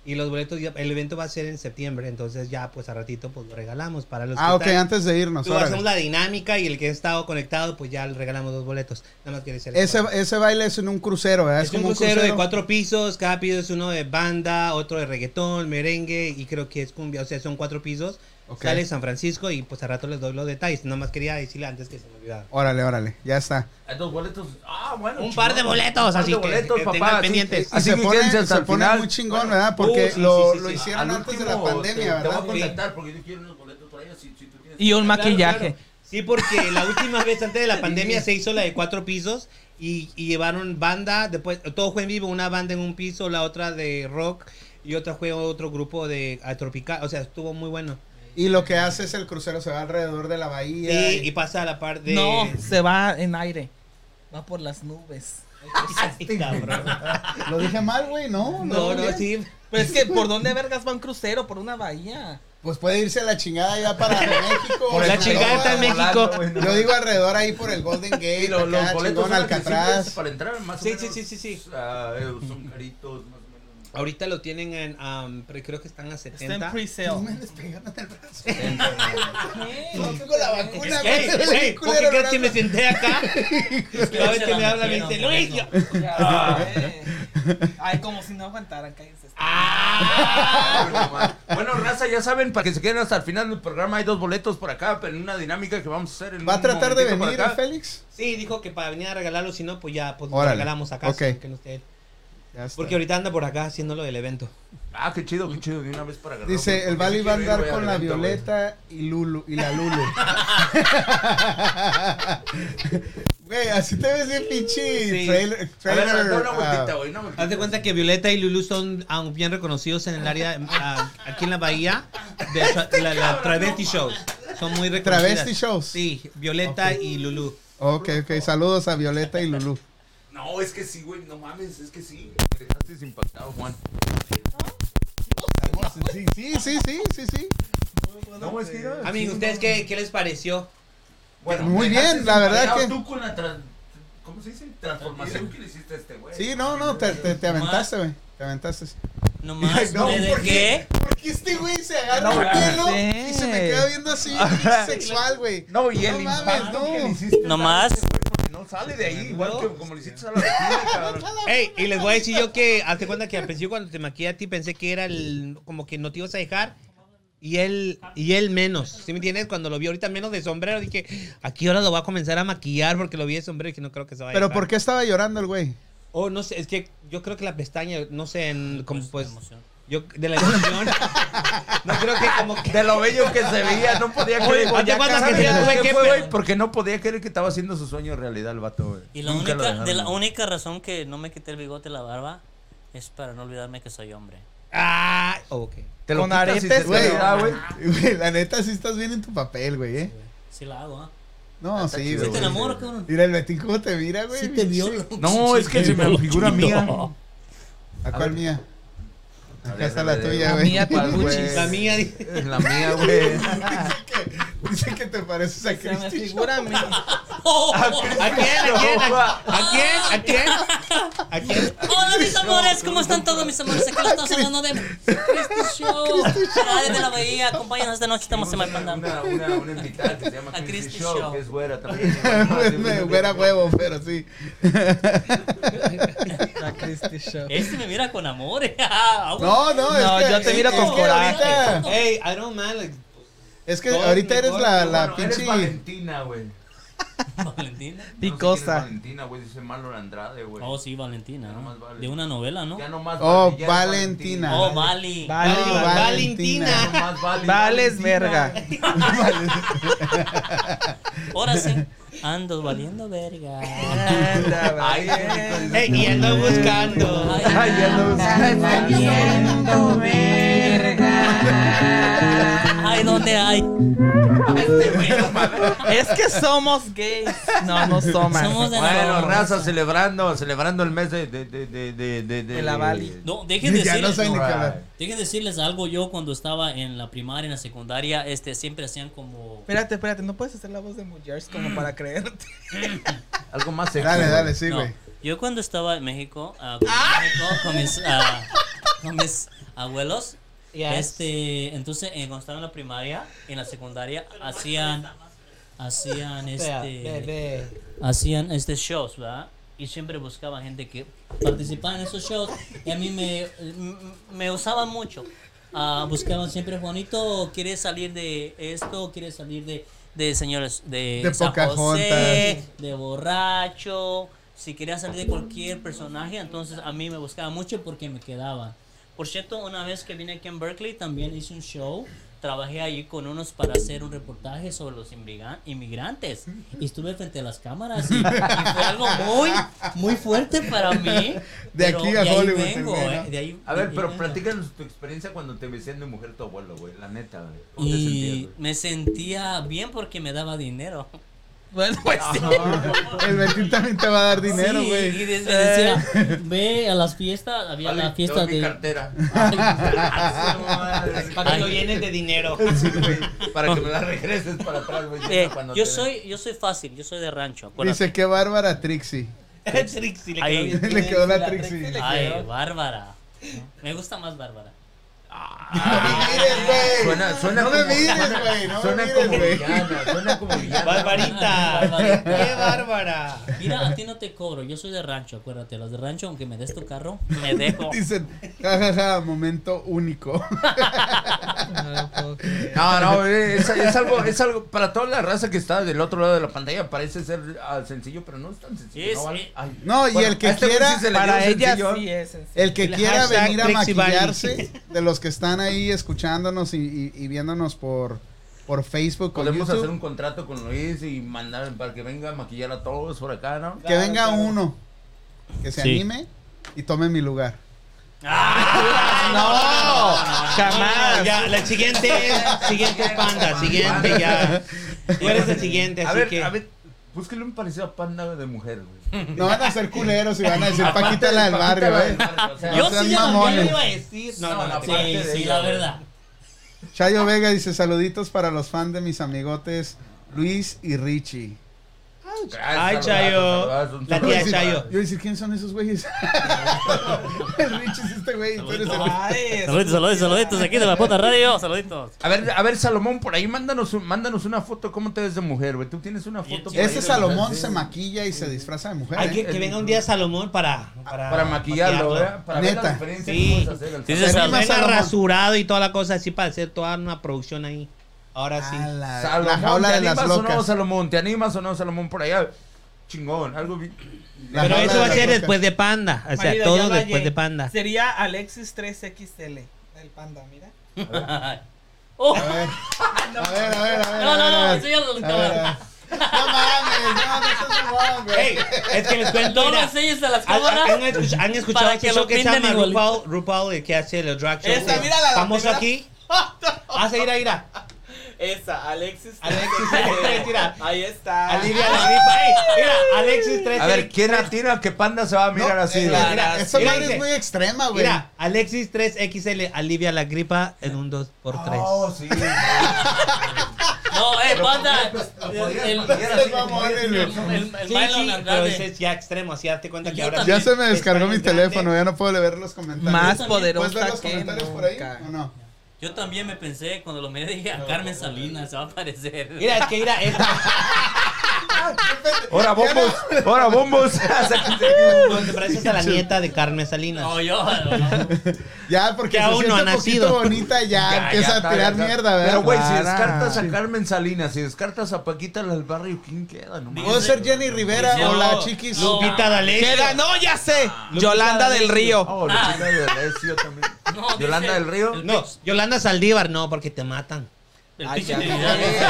Speaker 6: Y los boletos, ya- el evento va a ser en septiembre, entonces ya pues a ratito pues lo regalamos para los
Speaker 1: Ah,
Speaker 6: que
Speaker 1: ok,
Speaker 6: están-
Speaker 1: antes de irnos.
Speaker 6: Tú
Speaker 1: órale.
Speaker 6: hacemos la dinámica y el que ha estado conectado pues ya le regalamos dos boletos. Nada más que decir
Speaker 1: Ese, ese baile es en un crucero, ¿verdad?
Speaker 6: es un crucero, de cuatro pisos, cada piso es uno de banda, otro de reggaetón, merengue y creo que es cumbia, o sea, son cuatro pisos.
Speaker 1: Ok.
Speaker 6: Sale San Francisco y pues a rato les doy los detalles. Nada más quería decirle antes que se me olvidara.
Speaker 1: Órale, órale, ya está.
Speaker 2: Hay dos boletos. Ah, bueno.
Speaker 6: Un
Speaker 2: chingón.
Speaker 6: par de boletos,
Speaker 2: Un par
Speaker 6: así
Speaker 2: de
Speaker 6: que-
Speaker 2: boletos,
Speaker 6: que
Speaker 2: papá.
Speaker 6: tengan
Speaker 2: así-
Speaker 6: pendientes.
Speaker 1: Y
Speaker 2: Así
Speaker 1: se
Speaker 2: que
Speaker 1: pone,
Speaker 2: quédense hasta
Speaker 1: se
Speaker 2: el
Speaker 1: pone
Speaker 2: final.
Speaker 1: muy chingón,
Speaker 2: Bueno, uh,
Speaker 1: ¿verdad? Porque
Speaker 6: sí, sí,
Speaker 1: lo,
Speaker 6: sí,
Speaker 1: lo
Speaker 6: sí.
Speaker 1: hicieron
Speaker 2: al
Speaker 1: antes de la
Speaker 2: último
Speaker 1: pandemia,
Speaker 2: te, Te
Speaker 1: ¿verdad?
Speaker 2: voy a contactar porque yo quiero unos boletos por allá. Si, si tú tienes...
Speaker 7: Y un maquillaje.
Speaker 2: claro.
Speaker 6: Sí, porque la última vez antes de la pandemia se hizo la de cuatro pisos y, y llevaron banda, después todo fue en vivo, una banda en un piso, la otra de rock y otra fue otro grupo de a, tropical, o sea, estuvo muy bueno.
Speaker 1: Y lo que hace es el crucero se va alrededor de la bahía.
Speaker 6: Sí,
Speaker 1: y-
Speaker 6: y pasa a la parte de
Speaker 7: No, se va en aire. Va por las nubes.
Speaker 6: Ay, cabrón.
Speaker 1: Lo dije mal, güey, ¿no? ¿Lo
Speaker 6: No,
Speaker 1: dije bien?
Speaker 6: no, sí.
Speaker 7: Pero Pues es que, ¿por dónde vergas va un crucero? Por una bahía.
Speaker 1: Pues puede irse a la chingada ya
Speaker 2: [laughs]
Speaker 1: para México.
Speaker 2: Por
Speaker 7: La
Speaker 1: alrededor,
Speaker 7: chingada está en
Speaker 1: ¿verdad?
Speaker 7: México.
Speaker 1: Yo digo alrededor ahí por el Golden Gate,
Speaker 2: Y lo-
Speaker 1: acá,
Speaker 2: los
Speaker 1: chingón,
Speaker 2: boletos son accesibles
Speaker 1: Alcatraz.
Speaker 2: para entrar más o
Speaker 6: Sí,
Speaker 2: menos.
Speaker 6: sí, sí, sí, sí.
Speaker 2: ah, eh, son caritos más o menos.
Speaker 6: Ahorita lo tienen en, am, pero creo que están a
Speaker 7: Está en
Speaker 6: 70.
Speaker 1: No me
Speaker 7: pre-sale.
Speaker 1: despegaron el brazo. No
Speaker 7: ¿Qué?
Speaker 1: tengo la vacuna.
Speaker 6: Ey,
Speaker 1: güey, se me
Speaker 6: ey, ¿por
Speaker 1: culero
Speaker 6: qué
Speaker 1: el
Speaker 6: crees que me
Speaker 1: brazo.
Speaker 6: senté [laughs] acá? Cada vez que me habla me dice,
Speaker 5: Metieron,
Speaker 6: Luis, yo-
Speaker 7: Ay, como si no aguantaran, cállense.
Speaker 2: Ah, [laughs] bueno, raza, ya saben, para que se queden hasta el final del programa, hay dos boletos por acá, pero en una dinámica que vamos a hacer en
Speaker 1: ¿Va a
Speaker 2: un
Speaker 1: tratar de
Speaker 2: momentito por
Speaker 1: venir,
Speaker 2: acá.
Speaker 1: Félix?
Speaker 6: Sí, dijo que para venir a regalarlo, si no, pues ya, pues lo
Speaker 1: Órale,
Speaker 6: regalamos acá.
Speaker 1: ok.
Speaker 6: sin que no esté él.
Speaker 1: Ya está.
Speaker 6: Porque ahorita anda por acá haciendo lo del evento.
Speaker 2: Ah, qué chido, qué chido, de una vez para agarrar.
Speaker 1: Dice,
Speaker 2: güey,
Speaker 1: el
Speaker 2: porque
Speaker 1: Bali
Speaker 2: yo
Speaker 1: va a
Speaker 2: quiero ir,
Speaker 1: andar
Speaker 2: güey,
Speaker 1: con
Speaker 2: al
Speaker 1: la
Speaker 2: evento, güey.
Speaker 1: Violeta y Lulu y la
Speaker 2: [laughs]
Speaker 1: Lulu. Güey, así te ves bien pinche
Speaker 6: Sí.
Speaker 1: trailer,
Speaker 2: A ver,
Speaker 1: trailer,
Speaker 2: da una
Speaker 1: ah,
Speaker 2: vueltita, güey, una vueltita.
Speaker 6: Haz de cuenta que Violeta y Lulu son ah, bien reconocidos en el área, ah, aquí en la bahía, de tra- la, la travesti shows. Son muy reconocidas.
Speaker 1: Travesti shows.
Speaker 6: Sí, Violeta y Lulu.
Speaker 1: Ok, ok, saludos a Violeta y Lulu.
Speaker 2: No, es que sí, güey, no mames, es que sí. Me dejaste desimpactado, Juan.
Speaker 1: Sí, sí, sí, sí, sí, sí.
Speaker 2: No, es que ya-
Speaker 6: Amigos, ¿ustedes qué, qué les pareció?
Speaker 2: Bueno,
Speaker 1: pues, Muy
Speaker 2: me dejaste
Speaker 1: bien, la verdad
Speaker 2: desimpactado
Speaker 1: que-
Speaker 2: tú con la tran- ¿Cómo se dice? Transformación que le hiciste a este güey.
Speaker 1: Sí, no, no, te, te, te aventaste, güey. Te aventaste.
Speaker 5: Nomás,
Speaker 1: No,
Speaker 5: ¿me
Speaker 1: ¿por
Speaker 5: dejé?
Speaker 1: Porque este güey se agarra un pelo
Speaker 7: sí.
Speaker 1: y se me queda viendo [laughs] así sexual, güey.
Speaker 2: No, y el
Speaker 1: mames,
Speaker 2: impacto
Speaker 1: no.
Speaker 2: que le hiciste. este,
Speaker 5: Nomás.
Speaker 2: No sale de ahí, igual que como le hiciste a la vecina, cabrón.
Speaker 6: Ey, y les voy a decir yo que, hazte cuenta que al principio cuando te maquillé a ti pensé que era el, como que no te ibas a dejar. Y él, y él menos, ¿sí me entiendes? Cuando lo vi ahorita menos de sombrero, dije, aquí ahora lo voy a comenzar a maquillar porque lo vi de sombrero y que no creo que se vaya
Speaker 1: Pero ¿por qué estaba llorando el güey?
Speaker 6: Oh, no sé, es que yo creo que la pestaña, no sé, en, como pues, yo, de la emoción, no creo que como que...
Speaker 2: De lo bello que se veía, no podía
Speaker 6: Oye,
Speaker 2: creer. güey,
Speaker 6: ¿te
Speaker 2: ya
Speaker 6: acuerdas
Speaker 2: casi
Speaker 6: que decías,
Speaker 2: no
Speaker 6: güey,
Speaker 2: sé
Speaker 6: qué
Speaker 2: qué fue,
Speaker 6: pedo?
Speaker 2: güey, Porque no podía creer que estaba haciendo su sueño realidad el vato, güey.
Speaker 5: Y la
Speaker 2: Nunca lo
Speaker 5: única, de
Speaker 2: dejaron,
Speaker 5: la
Speaker 2: güey.
Speaker 5: única razón que no me quité el bigote y la barba es para no olvidarme que soy hombre.
Speaker 6: Ah, oh, [laughs] ok.
Speaker 2: Te lo
Speaker 7: Con
Speaker 2: quitas y
Speaker 7: aretes,
Speaker 2: se te
Speaker 1: güey.
Speaker 2: da, güey.
Speaker 1: Güey, la neta, sí estás bien en tu papel, güey, ¿eh?
Speaker 5: Sí la hago, ¿ah?
Speaker 1: No,
Speaker 2: Está
Speaker 1: sí,
Speaker 2: chido,
Speaker 5: ¿Sí
Speaker 1: güey.
Speaker 5: te enamoro, cabrón?
Speaker 1: Mira el Betín cómo te mira, güey.
Speaker 5: Sí te vio.
Speaker 2: No, es que se me figura mía.
Speaker 1: ¿A
Speaker 2: A
Speaker 1: cuál
Speaker 2: ver.
Speaker 1: mía?
Speaker 2: A
Speaker 1: Acá
Speaker 2: ver,
Speaker 1: está
Speaker 2: a
Speaker 1: la
Speaker 2: ver,
Speaker 1: tuya,
Speaker 7: La
Speaker 1: güey.
Speaker 7: mía, ¿cuál, güey?
Speaker 5: Pues.
Speaker 1: Güey.
Speaker 6: La mía, dice,
Speaker 2: Es
Speaker 1: [laughs]
Speaker 2: la mía, güey.
Speaker 1: Dice que te pareces a
Speaker 7: Se me
Speaker 1: Cristi.
Speaker 7: figura a mí.
Speaker 6: ¿a quién, a quién, a, a quién, a quién, a quién?
Speaker 5: Hola mis amores, ¿cómo están todos mis amores? Aquí estamos hablando de Christy Show. Radio de la Bahía, acompáñanos esta noche, estamos en
Speaker 2: Una,
Speaker 5: el Panda.
Speaker 2: una, una, una invitada que se llama
Speaker 5: A
Speaker 2: Christy
Speaker 5: Christy
Speaker 2: Show,
Speaker 5: Shaw.
Speaker 2: que es
Speaker 1: [laughs]
Speaker 2: güera también. Ah,
Speaker 1: Me hubiera huevo, pero sí. [laughs]
Speaker 7: La Christie Show.
Speaker 5: Este me mira con amor. [laughs] Ah,
Speaker 1: No, no, es
Speaker 7: No,
Speaker 1: que,
Speaker 7: yo te miro
Speaker 1: es
Speaker 7: con
Speaker 1: que
Speaker 7: coraje.
Speaker 1: ahorita-
Speaker 6: Hey, I don't mind, like,
Speaker 1: es que
Speaker 6: Todo
Speaker 1: ahorita eres
Speaker 6: mejor
Speaker 1: la,
Speaker 6: que
Speaker 1: la
Speaker 2: Bueno, eres
Speaker 1: pinche.
Speaker 2: Valentina, güey.
Speaker 5: uh. Valentina.
Speaker 2: No sé quién es
Speaker 7: Picosa.
Speaker 2: Valentina, güey, dice Marlon Andrade, güey.
Speaker 5: Oh, sí, Valentina.
Speaker 2: Ya nomás
Speaker 5: ¿no?
Speaker 2: vale.
Speaker 5: De una novela, ¿no?
Speaker 2: Ya no más
Speaker 1: Oh,
Speaker 2: Vale, ya es
Speaker 1: Valentina.
Speaker 2: Valentina.
Speaker 5: Oh, Vali.
Speaker 7: Vale,
Speaker 1: No,
Speaker 7: vale.
Speaker 6: Valentina.
Speaker 2: Ya no más Vale,
Speaker 7: Vales
Speaker 2: Valentina.
Speaker 7: verga.
Speaker 5: Ahora sí. Ando valiendo verga.
Speaker 2: Ay,
Speaker 6: hey, y ando [laughs] buscando.
Speaker 2: Ay, ya no
Speaker 7: Valiendo verga.
Speaker 5: Ay, ¿dónde hay?
Speaker 7: Es que somos gays. No, no somos.
Speaker 5: Somos de
Speaker 2: Bueno,
Speaker 5: la
Speaker 2: raza, celebrando, celebrando el mes de... De, de, de, de, de,
Speaker 7: De la Bali.
Speaker 5: No, dejen
Speaker 1: Ya no
Speaker 5: decirles,
Speaker 1: soy ni
Speaker 5: no,
Speaker 1: qué hablar.
Speaker 5: dejen decirles algo. Yo cuando estaba en la primaria, en la secundaria, este, siempre hacían como...
Speaker 7: Espérate, espérate, no puedes hacer la voz de Mujers como para creerte.
Speaker 2: Algo más sexy.
Speaker 1: Dale,
Speaker 2: güey.
Speaker 1: dale, sí,
Speaker 5: No.
Speaker 1: güey.
Speaker 5: Yo cuando estaba en México, ah, cuando en México con, mis, ah, con mis abuelos, este, entonces eh, cuando estaba en la primaria y en la secundaria hacían hacían este hacían este shows, ¿verdad? Y siempre buscaba gente que participaba en esos shows y a mí me mm, me usaban mucho. Ah, buscaban siempre Juanito quiere salir de esto, quiere salir de de señores de,
Speaker 1: De
Speaker 5: San José,
Speaker 1: Pocahontas.
Speaker 5: de borracho. Si quería salir de cualquier personaje, entonces a mí me buscaba mucho porque me quedaba. Por cierto, una vez que vine aquí en Berkeley también hice un show. Trabajé ahí con unos para hacer un reportaje sobre los inmigra- inmigrantes. Y estuve frente a las cámaras y, y fue algo muy, muy fuerte para mí.
Speaker 1: De
Speaker 5: Pero
Speaker 1: aquí a
Speaker 5: de ahí
Speaker 1: Hollywood,
Speaker 5: vengo,
Speaker 1: el güey,
Speaker 5: eh, de ahí-
Speaker 2: A
Speaker 5: de
Speaker 2: ver,
Speaker 5: ahí
Speaker 2: pero
Speaker 5: vengo.
Speaker 2: platícanos tu experiencia cuando te vestían de mujer tu abuelo, güey. La neta, güey. ¿Cómo te
Speaker 5: Y [laughs]
Speaker 2: sentías, güey?
Speaker 5: me sentía bien porque me daba dinero.
Speaker 7: Bueno, pues sí.
Speaker 1: El Betín también te va a dar dinero,
Speaker 5: Sí,
Speaker 1: güey. Eh.
Speaker 5: y des- me decía, ve a las fiestas, había
Speaker 2: Vale,
Speaker 5: la
Speaker 2: te
Speaker 5: fiesta
Speaker 2: doy mi [laughs]
Speaker 5: [laughs] de... Ah,
Speaker 2: cartera.
Speaker 6: Para que lo llenen de [laughs] dinero.
Speaker 2: Sí, güey, para que me la regreses para atrás, güey.
Speaker 5: Eh,
Speaker 2: cuando
Speaker 5: yo
Speaker 2: te-
Speaker 5: soy, yo soy fácil, yo soy de rancho. acuérdate.
Speaker 1: Dice, qué bárbara Trixie.
Speaker 6: Trixie, le quedó
Speaker 5: Ahí.
Speaker 6: bien.
Speaker 1: [laughs] Le quedó la [laughs] Trixie.
Speaker 5: Ay, Bárbara. Me gusta más Bárbara.
Speaker 2: Suena, suena
Speaker 1: No me
Speaker 2: como-
Speaker 1: mires, güey. No me
Speaker 2: suena
Speaker 1: mires,
Speaker 2: como
Speaker 1: güey.
Speaker 2: villana, suena como villana.
Speaker 6: Barbarita. ¡Qué bárbara!
Speaker 5: Mira, a ti no te cobro, yo soy de rancho, acuérdate. Los de rancho, aunque me des tu carro,
Speaker 1: [laughs]
Speaker 5: me dejo.
Speaker 1: [laughs] Dicen, jajaja, momento único. [laughs]
Speaker 2: No, no, güey, es, es algo, es algo para toda la raza que está del otro lado de la pantalla. Parece ser ah, sencillo, pero no es tan sencillo.
Speaker 5: Es-
Speaker 2: ¿no? Al- al-
Speaker 1: No, y
Speaker 2: Bueno,
Speaker 1: el que
Speaker 2: a este güey
Speaker 1: quiera,
Speaker 2: sí se le
Speaker 7: Para
Speaker 2: dio
Speaker 7: ella
Speaker 2: sencillo.
Speaker 7: sí es sencillo.
Speaker 1: el que
Speaker 6: El
Speaker 1: quiera
Speaker 6: hashtag
Speaker 1: venir a
Speaker 6: Trixie Valley.
Speaker 1: maquillarse, de los que están ahí escuchándonos y, y- y viéndonos por, por Facebook o
Speaker 2: Podemos
Speaker 1: YouTube,
Speaker 2: hacer un contrato con Luis y mandar para que venga a maquillar a todos por acá, ¿no?
Speaker 1: que venga uno, que se
Speaker 3: Sí.
Speaker 1: anime y tome mi lugar.
Speaker 6: ¡No! ¡Jamás! Ya, la siguiente es. [laughs] Siguiente es panda. Siguiente ya. Tú eres el siguiente,
Speaker 2: A
Speaker 6: así
Speaker 2: ver,
Speaker 6: que.
Speaker 2: a ver, búsquenle un parecido a Panda de mujer,
Speaker 6: [laughs]
Speaker 2: güey.
Speaker 1: No van a
Speaker 2: [laughs]
Speaker 1: ser culeros y van a decir
Speaker 2: Aparte
Speaker 1: Paquita
Speaker 2: de
Speaker 1: la del
Speaker 2: Paquita
Speaker 1: barrio,
Speaker 2: la
Speaker 1: güey.
Speaker 2: del barrio, o sea,
Speaker 1: No
Speaker 5: Yo
Speaker 1: sean
Speaker 5: sí ya
Speaker 1: mamones.
Speaker 5: me
Speaker 6: iba a decir? No, no, no.
Speaker 2: aparte
Speaker 5: Sí,
Speaker 2: de
Speaker 5: sí,
Speaker 2: ella,
Speaker 5: la
Speaker 2: güey.
Speaker 5: verdad.
Speaker 1: Chayo Vega dice, saluditos para los fans de mis amigotes Luis y Richie.
Speaker 2: Gracias,
Speaker 6: Ay,
Speaker 2: saludazos,
Speaker 6: Chayo.
Speaker 2: saludazos, un
Speaker 1: Yo
Speaker 6: La tía
Speaker 2: saludo.
Speaker 1: decir-
Speaker 6: Chayo.
Speaker 1: Yo decir, ¿quién son esos güeyes? [laughs] el Richie es este güey, tú eres el-
Speaker 7: Ay,
Speaker 5: Saluditos, saluditos, saluditos aquí de la puta radio. Saluditos.
Speaker 2: A ver, a ver, Salomón, por ahí mándanos, un- mándanos una foto. ¿Cómo te ves de mujer, güey? Tú tienes una foto. por ahí
Speaker 1: Este
Speaker 2: de
Speaker 1: Salomón
Speaker 2: mujer,
Speaker 1: se
Speaker 2: sí.
Speaker 1: maquilla y se disfraza de mujer.
Speaker 6: Hay
Speaker 1: ¿eh?
Speaker 6: que, que venga un día Salomón para. Para,
Speaker 2: Para maquillarlo, ¿verdad? Para ver
Speaker 1: Neta.
Speaker 2: la diferencia
Speaker 6: Sí.
Speaker 2: que puedes hacer. al
Speaker 5: Dices
Speaker 1: Salomón.
Speaker 6: Venga
Speaker 1: Salomón.
Speaker 6: rasurado y toda la cosa así para hacer toda una producción ahí. Ahora sí.
Speaker 1: A la,
Speaker 2: Salomón,
Speaker 1: la jaula
Speaker 2: ¿te
Speaker 1: de las
Speaker 2: animas o no,
Speaker 1: locas.
Speaker 2: Salomón? ¿Te animas o no, Salomón? Por allá. Chingón, algo bien.
Speaker 1: La
Speaker 6: Pero
Speaker 1: jaula
Speaker 6: eso
Speaker 1: de
Speaker 6: va a
Speaker 1: las
Speaker 6: ser
Speaker 1: locas.
Speaker 6: después de panda. O sea,
Speaker 7: Marido, ya
Speaker 6: todo
Speaker 7: lo
Speaker 6: después
Speaker 7: hallé.
Speaker 6: de panda.
Speaker 7: Sería Alexis 3XL. El panda, mira.
Speaker 5: Oh,
Speaker 1: A ver, a ver, a ver. a ver,
Speaker 5: no, no,
Speaker 1: a
Speaker 5: no,
Speaker 1: ver.
Speaker 5: enséñalo a la
Speaker 1: A ver, a
Speaker 5: cámara.
Speaker 1: ver. No mames, no, no estás mamón, güey.
Speaker 6: Ey, es que les cuento.
Speaker 5: No lo
Speaker 6: mira,
Speaker 5: enseñes a las
Speaker 9: Ah,
Speaker 6: ¿Han, han
Speaker 5: cámaras.
Speaker 6: escuchado, han escuchado
Speaker 5: Para
Speaker 6: este
Speaker 5: que
Speaker 6: show
Speaker 5: lo
Speaker 6: que se
Speaker 5: vendan
Speaker 6: llama
Speaker 5: igualito.
Speaker 6: RuPaul, RuPaul, el que hace el drag show?
Speaker 7: Esa,
Speaker 6: Sí.
Speaker 7: mírala, la
Speaker 6: Famoso
Speaker 7: primera.
Speaker 5: [laughs]
Speaker 6: aquí.
Speaker 5: Ah,
Speaker 6: Haz a ir a ir a.
Speaker 7: Esa, Alexis.
Speaker 6: Alexis 3, mira.
Speaker 7: Ahí está.
Speaker 5: Ah.
Speaker 6: Alivia la gripa. Ey, mira, Alexis 3.
Speaker 2: A ver, ¿quién atira que Panda se va a mirar
Speaker 1: No,
Speaker 2: así,
Speaker 1: eh,
Speaker 2: güey?
Speaker 1: mira,
Speaker 6: Mira,
Speaker 1: esa
Speaker 6: mira,
Speaker 1: madre
Speaker 6: dice-
Speaker 1: es muy extrema, güey.
Speaker 6: Mira, Alexis 3XL alivia la gripa en un 2x3.
Speaker 2: Oh, sí. güey.
Speaker 5: No, eh, panda. El, el,
Speaker 2: Lo
Speaker 5: el,
Speaker 2: podrías
Speaker 1: Estás mamón, güey.
Speaker 5: el, el
Speaker 6: Sí,
Speaker 5: Mylon
Speaker 6: sí, pero
Speaker 5: Andrade.
Speaker 6: ese es ya extremo, así date cuenta que
Speaker 5: Yo
Speaker 6: ahora
Speaker 5: también.
Speaker 1: Ya
Speaker 6: sí
Speaker 1: se me
Speaker 6: es
Speaker 1: descargó mi
Speaker 6: España grande.
Speaker 1: teléfono, ya no puedo leer los comentarios.
Speaker 7: Más
Speaker 5: también.
Speaker 1: ¿Puedes ver los
Speaker 7: poderosa que
Speaker 1: comentarios por ahí
Speaker 7: nunca.
Speaker 1: o no?
Speaker 5: Yo también me pensé cuando lo me dije a Carmen Salinas, se va a aparecer.
Speaker 6: Mira, es que mira,
Speaker 5: [laughs]
Speaker 6: esta.
Speaker 2: Ahora bombos, ahora bombos. [laughs]
Speaker 6: Te pareces a la nieta de Carmen Salinas.
Speaker 5: No, yo. no.
Speaker 1: Ya, porque
Speaker 6: Que
Speaker 1: se
Speaker 6: aún no
Speaker 1: siente
Speaker 6: ha
Speaker 1: un poquito
Speaker 6: nacido.
Speaker 1: bonita, ya,
Speaker 2: Ya,
Speaker 1: empieza
Speaker 2: ya
Speaker 1: a
Speaker 2: está,
Speaker 1: tirar
Speaker 2: ya está.
Speaker 1: mierda, ¿verdad?
Speaker 2: Pero, güey, si
Speaker 1: Para.
Speaker 2: descartas a Carmen Salinas, si descartas a Paquita la del barrio, ¿quién queda? No mames.
Speaker 1: Puede ser Jenny Rivera
Speaker 5: No,
Speaker 1: o la chiquis.
Speaker 5: no.
Speaker 6: Lupita D'Alessio.
Speaker 7: Queda, no, ya sé. Yolanda del Río.
Speaker 2: Oh, Lupita de Alessio también.
Speaker 5: No, dice-
Speaker 2: Yolanda del Río.
Speaker 5: el
Speaker 6: No,
Speaker 5: pez-
Speaker 6: Yolanda Saldívar, no, porque te matan.
Speaker 5: El
Speaker 7: Ay,
Speaker 5: pinche
Speaker 7: ya.
Speaker 5: Trinidad, ese.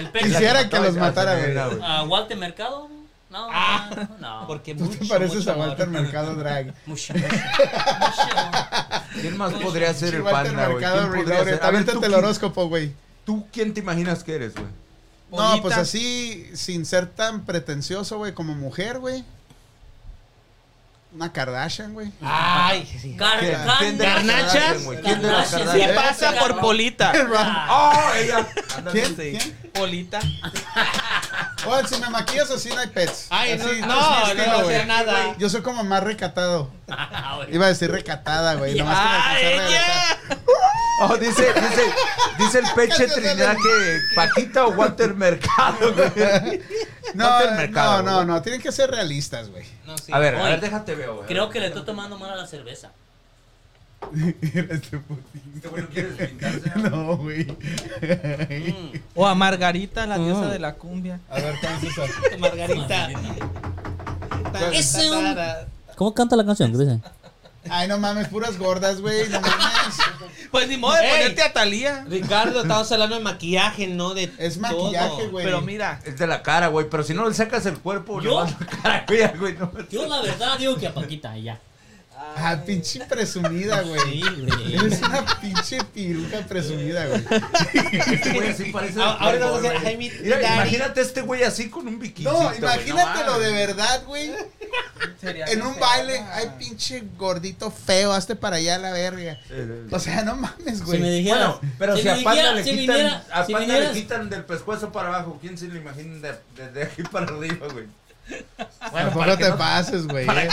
Speaker 5: El pez-
Speaker 1: Quisiera que los
Speaker 2: Ay,
Speaker 1: matara,
Speaker 2: se me
Speaker 1: güey.
Speaker 2: viene,
Speaker 5: Ah, Walter Mercado. No, no.
Speaker 6: Porque
Speaker 1: Tú te
Speaker 6: mucho,
Speaker 1: pareces
Speaker 6: mucho
Speaker 1: a Walter
Speaker 6: amor.
Speaker 2: [laughs]
Speaker 1: Mercado Drag.
Speaker 5: Mucho, mucho, mucho.
Speaker 2: ¿Quién más podría ser el
Speaker 1: Walter
Speaker 2: panda, güey?
Speaker 1: Mercado
Speaker 2: ¿Quién podría
Speaker 1: Reloaded.
Speaker 2: ser? A ver, tú,
Speaker 1: Aviéntate el
Speaker 2: ¿quién-
Speaker 1: horóscopo, güey.
Speaker 2: ¿Tú quién te imaginas que eres, güey? [laughs]
Speaker 1: No, pues así, sin ser tan pretencioso, güey, como mujer, güey. Una Kardashian, güey.
Speaker 7: Ay, sí.
Speaker 5: Car- car-
Speaker 2: ¿Quién de las
Speaker 7: ¿Garnachas?
Speaker 2: Kardashian, güey? ¿Quién de las
Speaker 5: Sí,
Speaker 7: Sí
Speaker 2: Kardashian?
Speaker 5: pa-
Speaker 7: pasa por Polita.
Speaker 2: ¡Oh, ella! Ándale.
Speaker 1: ¿Quién?
Speaker 7: Sí.
Speaker 1: ¿Quién?
Speaker 7: Polita.
Speaker 1: Oye, si me maquillas así no hay pets.
Speaker 7: Ay,
Speaker 1: Así,
Speaker 7: no, no,
Speaker 1: es mi
Speaker 7: no,
Speaker 1: estilo,
Speaker 7: va a
Speaker 1: güey.
Speaker 7: hacer nada.
Speaker 1: Yo soy como más
Speaker 7: [laughs]
Speaker 1: recatado.
Speaker 7: Ah,
Speaker 1: Iba a decir recatada, güey. Nomás que me
Speaker 7: Ay,
Speaker 1: alcancé a regresar.
Speaker 7: ella.
Speaker 2: Oh, dice, dice, dice el peche Trinidad que Paquita o Walter Mercado,
Speaker 5: [laughs]
Speaker 2: güey.
Speaker 1: No,
Speaker 2: Ponte el mercado,
Speaker 1: no, no,
Speaker 2: güey.
Speaker 1: no, tienen que ser realistas, güey. [laughs]
Speaker 7: No, sí.
Speaker 2: A ver, a
Speaker 5: Oye,
Speaker 2: ver, déjate veo, güey.
Speaker 5: Creo que le estoy tomando mal a la cerveza.
Speaker 1: Este putín. [laughs] No, güey.
Speaker 2: Mm.
Speaker 7: O a Margarita,
Speaker 5: Mm.
Speaker 7: la diosa de la cumbia.
Speaker 1: A ver, Francisco.
Speaker 7: Margarita.
Speaker 9: Pues,
Speaker 5: Es un- ¿Cómo canta la canción? ¿Qué dice?
Speaker 1: Ay, no mames, puras gordas, güey. No mames.
Speaker 7: Pues ni modo de
Speaker 6: Ey.
Speaker 7: ponerte a Talía.
Speaker 6: Ricardo, estamos hablando de maquillaje, no de
Speaker 1: Es
Speaker 6: todo.
Speaker 1: maquillaje, güey.
Speaker 7: Pero mira,
Speaker 2: Es de la cara, güey, pero si no le sacas el cuerpo,
Speaker 5: ¿Yo?
Speaker 2: no vas a cara, güey, güey. No.
Speaker 5: Yo la verdad digo que a Paquita, y ya.
Speaker 1: Ah, pinche presumida, güey.
Speaker 5: güey.
Speaker 1: Eres una pinche piruca presumida, güey.
Speaker 2: Este güey así parece.
Speaker 6: Ah,
Speaker 2: playboy,
Speaker 6: ahora vamos a hacer,
Speaker 2: güey.
Speaker 6: "Ay, mi
Speaker 2: Mira,
Speaker 6: daddy".
Speaker 2: imagínate este güey así con un biquíni.
Speaker 1: No, imagínatelo de verdad, güey. En un baile, ay, pinche gordito feo, hazte para allá a la verga. O sea, no mames,
Speaker 5: Si me
Speaker 1: güey.
Speaker 5: dijera.
Speaker 2: Bueno, pero si,
Speaker 5: me
Speaker 2: a Panda
Speaker 5: dijera-
Speaker 2: le
Speaker 5: si
Speaker 2: quitan,
Speaker 5: viniera-
Speaker 2: a
Speaker 5: si
Speaker 2: Panda
Speaker 5: vinieras-
Speaker 2: le quitan del pescuezo para abajo, ¿quién se lo imagina de- desde aquí para arriba, güey? Bueno,
Speaker 1: Tampoco te pases, güey. eh.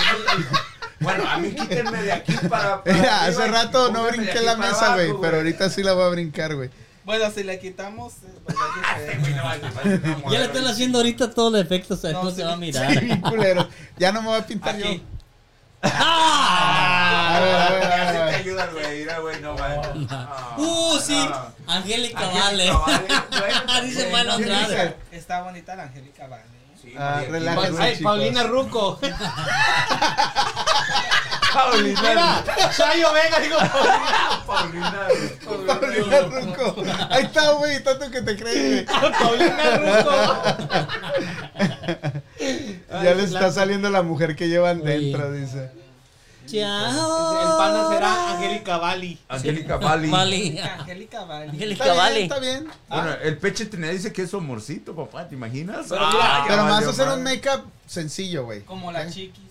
Speaker 2: Bueno, a mí quítenme de aquí para. para
Speaker 1: [laughs] Mira,
Speaker 2: arriba
Speaker 1: hace
Speaker 2: y
Speaker 1: rato no
Speaker 2: pónganme de
Speaker 1: brinqué
Speaker 2: aquí
Speaker 1: la
Speaker 2: para
Speaker 1: mesa, güey,
Speaker 2: abajo,
Speaker 1: pero ahorita sí la voy a brincar, güey.
Speaker 7: bueno, si le quitamos. eh, pues,
Speaker 2: Este güey no vale,
Speaker 5: [laughs]
Speaker 2: vale, no,
Speaker 5: Ya
Speaker 2: güey.
Speaker 5: le están haciendo ahorita todo el efecto, o sea,
Speaker 7: No,
Speaker 5: no
Speaker 7: sí.
Speaker 5: se va a
Speaker 1: [laughs]
Speaker 5: mirar.
Speaker 1: Sí, bien culero. Ya no me voy a pintar
Speaker 7: Aquí.
Speaker 1: yo.
Speaker 5: ¡Ah!
Speaker 1: A ver, a ver, a
Speaker 2: Ya
Speaker 1: ver,
Speaker 2: se
Speaker 1: a
Speaker 2: te
Speaker 1: ver.
Speaker 2: ayudan, güey. Mira, güey, no vale. Ah,
Speaker 5: ¡Uh, sí!
Speaker 2: no.
Speaker 5: Angélica
Speaker 2: Angélica
Speaker 5: Vale.
Speaker 2: Vale, bueno,
Speaker 6: [laughs]
Speaker 5: Dice
Speaker 2: bueno.
Speaker 5: Manuel
Speaker 1: ¿Quién
Speaker 5: Andrade.
Speaker 1: dice?
Speaker 7: Está bonita la Angélica Vale. ¿eh?
Speaker 2: Sí,
Speaker 1: Ah,
Speaker 2: María,
Speaker 1: relájense,
Speaker 2: Paul-
Speaker 6: Ay,
Speaker 1: chicos.
Speaker 6: Paulina Ruco.
Speaker 2: Paulina.
Speaker 6: Chayo, venga, digo.
Speaker 2: Paulina.
Speaker 1: Paulina Ruco. Ahí está, güey, tanto que te crees, güey.
Speaker 6: Paulina Ruco.
Speaker 1: Ya les está saliendo la mujer que llevan dentro, dice.
Speaker 5: Chao.
Speaker 6: El pana será Angélica Bali.
Speaker 2: Angélica Vali.
Speaker 5: [laughs] Vale.
Speaker 7: Angélica Vale.
Speaker 5: Angélica
Speaker 1: Está bien,
Speaker 5: Vale.
Speaker 1: está bien.
Speaker 2: Bueno, el peche tenía dice que es amorcito, papá, ¿te imaginas? Ah,
Speaker 6: Pero mira,
Speaker 2: ya
Speaker 1: Pero más
Speaker 2: valió
Speaker 1: hacer un
Speaker 2: madre.
Speaker 1: make-up sencillo, güey.
Speaker 7: Como la
Speaker 1: ¿Eh?
Speaker 7: chiquis.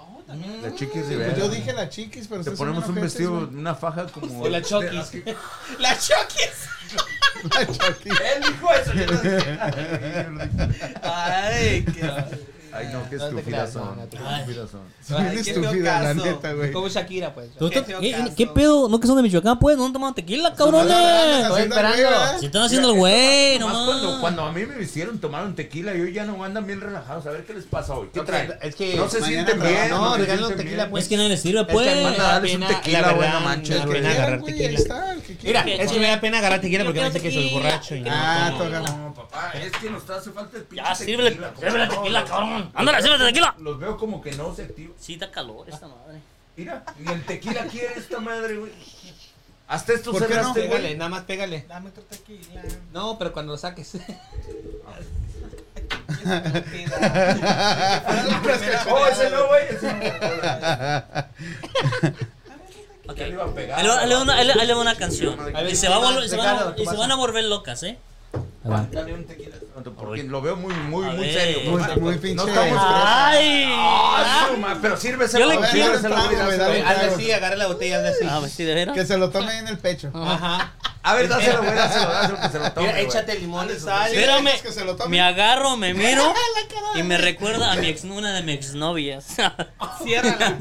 Speaker 7: Oh, también.
Speaker 2: La chiqui Rivera.
Speaker 1: Pues yo dije pues la chiquis, pero
Speaker 2: Te
Speaker 1: ustedes son
Speaker 2: ponemos
Speaker 1: bien
Speaker 2: un
Speaker 1: ojetes,
Speaker 2: vestido,
Speaker 1: güey.
Speaker 2: una faja como.
Speaker 6: De la Chucky.
Speaker 2: de- así-
Speaker 5: [laughs]
Speaker 7: La [laughs] Chokis.
Speaker 1: La chiquis.
Speaker 2: Él dijo eso. yo no sé.
Speaker 7: Ay, qué.
Speaker 2: Ay, no, qué
Speaker 6: No te
Speaker 2: estúpidas
Speaker 6: creas, no,
Speaker 2: son.
Speaker 6: no te
Speaker 2: qué
Speaker 6: creas.
Speaker 2: estúpidas son.
Speaker 1: Bien
Speaker 7: Ay, qué feo
Speaker 1: estúpida, la
Speaker 7: caso.
Speaker 1: neta, güey.
Speaker 6: Como Shakira, pues.
Speaker 5: ¿Tú- tú-
Speaker 7: Qué
Speaker 5: [laughs]
Speaker 7: feo
Speaker 5: ¿Qué,
Speaker 7: caso.
Speaker 5: qué pedo? ¿No que son de Michoacán, pues? ¿No toman tequila, cabrones?
Speaker 1: Estoy
Speaker 5: Se están haciendo el güey,
Speaker 2: Nomás cuando,
Speaker 5: nomás.
Speaker 2: cuando a mí me hicieron tomaron tequila y hoy ya no andan bien relajados. A ver qué les pasa hoy. ¿Qué traen?
Speaker 6: es que
Speaker 2: no se
Speaker 1: eh, mañana
Speaker 2: sienten
Speaker 1: trabajo.
Speaker 2: bien.
Speaker 6: No,
Speaker 2: se
Speaker 6: regalen
Speaker 2: sienten
Speaker 6: tequila,
Speaker 2: bien.
Speaker 6: pues.
Speaker 5: Es que no les sirve,
Speaker 2: que
Speaker 5: pues.
Speaker 2: el manda- darles un tequila, güey, no manches,
Speaker 6: Me da
Speaker 2: güey.
Speaker 6: pena agarrar
Speaker 1: güey, ahí
Speaker 6: tequila.
Speaker 1: está, el que quiera.
Speaker 6: Mira, es que me da pena agarrar tequila porque me dice que soy borracho. y no
Speaker 1: Ah,
Speaker 6: tomo.
Speaker 1: toca.
Speaker 2: [laughs] No, papá, es que nos hace falta el pinche
Speaker 5: Ya, sírvele,
Speaker 2: tequila, como
Speaker 5: sírvele
Speaker 2: no,
Speaker 5: tequila,
Speaker 2: los-
Speaker 5: cabrón. Ándale, sírvele tequila.
Speaker 2: Los veo como que no se activan.
Speaker 5: Sí, da calor esta madre.
Speaker 2: Mira, ni el tequila quiere esta madre, güey. Hasta esto
Speaker 1: ¿Por
Speaker 2: se
Speaker 1: qué no?
Speaker 2: raste,
Speaker 6: Pégale,
Speaker 2: güey.
Speaker 6: nada más pégale.
Speaker 7: Dame tu tequila.
Speaker 6: No, pero cuando lo saques.
Speaker 7: Estúpida.
Speaker 2: [laughs] Oh, ese no, güey. ese no.
Speaker 5: Ok.
Speaker 2: Ya le iba a pegar.
Speaker 5: Ahí le va- ahí le va una- ahí le ahí le va una canción.
Speaker 2: A
Speaker 5: Y se va a volver- y se van a-
Speaker 6: Ricardo,
Speaker 5: y se van a volver locas, ¿eh?
Speaker 2: Dale un tequila. Porque lo veo muy, muy,
Speaker 5: A
Speaker 2: muy
Speaker 5: ver.
Speaker 2: serio.
Speaker 1: Muy-
Speaker 2: papá.
Speaker 1: muy pinche.
Speaker 2: No estamos...
Speaker 5: ¡Ay!
Speaker 2: Ah, su ma- Pero sírvese.
Speaker 5: Yo le
Speaker 1: A ver,
Speaker 5: quiero
Speaker 1: dale un trago, güey, dale un
Speaker 6: Hazle
Speaker 1: trago.
Speaker 6: así, agarra la botella, hazle así.
Speaker 5: Ah, pues sí, de
Speaker 1: Que
Speaker 5: veras.
Speaker 1: se lo tome en el pecho. [laughs]
Speaker 6: Ajá.
Speaker 2: A ver, dáselo, güey, dáselo, dáselo, que se lo tome,
Speaker 6: Mira,
Speaker 2: güey.
Speaker 6: échate limón y sal.
Speaker 5: Espérame.
Speaker 1: Es que se lo
Speaker 5: Me
Speaker 1: tome.
Speaker 5: agarro, me miro y me recuerda a mi ex, una de mis exnovias.
Speaker 7: Ciérrala.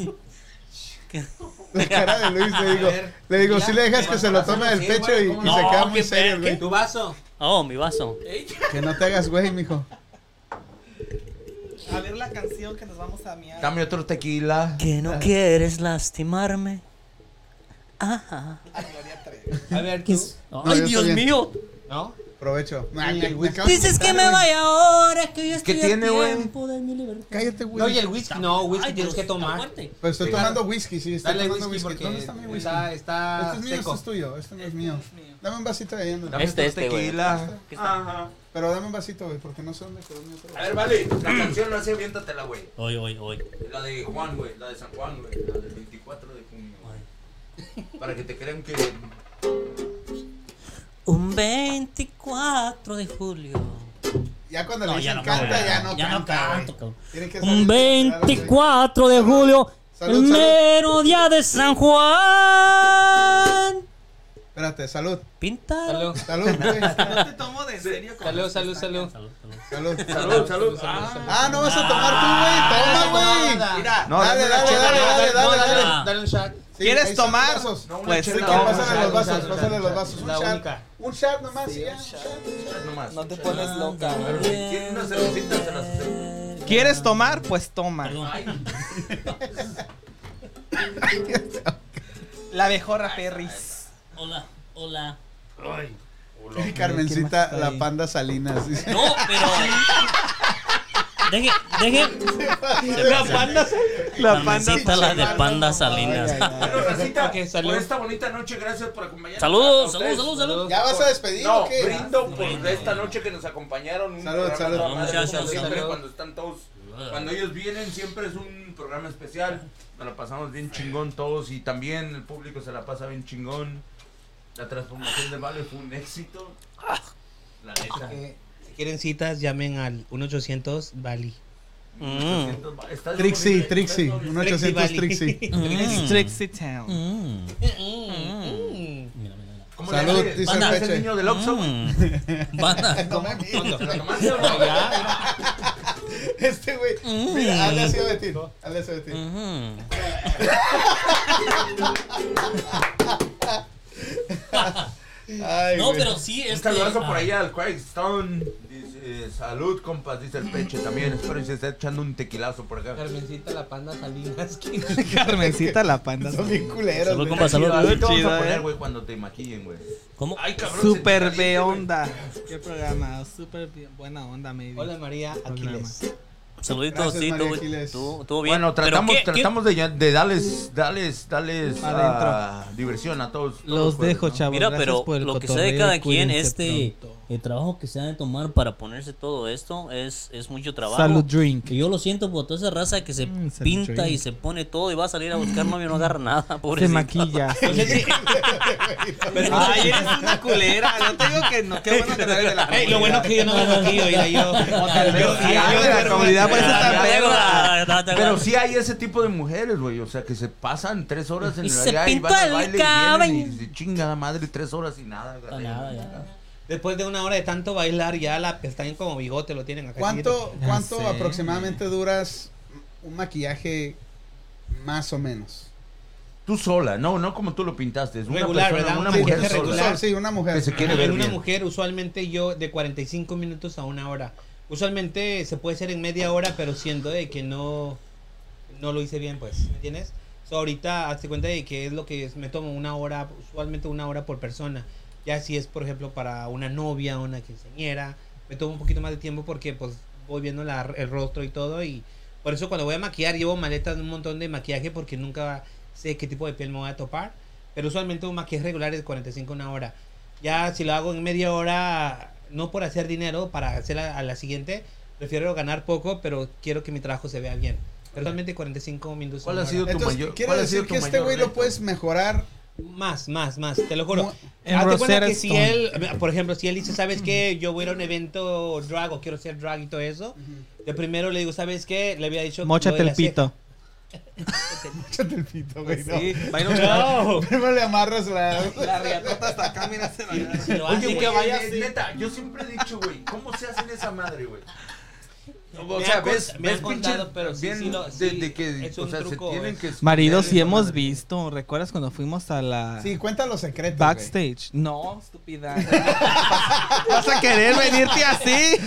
Speaker 1: La cara de Luis le digo, le digo, si le dejas que se lo tome del pecho y, y
Speaker 5: no?
Speaker 1: se queda
Speaker 5: ¿Qué
Speaker 1: muy
Speaker 5: pe-
Speaker 1: serio,
Speaker 5: qué
Speaker 1: güey.
Speaker 6: Tu vaso.
Speaker 5: [laughs] Oh, mi vaso.
Speaker 1: Que no te hagas güey, mijo.
Speaker 7: A ver la canción que nos vamos a miar.
Speaker 2: Dame otro tequila.
Speaker 5: Que no quieres lastimarme. Ajá.
Speaker 6: A ver, tú.
Speaker 1: yo
Speaker 5: Ay,
Speaker 1: estoy
Speaker 5: Dios
Speaker 1: bien.
Speaker 5: mío.
Speaker 6: ¿no?
Speaker 1: Provecho. Ay,
Speaker 6: el
Speaker 1: güey, acabas de
Speaker 5: Dices Pues que
Speaker 1: contar,
Speaker 5: me
Speaker 1: güey.
Speaker 5: vaya ahora, que yo
Speaker 2: ¿Qué
Speaker 5: estoy
Speaker 2: tiene,
Speaker 5: a
Speaker 2: güey?
Speaker 5: tiempo de mi libertad.
Speaker 1: Cállate, güey.
Speaker 6: No, y el whisky, no, whisky
Speaker 5: Ay, Dios,
Speaker 6: tienes que
Speaker 5: está
Speaker 6: tomar.
Speaker 5: fuerte.
Speaker 1: Pero estoy tomando whisky, sí, estoy
Speaker 6: Dale
Speaker 1: tomando
Speaker 6: whisky
Speaker 1: whisky.
Speaker 6: porque
Speaker 1: ¿Dónde está mi whisky?
Speaker 6: está, está
Speaker 1: Este es mío, este
Speaker 6: seco.
Speaker 1: es tuyo, este no es mío. Dame un vasito de ahí, ándale.
Speaker 2: Dame
Speaker 5: Este,
Speaker 2: otro
Speaker 5: este, güey.
Speaker 2: tequila.
Speaker 5: ¿Qué está?
Speaker 2: Ajá.
Speaker 1: Pero dame un vasito, güey, porque no sé dónde quedó mi otro.
Speaker 2: A ver, vale. La canción la hace, aviéntatela, güey.
Speaker 5: Oy, oy, oy.
Speaker 2: La de Juan, güey. La de San Juan, güey. La del 24 de junio. güey. Para que te crean que.
Speaker 1: Este,
Speaker 5: Un 24 de julio.
Speaker 1: Ya cuando le
Speaker 5: ya
Speaker 1: dicen
Speaker 5: no
Speaker 1: canta,
Speaker 5: puedo,
Speaker 1: ya no
Speaker 5: ya no
Speaker 1: canta.
Speaker 5: canto, cabrón.
Speaker 1: Tiene que
Speaker 13: Un
Speaker 1: salir-
Speaker 13: 24 de julio, el
Speaker 1: salud.
Speaker 13: mero día de San Juan.
Speaker 1: Espérate, salud.
Speaker 13: Pinta.
Speaker 9: Salud.
Speaker 1: Salud, güey.
Speaker 7: No te tomo de serio. con
Speaker 9: Salud,
Speaker 7: las
Speaker 9: salud, salud.
Speaker 5: Salud, salud.
Speaker 1: Salud.
Speaker 2: Salud, salud.
Speaker 1: Ah, no vas a tomar tú, güey. Toma, güey.
Speaker 7: Mira,
Speaker 2: No,
Speaker 1: Dale, dale, dale, dale, dale, dale.
Speaker 5: Ah.
Speaker 9: Dale un shot.
Speaker 1: Sí,
Speaker 7: ¿Quieres
Speaker 1: ahí están
Speaker 7: tomar?
Speaker 1: los vasos. No, una
Speaker 7: Pues
Speaker 1: chela.
Speaker 7: no,
Speaker 1: Pásale
Speaker 7: un
Speaker 1: los
Speaker 7: shot,
Speaker 1: vasos,
Speaker 9: un shot,
Speaker 1: pásale
Speaker 9: un
Speaker 1: los
Speaker 9: shot,
Speaker 1: vasos. Un
Speaker 9: la
Speaker 1: shot.
Speaker 9: única.
Speaker 1: Un shot nomás y ya. un shot.
Speaker 2: nomás.
Speaker 7: no te pones loca.
Speaker 2: Pero si tienen unas cervecitas, se las-
Speaker 7: ¿Quieres tomar? Pues toma.
Speaker 5: Perdón.
Speaker 7: La abejorra Perris.
Speaker 5: Hola, hola.
Speaker 14: Y Carmencita, la panda Salinas. dice.
Speaker 5: No, pero. Deje, deje.
Speaker 7: La panda. La panda.
Speaker 5: Carmencita, la de Panda Salinas.
Speaker 2: Bueno, Racita,
Speaker 9: Ok, salud.
Speaker 2: por esta bonita noche, gracias por acompañarnos.
Speaker 5: Saludos,
Speaker 2: A ustedes.
Speaker 5: saludos, saludos, saludos.
Speaker 1: ¿Ya vas a despedir
Speaker 2: No,
Speaker 1: o qué? [laughs]
Speaker 2: brindo por esta noche que nos acompañaron. Un
Speaker 1: Salud,
Speaker 2: programa
Speaker 1: salud.
Speaker 2: toda madre,
Speaker 5: Muchachos,
Speaker 2: como siempre,
Speaker 9: salud.
Speaker 2: cuando están todos, cuando ellos vienen, siempre es un programa especial. Nos la pasamos bien chingón todos y también el público se la pasa bien chingón. La transformación de Vale fue un éxito. La neta.
Speaker 9: Si quieren citas, llamen al 1-800 Bali.
Speaker 5: Mm.
Speaker 2: Estás
Speaker 14: Trixie,
Speaker 2: disponible.
Speaker 14: Trixie. Un 800
Speaker 9: [laughs]
Speaker 14: Trixie.
Speaker 7: It's Trixie Town.
Speaker 5: Mm. Mira, mira, mira.
Speaker 2: ¿Cómo
Speaker 1: Salud,
Speaker 2: le haces?
Speaker 1: dice
Speaker 2: Panda, ¿Es
Speaker 1: Peche.
Speaker 2: el niño del Oxxo?
Speaker 5: Mm.
Speaker 1: [laughs]
Speaker 5: Banda.
Speaker 1: No me mires.
Speaker 2: ¿Te la
Speaker 1: [laughs]
Speaker 2: tomaste o no?
Speaker 1: Este güey. Mira, hazle así a Betín. Hazle así a Betín.
Speaker 5: Mm.
Speaker 1: Ay,
Speaker 5: No,
Speaker 1: güey.
Speaker 5: pero sí,
Speaker 2: Un
Speaker 5: este.
Speaker 2: saludazo por
Speaker 5: ah,
Speaker 2: allá al Craig Stone. Dice, salud, compas, dice el peche también. Espero que se esté echando un tequilazo por acá.
Speaker 9: Carmencita la panda Salinas. [laughs]
Speaker 7: Carmencita la panda.
Speaker 1: Son bien culeros.
Speaker 5: Salud,
Speaker 1: güey.
Speaker 5: compa, salud.
Speaker 2: Ahí te vamos
Speaker 7: Chido,
Speaker 2: a poner,
Speaker 7: eh.
Speaker 2: güey, cuando te maquillen, güey.
Speaker 5: ¿Cómo?
Speaker 2: Ay, cabrón. se
Speaker 7: Super
Speaker 2: te calienta,
Speaker 7: de
Speaker 2: güey.
Speaker 7: onda. Qué programa. Super bien. Buena onda, maybe.
Speaker 9: Hola María [laughs] Aquiles.
Speaker 1: Gracias,
Speaker 5: Saluditos, Pues, sí,
Speaker 1: María
Speaker 5: tú,
Speaker 1: Aquiles.
Speaker 5: tú, tú bien.
Speaker 2: Bueno,
Speaker 5: Pero
Speaker 2: tratamos,
Speaker 5: ¿qué- qué-
Speaker 2: tratamos de, ya- de darles, darles, darles
Speaker 7: Adentro.
Speaker 2: ah, diversión a todos. todos
Speaker 7: Los
Speaker 2: jueves,
Speaker 7: dejo,
Speaker 2: ¿no?
Speaker 7: chavos.
Speaker 5: Mira,
Speaker 7: Gracias
Speaker 5: pero
Speaker 7: por el
Speaker 5: lo que sea de
Speaker 7: cotorreo,
Speaker 5: cada quien,
Speaker 7: cuídense
Speaker 5: este,
Speaker 7: pronto.
Speaker 5: el trabajo que se ha de tomar para ponerse todo esto es, es mucho trabajo.
Speaker 7: Salud drink.
Speaker 5: Y yo lo siento por toda esa raza que se
Speaker 7: Mm, salud
Speaker 5: pinta
Speaker 7: drink.
Speaker 5: y se pone todo y va a salir a buscar novio y no agarra nada,
Speaker 7: Se
Speaker 5: pobrecito. [laughs]
Speaker 7: maquilla. Ay, eres una culera. No te digo que no. Qué bueno que no eres de la
Speaker 9: Ey, lo bueno que yo no me maquillo,
Speaker 7: [laughs]
Speaker 9: mira yo.
Speaker 2: Pero sí hay
Speaker 7: yo de la
Speaker 2: ese-
Speaker 7: comunidad, por eso
Speaker 2: Ah,
Speaker 7: está
Speaker 2: ya,
Speaker 7: perra.
Speaker 5: Ah, ah, ah, ah,
Speaker 2: Pero
Speaker 5: ah.
Speaker 2: sí hay ese tipo de mujeres, güey. O sea, que se pasan tres horas en
Speaker 5: Y
Speaker 2: el
Speaker 5: se
Speaker 2: allá y van
Speaker 5: pinta
Speaker 2: al
Speaker 5: el
Speaker 2: baile y
Speaker 5: cabello.
Speaker 2: vienen y, se chingada madre tres horas y nada. güey.
Speaker 5: nada, ya.
Speaker 9: Después de una hora de tanto bailar, ya la pestaña como bigote lo tienen acá.
Speaker 14: ¿Cuánto,
Speaker 7: Ya
Speaker 14: cuánto
Speaker 7: sé.
Speaker 14: aproximadamente duras un maquillaje más o menos?
Speaker 2: Tú sola, no, no como tú lo pintaste. Es una
Speaker 9: Regular,
Speaker 2: persona,
Speaker 9: ¿verdad?
Speaker 2: una
Speaker 9: Sí,
Speaker 2: mujer
Speaker 9: gente
Speaker 2: sola.
Speaker 9: regular.
Speaker 14: Sí, una mujer.
Speaker 2: Que se quiere
Speaker 9: En
Speaker 2: ver
Speaker 9: una
Speaker 2: bien.
Speaker 9: mujer, usualmente yo de 45 minutos a una hora. Usualmente se puede hacer en media hora, pero siendo de que no, no lo hice bien, pues, ¿me entiendes? So, ahorita hazte cuenta de que es lo que es, me tomo una hora, usualmente una hora por persona. Ya si es, por ejemplo, para una novia, una quinceañera, me tomo un poquito más de tiempo porque pues voy viendo la- el rostro y todo y por eso cuando voy a maquillar llevo maletas de un montón de maquillaje porque nunca sé qué tipo de piel me voy a topar. Pero usualmente un maquillaje regular es 45 una hora. Ya si lo hago en media hora, no por hacer dinero, para hacer a, a la siguiente, prefiero ganar poco, pero quiero que mi trabajo se vea bien. Pero realmente 45 minutos.
Speaker 2: ¿Cuál
Speaker 9: una
Speaker 2: ha
Speaker 9: hora.
Speaker 2: sido tu
Speaker 14: Entonces,
Speaker 2: mayor
Speaker 14: quiere
Speaker 2: cuál ha sido
Speaker 14: decir
Speaker 2: tu
Speaker 14: que este
Speaker 2: mayor
Speaker 14: güey lo
Speaker 2: reto?
Speaker 14: puedes mejorar.
Speaker 9: Más, más, más, te lo juro.
Speaker 14: Mu-
Speaker 7: En
Speaker 9: Haz de cuenta
Speaker 7: Rosetta
Speaker 9: que si él,
Speaker 7: Stone.
Speaker 9: por ejemplo, si él dice, ¿sabes qué? Yo voy a ir a un evento drag o quiero ser drag y todo eso. De primero le digo, ¿sabes qué? Le había dicho.
Speaker 7: Móchate
Speaker 9: lo de
Speaker 7: el
Speaker 9: la ceja.
Speaker 7: pito.
Speaker 14: Échate el pito,
Speaker 9: Pues
Speaker 14: güey. no.
Speaker 1: [laughs]
Speaker 7: [laughs] Sí, baila un
Speaker 9: No.
Speaker 14: Primero le amarras
Speaker 9: [laughs]
Speaker 14: la.
Speaker 7: La riatota hasta acá, mira, se la
Speaker 9: Si lo
Speaker 2: Oye,
Speaker 9: hace,
Speaker 2: güey, es neta, yo siempre he dicho, güey, ¿cómo se hacen esa madre, güey? O
Speaker 9: Me
Speaker 2: sea,
Speaker 9: han
Speaker 2: ves,
Speaker 9: cont- me
Speaker 2: ves
Speaker 9: han
Speaker 2: pinche,
Speaker 9: contado, pero sí,
Speaker 2: bien
Speaker 9: sí lo-
Speaker 2: de-
Speaker 9: sí,
Speaker 2: de que,
Speaker 9: es
Speaker 2: o
Speaker 9: un
Speaker 2: sea,
Speaker 9: truco,
Speaker 2: se tienen
Speaker 9: es-
Speaker 2: que...
Speaker 7: Marido,
Speaker 2: esconder
Speaker 7: si
Speaker 2: esa
Speaker 7: hemos
Speaker 2: madre.
Speaker 7: visto, ¿recuerdas cuando fuimos a la
Speaker 14: Sí, cuenta los secretos. güey.
Speaker 7: backstage? No, estúpida. ¿Vas a querer venirte así?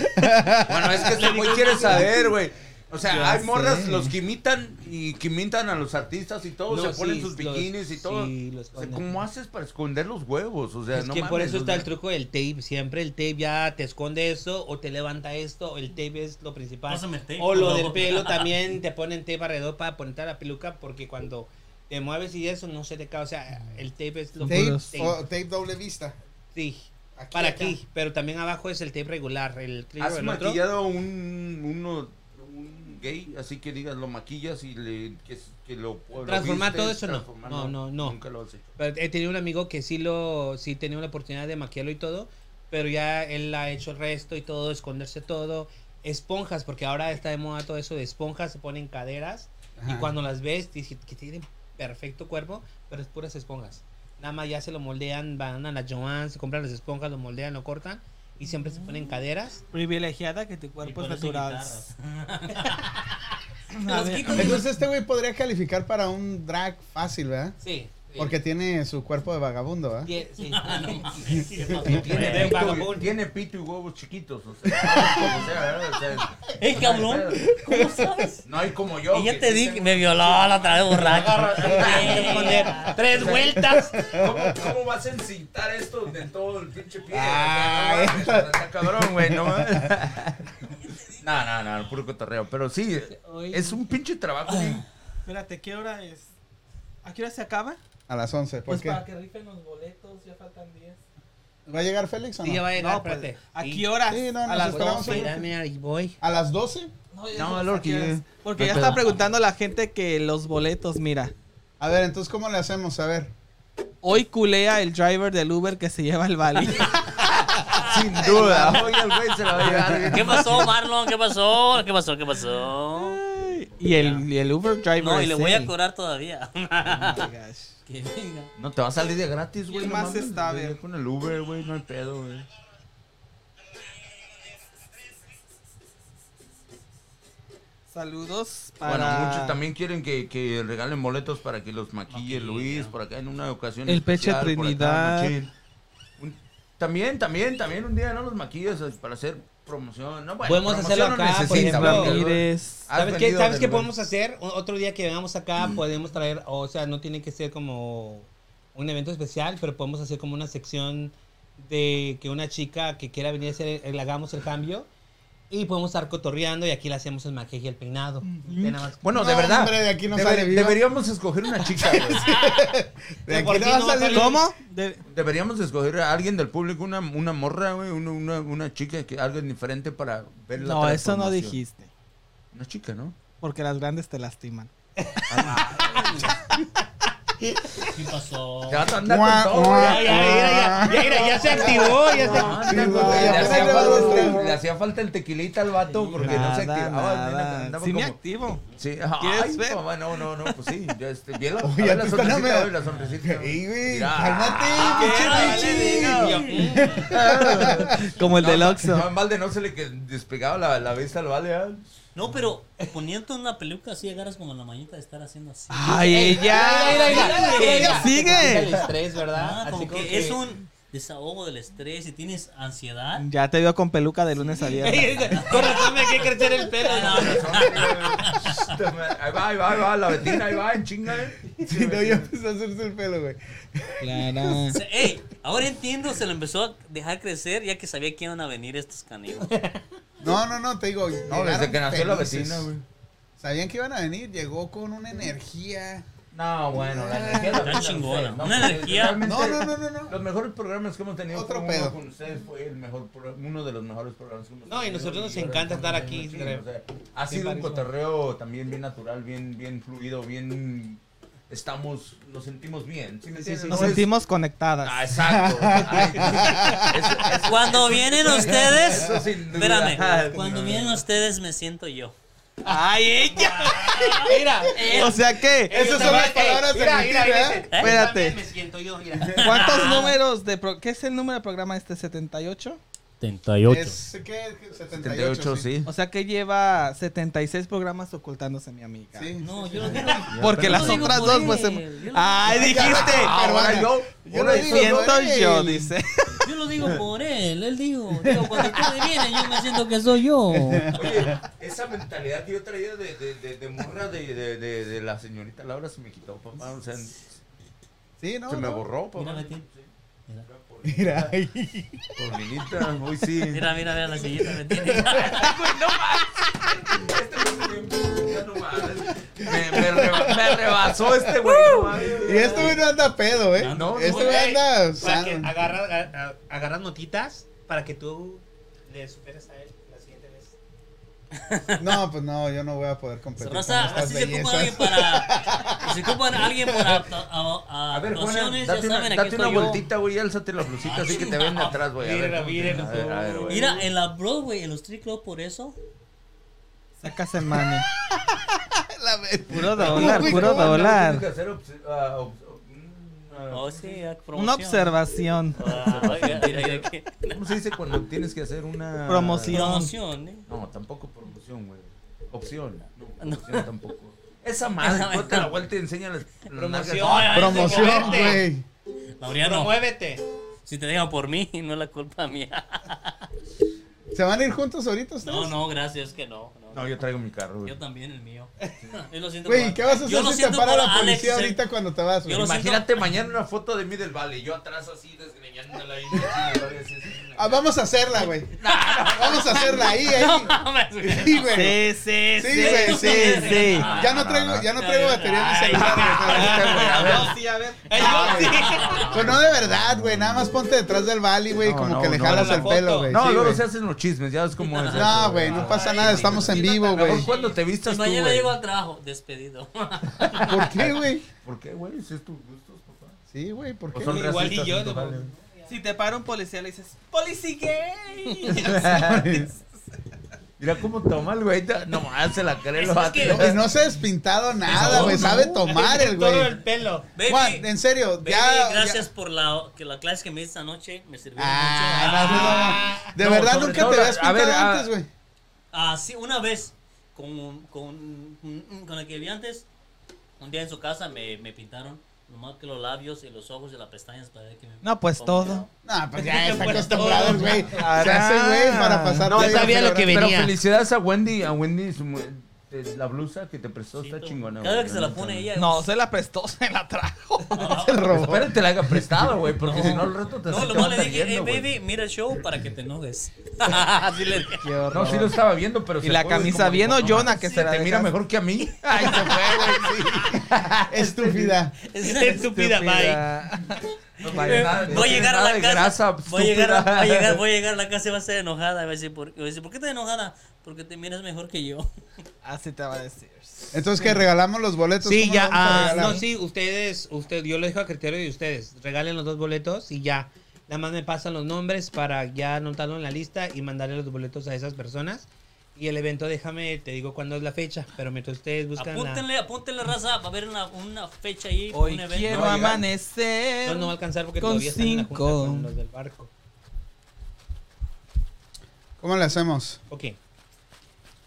Speaker 2: Bueno,
Speaker 9: [laughs]
Speaker 2: es que este güey quiere saber, güey. O sea,
Speaker 7: Ya
Speaker 2: hay morras
Speaker 7: sé.
Speaker 2: los que imitan y que imitan a los artistas y todo,
Speaker 9: No,
Speaker 2: se
Speaker 9: sí,
Speaker 2: ponen sus
Speaker 9: los-
Speaker 2: bikinis y todo.
Speaker 9: sí, los
Speaker 2: O sea,
Speaker 9: ponen.
Speaker 2: ¿cómo haces para esconder los huevos? O sea,
Speaker 9: Es
Speaker 2: no
Speaker 9: que por
Speaker 2: mames,
Speaker 9: eso
Speaker 2: o
Speaker 9: está
Speaker 2: sea,
Speaker 9: el truco del tape. Siempre el tape ya te esconde eso o te levanta esto. El tape es lo principal.
Speaker 5: Pásame el tape,
Speaker 9: o lo
Speaker 5: por
Speaker 9: del
Speaker 5: favor.
Speaker 9: pelo también te ponen tape alrededor para ponerte la peluca porque cuando te mueves y eso no se te cae. O sea, el tape es lo
Speaker 14: Tape,
Speaker 9: tape,
Speaker 14: o tape doble vista.
Speaker 9: Sí,
Speaker 14: Aquí,
Speaker 9: para
Speaker 14: acá.
Speaker 9: aquí. Pero también abajo es el tape regular. El clip
Speaker 2: ¿Has
Speaker 9: el otro.
Speaker 2: maquillado un, uno, un gay? Así que digas, lo maquillas y le, que, que lo, lo
Speaker 9: Transformar todo
Speaker 2: vistes,
Speaker 9: eso, no.
Speaker 2: transformar,
Speaker 9: No, no, no.
Speaker 2: Nunca lo has hecho.
Speaker 9: Pero he tenido un amigo que sí lo, sí tenía la oportunidad de maquillarlo y todo, pero ya él ha hecho el resto y todo, esconderse todo. Esponjas, porque ahora está de moda todo eso de esponjas, se ponen caderas y cuando las ves, dices que tienen perfecto cuerpo, pero es puras esponjas. Nada más ya se lo moldean, van a la Joanne, se compran las esponjas, lo moldean, lo cortan y siempre se ponen caderas.
Speaker 7: Privilegiada que tu
Speaker 5: Y
Speaker 7: cuerpo
Speaker 5: por
Speaker 7: es
Speaker 5: eso
Speaker 7: natural. [laughs]
Speaker 5: guitarras.
Speaker 7: A ver,
Speaker 1: Entonces este güey podría calificar para un drag fácil, ¿verdad?
Speaker 9: Sí. sí.
Speaker 1: Porque tiene su cuerpo de vagabundo, ¿verdad?
Speaker 9: Tie- sí.
Speaker 5: No mames, ¿qué pasó?
Speaker 7: [laughs]
Speaker 2: Tiene,
Speaker 9: Ven,
Speaker 2: pito,
Speaker 9: vagabundo.
Speaker 2: y- tiene pito y huevos chiquitos. O sea, [laughs] como sea, ¿verdad? O
Speaker 9: [laughs]
Speaker 2: sea,
Speaker 9: ¿Eh,
Speaker 5: ¡Ey, cabrón! ¿Cómo sabes?
Speaker 2: no hay como yo.
Speaker 5: Y ya
Speaker 2: que
Speaker 5: te
Speaker 2: sí
Speaker 5: dije,
Speaker 2: tengo-
Speaker 5: me violó la otra vez
Speaker 7: [laughs]
Speaker 5: borracho.
Speaker 9: Tienes que poner tres vueltas.
Speaker 2: ¿Cómo, ¿Cómo vas a incitar esto de todo el pinche pie?
Speaker 1: Ah,
Speaker 2: O sea, no, está cabrón, güey, ¿no? [laughs] No, no, no, puro cotorreo. Pero sí, es un pinche trabajo. bien-
Speaker 7: espérate, ¿qué hora es? ¿A qué hora se acaba?
Speaker 1: A las 11, ¿por
Speaker 7: Pues
Speaker 1: qué?
Speaker 7: para que rifen los boletos, ya faltan 10.
Speaker 1: ¿Va a llegar Félix o
Speaker 9: Sí, ya
Speaker 1: no?
Speaker 9: va a llegar,
Speaker 2: Ah,
Speaker 7: pues,
Speaker 9: espérate.
Speaker 7: ¿A
Speaker 9: Y-
Speaker 7: qué hora?
Speaker 1: Sí, no,
Speaker 7: a
Speaker 1: nos
Speaker 7: las
Speaker 1: esperamos
Speaker 7: 12.
Speaker 1: un
Speaker 9: Mira, mira, y voy.
Speaker 1: ¿A las 12?
Speaker 7: No, ya
Speaker 2: No,
Speaker 7: dijo,
Speaker 2: Lord,
Speaker 7: ¿a qué
Speaker 2: que-
Speaker 7: horas? Porque
Speaker 15: no
Speaker 7: ya
Speaker 15: hay
Speaker 7: está
Speaker 15: pedo.
Speaker 7: preguntando la gente que los boletos, mira.
Speaker 1: A ver, entonces, ¿cómo le hacemos? A ver.
Speaker 7: Hoy culea el driver del Uber que se lleva el Bali.
Speaker 2: Sin duda. [laughs] Oye, el güey se la va a llevar.
Speaker 5: ¿Qué pasó, Marlon? ¿Qué pasó? ¿Qué pasó? ¿Qué pasó?
Speaker 7: [laughs] y, el, y el Uber driver.
Speaker 5: No, y le
Speaker 7: es
Speaker 5: voy a
Speaker 7: él.
Speaker 5: cobrar todavía. [laughs]
Speaker 7: Oh [laughs] my gosh.
Speaker 5: Que venga.
Speaker 2: No te va a salir de gratis, güey.
Speaker 7: ¿Quién
Speaker 2: no
Speaker 7: más
Speaker 2: mames,
Speaker 7: está,
Speaker 2: güey,
Speaker 7: a ver?
Speaker 2: Con el Uber, güey, no hay pedo, güey.
Speaker 7: Saludos para.
Speaker 2: Bueno, muchos también quieren que, que regalen boletos para que los maquille Luis por acá en una ocasión.
Speaker 7: El Peche
Speaker 2: especial, por acá,
Speaker 7: Trinidad.
Speaker 2: machín. Un- también, también, también un día no los maquilles eh, para hacer promoción. No, bueno,
Speaker 9: Podemos hacerlo
Speaker 2: promoción no
Speaker 9: acá, por
Speaker 2: necesitas,
Speaker 9: ejemplo.
Speaker 2: porque-
Speaker 7: Ramírez.
Speaker 2: Has
Speaker 9: ¿Sabes qué,
Speaker 2: venido
Speaker 9: ¿sabes
Speaker 2: del
Speaker 9: qué
Speaker 2: lugar.
Speaker 9: podemos hacer? O- Otro día que vengamos acá podemos traer, o sea, no tiene que ser como un evento especial, pero podemos hacer como una sección de que una chica que quiera venir a hacer, el- le hagamos el cambio y podemos estar cotorreando y aquí le hacemos el maquillaje y el peinado. Ve nada más.
Speaker 5: Pues,
Speaker 2: Bueno, de
Speaker 1: No,
Speaker 2: verdad.
Speaker 1: hombre, de aquí no
Speaker 2: debe-
Speaker 1: sale viva.
Speaker 2: Deberíamos escoger una chica, güey.
Speaker 1: De aquí
Speaker 9: ¿Por
Speaker 1: no
Speaker 9: qué
Speaker 1: va a
Speaker 9: no va a
Speaker 1: salir.
Speaker 9: salir?
Speaker 7: ¿Cómo? De-
Speaker 2: Deberíamos escoger a alguien del público, una, una morra, güey, una, una, una chica, que, alguien diferente para ver la
Speaker 7: No, eso no
Speaker 2: transformación.
Speaker 7: dijiste.
Speaker 2: Una chica, ¿no?
Speaker 7: Porque las grandes te lastiman.
Speaker 5: ¿Qué pasó?
Speaker 2: Te vas a andar
Speaker 1: Guau,
Speaker 2: con todo,
Speaker 1: guau,
Speaker 2: güey.
Speaker 9: Ya, ya, ya, ya, ya, mira, ya se activó, ya se
Speaker 2: Ah, le
Speaker 1: güey, apenas
Speaker 2: hacía
Speaker 1: le va a
Speaker 2: falta
Speaker 1: dar
Speaker 2: el-
Speaker 1: estrés.
Speaker 2: le hacía falta el tequilita al vato porque no se
Speaker 7: Nada,
Speaker 2: activaba.
Speaker 7: nada.
Speaker 2: andaba
Speaker 7: Sí me
Speaker 2: como-
Speaker 7: activo.
Speaker 2: Sí,
Speaker 7: ¿Quieres
Speaker 2: ay,
Speaker 7: ver?
Speaker 2: mamá, no, no, no, pues sí, ya este, vi la, a
Speaker 1: Oye,
Speaker 2: ver
Speaker 1: tú
Speaker 2: la
Speaker 1: estás
Speaker 2: sonrisita,
Speaker 1: dando-
Speaker 2: ve la sonrisita.
Speaker 1: [laughs] Ey, güey,
Speaker 2: Mira.
Speaker 1: cálmate,
Speaker 2: Ah,
Speaker 1: pinche
Speaker 2: vale,
Speaker 1: Richie. [laughs]
Speaker 7: [laughs] Como el
Speaker 2: No,
Speaker 7: del
Speaker 2: no,
Speaker 7: Oxxo.
Speaker 2: No, en balde no se le que- despegaba la, la vista al balde, ¿ah?
Speaker 5: No, pero poniendo una peluca así agarras como la mañita de estar haciendo así.
Speaker 7: Ay, ella.
Speaker 9: activó. El
Speaker 7: Sigue.
Speaker 9: estrés, ¿verdad?
Speaker 5: Ah,
Speaker 9: Así
Speaker 5: como
Speaker 9: como
Speaker 5: que es
Speaker 9: [laughs]
Speaker 5: un desahogo del estrés. Si tienes ansiedad,
Speaker 7: Ya te veo con peluca de lunes a viernes.
Speaker 9: Con razón me hay que crecer el pelo. ¿no?
Speaker 2: Ahí va, ahí va, ahí va, la betina, ahí va, en chinga, ¿eh?
Speaker 1: Si no, ya empezó a hacerse el pelo, güey.
Speaker 5: O sea, ey, ahora entiendo, se lo empezó a dejar crecer ya que sabía que iban a venir estos canijos.
Speaker 1: No, no, no, te digo.
Speaker 2: No, desde
Speaker 1: llegaron
Speaker 2: que nació la
Speaker 1: felices.
Speaker 2: vecina, güey.
Speaker 1: Sabían que iban a venir, llegó con una
Speaker 5: [laughs]
Speaker 1: energía.
Speaker 2: No, bueno, la energía.
Speaker 5: Está chingona. Una energía.
Speaker 1: No, no, no, no, no.
Speaker 2: Los mejores programas que hemos tenido
Speaker 1: Otro
Speaker 2: fue
Speaker 1: pedo.
Speaker 2: uno con ustedes fue el mejor pro- uno de los mejores programas que hemos
Speaker 9: No, y
Speaker 2: tenido,
Speaker 9: nosotros nos
Speaker 2: ahora
Speaker 9: encanta
Speaker 2: estamos
Speaker 9: estar aquí,
Speaker 2: en chinga, o sea, ha sido un cotorreo también bien natural, bien, bien fluido, bien estamos, nos sentimos bien. ¿sí me entiendes?
Speaker 7: Nos
Speaker 2: No es-
Speaker 7: sentimos conectadas.
Speaker 2: Ah, exacto. Ay, [laughs] eso- eso-
Speaker 5: Cuando
Speaker 2: eso-
Speaker 5: vienen ustedes,
Speaker 2: eso sin duda. Ah,
Speaker 5: espérame, cuando vienen ustedes me siento yo.
Speaker 7: ¡Ay, ella!
Speaker 9: Mira, eh,
Speaker 7: O sea que,
Speaker 1: Esas son las
Speaker 9: Ey,
Speaker 1: palabras de
Speaker 9: mira,
Speaker 1: mi
Speaker 9: mira,
Speaker 1: tía,
Speaker 9: mira.
Speaker 1: ¿eh?
Speaker 5: ¿Eh?
Speaker 7: espérate.
Speaker 9: me siento yo, mira.
Speaker 7: ¿Cuántos números de pro- qué es el número de programa este 78?
Speaker 15: 78.
Speaker 1: Es que 78,
Speaker 2: 78, sí.
Speaker 7: O sea que lleva 76 programas ocultándose mi amiga.
Speaker 1: Sí.
Speaker 5: No, yo lo [laughs] digo.
Speaker 7: Porque
Speaker 2: pero
Speaker 7: las
Speaker 5: no digo
Speaker 7: otras
Speaker 5: por
Speaker 7: dos
Speaker 5: él,
Speaker 7: pues se-
Speaker 5: yo lo-
Speaker 7: Ay, dijiste.
Speaker 2: Ahora
Speaker 1: Peruana.
Speaker 2: yo,
Speaker 1: Yo
Speaker 2: ahora
Speaker 1: lo
Speaker 2: yo-
Speaker 1: digo,
Speaker 7: Siento
Speaker 1: güey.
Speaker 7: yo, dice.
Speaker 5: Yo lo digo por él, él digo. digo cuando ustedes vienen, yo me siento que soy yo.
Speaker 2: Oye, esa mentalidad que yo traía de, de, de, de morra de, de, de, de la señorita Laura se me quitó, papá. O sea, se
Speaker 1: Sí, no.
Speaker 2: me
Speaker 1: no.
Speaker 2: borró,
Speaker 5: Mira,
Speaker 2: papá.
Speaker 5: Betín.
Speaker 1: Mira, ahí.
Speaker 2: Pobrinita, hoy sí.
Speaker 5: Mira, mira, mira la sillita me [laughs] tiene.
Speaker 2: Este Me, me, reba- me rebasó este güey. no mames.
Speaker 1: Y este güey no anda pedo, ¿eh?
Speaker 2: No, no,
Speaker 1: este
Speaker 2: no,
Speaker 1: güey
Speaker 9: Ey,
Speaker 1: anda
Speaker 9: para que
Speaker 1: sano.
Speaker 9: agarra, a- a- agarras notitas para que tú le superes a él la siguiente vez.
Speaker 1: No, pues no, yo no voy a poder competir.
Speaker 5: Raza,
Speaker 1: con estas
Speaker 5: así se ocupa alguien
Speaker 1: bellezas.
Speaker 5: para. Se ocupa alguien para apta- a- a-
Speaker 2: A ver, Juana,
Speaker 5: actuaciones, ya
Speaker 2: date una,
Speaker 5: saben, aquí
Speaker 2: date una
Speaker 5: estoy yo.
Speaker 2: voltita, güey, y álzate la blusita así que te ven de atrás, güey. A ver,
Speaker 9: Mira,
Speaker 2: ¿cómo te-
Speaker 9: mira,
Speaker 2: a ver, a ver, güey.
Speaker 5: Mira, en la Broadway, en los strip club, por eso.
Speaker 7: Sácase mane.
Speaker 1: [laughs] La ver-
Speaker 7: Puro
Speaker 2: Uy,
Speaker 7: dólar,
Speaker 2: güey,
Speaker 7: puro
Speaker 2: no, no,
Speaker 7: dólar.
Speaker 2: tiene que hacer obs- ah, obs- mm, ah,
Speaker 5: Oh, sí, ah, promoción.
Speaker 7: Una observación.
Speaker 5: Ah, oiga, mira, mira, qué-
Speaker 2: ¿Cómo se dice cuando tienes que hacer una
Speaker 7: Promoción.
Speaker 5: [laughs] Promoción, ¿eh?
Speaker 2: No, tampoco promoción, güey. Opción. No,
Speaker 5: No.
Speaker 2: opción tampoco. Esa madre,
Speaker 5: [laughs] Esa
Speaker 2: ponte la vuelta y enseña las las
Speaker 9: Promoción.
Speaker 2: nalgas.
Speaker 1: Promoción,
Speaker 9: Ay, ay,
Speaker 1: güey.
Speaker 5: Laureano,
Speaker 9: Promuévete.
Speaker 5: si te dejan por mí, no es la culpa mía.
Speaker 1: ¿Se van a ir juntos ahorita ustedes?
Speaker 5: No, no, gracias, que no. no.
Speaker 2: No, yo traigo mi carro, güey.
Speaker 5: Yo también, el mío. [laughs] Yo lo siento
Speaker 1: Güey,
Speaker 5: por-
Speaker 1: ¿qué vas a
Speaker 5: yo
Speaker 1: hacer
Speaker 5: lo
Speaker 1: si te
Speaker 5: siento
Speaker 1: para
Speaker 5: por
Speaker 1: la
Speaker 5: Alex,
Speaker 1: policía
Speaker 5: eh.
Speaker 1: ahorita cuando te vas, güey?
Speaker 5: Yo lo siento-
Speaker 2: Imagínate mañana una foto de mí del vale y yo atrás así desgreñándola ahí.
Speaker 1: Ah, vamos a hacerla, güey. Vamos a hacerla ahí, ahí.
Speaker 5: Mames, güey.
Speaker 1: Sí, güey.
Speaker 7: Sí, sí,
Speaker 1: Sí,
Speaker 7: sí,
Speaker 1: güey,
Speaker 7: sí,
Speaker 1: sí.
Speaker 7: sí.
Speaker 1: Ya no traigo, ya no traigo batería en mi celular.
Speaker 7: No, sí, a ver.
Speaker 1: güey. Pues no de verdad, güey. Nada más ponte detrás del Bali, güey,
Speaker 2: No,
Speaker 1: como
Speaker 2: no,
Speaker 1: que le
Speaker 2: no,
Speaker 1: jalas
Speaker 2: la
Speaker 1: el
Speaker 9: foto.
Speaker 1: pelo, güey.
Speaker 2: No,
Speaker 1: Sí,
Speaker 2: luego
Speaker 1: güey.
Speaker 2: se hacen los chismes, ya ves
Speaker 5: [laughs]
Speaker 2: cómo es.
Speaker 1: No, güey, no pasa nada, estamos en vivo, güey.
Speaker 2: Mejor cuando te vistas
Speaker 5: Si
Speaker 2: tú,
Speaker 5: mañana
Speaker 2: güey.
Speaker 5: llego al trabajo, despedido. [laughs]
Speaker 1: ¿Por qué, güey?
Speaker 2: ¿Por qué, güey? Si es tus gustos, papá.
Speaker 1: Sí, güey, ¿por
Speaker 2: O
Speaker 1: qué?
Speaker 2: Pues son
Speaker 9: Igual
Speaker 2: racistas
Speaker 9: y yo,
Speaker 2: en tu
Speaker 9: ¿no?
Speaker 2: jale.
Speaker 7: Si te para un policía, le dices, ¡Policy gay!
Speaker 2: Mira cómo toma el güey. ta-
Speaker 5: [laughs]
Speaker 2: Nomás se la cree lo
Speaker 5: Es que-
Speaker 2: vato.
Speaker 1: Y no se ha
Speaker 2: Pues
Speaker 1: despintado nada, güey. Sabe [laughs] tomar el
Speaker 9: Todo
Speaker 1: güey.
Speaker 9: el pelo.
Speaker 5: Baby,
Speaker 1: Juan, en serio,
Speaker 5: baby,
Speaker 1: ya.
Speaker 5: gracias
Speaker 1: ya-
Speaker 5: por la, que la clase que me diste anoche. Me sirvió mucho.
Speaker 1: Ah, no, no, no. De
Speaker 2: No,
Speaker 1: verdad
Speaker 2: sobre
Speaker 1: nunca
Speaker 2: todo
Speaker 1: te
Speaker 2: la-
Speaker 1: habías
Speaker 2: a ver,
Speaker 1: pintado
Speaker 2: ah,
Speaker 1: antes, güey.
Speaker 5: Ah, sí, una vez con, con, con el que vi antes, un día en su casa me, me pintaron nomás que los labios y los ojos y las pestañas para ver que me
Speaker 7: No, pues todo.
Speaker 1: No, pues ya está acostumbrado, güey. Se hace, güey, para pasar.
Speaker 2: No,
Speaker 1: de-
Speaker 2: está
Speaker 1: de-
Speaker 2: bien
Speaker 3: lo que
Speaker 2: Pero
Speaker 3: venía.
Speaker 2: felicidades a Wendy, a Wendy, su mu- eh, la blusa que te prestó está chingona.
Speaker 5: Cada
Speaker 2: güey,
Speaker 5: vez que se la
Speaker 2: neta,
Speaker 5: pone
Speaker 2: güey.
Speaker 5: ella.
Speaker 7: No, se la prestó, se la [laughs] trajo.
Speaker 1: Se lo robó.
Speaker 2: Espérate, la haga prestado, güey, porque si no al rato te
Speaker 5: No,
Speaker 2: te
Speaker 5: nomás
Speaker 2: vas
Speaker 5: le dije, hey
Speaker 2: riendo, güey".
Speaker 5: baby, mira el show para que te
Speaker 7: [laughs]
Speaker 5: enojes. [laughs] Así le dije.
Speaker 1: Qué horror.
Speaker 2: No, sí lo estaba viendo, pero
Speaker 7: Y
Speaker 2: se
Speaker 7: la
Speaker 2: fue, güey,
Speaker 7: camisa
Speaker 2: como
Speaker 7: bien
Speaker 2: dijo, no,
Speaker 7: hoyona que
Speaker 2: sí,
Speaker 7: se la
Speaker 2: te mira
Speaker 7: dejaste.
Speaker 2: mejor que a mí.
Speaker 1: Ay, se fue, güey, sí. Estúpida.
Speaker 5: Está estúpida, bye.
Speaker 2: No,
Speaker 7: eh,
Speaker 5: Voy a Eh, llegar a la
Speaker 2: de
Speaker 5: casa.
Speaker 2: grasa,
Speaker 5: voy, a llegar a,
Speaker 2: estúpida.
Speaker 5: voy a llegar, voy a llegar a la casa y va a ser enojada. Va a decir, ¿por, va a decir, ¿por qué estás enojada? Porque te miras mejor que yo.
Speaker 7: Así te va a decir.
Speaker 1: Entonces, que regalamos los boletos?
Speaker 9: Sí,
Speaker 1: ¿Cómo
Speaker 9: ya.
Speaker 1: los vamos a
Speaker 9: Ah,
Speaker 1: regalar?
Speaker 9: no, sí, ustedes, usted, yo lo dejo a criterio de ustedes. Regalen los dos boletos y ya. Nada más me pasan los nombres para ya anotarlo en la lista y mandarle los boletos a esas personas. Y el evento, déjame, te digo cuándo es la fecha. Pero mientras ustedes
Speaker 6: Pues
Speaker 9: buscan. la-
Speaker 5: Apúntenle, apúntenle, raza. Va a haber una, una fecha ahí.
Speaker 7: Hoy
Speaker 5: un evento.
Speaker 7: quiero amanecer.
Speaker 9: No, no va a alcanzar porque
Speaker 7: Con
Speaker 9: todavía están en la junta
Speaker 7: cinco.
Speaker 9: con los del barco.
Speaker 1: ¿Cómo le hacemos?
Speaker 9: Ok.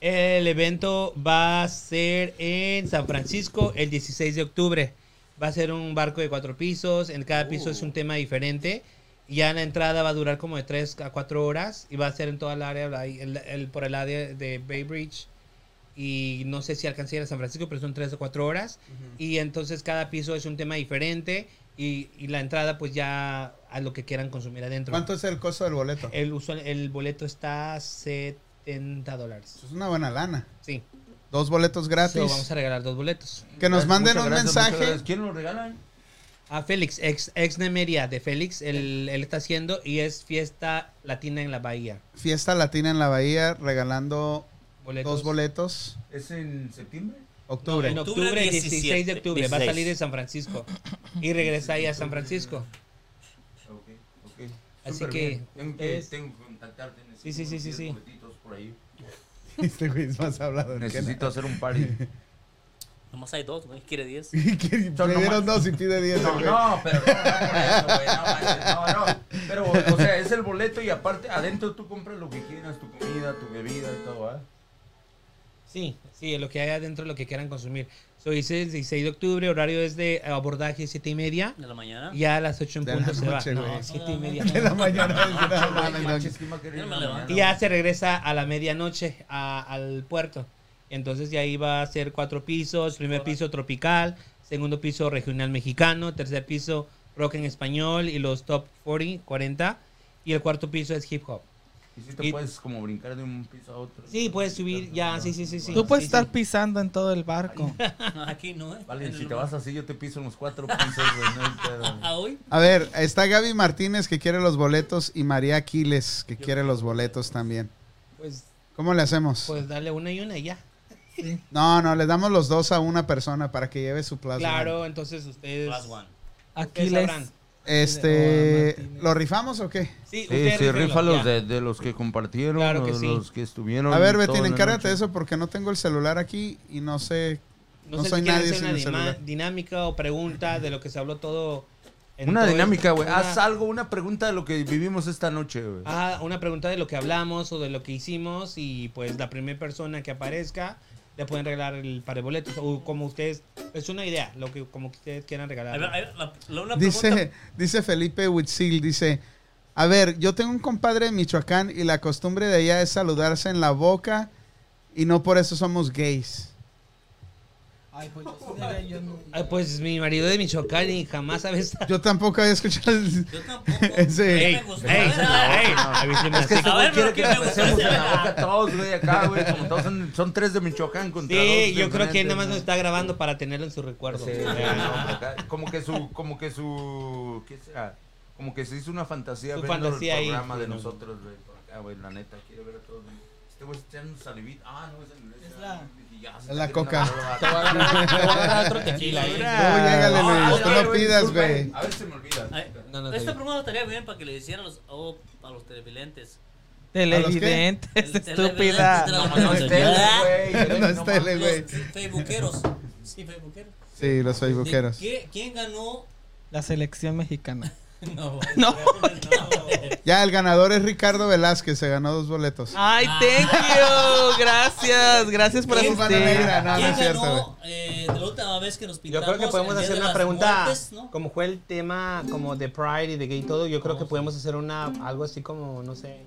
Speaker 9: El evento va a ser en San Francisco el 16 de octubre. Va a ser un barco de cuatro pisos. En cada piso es un tema diferente. Y Ya la entrada va a durar como de 3 a 4 horas. Y va a ser en toda el área, la- el- el- por el área de Bay Bridge. Y no sé si alcancé a ir a San Francisco, pero son 3 o 4 horas. Y entonces cada piso es un tema diferente. Y, y la entrada, pues ya a lo que quieran consumir adentro.
Speaker 1: ¿Cuánto es el costo del boleto?
Speaker 9: El, usual- el boleto está a 70 dólares.
Speaker 1: Es una buena lana.
Speaker 9: Sí.
Speaker 1: Dos boletos gratis.
Speaker 9: So, vamos a regalar dos boletos.
Speaker 1: Que nos
Speaker 2: Muchas
Speaker 1: manden un
Speaker 2: gracias, muchas
Speaker 1: mensaje.
Speaker 2: gracias. ¿Quién lo regalan?
Speaker 9: A Félix, ex, ex Nemeria de Félix, él, él está haciendo y es fiesta latina en la bahía.
Speaker 1: Fiesta Latina en la Bahía, regalando dos boletos.
Speaker 2: ¿Es en septiembre?
Speaker 1: Octubre.
Speaker 9: En octubre,
Speaker 5: Octubre
Speaker 9: 16 de
Speaker 5: 17,
Speaker 9: octubre, va a
Speaker 5: 16.
Speaker 9: salir de San Francisco y regresa ahí a San Francisco.
Speaker 2: Ok, ok.
Speaker 9: Así
Speaker 2: Súper
Speaker 9: que,
Speaker 2: bien. Tengo que,
Speaker 9: es-
Speaker 2: tengo que contactarte. necesito
Speaker 9: Sí, sí, sí, sí,
Speaker 2: unos
Speaker 9: sí.
Speaker 2: 10 boletitos por ahí.
Speaker 1: Este güey es más hablado. que
Speaker 2: Necesito hacer un party.
Speaker 5: Nomás hay dos, güey. Quiere diez.
Speaker 1: nada. Que
Speaker 2: Son
Speaker 1: le dieron
Speaker 2: nomás-
Speaker 1: dos y pide diez.
Speaker 2: No,
Speaker 1: güey.
Speaker 2: no, pero no, no por eso, güey, no, manches, no, no. Pero, o sea, es el boleto y aparte, adentro tú compras lo que quieras, tu comida, tu bebida y todo, ¿ah?
Speaker 9: Sí, sí, lo que hay adentro, lo que quieran consumir. So, dice el 16 de octubre, horario es de abordaje 7 y media.
Speaker 5: De la mañana.
Speaker 9: Ya a las 8 en
Speaker 1: De la
Speaker 9: punto se
Speaker 1: noche,
Speaker 9: va.
Speaker 1: güey.
Speaker 9: No, 7 y media.
Speaker 1: De la mañana. es
Speaker 2: Ah,
Speaker 1: una mala noche.
Speaker 2: Manches, ¿quién va a querer
Speaker 5: Yo no
Speaker 2: ir
Speaker 5: me
Speaker 2: a la
Speaker 5: levanto.
Speaker 9: Y
Speaker 2: mañana,
Speaker 9: ya se regresa a la medianoche a- al puerto. Entonces ya ahí va a ser cuatro pisos. Primer piso tropical, segundo piso regional mexicano, tercer piso rock en español y los top 40, 40. Y el cuarto piso es hip hop.
Speaker 2: güey? Y si te
Speaker 9: y-
Speaker 2: puedes como brincar de un piso a otro.
Speaker 9: Sí, puedes subir ya, sí, sí, sí, sí.
Speaker 7: Tú puedes estar pisando en todo el barco.
Speaker 5: Aquí no, ¿eh?
Speaker 2: Vale,
Speaker 5: En
Speaker 2: si
Speaker 5: el
Speaker 2: te
Speaker 5: lugar.
Speaker 2: vas así, yo te piso unos cuatro pisos, güey, no hay pedo.
Speaker 5: [laughs] ¿A hoy?
Speaker 1: A ver, está Gaby Martínez que quiere los boletos y María Aquiles que quiere los boletos también.
Speaker 9: Pues
Speaker 1: ¿Cómo le hacemos?
Speaker 9: Pues darle una y una y ya.
Speaker 1: No, no, le damos los dos a una persona para que lleve su plasma.
Speaker 9: Claro, entonces ustedes.
Speaker 5: Plus one.
Speaker 7: Aquí
Speaker 9: ustedes
Speaker 7: les.
Speaker 9: sabrán.
Speaker 1: Este,
Speaker 7: Oh, Martínez.
Speaker 1: ¿lo rifamos o qué?
Speaker 9: Sí,
Speaker 2: Sí,
Speaker 9: ustedes
Speaker 2: sí,
Speaker 9: rífenlo,
Speaker 2: rífalos
Speaker 9: ya.
Speaker 2: de, de los que compartieron,
Speaker 9: Claro
Speaker 2: o
Speaker 9: que
Speaker 2: de
Speaker 9: sí.
Speaker 2: los que estuvieron.
Speaker 1: A ver,
Speaker 2: toda
Speaker 1: Betín,
Speaker 2: la
Speaker 1: encárgate de
Speaker 2: noche.
Speaker 1: eso porque no tengo el celular aquí y no sé.
Speaker 9: No,
Speaker 1: No
Speaker 9: sé
Speaker 1: soy
Speaker 9: si quieren
Speaker 1: nadie
Speaker 9: hacer
Speaker 1: sin
Speaker 9: una
Speaker 1: el
Speaker 9: dima-
Speaker 1: celular.
Speaker 9: dinámica o pregunta de lo que se habló todo. en
Speaker 2: Una
Speaker 9: todo
Speaker 2: dinámica, güey.
Speaker 9: una-
Speaker 2: Haz algo, una Ah, pregunta de lo que vivimos esta noche, güey.
Speaker 9: Ajá, Ah, una pregunta de lo que hablamos o de lo que hicimos y pues la primera persona que aparezca le pueden regalar el par de boletos o como ustedes es una idea lo que como que ustedes quieran
Speaker 5: A
Speaker 9: regalar
Speaker 5: ver, a ver, la, la- una
Speaker 1: Dice,
Speaker 5: pregunta.
Speaker 1: dice Felipe Huitzil, dice, a ver, yo tengo un compadre de Michoacán y la costumbre de allá es saludarse en la boca y no por eso somos gays.
Speaker 7: Ay, pues yo sí diría, yo no-
Speaker 9: Ah, pues mi marido de Michoacán y jamás sabes
Speaker 1: Yo tampoco había escuchado el- [laughs]
Speaker 5: Yo tampoco.
Speaker 1: ese...
Speaker 9: Ey,
Speaker 5: me gustó.
Speaker 9: ey, ey, a mí se me
Speaker 2: Es que
Speaker 9: hace-
Speaker 2: este
Speaker 5: A
Speaker 2: güey
Speaker 5: ver,
Speaker 2: quiere
Speaker 5: pero
Speaker 2: que
Speaker 5: ¿qué
Speaker 2: nos
Speaker 5: me gustó
Speaker 2: besemos
Speaker 5: ese,
Speaker 2: en la
Speaker 5: [laughs] verdad?
Speaker 2: boca todos, güey, acá, güey. Como todos son, son tres de Michoacán contra dos
Speaker 9: Sí,
Speaker 2: de
Speaker 9: yo creo que él nada más
Speaker 2: enfrente,
Speaker 9: lo está grabando para tenerlo en su recuerdo.
Speaker 2: Sí, güey, no, hombre, acá, como que su, como que su, ¿qué será? Como que se hizo una fantasía
Speaker 9: Su
Speaker 2: viendo
Speaker 9: fantasía
Speaker 2: el
Speaker 9: ahí,
Speaker 2: programa
Speaker 9: sí,
Speaker 2: de
Speaker 9: no.
Speaker 2: nosotros, güey, por acá, güey, la neta, quiere ver a todos. güey. Este güey está echando salivita. Ah, no, es el...
Speaker 7: Es la-
Speaker 2: y ya, se
Speaker 1: es la
Speaker 2: está tirando
Speaker 1: coca. [laughs]
Speaker 2: la
Speaker 9: Te voy a
Speaker 2: barba. [laughs]
Speaker 9: agarrar- te voy a agarrar otro tequila ahí.
Speaker 1: Luego llégale,
Speaker 2: Ah,
Speaker 1: Luis, tú
Speaker 2: güey,
Speaker 1: no
Speaker 2: güey,
Speaker 1: pidas,
Speaker 2: disculpa,
Speaker 1: güey.
Speaker 2: A ver si me olvida.
Speaker 5: Ay,
Speaker 9: No, no,
Speaker 5: Esta
Speaker 9: no.
Speaker 5: pregunta estaría bien para que le hicieran los, oh, a los televidentes.
Speaker 7: Televidentes,
Speaker 5: El
Speaker 7: estúpida.
Speaker 5: televidente
Speaker 7: No,
Speaker 2: No
Speaker 5: de la-
Speaker 2: es tele, güey,
Speaker 1: No es
Speaker 2: no
Speaker 1: tele,
Speaker 5: Los
Speaker 1: güey.
Speaker 5: facebookeros. Sí, facebookeros.
Speaker 1: Sí, los facebookeros.
Speaker 5: ¿De qué- ¿Quién ganó? [laughs]
Speaker 7: La selección mexicana.
Speaker 5: No.
Speaker 7: No.
Speaker 1: [laughs] Ya, el ganador es Ricardo Velázquez, se ganó dos boletos.
Speaker 7: Ay, thank you. Gracias, gracias por
Speaker 1: ¿Quién ganó
Speaker 7: asistir.
Speaker 1: negra? No, no
Speaker 5: ¿Quién
Speaker 1: es cierto,
Speaker 5: ganó eh, de la última vez que nos
Speaker 9: Yo
Speaker 5: pintamos?
Speaker 9: creo que podemos
Speaker 5: el día
Speaker 9: hacer
Speaker 5: de
Speaker 9: una
Speaker 5: las
Speaker 9: pregunta,
Speaker 5: muertes, ¿no?
Speaker 9: como fue el tema como de Pride y de gay y todo, yo creo que podemos hacer una algo así como, no sé,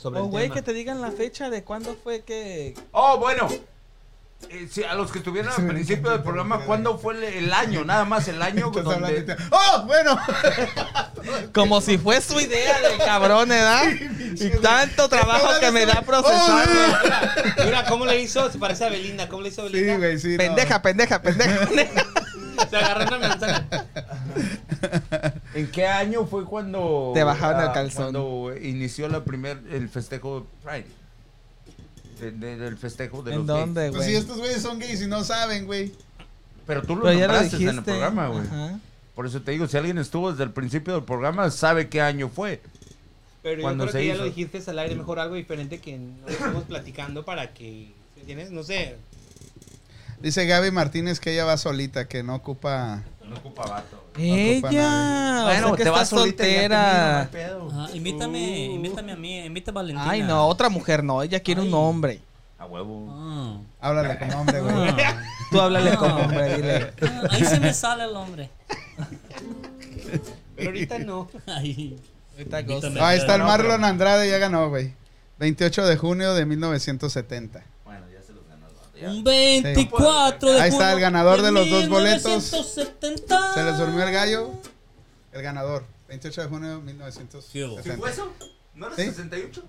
Speaker 9: sobre
Speaker 7: O
Speaker 9: el
Speaker 7: Oh, güey,
Speaker 9: tema.
Speaker 7: que te digan la fecha de cuándo fue que.
Speaker 2: Oh, bueno. Eh, sí, a los que estuvieron al principio del programa, ¿cuándo fue el, el año? Nada más el año
Speaker 1: [laughs] Estás
Speaker 2: donde-
Speaker 1: hablando y te- ¡Oh, bueno!
Speaker 7: Como si fue su idea de cabrón, ¿verdad? Y tanto trabajo que Ah,
Speaker 1: [laughs]
Speaker 7: me
Speaker 1: Oh,
Speaker 7: da procesarlo.
Speaker 9: Mira, ¿cómo le hizo? Se parece a Belinda, ¿cómo le hizo
Speaker 1: Sí,
Speaker 9: Belinda?
Speaker 1: güey, sí. no.
Speaker 7: Pendeja, pendeja, [laughs] pendeja, pendeja.
Speaker 9: [laughs] Se agarró una manzana.
Speaker 2: ¿En qué año fue cuando
Speaker 7: Te bajaban
Speaker 2: ah,
Speaker 7: el calzón.
Speaker 2: Cuando inició la primer el festejo Pride. De- de- del festejo de
Speaker 7: ¿En
Speaker 2: los
Speaker 7: dónde,
Speaker 2: gays.
Speaker 1: Pues si
Speaker 7: güey?
Speaker 1: estos güeyes son gays y no saben, güey.
Speaker 2: Pero tú lo
Speaker 7: Pero ya lo
Speaker 2: nombraste
Speaker 7: dijiste.
Speaker 2: en el programa, güey.
Speaker 7: Ajá.
Speaker 2: Por eso te digo, si alguien estuvo desde el principio del programa, sabe qué año fue.
Speaker 9: Pero yo
Speaker 2: Cuando
Speaker 9: creo
Speaker 2: se
Speaker 9: que ya
Speaker 2: hizo.
Speaker 9: lo dijiste al aire, mejor algo diferente que no estamos platicando para que, ¿tienes? No sé.
Speaker 1: Dice Gaby Martínez que ella va solita, que no ocupa.
Speaker 2: No ocupa vato.
Speaker 1: ocupa
Speaker 7: Ella.
Speaker 2: güey.
Speaker 7: O sea que está
Speaker 2: solita y ya te mira, no hay
Speaker 7: soltera.
Speaker 2: pedo.
Speaker 5: Ajá, invítame, invítame a mí, invita a Valentina.
Speaker 7: Ay, no, otra mujer no. Ella quiere un
Speaker 5: Ay.
Speaker 7: hombre.
Speaker 2: A huevo.
Speaker 5: Ah.
Speaker 1: Háblale como hombre, güey.
Speaker 5: Ah.
Speaker 7: Tú háblale
Speaker 5: Ah.
Speaker 7: como hombre, dile.
Speaker 5: Ah, Ahí se me sale el hombre.
Speaker 9: Pero ahorita no.
Speaker 5: [laughs] Ahí.
Speaker 7: Ahorita
Speaker 5: gozo.
Speaker 7: gozo.
Speaker 1: Ahí está el
Speaker 2: No,
Speaker 1: Marlon
Speaker 2: pero-
Speaker 1: Andrade, ya ganó, güey. 28 de junio de 1970.
Speaker 2: Bueno, ya se los ganó el vato, ya.
Speaker 5: Un 24 de
Speaker 1: Ahí está
Speaker 5: junio
Speaker 1: el ganador de los dos boletos.
Speaker 5: 1970.
Speaker 1: Se les durmió el gallo. El ganador. 28 de junio de
Speaker 5: pues.
Speaker 1: 1970.
Speaker 2: eso? ¿No era
Speaker 1: ¿Sí?
Speaker 2: 68?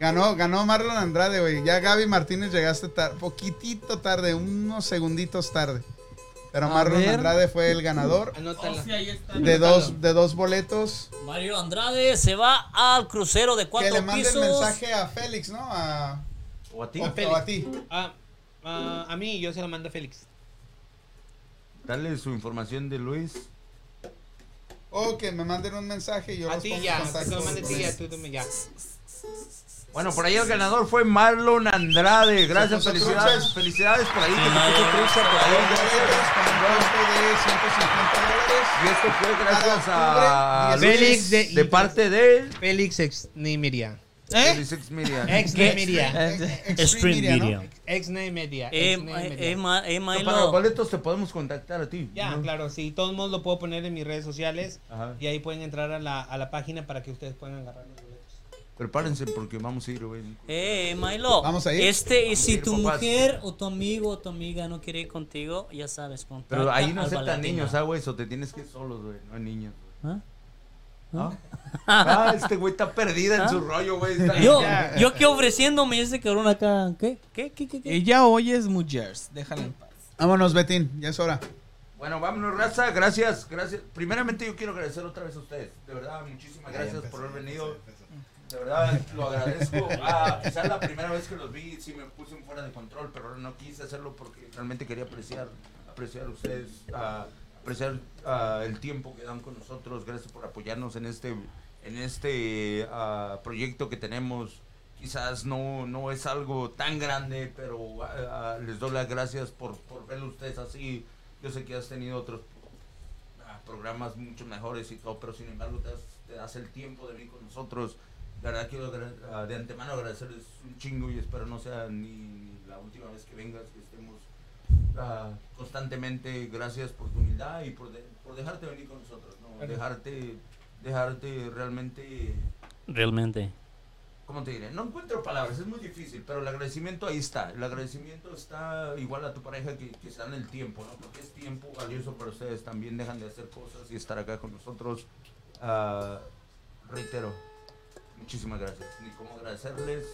Speaker 1: Ganó, ganó Marlon Andrade, güey. Ya Gaby Martínez llegaste tar- poquitito tarde, unos segunditos tarde. Pero
Speaker 7: A
Speaker 1: Marlon
Speaker 7: ver.
Speaker 1: Andrade fue el ganador
Speaker 9: Anótala.
Speaker 1: de dos, de dos boletos.
Speaker 5: Mario Andrade se va al crucero de
Speaker 1: Que
Speaker 5: cuatro
Speaker 1: le manden
Speaker 5: pisos.
Speaker 1: mensaje a Félix, ¿no? A,
Speaker 2: ¿O a ti?
Speaker 1: o-
Speaker 9: Félix.
Speaker 1: o a ti.
Speaker 9: Ah, ah, a mí yo se lo mando a Félix.
Speaker 2: Dale su información de Luis.
Speaker 1: O que me manden un mensaje y yo
Speaker 9: A
Speaker 1: los
Speaker 9: ti
Speaker 1: pongo en
Speaker 9: ya,
Speaker 1: contacto
Speaker 9: se lo mando a
Speaker 1: con
Speaker 9: ti
Speaker 1: Luis.
Speaker 9: ya, tú dame ya.
Speaker 2: Bueno, por ahí el ganador fue Marlon Andrade. Gracias,
Speaker 1: Se puso
Speaker 2: felicidades.
Speaker 1: truchas.
Speaker 2: Felicidades por ahí. que se
Speaker 5: Madre.
Speaker 2: puso trucha por ahí. Gracias. Y esto fue gracias a
Speaker 1: Para octubre,
Speaker 2: Luis,
Speaker 9: Félix de-
Speaker 2: de parte de él.
Speaker 9: Félix ex Nimeria.
Speaker 7: ¿Eh?
Speaker 2: Félix X Media.
Speaker 9: Ex Nimeria.
Speaker 5: Stream
Speaker 1: Stream Media,
Speaker 5: Video.
Speaker 1: ¿no?
Speaker 9: Ex Nimeria.
Speaker 5: Eh, eh,
Speaker 9: Ex
Speaker 5: eh,
Speaker 9: Nimedia.
Speaker 5: Ma- eh,
Speaker 2: Esto Para los
Speaker 5: Milo.
Speaker 2: boletos te podemos contactar a ti.
Speaker 9: Ya,
Speaker 2: ¿no?
Speaker 9: claro, sí, todo el mundo lo puedo poner en mis redes sociales
Speaker 2: Ajá.
Speaker 9: y ahí pueden entrar a la, a la página para que ustedes puedan agarrar los boletos.
Speaker 2: Prepárense porque vamos a ir, güey.
Speaker 5: Eh, Milo.
Speaker 1: Vamos a ir.
Speaker 5: Este, y si
Speaker 2: ir,
Speaker 5: tu
Speaker 2: papás.
Speaker 5: mujer o tu amigo o tu amiga no quiere ir contigo, ya sabes, contacta
Speaker 2: Pero ahí no
Speaker 5: al
Speaker 2: aceptan
Speaker 5: Valentina.
Speaker 2: niños, ah, güey. Eso te tienes que ir solos, güey. No hay niños. güey.
Speaker 5: ¿Ah?
Speaker 2: ¿Ah? Ah, este güey está perdida en
Speaker 5: ¿Ah?
Speaker 2: su rollo, güey. Está-
Speaker 5: Yo, yo aquí ofreciéndome y ese cabrón acá. ¿Qué? ¿Qué? ¿Qué? ¿Qué? qué?
Speaker 7: Ella hoy es Mujeres. Déjala en paz.
Speaker 1: Vámonos, Betín, ya es hora.
Speaker 2: Bueno, vámonos, raza. Gracias, gracias. Primeramente yo quiero agradecer otra vez a ustedes. De verdad, muchísimas gracias por haber venido. De verdad, lo agradezco. Ah, quizás la primera vez que los vi sí me puse un fuera de control, pero no quise hacerlo porque realmente quería apreciar, apreciar ustedes, ah, apreciar ah, el tiempo que dan con nosotros. Gracias por apoyarnos en este, en este ah, proyecto que tenemos. Quizás no, no es algo tan grande, pero ah, ah, les doy las gracias por, por verlo ustedes así. Yo sé que has tenido otros a programas mucho mejores y todo, pero sin embargo te das, te das el tiempo de venir con nosotros. La verdad quiero agra- ah, de antemano agradecerles un chingo y espero no sea ni, ni la última vez que vengas, que estemos ah, constantemente. Gracias por tu humildad y por, de- por dejarte venir con nosotros, ¿no? dejarte, dejarte realmente,
Speaker 5: [laughs] Realmente.
Speaker 2: ¿cómo te diré? No encuentro palabras, es muy difícil, pero el agradecimiento ahí está. El agradecimiento está igual a tu pareja que, que está en el tiempo, ¿no? porque es tiempo valioso para ustedes. También dejan de hacer cosas y estar acá con nosotros. Ah, reitero, muchísimas gracias. Ni cómo agradecerles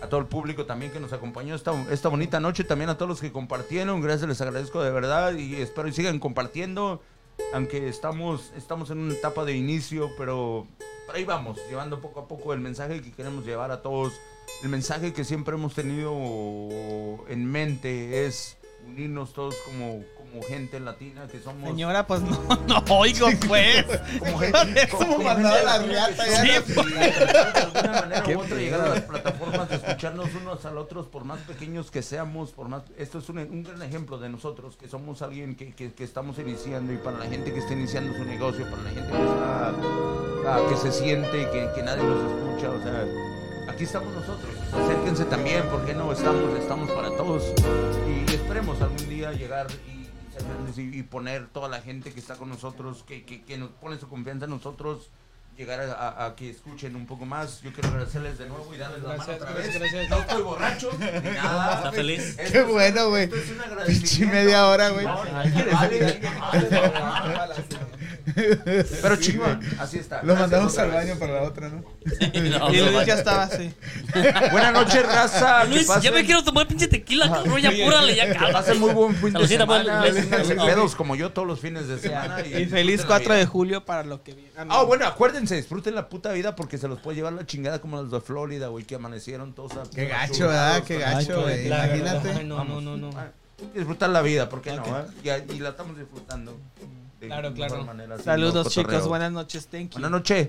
Speaker 2: a todo el público también que nos acompañó esta, esta bonita noche, también a todos los que compartieron. Gracias, les agradezco de verdad y espero que sigan compartiendo. Aunque estamos, estamos en una etapa de inicio, pero por ahí vamos, llevando poco a poco el mensaje que queremos llevar a todos. El mensaje que siempre hemos tenido en mente es unirnos todos como, como gente latina que somos.
Speaker 7: Señora, pues no, [laughs] no oigo, pues. [laughs]
Speaker 2: como gente-
Speaker 1: Como mandaba la riata ya.
Speaker 7: Sí,
Speaker 2: y de alguna manera u otra llegar a las plataformas de escucharnos unos al otros por más pequeños que seamos por más esto es un, un gran ejemplo de nosotros que somos alguien que, que- que estamos iniciando y para la gente que está iniciando su negocio para la gente que está ah, que se siente que, que nadie nos escucha o sea aquí estamos nosotros acérquense también porque no estamos estamos para todos y esperemos algún día llegar y ser grandes y, y poner toda la gente que está con nosotros, que, que, que nos pone su confianza en nosotros, llegar a, a- a que escuchen un poco más. Yo quiero agradecerles de nuevo y darles la mano
Speaker 7: Gracias,
Speaker 2: otra vez.
Speaker 7: gracias, gracias.
Speaker 2: No estoy borracho,
Speaker 7: [laughs]
Speaker 2: ni nada.
Speaker 5: Está feliz.
Speaker 2: Esto
Speaker 1: Qué
Speaker 2: es-
Speaker 1: bueno, güey.
Speaker 2: esto es un
Speaker 1: Pinche
Speaker 2: agradecimiento.
Speaker 1: media hora, güey.
Speaker 2: No, ni me vale, ni me
Speaker 1: [laughs]
Speaker 2: vale. Pero chingón, así está.
Speaker 1: Lo
Speaker 2: Gracias
Speaker 1: mandamos
Speaker 2: otra
Speaker 1: al
Speaker 2: vez.
Speaker 1: baño para la otra, ¿no?
Speaker 7: Y Luis ya estaba así.
Speaker 2: Buenas noches, raza.
Speaker 5: Luis,
Speaker 2: que
Speaker 5: ya me
Speaker 2: pasen-
Speaker 5: quiero tomar pinche tequila, cabrón. Ya apúrale, ya
Speaker 2: Que
Speaker 5: cabrón.
Speaker 2: pasen muy buen fin de
Speaker 5: Salucita, pues,
Speaker 2: semana.
Speaker 5: Luis.
Speaker 2: Vénganse
Speaker 5: Ok.
Speaker 2: pedos como yo todos los fines de semana.
Speaker 7: Y feliz
Speaker 2: disfruten la
Speaker 7: 4 de
Speaker 2: vida.
Speaker 7: julio para lo que viene.
Speaker 2: Ah, bueno, acuérdense, disfruten la puta vida porque se los puede llevar la chingada como los de Florida, güey, que amanecieron todos. a-
Speaker 1: Qué gacho, ¿verdad? Qué gacho, güey.
Speaker 9: La verdad,
Speaker 1: Imagínate.
Speaker 9: ay, no, no, no, no.
Speaker 2: Ah, Disfrutar la vida, ¿por qué no? eh? Y, a- y la estamos disfrutando. de
Speaker 7: Claro,
Speaker 2: mejor
Speaker 7: claro.
Speaker 2: manera, sin
Speaker 7: Saludos,
Speaker 2: cotorreo.
Speaker 7: chicos. Buenas noches. Thank you.
Speaker 2: Buenas noches.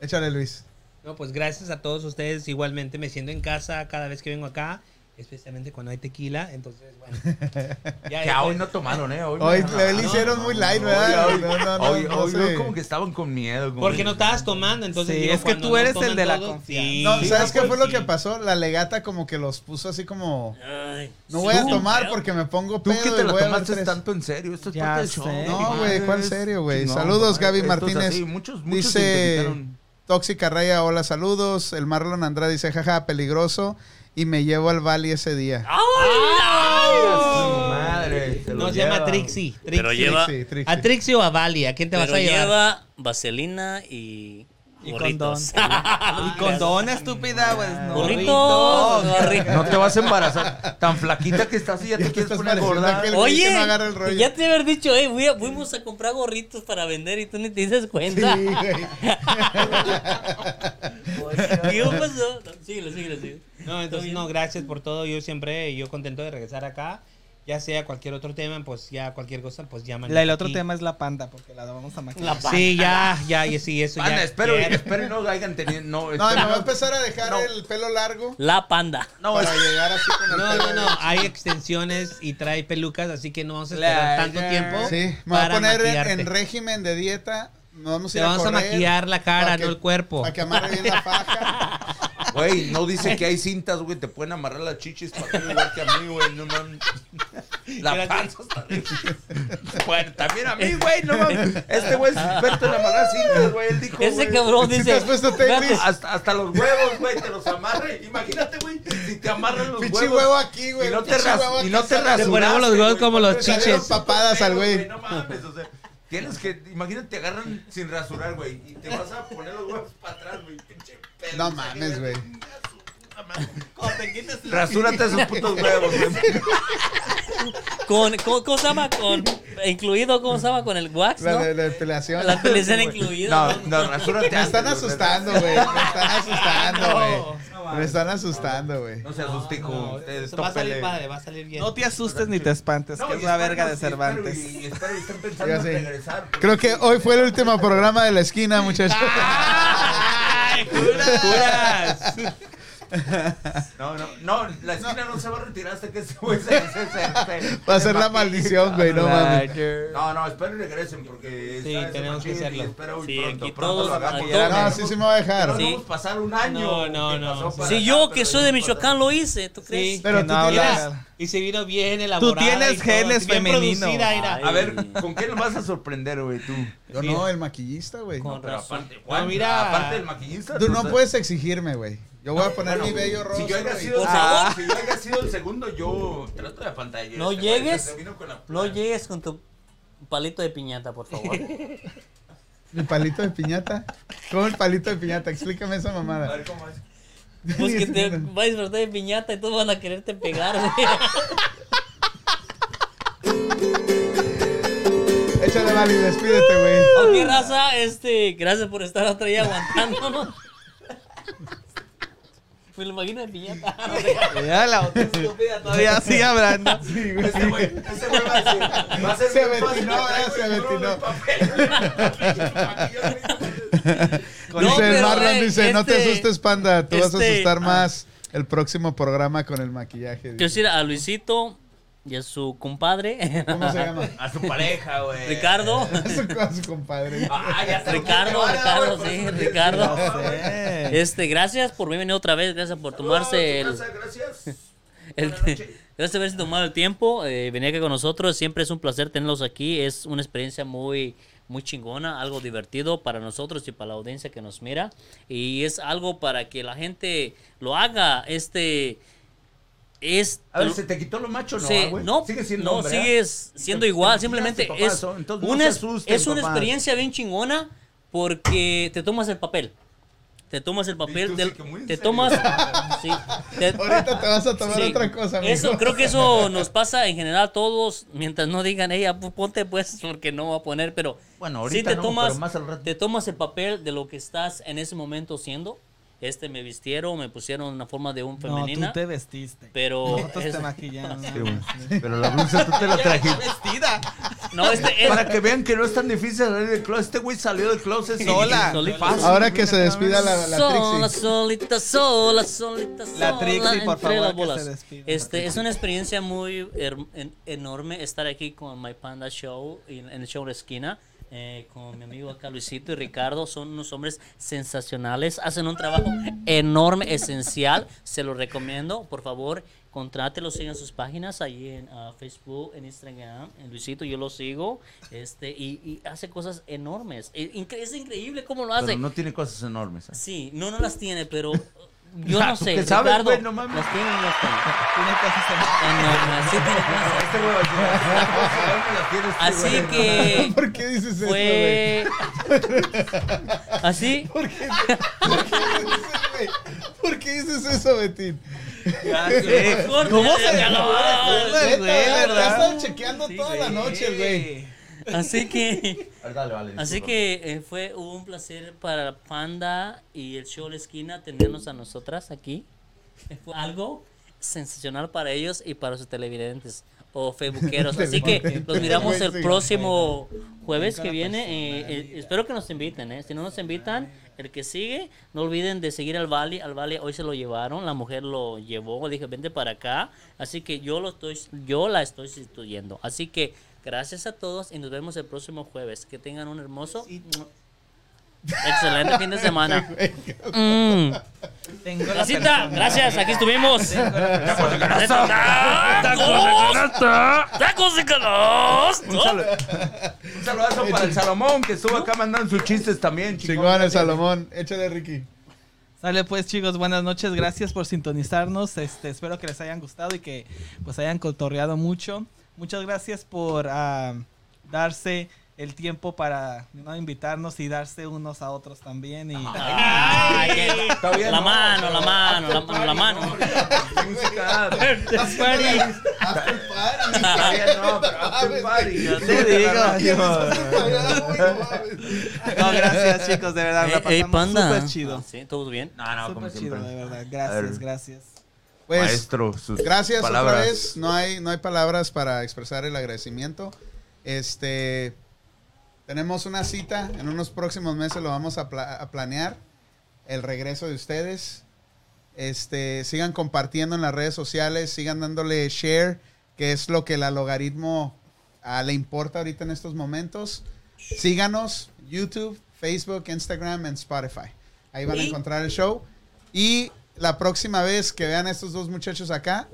Speaker 1: Échale, Luis.
Speaker 9: No, pues gracias a todos ustedes. Igualmente me siento en casa cada vez que vengo acá, especialmente cuando hay tequila. Entonces,
Speaker 1: [laughs]
Speaker 9: bueno. Ya,
Speaker 2: Que
Speaker 9: ya,
Speaker 2: hoy
Speaker 9: pues,
Speaker 2: no tomaron, ¿eh? Hoy,
Speaker 1: Hoy
Speaker 2: no,
Speaker 1: le
Speaker 2: no,
Speaker 1: hicieron
Speaker 2: no,
Speaker 1: muy
Speaker 2: no,
Speaker 1: light,
Speaker 2: no,
Speaker 1: ¿verdad?
Speaker 2: hoy-
Speaker 1: No, no, no,
Speaker 2: Hoy,
Speaker 1: no
Speaker 2: hoy
Speaker 1: sé.
Speaker 2: veo como que estaban con miedo. como
Speaker 9: Porque
Speaker 2: que-
Speaker 9: no estabas tomando, entonces.
Speaker 7: Sí,
Speaker 9: digo,
Speaker 7: es que
Speaker 9: cuando
Speaker 7: tú eres
Speaker 9: toman
Speaker 7: el de la
Speaker 9: todos,
Speaker 7: confianza.
Speaker 9: sí.
Speaker 1: No,
Speaker 9: Sí,
Speaker 1: ¿sabes
Speaker 9: no,
Speaker 1: qué
Speaker 9: pues,
Speaker 1: fue lo
Speaker 9: sí.
Speaker 1: que pasó? La legata como que los puso así como...
Speaker 5: Ay,
Speaker 1: No
Speaker 5: sí,
Speaker 1: voy a
Speaker 5: sí,
Speaker 1: tomar
Speaker 5: pedo.
Speaker 1: porque me pongo
Speaker 2: Tú
Speaker 1: pedo
Speaker 2: que te
Speaker 1: y
Speaker 2: la
Speaker 1: voy a dar
Speaker 2: tomaste
Speaker 1: tres.
Speaker 2: tanto en serio. Esto es
Speaker 7: Ya
Speaker 2: parte del
Speaker 7: sé.
Speaker 2: show.
Speaker 1: No, güey, ¿cuál serio, güey?
Speaker 2: Chingón,
Speaker 1: Saludos, Gaby
Speaker 2: esto es
Speaker 1: Martínez.
Speaker 2: así, Muchos, muchos
Speaker 1: Dice-
Speaker 2: te invitaron.
Speaker 1: Tóxica Raya, hola, saludos. El Marlon Andrade dice, jaja, peligroso. Y me llevo al Valley ese día.
Speaker 9: Ah,
Speaker 2: Su madre. se
Speaker 9: No
Speaker 2: lo
Speaker 9: se llama
Speaker 2: lleva.
Speaker 9: Trixie. Trixie.
Speaker 5: Pero lleva,
Speaker 1: Trixie, Trixie.
Speaker 9: ¿A Trixie o a Bali? ¿A quién te vas
Speaker 5: pero
Speaker 9: a llevar?
Speaker 5: lleva vaselina y
Speaker 1: [laughs]
Speaker 7: Y
Speaker 5: gorritos.
Speaker 7: Y condón, estúpida, pues. No.
Speaker 5: Gorritos, gorritos.
Speaker 2: No te vas a embarazar. Tan flaquita que estás y ya te quieres
Speaker 1: estás
Speaker 2: poner
Speaker 1: pareciendo
Speaker 2: gorda.
Speaker 1: aquel- güey
Speaker 5: Oye,
Speaker 1: que no agarra el rollo.
Speaker 5: ya te haber dicho, eh, voy a- fuimos a comprar gorritos para vender y tú ni te dices cuenta. [laughs]
Speaker 1: Sí, güey. [laughs]
Speaker 9: [laughs]
Speaker 5: ¿Qué pasó? Síguelo, síguelo, síguelo.
Speaker 9: No, entonces no, gracias por todo. Yo siempre, yo contento de regresar acá. Ya sea cualquier otro tema, pues ya cualquier cosa, pues llaman.
Speaker 7: La- el otro tema es la panda, porque la vamos a maquinar.
Speaker 9: Sí, ya, ya, y sí, eso
Speaker 2: Anda,
Speaker 9: ya.
Speaker 2: espero,
Speaker 9: quiero.
Speaker 2: espero y no hayan tenido. No,
Speaker 1: No, y me
Speaker 2: espero-
Speaker 1: va a empezar a dejar
Speaker 2: No.
Speaker 1: el pelo largo
Speaker 5: La panda.
Speaker 2: No, es-
Speaker 1: para llegar así con el
Speaker 9: No,
Speaker 1: pelo
Speaker 9: no, no,
Speaker 1: [laughs] largo.
Speaker 9: hay extensiones y trae pelucas, así que no vamos a esperar tanto tiempo.
Speaker 1: Sí, me voy a
Speaker 9: para
Speaker 1: poner en,
Speaker 9: maquillarte.
Speaker 1: en régimen de dieta. No vamos a
Speaker 9: Te
Speaker 1: ir a
Speaker 9: vamos a
Speaker 1: correr
Speaker 9: maquillar la cara,
Speaker 1: para que-
Speaker 9: no el cuerpo.
Speaker 1: Para que amarre bien la faja.
Speaker 2: Güey, no dice
Speaker 5: [laughs]
Speaker 2: que hay cintas, güey. Te pueden amarrar las chichis para que igual que a mí, güey. No
Speaker 5: [laughs]
Speaker 2: mames. La panza está arriba. Bueno, también a
Speaker 5: [laughs]
Speaker 2: mí, güey. No mames. Este güey es experto en amarrar cintas, güey. Él dijo,
Speaker 5: Ese
Speaker 2: güey,
Speaker 5: cabrón
Speaker 1: Si te
Speaker 5: dice.
Speaker 1: has puesto
Speaker 5: "Espérate,
Speaker 1: tenis,
Speaker 2: Hasta, hasta los huevos, güey, te los amarra. Imagínate, güey, si te amarran los
Speaker 1: pinche
Speaker 2: huevos.
Speaker 1: huevo aquí, güey.
Speaker 2: y no te,
Speaker 1: pinche
Speaker 2: ras-
Speaker 1: huevo
Speaker 2: y
Speaker 1: aquí
Speaker 2: no te
Speaker 1: sale-
Speaker 2: rasuraste,
Speaker 9: Te ponemos los huevos
Speaker 2: güey,
Speaker 9: como los
Speaker 2: te salieron
Speaker 1: chiches.
Speaker 2: papadas al güey.
Speaker 1: güey,
Speaker 2: No mames, o sea, tienes que, imagínate, te agarran sin rasurar, güey, y te vas a poner los huevos para atrás, güey, pinche pedo.
Speaker 1: No mames, güey.
Speaker 2: [laughs] Rasúrate esos putos huevos, güey.
Speaker 5: Con, con, ¿Cómo se llama? Con incluido, ¿cómo se llama? Con el wax,
Speaker 1: La
Speaker 5: ¿no?
Speaker 1: de- de [laughs] depilación.
Speaker 5: La pelicera
Speaker 1: Sí, güey.
Speaker 5: incluida.
Speaker 2: No, no, rasúrate.
Speaker 1: Me están
Speaker 2: antes,
Speaker 1: asustando, güey. Me están asustando, güey. Me están asustando, güey.
Speaker 2: No se asustico. ustedes
Speaker 9: va a salir
Speaker 2: tópele.
Speaker 9: padre, va a salir bien.
Speaker 7: No te asustes ni te espantes, que
Speaker 2: No,
Speaker 7: es
Speaker 2: y
Speaker 7: la
Speaker 2: espero,
Speaker 7: verga de
Speaker 2: sí, espero,
Speaker 7: Cervantes.
Speaker 2: Y, y espero y estén pensando
Speaker 1: Ya
Speaker 2: en
Speaker 1: sé.
Speaker 2: regresar. porque
Speaker 1: Creo que hoy fue el último programa de la esquina, muchachos. [laughs]
Speaker 7: Ah,
Speaker 9: ¡Ay, juras!
Speaker 2: No, no, no, la esquina no, se va a retirar hasta que este güey se, se, se, se-
Speaker 1: Va a ser
Speaker 2: se
Speaker 1: la
Speaker 2: maquille.
Speaker 1: maldición, güey, no mames.
Speaker 2: No, no, espero y regresen porque.
Speaker 9: Sí,
Speaker 2: está ese
Speaker 9: tenemos que
Speaker 2: machín y
Speaker 9: hacerlo.
Speaker 2: Espero y
Speaker 5: Sí,
Speaker 2: pronto,
Speaker 5: aquí
Speaker 2: pronto
Speaker 5: todos
Speaker 2: lo hagamos.
Speaker 5: al
Speaker 2: Ya
Speaker 1: No,
Speaker 5: tope.
Speaker 1: Ah,
Speaker 2: tenemos-
Speaker 1: sí, sí me va a dejar.
Speaker 2: No
Speaker 5: Sí.
Speaker 2: vamos a pasar un año.
Speaker 9: No, no,
Speaker 2: que
Speaker 9: no,
Speaker 2: pasó
Speaker 9: sí.
Speaker 2: para
Speaker 5: Si
Speaker 2: acá,
Speaker 5: yo, que
Speaker 2: pero
Speaker 5: soy de
Speaker 2: no importa.
Speaker 5: Michoacán, lo hice, ¿tú crees?
Speaker 9: Sí.
Speaker 1: Pero
Speaker 7: Que
Speaker 1: tú
Speaker 7: no
Speaker 1: tienes-
Speaker 7: hablas.
Speaker 9: Y se vino bien elaborada.
Speaker 7: tienes
Speaker 9: y todo,
Speaker 7: genes
Speaker 9: bien
Speaker 7: femenino.
Speaker 9: producida, mira.
Speaker 5: Ay,
Speaker 2: A ver, ¿con qué nos vas a sorprender, güey, tú?
Speaker 1: Yo no, el maquillista, güey.
Speaker 5: Con
Speaker 2: Pero
Speaker 5: razón.
Speaker 2: aparte, Juan,
Speaker 9: No, mira.
Speaker 2: aparte del maquillista.
Speaker 1: Tú no
Speaker 2: sé-
Speaker 1: puedes exigirme, güey. Yo voy a poner
Speaker 2: Bueno,
Speaker 1: mi bello rostro.
Speaker 2: Si yo haya
Speaker 1: y-
Speaker 2: sido,
Speaker 5: Por
Speaker 2: Ah, si yo haya sido el segundo, yo trato de pantalla.
Speaker 5: No
Speaker 2: Este güey se
Speaker 5: llegues,
Speaker 2: vino con la-
Speaker 5: No llegues con tu palito de piñata, por favor. Pues
Speaker 1: Mi palito de piñata. ¿Cómo el palito de piñata? Explícame esa
Speaker 2: A
Speaker 1: mamada.
Speaker 2: ver cómo es.
Speaker 5: Pues que te va a disfrutar de piñata y todos van a quererte pegar, güey.
Speaker 1: [laughs]
Speaker 5: [laughs]
Speaker 1: Échale, Vali, despídete, güey.
Speaker 5: [laughs] Ok, raza, este, gracias por estar otra vez aguantándonos. [laughs] Me lo imagino de piñata. [laughs]
Speaker 7: Ya la otra estúpida todavía sigue
Speaker 1: [laughs]
Speaker 7: hablando.
Speaker 2: Este güey, este güey va a decir, va a ser
Speaker 1: Se
Speaker 2: bien fácil,
Speaker 1: vetinó,
Speaker 2: traigo
Speaker 1: eh, se
Speaker 2: el culo
Speaker 1: vetinó.
Speaker 2: de
Speaker 1: [laughs]
Speaker 2: papel.
Speaker 5: No,
Speaker 1: dice el
Speaker 5: pero,
Speaker 1: Marlon,
Speaker 5: eh,
Speaker 1: dice, no te
Speaker 5: este-
Speaker 1: asustes, panda. Tú vas a
Speaker 5: este-
Speaker 1: asustar
Speaker 5: ah.
Speaker 1: más el próximo programa con el maquillaje.
Speaker 5: Quiero
Speaker 1: dice.
Speaker 5: decir a Luisito y a su compadre,
Speaker 1: ¿Cómo
Speaker 5: [laughs]
Speaker 1: se llama? [laughs]
Speaker 2: A su pareja, güey. [laughs]
Speaker 5: Ricardo.
Speaker 1: A su, a su compadre.
Speaker 2: Ah, ya se lo
Speaker 5: Ricardo,
Speaker 2: puse, vale,
Speaker 5: Ricardo,
Speaker 2: güey,
Speaker 5: sí,
Speaker 2: por eso-
Speaker 5: Ricardo.
Speaker 7: Eh,
Speaker 5: Este, gracias por venir otra vez, gracias por tomarse el,
Speaker 2: Gracias, Gracias.
Speaker 5: [laughs] el-
Speaker 2: Buenas noches.
Speaker 5: [laughs] gracias por haberse tomado el tiempo, eh, venir aquí con nosotros, siempre es un placer tenerlos aquí, es una experiencia muy muy chingona, algo divertido para nosotros y para la audiencia que nos mira y es algo para que la gente lo haga, este es
Speaker 2: A ver, ¿se te quitó lo macho o no,
Speaker 5: Sí,
Speaker 2: ah, güey?
Speaker 5: no,
Speaker 2: Sigue siendo
Speaker 5: no,
Speaker 2: hombre,
Speaker 5: sigues siendo
Speaker 2: Te-
Speaker 5: igual,
Speaker 2: te
Speaker 5: simplemente
Speaker 2: maquillaste,
Speaker 5: es,
Speaker 2: papá, entonces no
Speaker 5: una,
Speaker 2: se
Speaker 5: es-
Speaker 2: asusten,
Speaker 5: es una
Speaker 2: papá.
Speaker 5: experiencia bien chingona porque te tomas el papel. Te tomas el papel
Speaker 2: tú
Speaker 5: del
Speaker 2: sí que muy en
Speaker 5: te
Speaker 2: serio,
Speaker 5: tomas sí, te- [laughs]
Speaker 1: Ahorita te vas a tomar
Speaker 5: sí.
Speaker 1: otra cosa, amigo.
Speaker 5: Eso creo que eso nos pasa en general a todos, mientras no digan, "Ella, pues, ponte pues", porque no va a poner, pero
Speaker 2: Bueno,
Speaker 5: sí
Speaker 2: ahorita
Speaker 5: te
Speaker 2: no,
Speaker 5: tomas
Speaker 2: pero más al rato.
Speaker 5: te tomas el papel de lo que estás en ese momento siendo. Este me vistieron, me pusieron una forma de un
Speaker 7: No,
Speaker 5: femenina,
Speaker 7: tú te vestiste.
Speaker 2: [laughs]
Speaker 5: pero
Speaker 7: Nosotros
Speaker 5: es-
Speaker 7: te maquillamos.
Speaker 2: Pero la blusa tú te la trajiste.
Speaker 7: vestida.
Speaker 5: no este es-
Speaker 2: Para que vean que no es tan difícil salir del closet. Este güey salió del
Speaker 5: [laughs]
Speaker 2: closet
Speaker 7: Sola.
Speaker 5: Solita.
Speaker 1: Ahora que se despida la, la
Speaker 5: sola,
Speaker 1: Trixie.
Speaker 5: solita, sola, solita, sola.
Speaker 7: La Trixie, por
Speaker 5: entre
Speaker 7: favor,
Speaker 5: las
Speaker 7: que
Speaker 5: bolas.
Speaker 7: se despida.
Speaker 5: Este, es una experiencia muy her- en- enorme estar aquí con My Panda Show, y en, el show de esquina. eh, con mi amigo acá Luisito y Ricardo son unos hombres sensacionales, hacen un trabajo enorme, esencial, se lo recomiendo, por favor, contrátelos, sigan sus páginas ahí en ah, Facebook, en Instagram, en Luisito, yo lo sigo, este, y, y hace cosas enormes, E- incre- es increíble cómo lo hace,
Speaker 2: Pero no tiene cosas enormes. ¿eh? ¿sabes?
Speaker 5: Sí, no, no las
Speaker 2: [laughs]
Speaker 5: tiene, pero yo
Speaker 2: Ah,
Speaker 5: no
Speaker 2: ¿tú
Speaker 5: sé.
Speaker 2: qué sabes,
Speaker 5: Ricardo,
Speaker 2: güey? No mames.
Speaker 5: Las tiene o no las tiene.
Speaker 7: Tiene cosas
Speaker 5: Ah, no, no, sí tiene Ah, cosas.
Speaker 2: Este güey va a decir,
Speaker 5: [laughs]
Speaker 2: "Las tienes tú,
Speaker 5: Así
Speaker 2: [laughs] güey".
Speaker 5: que
Speaker 1: ¿Por qué dices eso, güey?
Speaker 2: [laughs]
Speaker 5: fue [laughs] así.
Speaker 1: ¿Por qué dices eso, Betín?
Speaker 5: ¿Cómo se
Speaker 7: en- güey,
Speaker 1: He
Speaker 7: ¿verdad?
Speaker 1: estado chequeando toda la noche, güey.
Speaker 2: [laughs]
Speaker 5: Así que,
Speaker 2: A ver, dale, vale,
Speaker 5: así
Speaker 2: disculpa.
Speaker 5: que eh, fue un placer para Panda y el show La Esquina tenernos a nosotras aquí. Fue algo sensacional para ellos y para sus televidentes o facebookeros. Así que los miramos el próximo jueves que viene. eh, eh, espero que nos inviten. eh. Si no nos invitan, el que sigue, no olviden de seguir al Vali. Al Vali hoy se lo llevaron, la mujer lo llevó. Dije, vente para acá. Así que yo, lo estoy, yo la estoy sustituyendo. Así que gracias a todos y nos vemos el próximo jueves. Que tengan un hermoso... Excelente fin de
Speaker 1: [laughs]
Speaker 5: semana. Mm.
Speaker 7: Tengo la
Speaker 5: Casita, gracias, aquí estuvimos. ¡Tacos de canasta! ¡Tacos de
Speaker 2: Un,
Speaker 5: canasta!
Speaker 2: salu- un saludazo para el Salomón que estuvo acá mandando sus chistes también, chingón.
Speaker 1: Chingón el Salomón. Échale, Ricky.
Speaker 7: Sale pues chicos, buenas noches, gracias por sintonizarnos, este, espero que les hayan gustado y que pues hayan cotorreado mucho. Muchas gracias por ah, darse el tiempo para ¿no? invitarnos y darse unos a otros también. Y,
Speaker 3: Ay, que- la mano, la mano, la mano, la mano.
Speaker 1: [laughs]
Speaker 8: After party.
Speaker 2: [laughs] no, pero
Speaker 1: Ah, pues,
Speaker 2: after party. Yo te
Speaker 7: [laughs]
Speaker 2: digo.
Speaker 7: No, gracias chicos, de verdad. la
Speaker 3: Ey, ey,
Speaker 7: pasamos
Speaker 3: panda.
Speaker 7: súper chido.
Speaker 3: Sí, todo bien.
Speaker 2: Ah, No, no, como
Speaker 7: Súper chido, de
Speaker 2: siempre.
Speaker 7: verdad.
Speaker 2: A ver.
Speaker 7: Gracias, gracias.
Speaker 1: [laughs] Pues,
Speaker 2: Maestro, sus
Speaker 1: gracias
Speaker 2: palabras.
Speaker 1: otra vez. No hay, no hay palabras para expresar el agradecimiento. Este, tenemos una cita. En unos próximos meses lo vamos a, pla- a planear. El regreso de ustedes. Este, sigan compartiendo en las redes sociales. Sigan dándole share, que es lo que el logaritmo ah, le importa ahorita en estos momentos. Síganos, YouTube, Facebook, Instagram y Spotify. Ahí van a encontrar el show. Y la próxima vez que vean a estos dos muchachos acá,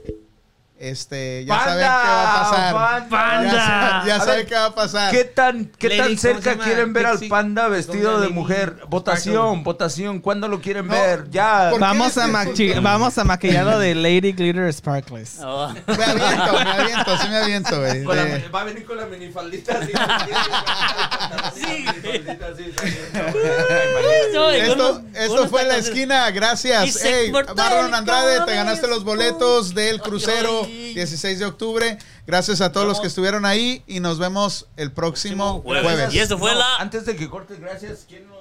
Speaker 1: este, ya saben qué va a pasar. Ya, sa- ya
Speaker 2: A
Speaker 1: saben
Speaker 2: ver,
Speaker 1: qué va a pasar.
Speaker 2: ¿Qué tan, qué
Speaker 7: Lady,
Speaker 2: tan
Speaker 7: ¿cómo se
Speaker 2: cerca
Speaker 7: llama?
Speaker 2: quieren ver al
Speaker 7: Pixie.
Speaker 2: panda vestido de
Speaker 7: Lady
Speaker 2: mujer? Votación, votación. ¿Cuándo lo quieren ver? Ya.
Speaker 1: ¿por qué
Speaker 7: Vamos a,
Speaker 1: dices
Speaker 7: machi-
Speaker 1: eso?
Speaker 7: vamos a maquillarlo de Lady Glitter Sparkles.
Speaker 3: [laughs] Oh.
Speaker 1: Me aviento, me aviento, sí me aviento, güey.
Speaker 12: Con la-
Speaker 1: Eh,
Speaker 12: va a venir con la minifaldita
Speaker 1: [laughs]
Speaker 12: así. Sí, minifaldita así.
Speaker 3: No, y con
Speaker 1: Esto,
Speaker 3: unos-
Speaker 1: esto
Speaker 3: unos
Speaker 1: fue La
Speaker 3: tacos de-
Speaker 1: Esquina,
Speaker 3: Y
Speaker 1: gracias.
Speaker 3: se
Speaker 1: Ey,
Speaker 3: cortó
Speaker 1: Marlon
Speaker 3: el
Speaker 1: Andrade, te
Speaker 3: cabello.
Speaker 1: ganaste los boletos del crucero
Speaker 3: Ay.
Speaker 1: 16 de octubre. Gracias a todos los que estuvieron ahí y nos vemos el
Speaker 3: Próximo
Speaker 1: próximo
Speaker 3: jueves.
Speaker 1: jueves.
Speaker 3: Y eso fue la-
Speaker 2: Antes de que cortes, gracias. ¿Quién nos